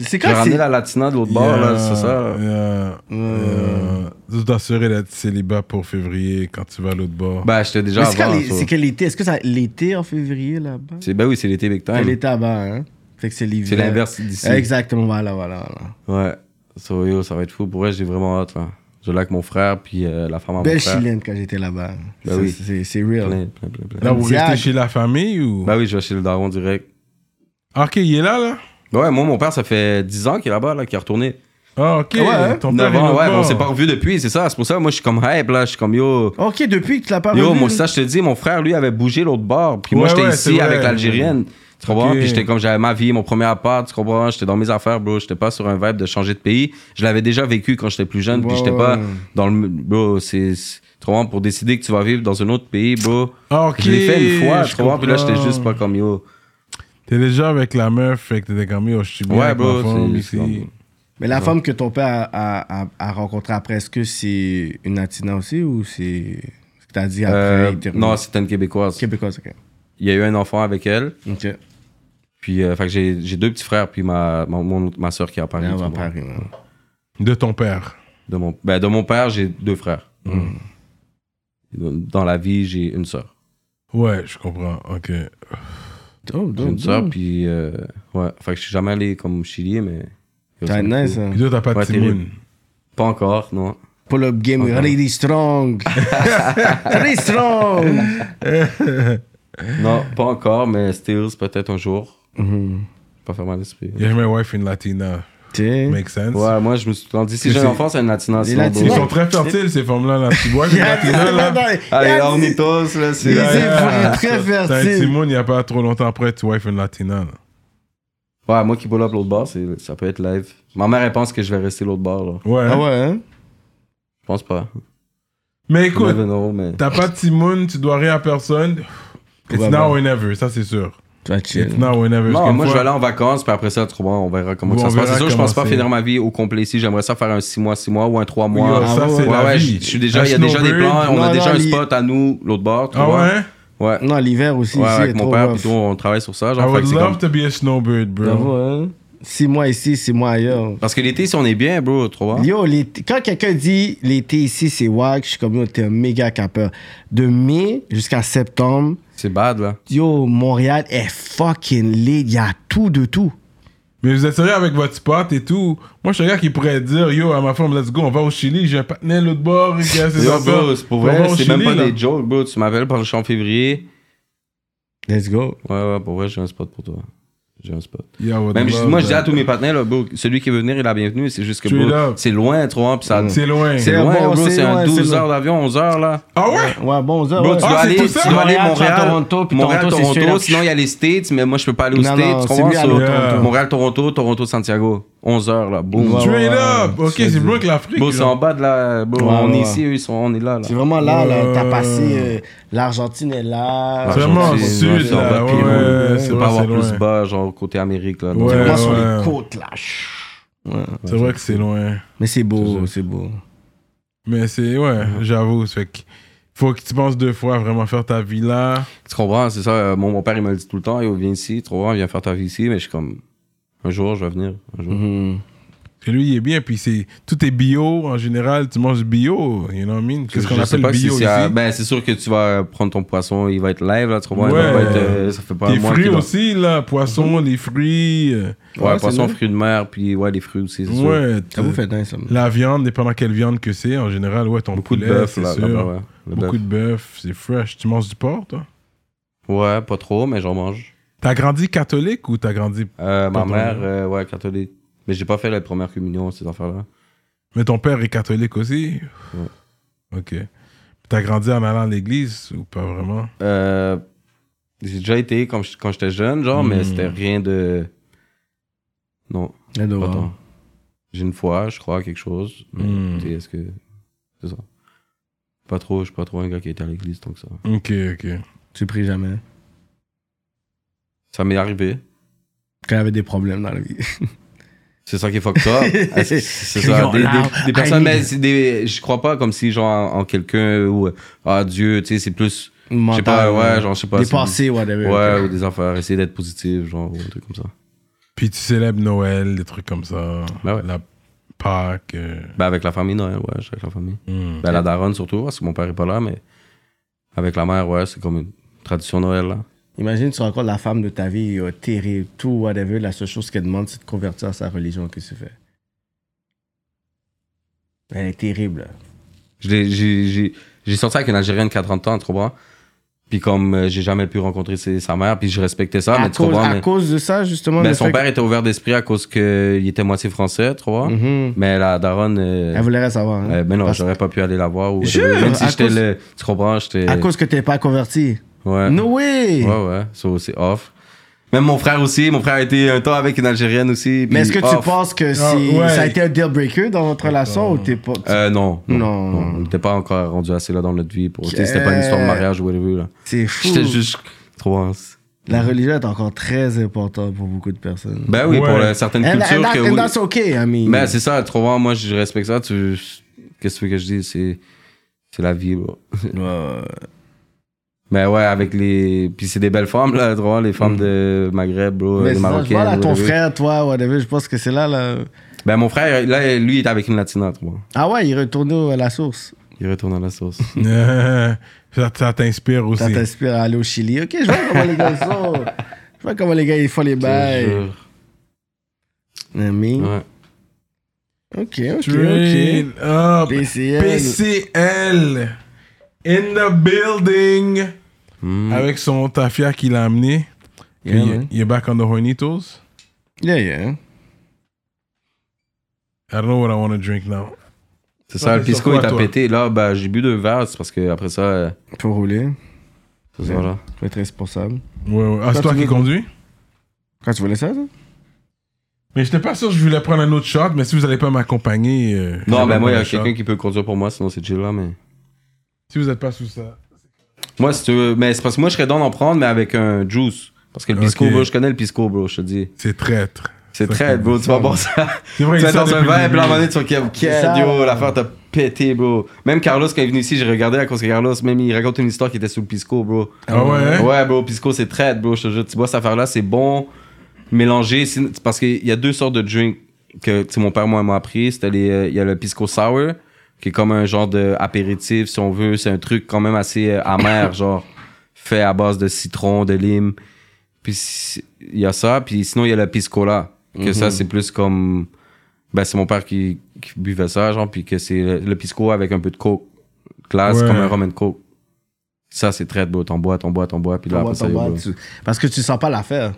Speaker 2: C'est
Speaker 3: J'ai
Speaker 2: quand
Speaker 3: ramené
Speaker 2: c'est.
Speaker 3: la latina de l'autre bord, là, c'est ça. là.
Speaker 1: Yeah, yeah. Tu t'assurer d'être célibat pour février quand tu vas à l'autre bord.
Speaker 3: Ben, j'étais déjà
Speaker 2: Mais c'est quand
Speaker 3: avant.
Speaker 2: les-
Speaker 3: ça.
Speaker 2: c'est que l'été Est-ce que c'est l'été en février, là-bas
Speaker 3: C'est- Ben oui, c'est l'été big
Speaker 2: C'est
Speaker 3: time.
Speaker 2: l'été là-bas, hein Fait que c'est l'hiver.
Speaker 3: C'est l'inverse d'ici.
Speaker 2: Exactement, voilà, voilà, voilà.
Speaker 3: Ouais. So, yo, ça va être fou. Pour vrai, j'ai vraiment hâte, là. Je l'ai avec mon frère, puis euh, la femme à mon
Speaker 2: Belle
Speaker 3: frère.
Speaker 2: chilienne quand j'étais là-bas.
Speaker 3: Bah
Speaker 2: Ça,
Speaker 3: oui.
Speaker 2: c'est- C'est real.
Speaker 3: Plein, plein, plein, plein.
Speaker 1: Là, vous
Speaker 2: Diac.
Speaker 1: restez chez la famille ou.
Speaker 3: Ben oui, je vais chez le daron direct.
Speaker 1: Ok, il est là, là.
Speaker 3: Ouais, moi, mon père, ça fait 10 ans qu'il est là-bas, là, qu'il est retourné.
Speaker 1: Ah, ok.
Speaker 2: Ouais. hein.
Speaker 1: Ton père
Speaker 3: Neuf
Speaker 1: est
Speaker 3: ans,
Speaker 1: notre
Speaker 3: ouais, mais on
Speaker 1: bord.
Speaker 3: s'est pas revu depuis, c'est ça. C'est pour ça, moi, je suis comme hype, là. Je suis comme yo.
Speaker 2: Ok, depuis que tu l'as pas
Speaker 3: Yo,
Speaker 2: revu,
Speaker 3: moi,
Speaker 2: là.
Speaker 3: ça, je te dis, mon frère, lui, avait bougé l'autre bord. Puis moi,
Speaker 1: Ouais,
Speaker 3: j'étais
Speaker 1: ouais, c'est
Speaker 3: ici
Speaker 1: vrai.
Speaker 3: avec l'Algérienne. Tu comprends?
Speaker 1: Ok.
Speaker 3: Puis j'étais comme, j'avais ma vie, mon premier appart, tu comprends? J'étais dans mes affaires, bro. J'étais pas sur un vibe de changer de pays. Je l'avais déjà vécu quand j'étais plus jeune.
Speaker 2: Ouais,
Speaker 3: Puis j'étais
Speaker 2: ouais.
Speaker 3: pas dans le. Bro, c'est. c'est- Tu comprends? Pour décider que tu vas vivre dans un autre pays, bro.
Speaker 1: Ah, ok,
Speaker 3: Je l'ai fait une fois, tu
Speaker 1: je
Speaker 3: comprends? Puis là, j'étais
Speaker 1: comprends.
Speaker 3: juste pas comme yo.
Speaker 1: T'es déjà avec la meuf, fait que t'étais comme, yo, je suis bien
Speaker 3: Ouais,
Speaker 1: avec
Speaker 3: bro,
Speaker 1: ma femme
Speaker 3: c'est-
Speaker 1: ici.
Speaker 2: Mais la femme que ton père a, a, a- a rencontrée après, est-ce que c'est une Latina aussi ou c'est ce que t'as dit après
Speaker 3: Euh,
Speaker 2: il t'est revenu?
Speaker 3: non, c'était une Québécoise.
Speaker 2: québécoise, ok.
Speaker 3: Il y a eu un enfant avec elle.
Speaker 2: Ok.
Speaker 3: Puis, euh, fait que j'ai j'ai deux petits frères, puis ma, ma, mon- ma soeur qui est à Paris.
Speaker 1: Ah,
Speaker 2: Là, on
Speaker 3: tu
Speaker 2: va à Paris,
Speaker 3: comprends?
Speaker 2: ouais.
Speaker 1: De ton père.
Speaker 3: De mon, ben, de mon père, j'ai deux frères.
Speaker 1: Mm.
Speaker 3: Dans la vie, j'ai une soeur.
Speaker 1: Ouais, je comprends. Ok.
Speaker 2: Oh,
Speaker 3: J'ai une
Speaker 2: dope,
Speaker 3: soeur,
Speaker 1: Mm.
Speaker 2: dope.
Speaker 3: puis. euh, ouais, fait que je suis jamais allé comme au Chili, mais.
Speaker 2: C'est nice, hein.
Speaker 1: Puis toi, t'as pas de
Speaker 3: Ouais,
Speaker 1: Timoun.
Speaker 3: terrible. Pas encore, non.
Speaker 2: Pull-up game,
Speaker 3: Oh,
Speaker 2: really
Speaker 3: *laughs*
Speaker 2: strong. really strong.
Speaker 3: Non, pas encore, mais Stills, peut-être un jour.
Speaker 1: Mm-hmm.
Speaker 3: Pas fermé à l'esprit.
Speaker 1: Il y a jamais wife une latina.
Speaker 2: T'sais.
Speaker 1: Makes sense.
Speaker 3: Ouais, moi, je me suis rendu. Si
Speaker 1: Mais
Speaker 3: j'ai
Speaker 1: c'est-
Speaker 3: un enfant, c'est une latina.
Speaker 2: Les
Speaker 3: sinon,
Speaker 2: Latinas.
Speaker 1: Ils
Speaker 3: bro.
Speaker 1: sont très fertiles, ces femmes-là. Là. Tu
Speaker 2: *laughs*
Speaker 1: vois, une latina, là.
Speaker 3: Allez,
Speaker 2: Yeah,
Speaker 3: Ornitos, là, c'est.
Speaker 2: Ils
Speaker 3: Ouais,
Speaker 2: étaient
Speaker 1: Ah,
Speaker 2: très
Speaker 1: T'as un
Speaker 3: hein.
Speaker 2: fertiles.
Speaker 1: Timoun il y a pas trop longtemps après, tu wife une latina. là.
Speaker 3: moi qui pull up l'autre bord, c'est- ça peut être live. Ma mère, elle pense que je vais rester l'autre bord, là.
Speaker 1: Ouais.
Speaker 2: Ah ouais, hein?
Speaker 3: Je pense pas.
Speaker 1: Mais
Speaker 3: You
Speaker 1: écoute,
Speaker 3: never know, mais.
Speaker 1: t'as pas de Timoun, tu dois rien à personne. It's now or never, ça c'est sûr.
Speaker 2: Tu vas
Speaker 1: It's
Speaker 2: chill.
Speaker 1: now or never. Parce
Speaker 3: Non,
Speaker 1: qu'une
Speaker 3: moi je
Speaker 1: fois-
Speaker 3: vais aller en vacances, puis après ça, tu vois, on verra comment
Speaker 1: Bon, on
Speaker 3: ça se passe.
Speaker 1: verra
Speaker 3: C'est sûr, je pense pas
Speaker 1: comment
Speaker 3: finir ma vie au complet ici. J'aimerais ça faire un 6 mois, 6 mois ou un 3
Speaker 1: Oui,
Speaker 3: mois.
Speaker 1: oh,
Speaker 2: Ah
Speaker 1: ça
Speaker 2: ouais,
Speaker 1: c'est
Speaker 3: ouais,
Speaker 1: la
Speaker 3: ouais,
Speaker 1: vie.
Speaker 3: je je suis déjà,
Speaker 1: Un
Speaker 3: il y a déjà des
Speaker 1: snowbird.
Speaker 3: plans. On
Speaker 2: Non,
Speaker 3: a déjà
Speaker 2: non,
Speaker 3: un
Speaker 2: il-
Speaker 3: spot à nous, l'autre bord. Tu
Speaker 1: Ah
Speaker 3: vois.
Speaker 1: ouais?
Speaker 3: Ouais.
Speaker 2: Non, l'hiver aussi,
Speaker 3: Ouais,
Speaker 2: ici,
Speaker 3: avec
Speaker 2: est
Speaker 3: mon
Speaker 2: trop
Speaker 3: père,
Speaker 2: rough.
Speaker 3: puis tout, hein. on travaille sur ça.
Speaker 1: I
Speaker 3: Genre, fait
Speaker 1: would
Speaker 3: que c'est
Speaker 1: love
Speaker 3: comme...
Speaker 1: to be a snowbird, bro.
Speaker 2: Bravo, hein? Six mois ici, six mois ailleurs.
Speaker 3: Parce que l'été, si on est bien, bro, tu vois.
Speaker 2: Yo, l'été- quand quelqu'un dit l'été ici c'est wack, je suis comme yo, t'es un méga capeur. De mai jusqu'à septembre,
Speaker 3: C'est bad, là.
Speaker 2: yo, Montréal est fucking lit. Il y a tout de tout.
Speaker 1: Mais vous êtes sérieux avec votre spot et tout? Moi, je suis un gars qui pourrait dire, yo, à ma femme, let's go, on va au Chili, j'ai un partenaire l'autre bord, et qu'il y a ses
Speaker 3: Yo,
Speaker 1: affaires.
Speaker 3: bro, c'est pour
Speaker 1: On va
Speaker 3: vrai,
Speaker 1: au
Speaker 3: c'est même pas
Speaker 1: Chili, là.
Speaker 3: des jokes, bro. Tu m'appelles pendant le champ février.
Speaker 2: Let's go.
Speaker 3: Ouais, ouais, pour vrai, j'ai un spot pour toi. J'ai un spot.
Speaker 1: Yeah, I would
Speaker 3: Même, je-
Speaker 1: love
Speaker 3: moi, je dis à
Speaker 1: that.
Speaker 3: tous mes partenaires, là, bro, celui qui veut venir est la bienvenue. C'est juste que,
Speaker 1: Straight
Speaker 3: bro,
Speaker 1: up.
Speaker 3: c'est loin, tu vois, puis ça.
Speaker 1: C'est loin.
Speaker 3: C'est loin,
Speaker 2: bon,
Speaker 3: bro,
Speaker 2: c'est
Speaker 3: c'est un
Speaker 2: loin, c'est
Speaker 3: 12
Speaker 2: loin.
Speaker 3: heures d'avion, 11 heures, là.
Speaker 1: Ah ouais?
Speaker 2: Ouais, bon, ça,
Speaker 3: Bro,
Speaker 2: ouais.
Speaker 3: tu
Speaker 1: Ah,
Speaker 3: dois
Speaker 1: c'est
Speaker 3: aller,
Speaker 1: tout
Speaker 3: tu
Speaker 1: ça?
Speaker 3: dois aller
Speaker 2: Montréal,
Speaker 3: Montréal,
Speaker 2: Toronto, puis
Speaker 3: Montréal,
Speaker 2: Toronto,
Speaker 3: Toronto,
Speaker 2: c'est celui-là.
Speaker 3: sinon il y a les States, mais moi je peux pas aller aux
Speaker 2: Non,
Speaker 3: States,
Speaker 2: non,
Speaker 3: tu
Speaker 2: c'est
Speaker 3: comprends,
Speaker 2: lui à
Speaker 3: so-
Speaker 2: l'autre
Speaker 1: Yeah.
Speaker 2: Toronto.
Speaker 3: Montréal, Toronto, Toronto, Santiago, 11 h là, boum.
Speaker 2: Ouais,
Speaker 1: Straight
Speaker 2: ouais,
Speaker 1: up!
Speaker 2: ouais.
Speaker 1: Ok, c'est loin que l'Afrique.
Speaker 3: Bro, c'est
Speaker 1: là.
Speaker 3: en bas de la, bro,
Speaker 2: Ouais,
Speaker 3: on
Speaker 2: ouais.
Speaker 3: est ici, eux, ils sont, on est là, là.
Speaker 2: C'est vraiment là, là. T'as
Speaker 1: Ouais.
Speaker 2: passé. euh, L'Argentine est là.
Speaker 1: Vraiment au
Speaker 3: Argentine, ouais,
Speaker 1: sud,
Speaker 3: Ah, c'est en
Speaker 1: là,
Speaker 3: bas de Pérou,
Speaker 1: ouais,
Speaker 3: là.
Speaker 1: c'est
Speaker 3: Tu peux
Speaker 1: vrai,
Speaker 3: pas avoir
Speaker 1: c'est
Speaker 3: plus
Speaker 1: loin.
Speaker 3: bas, genre côté Amérique, là.
Speaker 1: Ouais,
Speaker 2: Moi, sur
Speaker 1: ouais.
Speaker 2: les côtes, là.
Speaker 1: C'est vrai que c'est loin.
Speaker 2: Mais c'est beau, c'est beau.
Speaker 1: Mais c'est, ouais, j'avoue. c'est Fait que faut que tu penses deux fois à vraiment faire ta vie là.
Speaker 3: Tu comprends, c'est ça, euh, mon, mon père il me le dit tout le temps, yo, viens ici, tu comprends, viens faire ta vie ici, mais je suis comme, un jour je vais venir, un jour.
Speaker 1: Parce que lui, il est bien. Puis c'est, tout est bio en général. Tu manges bio. You know what I mean? Qu'est-ce
Speaker 3: Je
Speaker 1: qu'on
Speaker 3: sais
Speaker 1: appelle
Speaker 3: pas si
Speaker 1: bio ici?
Speaker 3: c'est à- Ben, c'est sûr que tu vas prendre ton poisson, il va être live, là, tu comprends, il
Speaker 1: Ouais.
Speaker 3: va pas être, euh, ça fait pas un
Speaker 1: les
Speaker 3: mois
Speaker 1: fruits
Speaker 3: qu'il va-
Speaker 1: aussi, là. Poissons, les fruits. euh,
Speaker 3: Mhm. Ouais,
Speaker 2: Ouais, c'est
Speaker 3: poisson,
Speaker 2: vrai.
Speaker 3: fruits de mer, puis ouais, les fruits aussi, c'est sûr.
Speaker 1: Ouais.
Speaker 2: Ça vous fait nice, ça.
Speaker 1: La viande, dépendant quelle viande que c'est, en général, ouais, ton
Speaker 3: Beaucoup de
Speaker 1: poulet,
Speaker 3: bœuf,
Speaker 1: c'est
Speaker 3: là,
Speaker 1: sûr.
Speaker 3: là-bas, ouais. Le
Speaker 1: Beaucoup
Speaker 3: bœuf.
Speaker 1: de bœuf, c'est fresh. Tu manges du porc, toi?
Speaker 3: Ouais, pas trop, mais j'en mange.
Speaker 1: T'as grandi catholique ou t'as grandi...
Speaker 3: Euh, ma
Speaker 1: Pardon.
Speaker 3: mère, euh, ouais, catholique. Mais j'ai pas fait la première communion, ces affaires-là.
Speaker 1: Mais ton père est catholique aussi? OK. T'as grandi en allant à l'église ou pas vraiment?
Speaker 3: Euh, j'ai déjà été quand je- quand j'étais jeune, genre,
Speaker 1: Hmm.
Speaker 3: mais c'était rien de. Non, pas tant. J'ai une foi, je crois à quelque chose. mais,
Speaker 1: Hmm.
Speaker 3: tu sais, Est-ce que. C'est ça. Pas trop, je suis pas trop un gars qui est à l'église tant que ça.
Speaker 1: OK, OK.
Speaker 2: Tu pries jamais.
Speaker 3: Ça m'est arrivé.
Speaker 2: Quand il y avait des problèmes dans la *laughs* vie.
Speaker 3: C'est ça qui est
Speaker 2: *laughs*
Speaker 3: fucked up. Est-ce que C'est ça.
Speaker 2: Crions
Speaker 3: Des, des-
Speaker 2: loud,
Speaker 3: des personnes,
Speaker 2: I
Speaker 3: mais
Speaker 2: need-
Speaker 3: c'est des, je crois pas comme si, genre, en, en quelqu'un ou, ah, Dieu, tu sais, c'est plus, je sais pas, ouais, genre, je sais pas.
Speaker 2: euh, Des
Speaker 3: c'est-
Speaker 2: pensées, whatever.
Speaker 3: Ouais, ou des affaires, essayer d'être positif, genre, ou un truc comme ça.
Speaker 1: Puis tu célèbres Noël, des trucs comme ça.
Speaker 3: Ben ouais.
Speaker 1: La Pâques. euh,
Speaker 3: Ben, avec la famille, Noël, ouais, je suis avec la famille.
Speaker 1: hmm.
Speaker 3: Ben, la daronne surtout, parce que mon père est pas là, mais avec la mère, ouais, c'est comme une tradition Noël, là.
Speaker 2: Imagine, tu rencontres la femme de ta vie, euh, terrible, tout, whatever. La seule chose qu'elle demande, c'est de convertir à sa religion. Qu'est-ce que tu fais? Elle est terrible.
Speaker 3: Je l'ai- J'ai j'ai- j'ai sorti avec une Algérienne qui a 30 ans, tu comprends? Puis comme euh, j'ai jamais pu rencontrer ses- sa mère, puis je respectais ça,
Speaker 2: à
Speaker 3: Ah, mais tu
Speaker 2: cause,
Speaker 3: comprends,
Speaker 2: à
Speaker 3: mais-
Speaker 2: cause de ça, justement.
Speaker 3: mais
Speaker 2: le
Speaker 3: son
Speaker 2: fait
Speaker 3: père était ouvert d'esprit à cause qu'il était moitié français, tu vois.
Speaker 2: que- Mhm.
Speaker 3: Mais la daronne. euh,
Speaker 2: Elle voulait rien savoir. hein.
Speaker 3: euh, ben non,
Speaker 2: Parce-
Speaker 3: j'aurais pas pu aller la voir. Ou,
Speaker 2: Jure,
Speaker 3: même si
Speaker 2: à
Speaker 3: j'étais
Speaker 2: cause-
Speaker 3: le. Tu comprends, j'étais.
Speaker 2: À cause que t'es pas converti.
Speaker 3: Ouais.
Speaker 2: No way!
Speaker 3: Ouais, ouais. So, c'est off. Même mon frère aussi. Mon frère a été un temps avec une Algérienne aussi. puis oh,
Speaker 2: Mais est-ce que tu
Speaker 3: off.
Speaker 2: penses que
Speaker 1: Ah,
Speaker 2: c'est-
Speaker 1: ouais.
Speaker 2: ça a été un deal breaker dans votre relation ou t'es pas.
Speaker 3: Euh, non, non.
Speaker 2: Non.
Speaker 3: non, on n'était pas encore rendu assez là dans notre vie. Pour, tu sais, C'était pas une histoire de mariage ou whatever. Là.
Speaker 2: C'est fou.
Speaker 3: J'étais juste trop en-
Speaker 2: La religion est encore très importante pour beaucoup de personnes.
Speaker 3: Ben oui,
Speaker 1: Ouais.
Speaker 3: pour euh, certaines
Speaker 2: And, and,
Speaker 3: cultures.
Speaker 2: that-
Speaker 3: que
Speaker 2: and
Speaker 3: oui.
Speaker 2: that's okay, I mean.
Speaker 3: Ben c'est ça, trop en- moi je respecte ça. Tu... Qu'est-ce que tu veux que je dis C'est c'est la vie, bro.
Speaker 2: Ouais.
Speaker 3: Mais ouais, avec les. Puis c'est des belles femmes, là, trop en, les femmes de Maghreb, bro,
Speaker 2: Mm. Mais
Speaker 3: des
Speaker 2: c'est ça, je
Speaker 3: Marocaines.
Speaker 2: parle à ton
Speaker 3: whatever.
Speaker 2: frère, toi, whatever, je pense que c'est là, là.
Speaker 3: Ben mon frère, là, lui, il est avec une Latina, trop en.
Speaker 2: Ah ouais, il est retourné au- à la source.
Speaker 3: Il retourne dans la sauce.
Speaker 1: Euh,
Speaker 3: Ben.
Speaker 1: *laughs* ça ça t'inspire aussi.
Speaker 2: Ça t'inspire à aller au Chili. Ok, je vois comment les gars sont. Je vois comment les gars, ils font les bails. Ami.
Speaker 3: Ouais.
Speaker 2: Ok, ok,
Speaker 1: Straight
Speaker 2: ok.
Speaker 1: up.
Speaker 2: PCL.
Speaker 1: PCL. In the building.
Speaker 3: Mm.
Speaker 1: Avec son tafia qu'il a amené.
Speaker 2: Yeah,
Speaker 1: il,
Speaker 2: man.
Speaker 1: il est back on the Hornitos.
Speaker 2: Yeah, yeah.
Speaker 1: I don't know what I want to drink now.
Speaker 3: C'est
Speaker 1: Ouais,
Speaker 3: ça, le
Speaker 1: mais sur
Speaker 3: pisco
Speaker 1: quoi,
Speaker 3: il t'a
Speaker 1: toi?
Speaker 3: pété. Là, ben, j'ai bu deux verres, c'est parce que après ça, euh,
Speaker 2: Faut rouler.
Speaker 3: ce soir-là.
Speaker 2: Faut être responsable.
Speaker 1: Ouais, ouais. Ah, c'est
Speaker 2: Toi,
Speaker 1: toi
Speaker 2: tu
Speaker 1: qui
Speaker 2: veux-
Speaker 1: conduis?
Speaker 2: Quand tu voulais ça, toi?
Speaker 1: Mais j'étais pas sûr que je voulais prendre un autre shot, mais si vous allez pas m'accompagner. euh,
Speaker 3: Non,
Speaker 1: je vais
Speaker 3: mais moi, il
Speaker 1: prendre
Speaker 3: y a
Speaker 1: un shot.
Speaker 3: quelqu'un qui peut conduire pour moi, sinon c'est chill là, mais.
Speaker 1: Si vous êtes pas sous ça.
Speaker 3: Moi, si tu veux. Mais c'est parce que moi, je serais dans d'en prendre, mais avec un juice. Parce que le
Speaker 1: Ok.
Speaker 3: pisco, bro, je connais le pisco, bro, je te dis.
Speaker 1: C'est traître.
Speaker 3: C'est
Speaker 1: Ça,
Speaker 3: très, bro, tu vas boire ça.
Speaker 1: C'est vrai,
Speaker 3: Tu
Speaker 1: il
Speaker 3: vas
Speaker 1: sort
Speaker 3: dans un
Speaker 1: depuis le
Speaker 3: verre, et puis là, à
Speaker 1: début.
Speaker 3: un moment donné, tu vas dire,
Speaker 2: C'est ça,
Speaker 3: Quel, yo,
Speaker 2: ouais.
Speaker 3: l'affaire t'a pété, bro. Même Carlos, quand il est venu ici, j'ai regardé à cause que Carlos, même il raconte une histoire qui était sous le pisco, bro.
Speaker 1: Ah ouais?
Speaker 3: Ouais, bro, pisco, c'est traite, bro. Je te jure, tu bois cette affaire-là, c'est bon mélangé. sin- Parce qu'il y a deux sortes de drinks que tu sais, mon père, moi, m'a appris. C'était les, euh, Il y a le pisco sour, qui est comme un genre d'apéritif, si on veut. C'est un truc quand même assez euh, amer, genre fait à base de citron, de lime. Puis si- il y a ça. Puis sinon, il y a le piscola, que
Speaker 2: Mhm.
Speaker 3: ça, c'est plus comme... Ben, c'est mon père qui, qui buvait ça, genre, puis que c'est le, le pisco avec un peu de coke. Classe,
Speaker 1: Ouais.
Speaker 3: comme un rum and coke. Ça, c'est très beau. T'en bois, t'en bois, t'en bois, puis là,
Speaker 2: T'en
Speaker 3: après
Speaker 2: bas,
Speaker 3: ça,
Speaker 2: t'en
Speaker 3: yo,
Speaker 2: bas,
Speaker 3: bro.
Speaker 2: tu- Parce que tu sens pas l'affaire.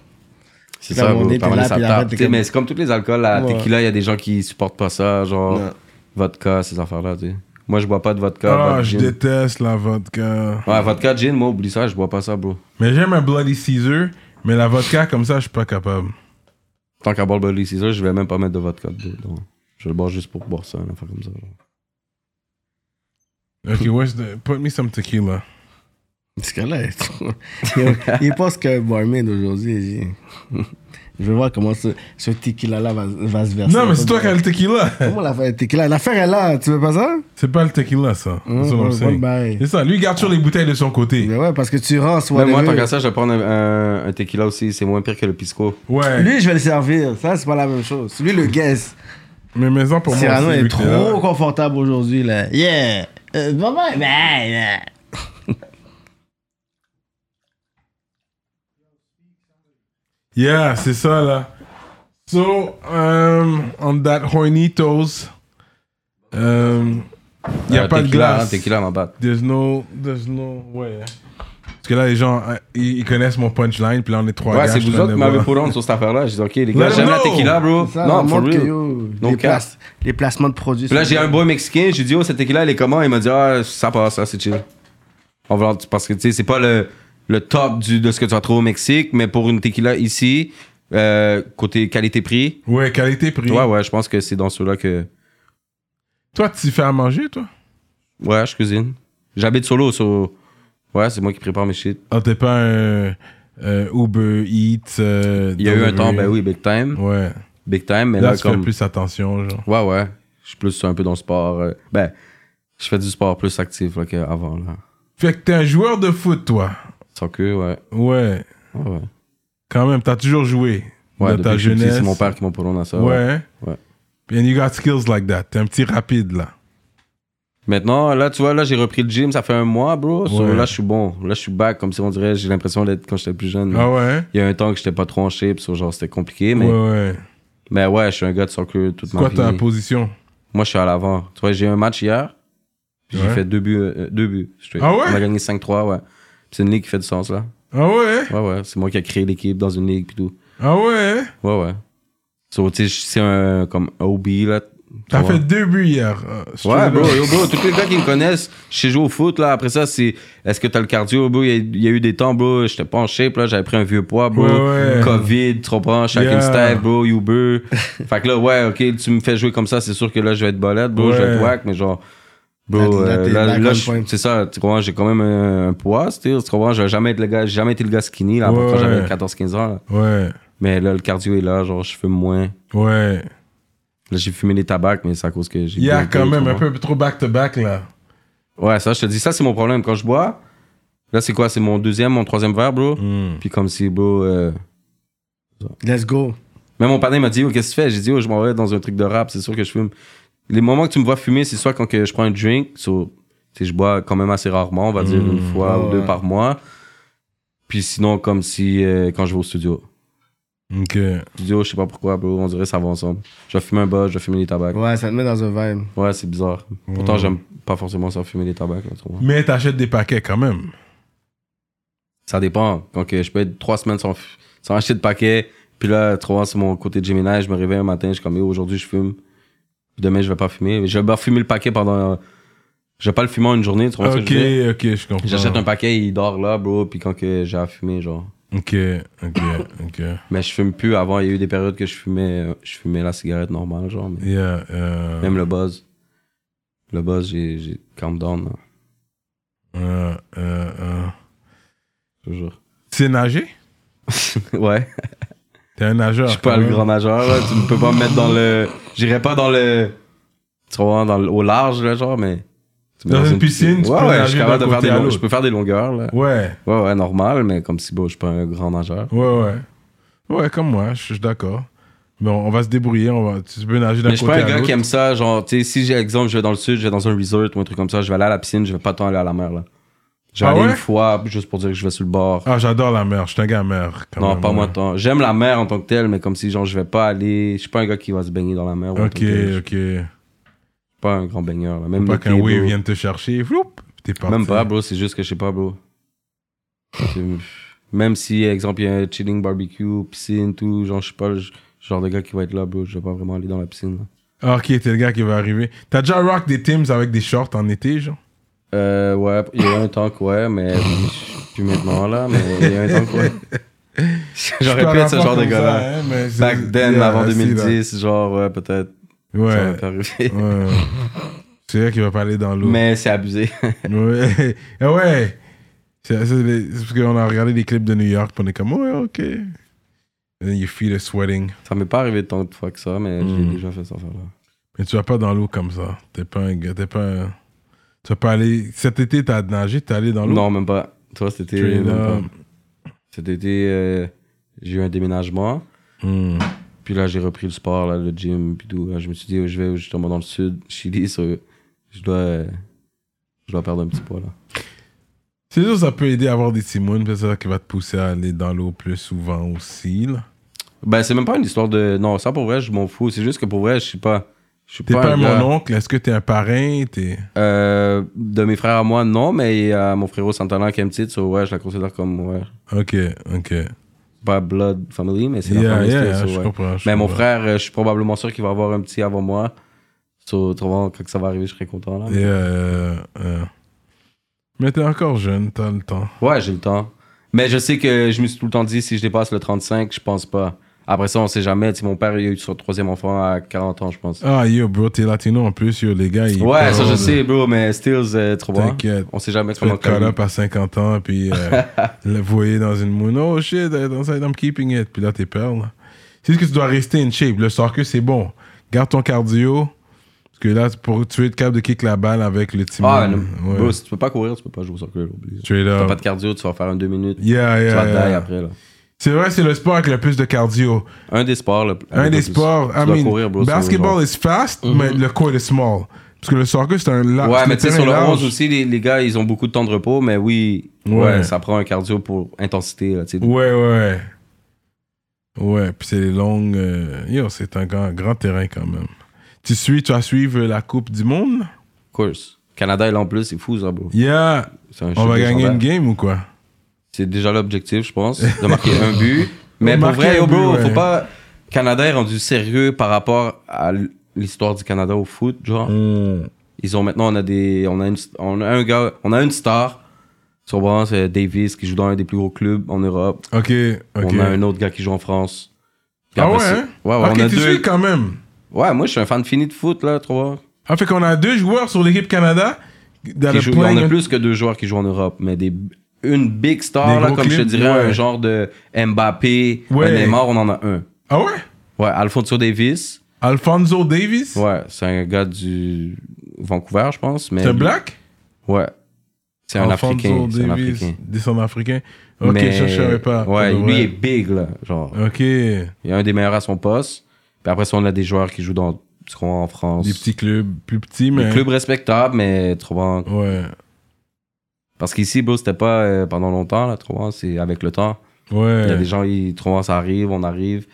Speaker 3: C'est
Speaker 2: Là,
Speaker 3: ça,
Speaker 2: on
Speaker 3: gros,
Speaker 2: est
Speaker 3: par
Speaker 2: là,
Speaker 3: là, ça
Speaker 2: puis
Speaker 3: tape,
Speaker 2: après, t'es
Speaker 3: tu sais,
Speaker 2: comme-
Speaker 3: Mais c'est comme tous les alcools, la
Speaker 2: Ouais.
Speaker 3: tequila, il y a des gens qui supportent pas ça, genre
Speaker 2: Non.
Speaker 3: vodka, ces affaires-là, tu sais. Moi, je bois pas de vodka.
Speaker 1: Ah,
Speaker 3: vodka,
Speaker 1: je
Speaker 3: gin.
Speaker 1: déteste la vodka.
Speaker 3: Ouais, vodka, gin, moi, oublie ça, je bois pas ça, bro.
Speaker 1: Mais j'aime un Bloody Caesar, mais la vodka comme ça, je suis pas capable.
Speaker 3: Tant qu'à boire le Bloody Caesar, je vais même pas mettre de vodka dedans. donc Je vais le boire juste pour boire ça, une affaire comme ça. genre.
Speaker 1: Ok, where's the. Put me some tequila.
Speaker 2: Parce que là, il est trop- *laughs* il, il pense qu'un barmaid aujourd'hui. j'ai- *laughs* Je veux voir comment ce, ce tequila-là va, va se verser.
Speaker 1: Non, mais c'est toi qui as le tequila. *laughs*
Speaker 2: Comment l'affaire est tequila L'affaire est là, tu veux pas ça
Speaker 1: C'est pas le tequila, ça. That's what I'm
Speaker 2: Ouais,
Speaker 1: saying.
Speaker 2: bonne baille.
Speaker 1: C'est ça, lui il garde toujours les bouteilles de son côté.
Speaker 2: Mais ouais, parce que tu rentres.
Speaker 3: Même moi,
Speaker 2: whatever.
Speaker 3: tant qu'à ça, je vais prendre un, un- un tequila aussi, c'est moins pire que le pisco.
Speaker 1: Ouais.
Speaker 2: Lui, je vais le servir. Ça, c'est pas la même chose. Lui, le guest.
Speaker 1: Mais maison
Speaker 3: Ah,
Speaker 1: pour moi.
Speaker 2: Cyrano
Speaker 1: aussi,
Speaker 2: est
Speaker 1: vu que t'es là.
Speaker 2: trop confortable aujourd'hui, là. Yeah. Euh, maman, ben, ben.
Speaker 1: Yeah, c'est ça, là. So, um, on that hornitos, um, y
Speaker 2: Ah,
Speaker 1: a
Speaker 3: Euh,
Speaker 1: pas de
Speaker 3: tequila,
Speaker 1: glace.
Speaker 3: hein, tequila, ma batte.
Speaker 1: There's no. There's no. Ouais. hein. Parce que là, les gens, hein, ils ils connaissent mon punchline, puis là, on est trois
Speaker 3: Ouais,
Speaker 1: gars,
Speaker 3: c'est
Speaker 1: je
Speaker 3: vous
Speaker 1: suis en train
Speaker 3: autres qui
Speaker 1: de
Speaker 3: m'avez
Speaker 1: voir.
Speaker 3: pour rendre sur cette affaire-là. J'ai dit, OK, les
Speaker 1: Let
Speaker 3: gars,
Speaker 1: them
Speaker 3: j'aime la
Speaker 1: know.
Speaker 3: tequila, bro.
Speaker 2: Ça,
Speaker 3: non, for
Speaker 2: montre que,
Speaker 3: real.
Speaker 2: yo,
Speaker 3: No
Speaker 2: les,
Speaker 3: cap.
Speaker 2: place- les placements de produits.
Speaker 3: Puis là, j'ai un beau Mexicain, j'ai dit, oh, cette tequila, elle est comment? Il m'a dit, ah, ça passe, ça, c'est chill. On va leur- parce que, tu sais, c'est pas le, le top du, de ce que tu vas trouver au Mexique, mais pour une tequila ici, euh, côté qualité-prix,
Speaker 1: Ouais, qualité prix.
Speaker 3: ouais, ouais, je pense que c'est dans ceux-là que.
Speaker 1: Toi, tu t'y fais à manger, toi
Speaker 3: Ouais, je cuisine. J'habite solo, so... ouais, c'est moi qui prépare mes shit.
Speaker 1: Ah, t'es pas un euh, Uber Eats. euh,
Speaker 3: Il y a eu un
Speaker 1: delivery.
Speaker 3: temps, ben oui, big time.
Speaker 1: Ouais.
Speaker 3: Big time, mais
Speaker 1: Là,
Speaker 3: là,
Speaker 1: tu
Speaker 3: comme.
Speaker 1: fais plus attention, genre.
Speaker 3: Ouais, ouais. Je suis plus un peu dans le sport. euh, Ben, je fais du sport plus actif là, qu'avant, là.
Speaker 1: Fait que t'es un joueur de foot, toi.
Speaker 3: Sans que, ouais.
Speaker 1: Ouais.
Speaker 3: Ouais, ouais.
Speaker 1: Quand même, t'as toujours joué.
Speaker 3: Ouais,
Speaker 1: de
Speaker 3: depuis
Speaker 1: ta
Speaker 3: que je suis petit,
Speaker 1: jeunesse.
Speaker 3: c'est mon père qui m'a prolongé à ça. ouais.
Speaker 1: Ouais.
Speaker 3: Ouais.
Speaker 1: And you got skills like that. T'es un petit rapide, là.
Speaker 3: Maintenant, là, tu vois, là, j'ai repris le gym, ça fait un mois, bro. So,
Speaker 1: Ouais.
Speaker 3: là, je suis bon. Là, je suis back, comme si on dirait, j'ai l'impression d'être quand j'étais plus jeune.
Speaker 1: Ah ouais?
Speaker 3: Il y a un temps que j'étais pas trop en shape, so, genre, c'était compliqué, Mm. mais.
Speaker 1: Ouais, ouais.
Speaker 3: Mais ouais, je suis un gars de soccer toute
Speaker 1: C'est
Speaker 3: ma
Speaker 1: quoi ta
Speaker 3: vie.
Speaker 1: position?
Speaker 3: Moi, je suis à l'avant. Tu vois, j'ai eu un match hier, puis j'ai
Speaker 1: Ouais.
Speaker 3: fait deux buts. euh, deux buts straight.
Speaker 1: Ah ouais?
Speaker 3: On a gagné 5-3, ouais. C'est une ligue qui fait du sens, là.
Speaker 1: Ah ouais?
Speaker 3: Ouais, ouais. C'est moi qui ai créé l'équipe dans une ligue, puis tout.
Speaker 1: Ah ouais?
Speaker 3: Ouais, ouais. So, tu sais, c'est un, comme un OB, là.
Speaker 1: T'as
Speaker 3: Ouais.
Speaker 1: fait deux buts hier. euh, si tu
Speaker 3: Ouais,
Speaker 1: veux.
Speaker 3: bro, yo, bro, tous les gars qui me connaissent, je sais jouer au foot, là. Après ça, c'est est-ce que t'as le cardio, bro? Il y, a- il y a eu des temps, bro, j'étais pas en shape, là. J'avais pris un vieux poids, bro.
Speaker 1: Ouais, ouais.
Speaker 3: Covid, trop prends, chacune
Speaker 1: Yeah.
Speaker 3: step, bro, Uber. *laughs* fait que là, ouais, ok, tu me fais jouer comme ça, c'est sûr que là, je vais être bolette, bro, je vais être
Speaker 1: Ouais.
Speaker 3: whack, mais genre. Bro,
Speaker 2: Là, t'es- là,
Speaker 3: euh,
Speaker 2: t'es
Speaker 3: là,
Speaker 2: back
Speaker 3: là,
Speaker 2: on
Speaker 3: je-
Speaker 2: point.
Speaker 3: c'est ça, tu comprends, j'ai quand même un, un poids, tu sais, tu comprends, j'ai jamais, été le gars- j'ai jamais été le gars skinny, là,
Speaker 1: Ouais,
Speaker 3: quand j'avais
Speaker 1: ouais.
Speaker 3: 14-15 ans, là.
Speaker 1: Ouais,
Speaker 3: Mais là, le cardio est là, genre, je fume moins.
Speaker 1: ouais.
Speaker 3: Là, j'ai fumé les tabacs, mais c'est à cause que j'ai.
Speaker 1: Hier,
Speaker 3: bu
Speaker 1: quand
Speaker 3: tu
Speaker 1: même, un
Speaker 3: comprends.
Speaker 1: peu trop back-to-back, là.
Speaker 3: Ouais, ça, je te dis, ça, c'est mon problème. Quand je bois, là, c'est quoi C'est mon deuxième, mon troisième verre, bro.
Speaker 2: Mm.
Speaker 3: Puis comme si, bro. euh,
Speaker 2: Let's go.
Speaker 3: Même mon panier m'a dit, oh, qu'est-ce que tu fais J'ai dit, oh, je m'en vais dans un truc de rap, c'est sûr que je fume. Les moments que tu me vois fumer, c'est soit quand que je prends un drink, so, tu sais, je bois quand même assez rarement, on va dire une fois
Speaker 2: Mm. Ouais,
Speaker 3: ou deux
Speaker 2: ouais.
Speaker 3: par mois. Puis sinon, comme si euh, quand je vais au studio.
Speaker 1: Ok.
Speaker 3: Studio, je sais pas pourquoi, bro, on dirait ça va ensemble. Je vais fumer un bas, je vais fumer des tabacs.
Speaker 2: Ouais, Mm. ça te met dans un vibe.
Speaker 3: Ouais, c'est bizarre. Pourtant, j'aime pas forcément ça fumer des tabacs, là, tu vois.
Speaker 1: Mais t'achètes des paquets quand même.
Speaker 3: Ça dépend. Donc, euh, je peux être trois semaines sans, f- sans acheter de paquet. Puis là, trois, c'est mon côté de Gemini. Je me réveille un matin, je suis comme, Yo, aujourd'hui, je fume. Demain, je vais pas fumer. Je vais pas fumer le paquet pendant. Je vais pas le fumer en une journée. Tu comprends ce que
Speaker 1: Ok,
Speaker 3: je veux dire?
Speaker 1: ok, je comprends.
Speaker 3: J'achète un paquet, il dort là, bro. Puis quand que j'ai à fumer, genre.
Speaker 1: Ok, ok, ok.
Speaker 3: Mais je fume plus. Avant, il y a eu des périodes que je fumais, euh, je fumais la cigarette normale, genre. mais
Speaker 1: Yeah, euh,
Speaker 3: Même le buzz. Le buzz, j'ai, j'ai calm down, hein, là,
Speaker 1: euh, euh, euh.
Speaker 3: je te jure. *laughs*
Speaker 1: Tu sais nager?
Speaker 3: ouais.
Speaker 1: T'es un nageur.
Speaker 3: Je suis pas
Speaker 1: quand
Speaker 3: le
Speaker 1: même.
Speaker 3: grand nageur, là. Tu ne peux pas me mettre dans le. J'irai pas dans le. Tu vois, dans le- au large, là, genre, mais. tu me mets
Speaker 1: Dans une piscine, tu
Speaker 3: ouais,
Speaker 1: peux
Speaker 3: ouais,
Speaker 1: nager
Speaker 3: je suis
Speaker 1: d'un
Speaker 3: capable de faire
Speaker 1: côté
Speaker 3: des
Speaker 1: à
Speaker 3: longues-
Speaker 1: l'autre.
Speaker 3: Je peux faire des longueurs, là.
Speaker 1: Ouais,
Speaker 3: Ouais, ouais, normal, mais comme si, bon, je suis pas un grand nageur.
Speaker 1: ouais, ouais. Ouais, comme moi, je suis d'accord. Mais on, on va se débrouiller, on va, tu peux nager d'un
Speaker 3: Mais je
Speaker 1: côté
Speaker 3: suis pas
Speaker 1: à
Speaker 3: un gars
Speaker 1: l'autre.
Speaker 3: qui aime ça, genre, tu sais, si j'ai exemple, je vais dans le sud, je vais dans un resort ou un truc comme ça, je vais aller à la piscine, je vais pas tant aller à la mer, là. Je
Speaker 1: Ah
Speaker 3: vais aller
Speaker 1: ouais?
Speaker 3: une fois, juste pour dire que je vais sur le bord.
Speaker 1: Ah, j'adore la mer, je suis un gars mer. quand
Speaker 3: non,
Speaker 1: même,
Speaker 3: pas moi
Speaker 1: Ah ouais.
Speaker 3: tant. J'aime la mer en tant que telle, mais comme si, genre, je vais pas aller. Je suis pas un gars qui va se baigner dans la mer. ou en tant que tel.
Speaker 1: Ok,
Speaker 3: Je suis
Speaker 1: ok.
Speaker 3: pas un grand baigneur, là. Même
Speaker 1: Pas
Speaker 3: l'été,
Speaker 1: qu'un wave
Speaker 3: bro.
Speaker 1: vienne te chercher, floup, t'es parti.
Speaker 3: Même pas, bro, c'est juste que je sais pas, bro. C'est- Même si, exemple, il y a un chilling barbecue, piscine, tout, genre, je suis pas le g- genre de gars qui va être là, bro. Je vais pas vraiment aller dans la piscine. là.
Speaker 1: Ah, Ok, t'es le gars qui va arriver. T'as déjà rock des teams avec des shorts en été, genre?
Speaker 3: Euh, ouais, il y a eu un temps que ouais, mais je- plus maintenant, là, mais il y a eu un temps que ouais. J'aurais pu être ce genre de
Speaker 1: hein.
Speaker 3: gars-là. Back then, avant 2010, genre, ouais, peut-être. Ça
Speaker 1: Ouais.
Speaker 3: aurait pu arriver.
Speaker 1: ouais. C'est vrai qu'il va pas aller dans l'eau.
Speaker 3: Mais c'est abusé. *laughs*
Speaker 1: Ouais. Ah ouais. C'est c'est les- c'est parce qu'on a regardé des clips de New York, puis on est comme, ouais, ok. And then you feel it sweating.
Speaker 3: ça m'est pas arrivé tant de fois que ça, mais
Speaker 1: Hmm.
Speaker 3: j'ai déjà fait ça, là.
Speaker 1: Mais tu vas pas dans l'eau comme ça. T'es pas un gars, t'es pas un- Tu vas pas aller. Cet été, t'as nagé, t'es allé dans l'eau.
Speaker 3: Non, même pas. Toi, c'était.
Speaker 1: Straight
Speaker 3: même pas.
Speaker 1: up.
Speaker 3: Cet été, euh, j'ai eu un déménagement.
Speaker 1: Hmm.
Speaker 3: Puis là, j'ai repris le sport, là, le gym, puis tout. Là, je me suis dit, oh, je vais justement dans le sud, Chili, ça, je dois, euh, je dois perdre un petit poids, là.
Speaker 1: C'est sûr, ça peut aider à avoir des timounes, c'est ça qui va te pousser à aller dans l'eau plus souvent aussi, là.
Speaker 3: Ben, c'est même pas une histoire de. Non, ça pour vrai, je m'en fous. C'est juste que pour vrai, je suis pas. Je suis
Speaker 1: T'es
Speaker 3: pas,
Speaker 1: pas,
Speaker 3: un gars-
Speaker 1: mon oncle, est-ce que t'es un parrain? T'es.
Speaker 3: Euh, de mes frères à moi, non, mais à mon frérot Santana qui est petite, so, ouais, je la considère comme. Ouais,
Speaker 1: Ok, ok.
Speaker 3: pas blood family, mais c'est la
Speaker 1: Yeah, yeah,
Speaker 3: famille.
Speaker 1: yeah,
Speaker 3: so,
Speaker 1: je
Speaker 3: ouais.
Speaker 1: comprends. je
Speaker 3: Mais mon
Speaker 1: comprends.
Speaker 3: frère, euh, je suis probablement sûr qu'il va avoir un petit avant moi. So, autrement, quand ça va arriver, je serai content, là.
Speaker 1: Yeah, euh, euh. Mais t'es encore jeune, t'as le temps.
Speaker 3: Ouais, j'ai le temps. Mais je sais que je me suis tout le temps dit, si je dépasse le 35, je pense pas. Après ça, on sait jamais. Tu sais, mon père, il a eu son troisième enfant à 40 ans, je pense.
Speaker 1: Ah, yo, bro, t'es latino en plus, yo, les gars. Ils
Speaker 3: ouais, ça,
Speaker 1: parlent
Speaker 3: je
Speaker 1: de-
Speaker 3: sais, bro, mais Stills, euh, trop bon.
Speaker 1: T'inquiète.
Speaker 3: On sait jamais
Speaker 1: Tu fais
Speaker 3: comment
Speaker 1: le
Speaker 3: t'as eu.
Speaker 1: call-up à 50 ans, puis
Speaker 3: *laughs*
Speaker 1: euh, le voyer dans une moune. Oh shit, I don't- I'm keeping it. Puis là, t'es perles. C'est juste que tu dois rester in shape. Le soccer, c'est bon. Garde ton cardio. Parce que là, pour, tu veux être capable de kick la balle avec le timon.
Speaker 3: Ah, non.
Speaker 1: Ouais.
Speaker 3: bro, si tu peux pas courir, tu peux pas jouer au soccer. là, oublie.
Speaker 1: Straight
Speaker 3: T'as
Speaker 1: up.
Speaker 3: pas de cardio, tu vas faire un deux minutes.
Speaker 1: Yeah,
Speaker 3: tu vas
Speaker 1: yeah,
Speaker 3: te
Speaker 1: yeah.
Speaker 3: die après, là.
Speaker 1: C'est vrai, c'est le sport avec le plus de cardio.
Speaker 3: Un des sports, là.
Speaker 1: Un
Speaker 3: avec
Speaker 1: des
Speaker 3: le plus-
Speaker 1: sports,
Speaker 3: Tu
Speaker 1: I
Speaker 3: dois
Speaker 1: mean,
Speaker 3: courir, bro. sur le
Speaker 1: basketball
Speaker 3: genre. Mm-hmm.
Speaker 1: is fast, mais le court is small. Parce que le soccer, c'est un large.
Speaker 3: Ouais, mais tu sais, sur le 11
Speaker 1: 11
Speaker 3: aussi, les, les gars, ils ont beaucoup de temps de repos, mais oui, ouais,
Speaker 1: Ouais.
Speaker 3: ça prend un cardio pour intensité, là, tu sais.
Speaker 1: Ouais, ouais. Ouais, puis c'est les longues. euh, yo, c'est un grand, grand terrain quand même. Tu suis, tu vas suivre la Coupe du Monde?
Speaker 3: course. Canada est là en plus, c'est fou ça, bro.
Speaker 1: Yeah!
Speaker 3: C'est un
Speaker 1: On
Speaker 3: shit
Speaker 1: va
Speaker 3: de
Speaker 1: gagner
Speaker 3: gendarme.
Speaker 1: une game ou quoi?
Speaker 3: C'est déjà l'objectif, je pense, de
Speaker 1: *laughs*
Speaker 3: marquer un but. Mais pour
Speaker 1: Marquer
Speaker 3: vrai,
Speaker 1: un
Speaker 3: yo, bro,
Speaker 1: but, ouais.
Speaker 3: faut pas. Canada est rendu sérieux par rapport à l- l'histoire du Canada au foot, genre.
Speaker 1: Mm.
Speaker 3: Ils ont maintenant, on a des, on a une, on a un gars, on a une star. Sur Brand, c'est Davis qui joue dans un des plus gros clubs en Europe.
Speaker 1: Ok, ok.
Speaker 3: On a un autre gars qui joue en France. Puis
Speaker 1: Ah
Speaker 3: après,
Speaker 1: ouais,
Speaker 3: c'est-
Speaker 1: hein?
Speaker 3: ouais, ouais,
Speaker 1: ok,
Speaker 3: on a
Speaker 1: tu
Speaker 3: deux.
Speaker 1: suis quand même.
Speaker 3: Ouais, moi je suis un fan fini de foot là, tu vois.
Speaker 1: Ah, fait qu'on a deux joueurs sur l'équipe Canada. Dans
Speaker 3: Qui
Speaker 1: le
Speaker 3: jouent- Il y en a
Speaker 1: playing-
Speaker 3: plus que deux joueurs qui jouent en Europe, mais des, une big star,
Speaker 1: Des
Speaker 3: là,
Speaker 1: gros
Speaker 3: comme je te
Speaker 1: clips,
Speaker 3: dirais,
Speaker 1: ouais.
Speaker 3: un genre de Mbappé, un
Speaker 1: Ouais.
Speaker 3: Neymar, on en a un.
Speaker 1: Ah ouais?
Speaker 3: Ouais, Alfonso Davis.
Speaker 1: Alfonso Davis?
Speaker 3: Ouais, c'est un gars du Vancouver, je pense. mais-
Speaker 1: C'est un black?
Speaker 3: Ouais. C'est un
Speaker 1: Alfonso
Speaker 3: Africain. C'est un
Speaker 1: Davis,
Speaker 3: Africain.
Speaker 1: descendant africain. Ok,
Speaker 3: Mais-
Speaker 1: ça, je savais pas.
Speaker 3: Ouais,
Speaker 1: Pour de
Speaker 3: lui
Speaker 1: vrai.
Speaker 3: est big, là. Genre,
Speaker 1: Ok, des
Speaker 3: il est un des meilleurs à son poste. Puis après ça, on a des joueurs qui jouent dans, qui sont en France.
Speaker 1: petits clubs, plus petits, mais.
Speaker 3: Des clubs respectables, mais trop bon.
Speaker 1: Ouais,
Speaker 3: Parce qu'ici, bro, c'était pas euh, pendant longtemps, là, trop bon, c'est avec le temps.
Speaker 1: ouais.
Speaker 3: Il y a des gens, ils trouvent ça arrive, on arrive.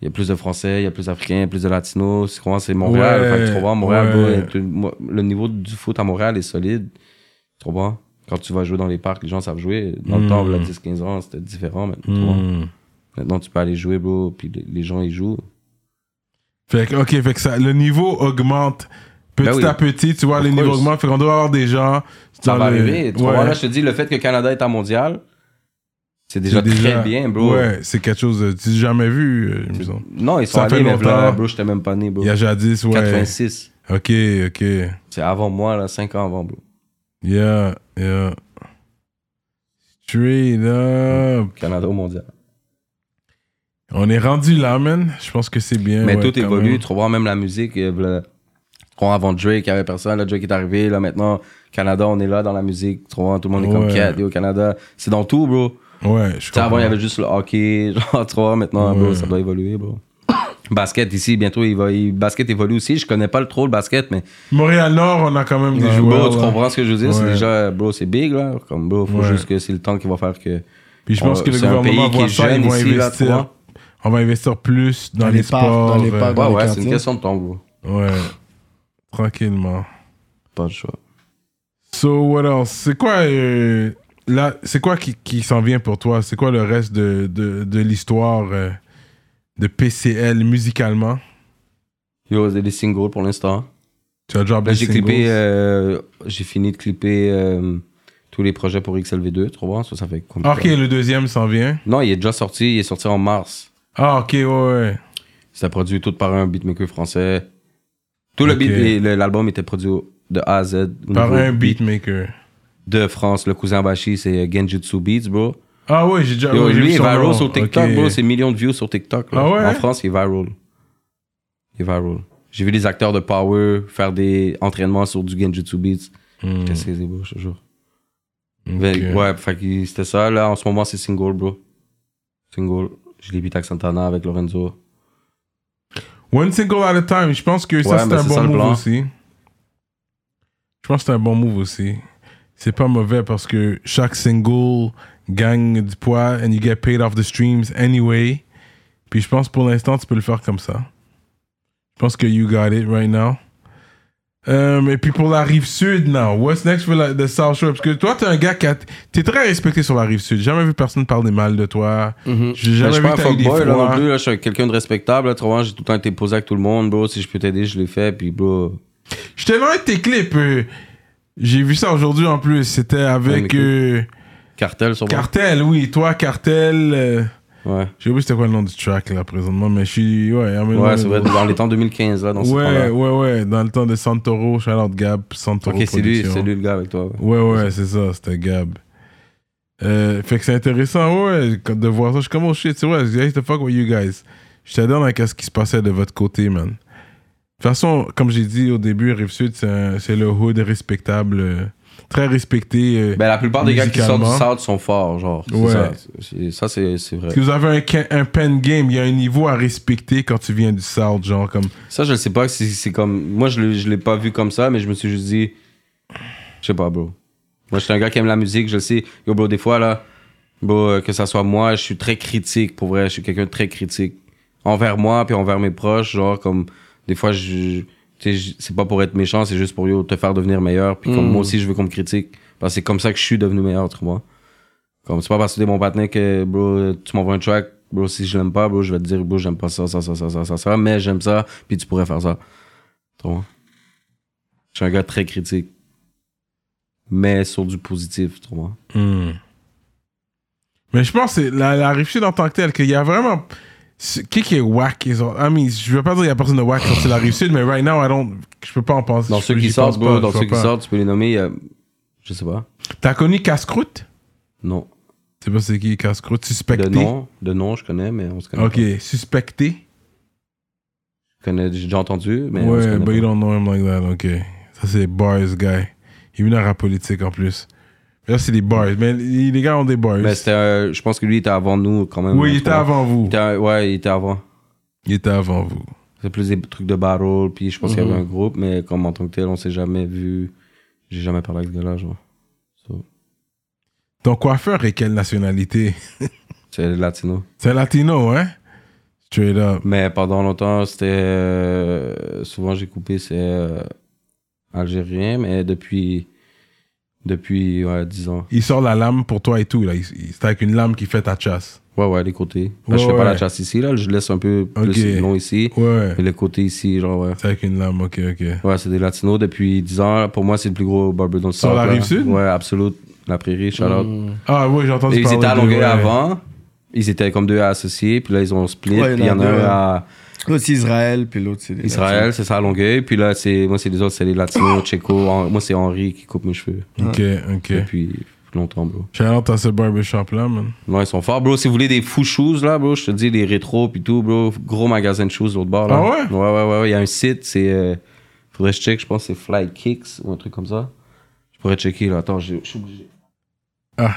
Speaker 3: Il y a plus de Français, il y a plus d'Africains, il y a plus de Latinos. C'est comment c'est Montréal.
Speaker 1: Ouais,
Speaker 3: fait que trop bon, Montréal, bro,
Speaker 1: ouais.
Speaker 3: tout- moi, le niveau du foot à Montréal est solide. Trop bon. Quand tu vas jouer dans les parcs, les gens savent jouer. Dans
Speaker 1: Mm.
Speaker 3: le temps, il y a 10-15 ans, c'était différent. Maintenant, trop bon.
Speaker 1: Hmm.
Speaker 3: Maintenant, tu peux aller jouer, bro, puis les- les gens, ils jouent.
Speaker 1: Fait que, ok, fait que ça, le niveau augmente petit
Speaker 3: Ben oui.
Speaker 1: à petit, tu vois,
Speaker 3: Of
Speaker 1: le niveau
Speaker 3: course.
Speaker 1: augmente, fait qu'on doit avoir des gens.
Speaker 3: Ça
Speaker 1: dans
Speaker 3: va
Speaker 1: le-
Speaker 3: arriver. Tu
Speaker 1: Ouais.
Speaker 3: vois, là, je te dis, le fait que le Canada est en mondial, c'est déjà,
Speaker 1: C'est déjà-
Speaker 3: très bien, bro.
Speaker 1: Ouais, c'est quelque chose de tu jamais vu, euh, il me semble.
Speaker 3: Non, ils sont
Speaker 1: Ça fait
Speaker 3: allés, mais
Speaker 1: longtemps.
Speaker 3: là, bro, j'étais même pas né, bro.
Speaker 1: Il y a jadis, ouais.
Speaker 3: 86.
Speaker 1: Ok, ok.
Speaker 3: C'est avant moi, là, 5 ans avant, bro.
Speaker 1: Yeah, yeah. Straight up.
Speaker 3: Canada au mondial.
Speaker 1: On est rendu là, man. Je pense que c'est bien.
Speaker 3: mais
Speaker 1: Eh ouais,
Speaker 3: tout
Speaker 1: quand
Speaker 3: évolue,
Speaker 1: même.
Speaker 3: tu vois même la musique. euh, voilà. Quand avant Drake, il y avait personne, là, Drake est arrivé, là, maintenant, Canada, on est là dans la musique, tu vois, tout le monde est comme
Speaker 1: Ouais.
Speaker 3: Cat, au Canada. C'est dans tout, bro.
Speaker 1: Ouais, je
Speaker 3: Tu sais, avant, il y
Speaker 1: comprends.
Speaker 3: avait juste le hockey, *laughs* genre, tu vois, maintenant, bro,
Speaker 1: Ouais.
Speaker 3: ça doit évoluer, bro. basket ici, bientôt, il va, il- basket évolue aussi. Je connais pas le trop le basket, mais
Speaker 1: Montréal-Nord, on a quand même des
Speaker 3: bro,
Speaker 1: joueurs.
Speaker 3: tu
Speaker 1: ouais.
Speaker 3: comprends ce que je veux dire? C'est
Speaker 1: Ouais.
Speaker 3: déjà, euh, bro, c'est big, là. Comme, bro, faut
Speaker 1: Ouais.
Speaker 3: juste que c'est le temps qui va faire que.
Speaker 1: Puis je pense
Speaker 3: on-
Speaker 1: que le
Speaker 3: Oh, c'est un
Speaker 1: gouvernement
Speaker 3: pays qui
Speaker 1: voit
Speaker 3: est
Speaker 1: ça, ils
Speaker 3: jeune
Speaker 1: vont
Speaker 3: ici, là, tu
Speaker 1: investir.
Speaker 3: vois.
Speaker 1: on va investir plus dans,
Speaker 2: Dans
Speaker 1: les
Speaker 2: les parcs,
Speaker 1: sports.
Speaker 2: dans les
Speaker 1: euh,
Speaker 2: parcs,
Speaker 3: Ouais,
Speaker 2: Dans les
Speaker 3: ouais, c'est
Speaker 2: quartiers.
Speaker 3: une question de temps, bro.
Speaker 1: Ouais. Tranquillement.
Speaker 3: Pas le choix.
Speaker 1: So, what else? C'est quoi, euh, là, c'est quoi qui, qui s'en vient pour toi? C'est quoi le reste de, de, de l'histoire euh, de PCL musicalement?
Speaker 3: Yo, c'est des singles pour l'instant.
Speaker 1: Tu as drop
Speaker 3: Là,
Speaker 1: des
Speaker 3: j'ai
Speaker 1: singles.
Speaker 3: clippé, euh, j'ai fini de clipper euh, tous les projets pour XLV2, tu vois. Ça, ça fait combien?
Speaker 1: ok, le deuxième s'en vient.
Speaker 3: Non, il est déjà sorti, il est sorti en mars.
Speaker 1: Ah, ok, ouais, ouais.
Speaker 3: C'était produit tout par un beatmaker français. Tout le
Speaker 1: Ok.
Speaker 3: beat, et le- l'album était produit au- de A à Z. au
Speaker 1: Par
Speaker 3: niveau
Speaker 1: un beatmaker.
Speaker 3: De France, le cousin Bashi, c'est Genjutsu Beats, bro.
Speaker 1: Ah, ouais, j'ai déjà.
Speaker 3: Yo,
Speaker 1: ouais, j'ai
Speaker 3: lui
Speaker 1: vu
Speaker 3: est
Speaker 1: son
Speaker 3: viral
Speaker 1: nom.
Speaker 3: sur TikTok,
Speaker 1: Ok.
Speaker 3: bro. C'est millions de views sur TikTok. là.
Speaker 1: Ah ouais?
Speaker 3: En France, il est viral. Il est viral. J'ai vu des acteurs de Power faire des entraînements sur du Genjutsu Beats.
Speaker 1: Hmm,
Speaker 3: Qu'est-ce que c'est beau, je te jure.
Speaker 1: ok.
Speaker 3: Ben, Ouais, fait que c'était ça. Là, en ce moment, c'est single, bro. Single. Je l'ai beat avec Santana, avec Lorenzo.
Speaker 1: One single at a time. Je pense que ça,
Speaker 3: Ouais,
Speaker 1: c'est
Speaker 3: mais
Speaker 1: un
Speaker 3: c'est
Speaker 1: bon
Speaker 3: ça, le
Speaker 1: move
Speaker 3: plan.
Speaker 1: aussi. Je pense que c'est un bon move aussi. C'est pas mauvais parce que chaque single gagne du poids and you get paid off the streams anyway. Puis je pense pour l'instant, tu peux le faire comme ça. Je pense que you got it right now. Um, et puis pour la rive sud, now, what's next for la, the South Shore? Parce que toi, t'es un gars qui a, t'es très respecté sur la rive sud. J'ai jamais vu personne parler mal de toi. J'ai
Speaker 3: Mais
Speaker 1: jamais vu
Speaker 3: Mm-hmm. Ben, Je suis pas un
Speaker 1: que t'as eu des
Speaker 3: fuckboy, là, non
Speaker 1: froids.
Speaker 3: plus. Là, je suis quelqu'un de respectable. Là, tu vois, j'ai tout le temps été posé avec tout le monde, bro. Si je peux t'aider, je l'ai fait. Puis, bro.
Speaker 1: Je t'ai demandé tes clips. euh, J'ai vu ça aujourd'hui en plus. C'était
Speaker 3: Ouais, mes
Speaker 1: avec
Speaker 3: clips.
Speaker 1: euh,
Speaker 3: Cartel, sur
Speaker 1: Cartel, oui. Toi, Cartel. euh,
Speaker 3: Ouais.
Speaker 1: J'ai oublié c'était quoi le nom du track là présentement, mais je suis. Ouais, I mean,
Speaker 3: Ouais,
Speaker 1: euh,
Speaker 3: c'est vrai. Dans les temps 2015, là, dans ce
Speaker 1: Ouais,
Speaker 3: temps-là.
Speaker 1: ouais, ouais. Dans le temps de Santoro, Charlotte Gab, Santoro.
Speaker 3: Ok, c'est lui,
Speaker 1: Productions.
Speaker 3: c'est lui le gars avec toi. ouais.
Speaker 1: Ouais, ouais, c'est ça, c'était Gab. Euh, fait que c'est intéressant, ouais, quand- de voir ça. Je suis comme, oh shit, c'est vrai, I used to fuck with you guys. J'étais dans à ce qui se passait de votre côté, man. De toute façon, comme j'ai dit au début, Rive-Sud, c'est un- c'est le hood respectable, euh, très respecté. euh,
Speaker 3: Ben, la plupart des gars qui sortent du
Speaker 1: musicalement.
Speaker 3: South sont forts, genre. C'est
Speaker 1: Ouais.
Speaker 3: Ça, C'est- ça, c'est c'est vrai.
Speaker 1: Parce que vous avez un, ca- un pen game, il y a un niveau à respecter quand tu viens du South, genre comme.
Speaker 3: Ça, je le sais pas si c'est comme. Moi, je l'ai- je l'ai pas vu comme ça, mais je me suis juste dit. Je sais pas, bro. Moi, je suis un gars qui aime la musique, je le sais. Yo, bro, des fois, là, bro, euh, que ça soit moi, je suis très critique, pour vrai. Je suis quelqu'un de très critique. Envers moi, puis envers mes proches, genre, comme. Des fois, je. tu sais, je- c'est pas pour être méchant, c'est juste pour yo, te faire devenir meilleur. Puis comme moi aussi, je veux qu'on me critique. Parce que c'est comme ça que je suis devenu meilleur, tu vois. Comme c'est pas parce que t'es mon patin que, bro, tu m'envoies un track, bro, si je l'aime pas, bro, je vais te dire, bro, j'aime pas ça, ça, ça, ça, ça, ça, ça, mais j'aime ça, puis tu pourrais faire ça. Tu vois? Je suis un gars très critique. Mais sur du positif, tu vois?
Speaker 1: Hmm. Mais je pense que c'est la, la Rive-Sud en tant que telle, qu'il y a vraiment. c'est- Qui qui est whack? Ils ont, I mean, je veux pas dire qu'il y a personne de whack sur la Rive-Sud, mais right now, I don't, je peux pas en penser.
Speaker 3: Dans
Speaker 1: Je-
Speaker 3: ceux qui
Speaker 1: j'y
Speaker 3: sortent,
Speaker 1: pense
Speaker 3: bro,
Speaker 1: pas,
Speaker 3: dans
Speaker 1: je
Speaker 3: ceux qui
Speaker 1: vois pas.
Speaker 3: sortent, tu peux les nommer, il y a- je sais pas.
Speaker 1: T'as connu Casse-Croûte?
Speaker 3: Non.
Speaker 1: C'est pas c'est qui Casse-Croûte?
Speaker 3: De
Speaker 1: Suspecté.
Speaker 3: nom, de nom, je connais, mais on se connaît.
Speaker 1: Ok,
Speaker 3: pas.
Speaker 1: suspecté.
Speaker 3: Je connais, j'ai déjà entendu, mais on se
Speaker 1: ouais,
Speaker 3: connaît
Speaker 1: but
Speaker 3: pas.
Speaker 1: you don't know him like that, ok. Ça, c'est Bars Guy. Il est venu dans la politique en plus. Mais Là, c'est des bars. Mais les les gars ont des bars.
Speaker 3: Mais c'était, euh, je pense que lui était avant nous quand même.
Speaker 1: oui, il
Speaker 3: en
Speaker 1: était
Speaker 3: tout cas.
Speaker 1: avant vous.
Speaker 3: Il était- ouais, il était avant.
Speaker 1: Il était avant vous.
Speaker 3: C'est plus des trucs de barrel, puis je pense qu'il y
Speaker 1: Mhm.
Speaker 3: avait un groupe, mais comme en tant que tel, on s'est jamais vu. J'ai jamais parlé avec ce gars-là, genre. So,
Speaker 1: Ton coiffeur est quelle nationalité?
Speaker 3: c'est latino.
Speaker 1: C'est latino, hein? Straight up.
Speaker 3: Mais pendant longtemps, c'était. euh, souvent, j'ai coupé, c'est euh, algérien, mais depuis. Depuis, ouais, 10 ans.
Speaker 1: Il sort la lame pour toi et tout. Là. Il, il- c'est avec une lame qui fait ta chasse.
Speaker 3: Ouais, ouais, les côtés. Là, je
Speaker 1: Ouais,
Speaker 3: fais pas
Speaker 1: ouais.
Speaker 3: la chasse ici, là, je laisse un peu plus
Speaker 1: Ok.
Speaker 3: long ici.
Speaker 1: Ouais.
Speaker 3: Et les côtés ici, genre, ouais.
Speaker 1: C'est avec une lame, ok, ok.
Speaker 3: Ouais, c'est des latinos depuis 10 ans. Pour moi, c'est le plus gros barber dans le
Speaker 1: Sur
Speaker 3: South,
Speaker 1: la
Speaker 3: là.
Speaker 1: Rive-Sud?
Speaker 3: Ouais, absolument. La prairie, shout out.
Speaker 1: Ah oui, j'ai entendu
Speaker 3: Et ils
Speaker 1: parler
Speaker 3: étaient à
Speaker 1: de-
Speaker 3: Longueuil
Speaker 1: ouais.
Speaker 3: avant. Ils étaient comme deux associés, puis là, ils ont split.
Speaker 2: Ouais,
Speaker 3: puis il y en a
Speaker 2: deux,
Speaker 3: un
Speaker 2: ouais.
Speaker 3: à
Speaker 2: L'autre, c'est Israël, puis l'autre, c'est. les
Speaker 3: Israël, c'est ça, à Longueuil. Puis là, c'est moi, c'est les autres, c'est les
Speaker 1: *coughs*
Speaker 3: latinos, Tchéco. En- Moi, c'est Henri qui coupe mes cheveux
Speaker 1: Ok, ok.
Speaker 3: depuis longtemps, bro.
Speaker 1: Shout-out à ce barbershop-là, man.
Speaker 3: Non, ils sont forts, bro. Si vous voulez des fous shoes, là, bro, je te dis, les rétros, puis tout, bro. Gros magasin de shoes, l'autre bord,
Speaker 1: Ah
Speaker 3: là.
Speaker 1: ouais?
Speaker 3: Ouais, ouais, ouais, ouais. Il y a un site, c'est. euh, faudrait que je check, je pense, que c'est Fly Kicks ou un truc comme ça. Je pourrais checker, là. Attends, j'ai- je suis obligé.
Speaker 1: Ah,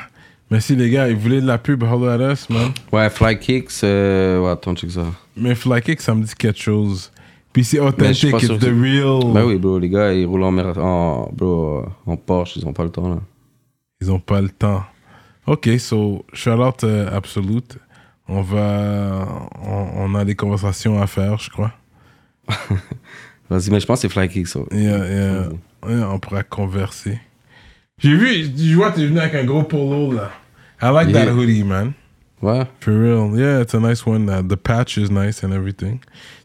Speaker 1: merci les gars. Ils voulaient de la pub, hello at us, man.
Speaker 3: Ouais, Fly Kicks, euh, ouais, attends, check ça.
Speaker 1: Mais Flakick, ça me dit quelque chose. Puis c'est
Speaker 3: Mais Ben, je suis
Speaker 1: authentique,
Speaker 3: pas
Speaker 1: it's
Speaker 3: sûr
Speaker 1: the
Speaker 3: que-
Speaker 1: real.
Speaker 3: Ben oui, bro, les gars, ils roulent en, mer- en, bro, euh, en Porsche, ils ont pas le temps, là.
Speaker 1: Ils ont pas le temps. Ok, so, shout out euh, Absolute. On va. On, on a des conversations à faire, je crois.
Speaker 3: Vas-y, mais je pense que c'est Fly Kicks, ça.
Speaker 1: Et, euh, et, euh, on pourra converser. J'ai vu, je vois, t'es venu avec un gros polo là. I like
Speaker 3: Yeah.
Speaker 1: that hoodie, man.
Speaker 3: Ouais.
Speaker 1: For real. Yeah, it's a nice one. uh, the patch is nice and everything.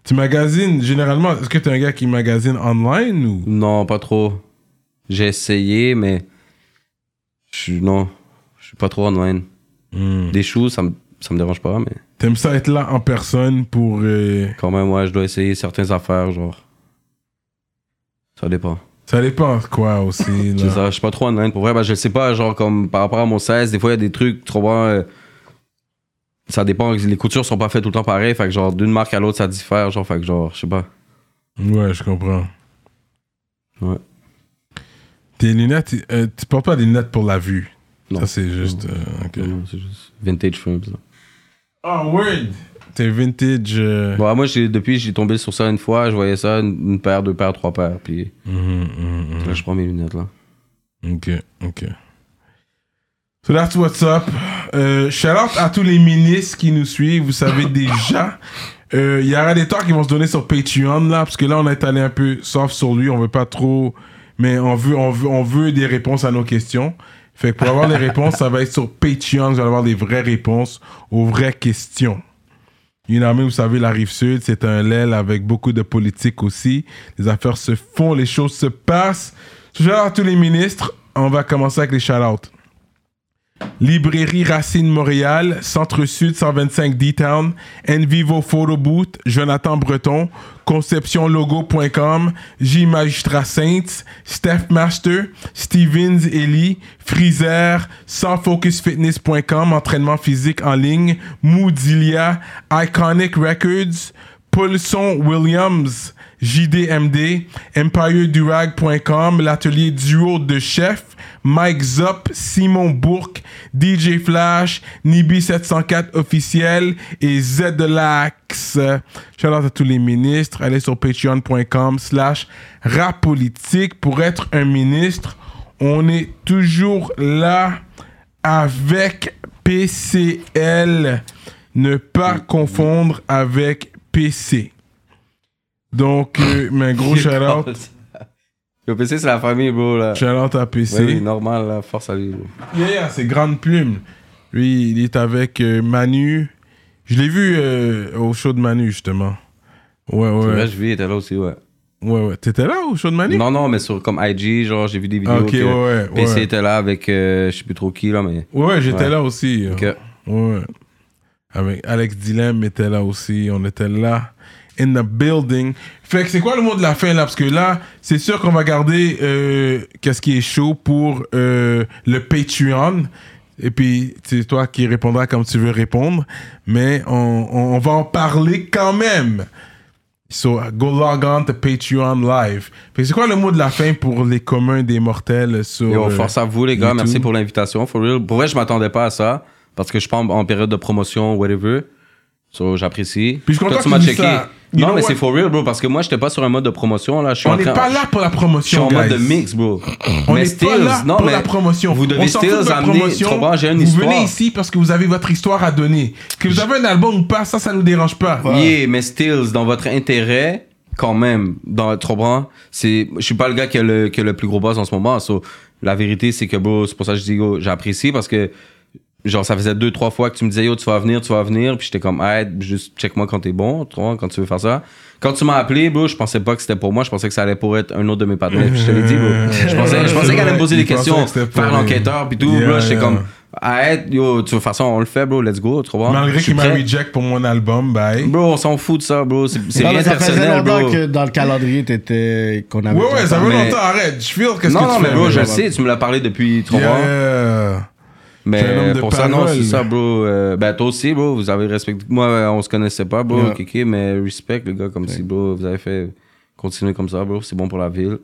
Speaker 1: Tu magasines, généralement, est-ce que t'es un gars qui magasine online ou.
Speaker 3: Non, pas trop. J'ai essayé, mais. Je suis, non. Je suis pas trop online.
Speaker 1: Hmm.
Speaker 3: Des shoes, ça me, ça me dérange pas, mais.
Speaker 1: T'aimes ça être là en personne pour. euh,
Speaker 3: Quand même, ouais, je dois essayer certaines affaires, genre. Ça dépend.
Speaker 1: Ça dépend quoi aussi.
Speaker 3: *laughs* C'est
Speaker 1: Là.
Speaker 3: ça, je suis pas trop online. Pour vrai, bah, je sais pas, genre, comme par rapport à mon 16, des fois, il y a des trucs, trop bon. euh, ça dépend, les coutures sont pas faites tout le temps pareil, fait que genre, d'une marque à l'autre, ça diffère, genre, fait que genre, je sais pas.
Speaker 1: Ouais, je comprends.
Speaker 3: Ouais.
Speaker 1: Tes lunettes, euh, tu portes pas des lunettes pour la vue.
Speaker 3: Non.
Speaker 1: Ça, c'est juste. euh, ok.
Speaker 3: Non, c'est juste vintage films. là.
Speaker 1: Oh, word! T'es vintage. euh,
Speaker 3: Bon, Bah, moi, j'ai- depuis, j'ai tombé sur ça une fois, je voyais ça, une, une paire, deux paires, trois paires, puis
Speaker 1: mhm, mhm,
Speaker 3: là, je prends mes lunettes, là.
Speaker 1: mhm. Ok, ok. So that's what's up. Euh, shout out à tous les ministres qui nous suivent. Vous *laughs* savez déjà. Euh, Il y aura des temps qui vont se donner sur Patreon là, parce que là on est allé un peu soft sur lui. On veut pas trop, mais on veut, on veut, on veut des réponses à nos questions. Fait que pour avoir *laughs* les réponses, ça va être sur Patreon. Vous allez avoir des vraies réponses aux vraies questions. Une armée, vous savez, la rive sud, c'est un lèle avec beaucoup de politique aussi. Les affaires se font, les choses se passent. Shout à tous les ministres. On va commencer avec les shout-outs. Librairie Racine Montréal, Centre-Sud 125 D-Town, Envivo Photo Boot, Jonathan Breton, ConceptionLogo.com, J Magistrat Saints, Steph Master, Stevens Ellie, Freezer, SansFocusFitness.com, entraînement physique en ligne, Moodilia, Iconic Records, Paulson Williams, JDMD, EmpireDurag.com, l'atelier duo de chef, Mike Zop, Simon Bourque, DJ Flash, Nibi704 officiel et Z de l'Axe. Shout out à tous les ministres. Allez sur patreon.com slash rapolitique pour être un ministre. On est toujours là avec PCL. Ne pas confondre avec PC. Donc, euh, mais
Speaker 3: *laughs*
Speaker 1: gros shout-out.
Speaker 3: Le PC, c'est la famille, bro, là.
Speaker 1: Shout-out à PC.
Speaker 3: Ouais, oui, normal, là, force à lui, bro.
Speaker 1: Yeah, yeah, c'est grande plume. Lui, il est avec euh, Manu. Je l'ai vu euh, au show de Manu, justement. Ouais,
Speaker 3: C'est
Speaker 1: ouais.
Speaker 3: vrai, je vis, il était là aussi, ouais.
Speaker 1: Ouais, ouais. T'étais là au show de Manu?
Speaker 3: Non, non, mais sur comme IG, genre, j'ai vu des vidéos.
Speaker 1: Ok,
Speaker 3: que
Speaker 1: ouais, ouais,
Speaker 3: PC
Speaker 1: ouais.
Speaker 3: était là avec, euh, je sais plus trop qui, là, mais.
Speaker 1: Ouais, ouais, j'étais
Speaker 3: Ouais.
Speaker 1: là aussi. euh.
Speaker 3: Ok.
Speaker 1: Ouais. Avec Alex Dilem était là aussi. On était là. In the building. Fait que c'est quoi le mot de la fin là? Parce que là, c'est sûr qu'on va garder euh, qu'est-ce qui est chaud pour euh, le Patreon. Et puis, c'est toi qui répondras comme tu veux répondre. Mais on, on- on va en parler quand même. So, go log on to Patreon Live. Fait que c'est quoi le mot de la fin pour les communs des mortels sur.
Speaker 3: Yo,
Speaker 1: euh,
Speaker 3: force à vous, les gars.
Speaker 1: YouTube.
Speaker 3: Merci pour l'invitation. For real. Pour vrai, je m'attendais pas à ça. Parce que je suis pas en, en période de promotion, whatever. So, j'apprécie.
Speaker 1: Puis je suis
Speaker 3: Toi,
Speaker 1: content
Speaker 3: tu
Speaker 1: que
Speaker 3: m'as
Speaker 1: tu dis
Speaker 3: checké.
Speaker 1: ça. You
Speaker 3: Non,
Speaker 1: know
Speaker 3: mais
Speaker 1: what?
Speaker 3: c'est for real, bro. Parce que moi, j'étais pas sur un mode de promotion, là. Je suis
Speaker 1: On
Speaker 3: en
Speaker 1: n'est
Speaker 3: train-
Speaker 1: pas là pour la
Speaker 3: Je suis en
Speaker 1: promotion,
Speaker 3: mode de
Speaker 1: guys.
Speaker 3: mix, bro.
Speaker 1: On
Speaker 3: mais
Speaker 1: n'est pas
Speaker 3: Stills,
Speaker 1: là
Speaker 3: non,
Speaker 1: pour
Speaker 3: mais
Speaker 1: la promotion.
Speaker 3: Vous devez
Speaker 1: on s'en fout
Speaker 3: Stills
Speaker 1: de votre
Speaker 3: amener.
Speaker 1: promotion.
Speaker 3: tu comprends, j'ai une
Speaker 1: vous
Speaker 3: histoire.
Speaker 1: venez ici parce que vous avez votre histoire à donner. Que vous avez un album ou pas, ça, ça nous dérange pas.
Speaker 3: Yeah, mais Stills, dans votre intérêt, quand même, dans, tu comprends? C'est, je suis pas le gars qui a le, qui a le plus gros boss en ce moment. so, la vérité, c'est que, bro, c'est pour ça que je dis, yo, j'apprécie parce que, genre, ça faisait deux, trois fois que tu me disais, yo, tu vas venir, tu vas venir. Puis j'étais comme, hey, juste check-moi quand t'es bon, tu vois, quand tu veux faire ça. Quand tu m'as appelé, bro, je pensais pas que c'était pour moi. Je pensais que ça allait pour être un autre de mes partenaires. Puis je te l'ai dit, bro. Je pensais, je pensais qu'elle allait me poser
Speaker 1: Il
Speaker 3: des
Speaker 1: pensait
Speaker 3: questions,
Speaker 1: que c'était pour
Speaker 3: faire
Speaker 1: lui.
Speaker 3: l'enquêteur, puis tout.
Speaker 1: Yeah,
Speaker 3: bro, j'étais
Speaker 1: yeah.
Speaker 3: comme, hey, yo, tu veux faire ça, on le fait, bro, let's go, tu vois. Je
Speaker 1: Malgré
Speaker 3: suis
Speaker 1: qu'il m'a
Speaker 3: prêt.
Speaker 1: reject pour mon album, bye.
Speaker 3: Bro, on s'en fout de ça, bro. C'est c'est
Speaker 2: Non, mais
Speaker 3: rien de
Speaker 2: ça faisait
Speaker 3: personnel,
Speaker 2: longtemps
Speaker 3: bro.
Speaker 2: que dans le calendrier, t'étais. Qu'on avait.
Speaker 1: Ouais, ouais, ça fait
Speaker 3: mais-
Speaker 1: longtemps, arrête. Je feel qu'est-ce que
Speaker 3: Non,
Speaker 1: tu
Speaker 3: non,
Speaker 1: fais.
Speaker 3: mais bro, je
Speaker 1: mais-
Speaker 3: le sais, tu me l'as parlé depuis trois mois.
Speaker 1: Yeah. t'es un homme
Speaker 3: Mais
Speaker 1: de
Speaker 3: pour ça, non,
Speaker 1: parole.
Speaker 3: c'est ça, bro. Euh, ben, toi aussi, bro, vous avez respecté. Moi, euh, on se connaissait pas, bro,
Speaker 2: Yeah.
Speaker 3: Kiki, mais respect, les gars, comme si, bro, vous avez fait continuer comme ça, bro. C'est bon pour la ville.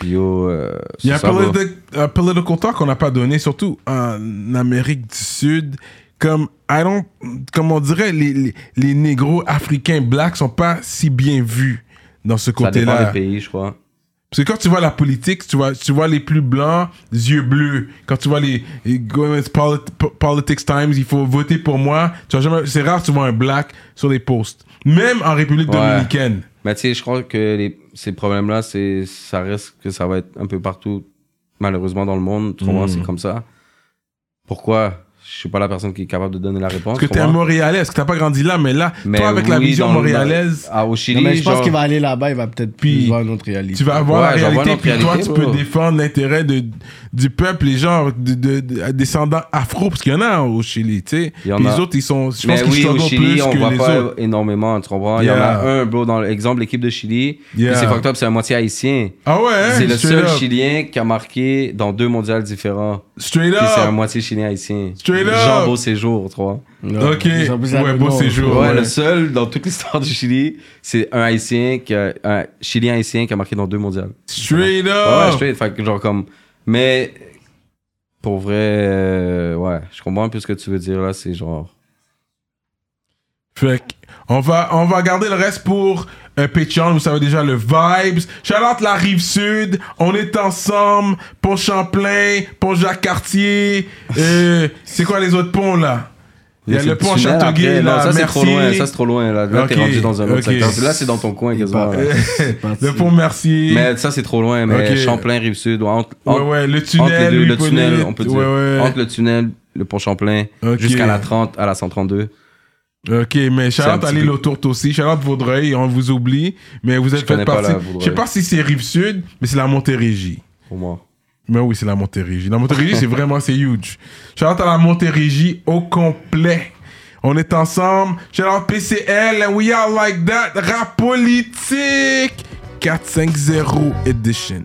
Speaker 3: Puis, yo, euh,
Speaker 1: Il y a
Speaker 3: c'est
Speaker 1: un
Speaker 3: ça, bro.
Speaker 1: politi- un political talk qu'on n'a pas donné, surtout en Amérique du Sud. Comme, I don't, comme on dirait, les, les, les négros africains, blacks, sont pas si bien vus dans ce
Speaker 3: Ça dépend
Speaker 1: côté-là.
Speaker 3: des pays, je crois.
Speaker 1: Parce que quand tu vois la politique, tu vois, tu vois les plus blancs, yeux bleus. Quand tu vois les, les Goebbels Polit- Po- Politics Times, il faut voter pour moi. Tu vois jamais, c'est rare, tu vois un black sur les posts. Même en République
Speaker 3: Ouais.
Speaker 1: dominicaine.
Speaker 3: Mais tu sais, je crois que les- ces problèmes-là, c'est, ça reste que ça va être un peu partout, malheureusement, dans le monde. Tu
Speaker 1: Hmm.
Speaker 3: comprends, c'est comme ça. Pourquoi Je suis pas la personne qui est capable de donner la réponse.
Speaker 1: Parce que
Speaker 3: tu
Speaker 1: t'es un
Speaker 3: comprends.
Speaker 1: Montréalais, parce que t'as pas grandi là, mais là,
Speaker 3: Mais
Speaker 1: toi avec la
Speaker 3: oui,
Speaker 1: vision
Speaker 3: dans le-
Speaker 1: montréalaise,
Speaker 3: Ah, au Chili,
Speaker 2: Non, mais je pense
Speaker 3: genre,
Speaker 2: qu'il va aller là-bas, il va peut-être
Speaker 1: Puis,
Speaker 2: plus voir une autre réalité.
Speaker 1: tu vas avoir
Speaker 3: Ouais,
Speaker 1: la
Speaker 3: j'en vois
Speaker 1: réalité,
Speaker 3: notre
Speaker 1: puis toi,
Speaker 3: réalité, Oh.
Speaker 1: tu peux
Speaker 3: bro.
Speaker 1: défendre l'intérêt de, du peuple, les gens de, de- de- descendants afro, parce qu'il y en a au Chili, tu sais.
Speaker 3: Il y en
Speaker 1: Puis
Speaker 3: a.
Speaker 1: Les autres, ils sont, je pense
Speaker 3: Mais
Speaker 1: qu'ils
Speaker 3: oui, au
Speaker 1: strugglent
Speaker 3: Chili,
Speaker 1: plus
Speaker 3: on
Speaker 1: que
Speaker 3: voit
Speaker 1: les
Speaker 3: pas
Speaker 1: autres.
Speaker 3: énormément, tu comprends. Il y en
Speaker 1: Yeah.
Speaker 3: a un, bro, dans l'exemple, l'équipe de Chili.
Speaker 1: Yeah.
Speaker 3: Puis c'est fucked up, c'est à moitié haïtien.
Speaker 1: Ah ouais, hein,
Speaker 3: c'est le
Speaker 1: straight
Speaker 3: seul
Speaker 1: up.
Speaker 3: Chilien qui a marqué dans deux mondiales différents.
Speaker 1: Straight
Speaker 3: Puis c'est à
Speaker 1: up.
Speaker 3: moitié Chilien-Haïtien.
Speaker 1: Straight up.
Speaker 3: Jean Beau Séjour, tu vois.
Speaker 2: Non,
Speaker 1: Ok.
Speaker 2: ils sont plus
Speaker 1: Ouais,
Speaker 2: à-
Speaker 1: beau
Speaker 2: non.
Speaker 1: séjour.
Speaker 3: Ouais,
Speaker 1: Ouais.
Speaker 3: le seul dans toute l'histoire du Chili, c'est un haïtien qui a, un chilien haïtien qui a marqué dans deux mondiales.
Speaker 1: Straight
Speaker 3: Ouais,
Speaker 1: up.
Speaker 3: straight, fait que genre comme mais pour vrai euh, ouais, je comprends un peu ce que tu veux dire là, c'est genre
Speaker 1: Fait que, on va, on va garder le reste pour euh, Patreon. Vous savez déjà le vibes. Charlotte, la rive sud. On est ensemble. Pont Champlain, Pont Jacques Cartier.
Speaker 3: *laughs*
Speaker 1: Euh, c'est quoi les autres ponts là Il y a
Speaker 3: C'est
Speaker 1: le pont
Speaker 3: tunnel
Speaker 1: Châteauguay,
Speaker 3: après. Non,
Speaker 1: là,
Speaker 3: ça c'est trop
Speaker 1: merci.
Speaker 3: loin, ça c'est trop loin là. Là
Speaker 1: Ok,
Speaker 3: t'es rendu dans un
Speaker 1: ok.
Speaker 3: autre secteur. Là c'est dans ton coin quasiment. là.
Speaker 1: *laughs* le pont Merci.
Speaker 3: Mais ça c'est trop loin, mais
Speaker 1: Ok.
Speaker 3: Champlain rive sud entre,
Speaker 1: ouais,
Speaker 3: entre-
Speaker 1: ouais, le
Speaker 3: entre les
Speaker 1: tunnel.
Speaker 3: deux,
Speaker 1: lui,
Speaker 3: le tunnel,
Speaker 1: Hippolyte.
Speaker 3: on peut dire.
Speaker 1: Ouais, ouais.
Speaker 3: Entre le tunnel, le pont Champlain
Speaker 1: Ok.
Speaker 3: jusqu'à la 30 à la 132.
Speaker 1: Ok, mais
Speaker 3: C'est un
Speaker 1: Charlotte
Speaker 3: petit
Speaker 1: allez
Speaker 3: peu-
Speaker 1: l'autourte aussi. Charlotte Vaudreuil, on vous oublie. Mais vous êtes fait
Speaker 3: connais pas
Speaker 1: partie.
Speaker 3: la
Speaker 1: Je sais
Speaker 3: Vaudreuil.
Speaker 1: pas si c'est Rive-Sud, mais c'est la Montérégie.
Speaker 3: Pour moi.
Speaker 1: Mais oui, c'est la Montérégie. La Montérégie, c'est vraiment, c'est huge. Shout-out à la Montérégie au complet. On est ensemble. Shout-out PCL and we are like that. Rap politique. 450 edition.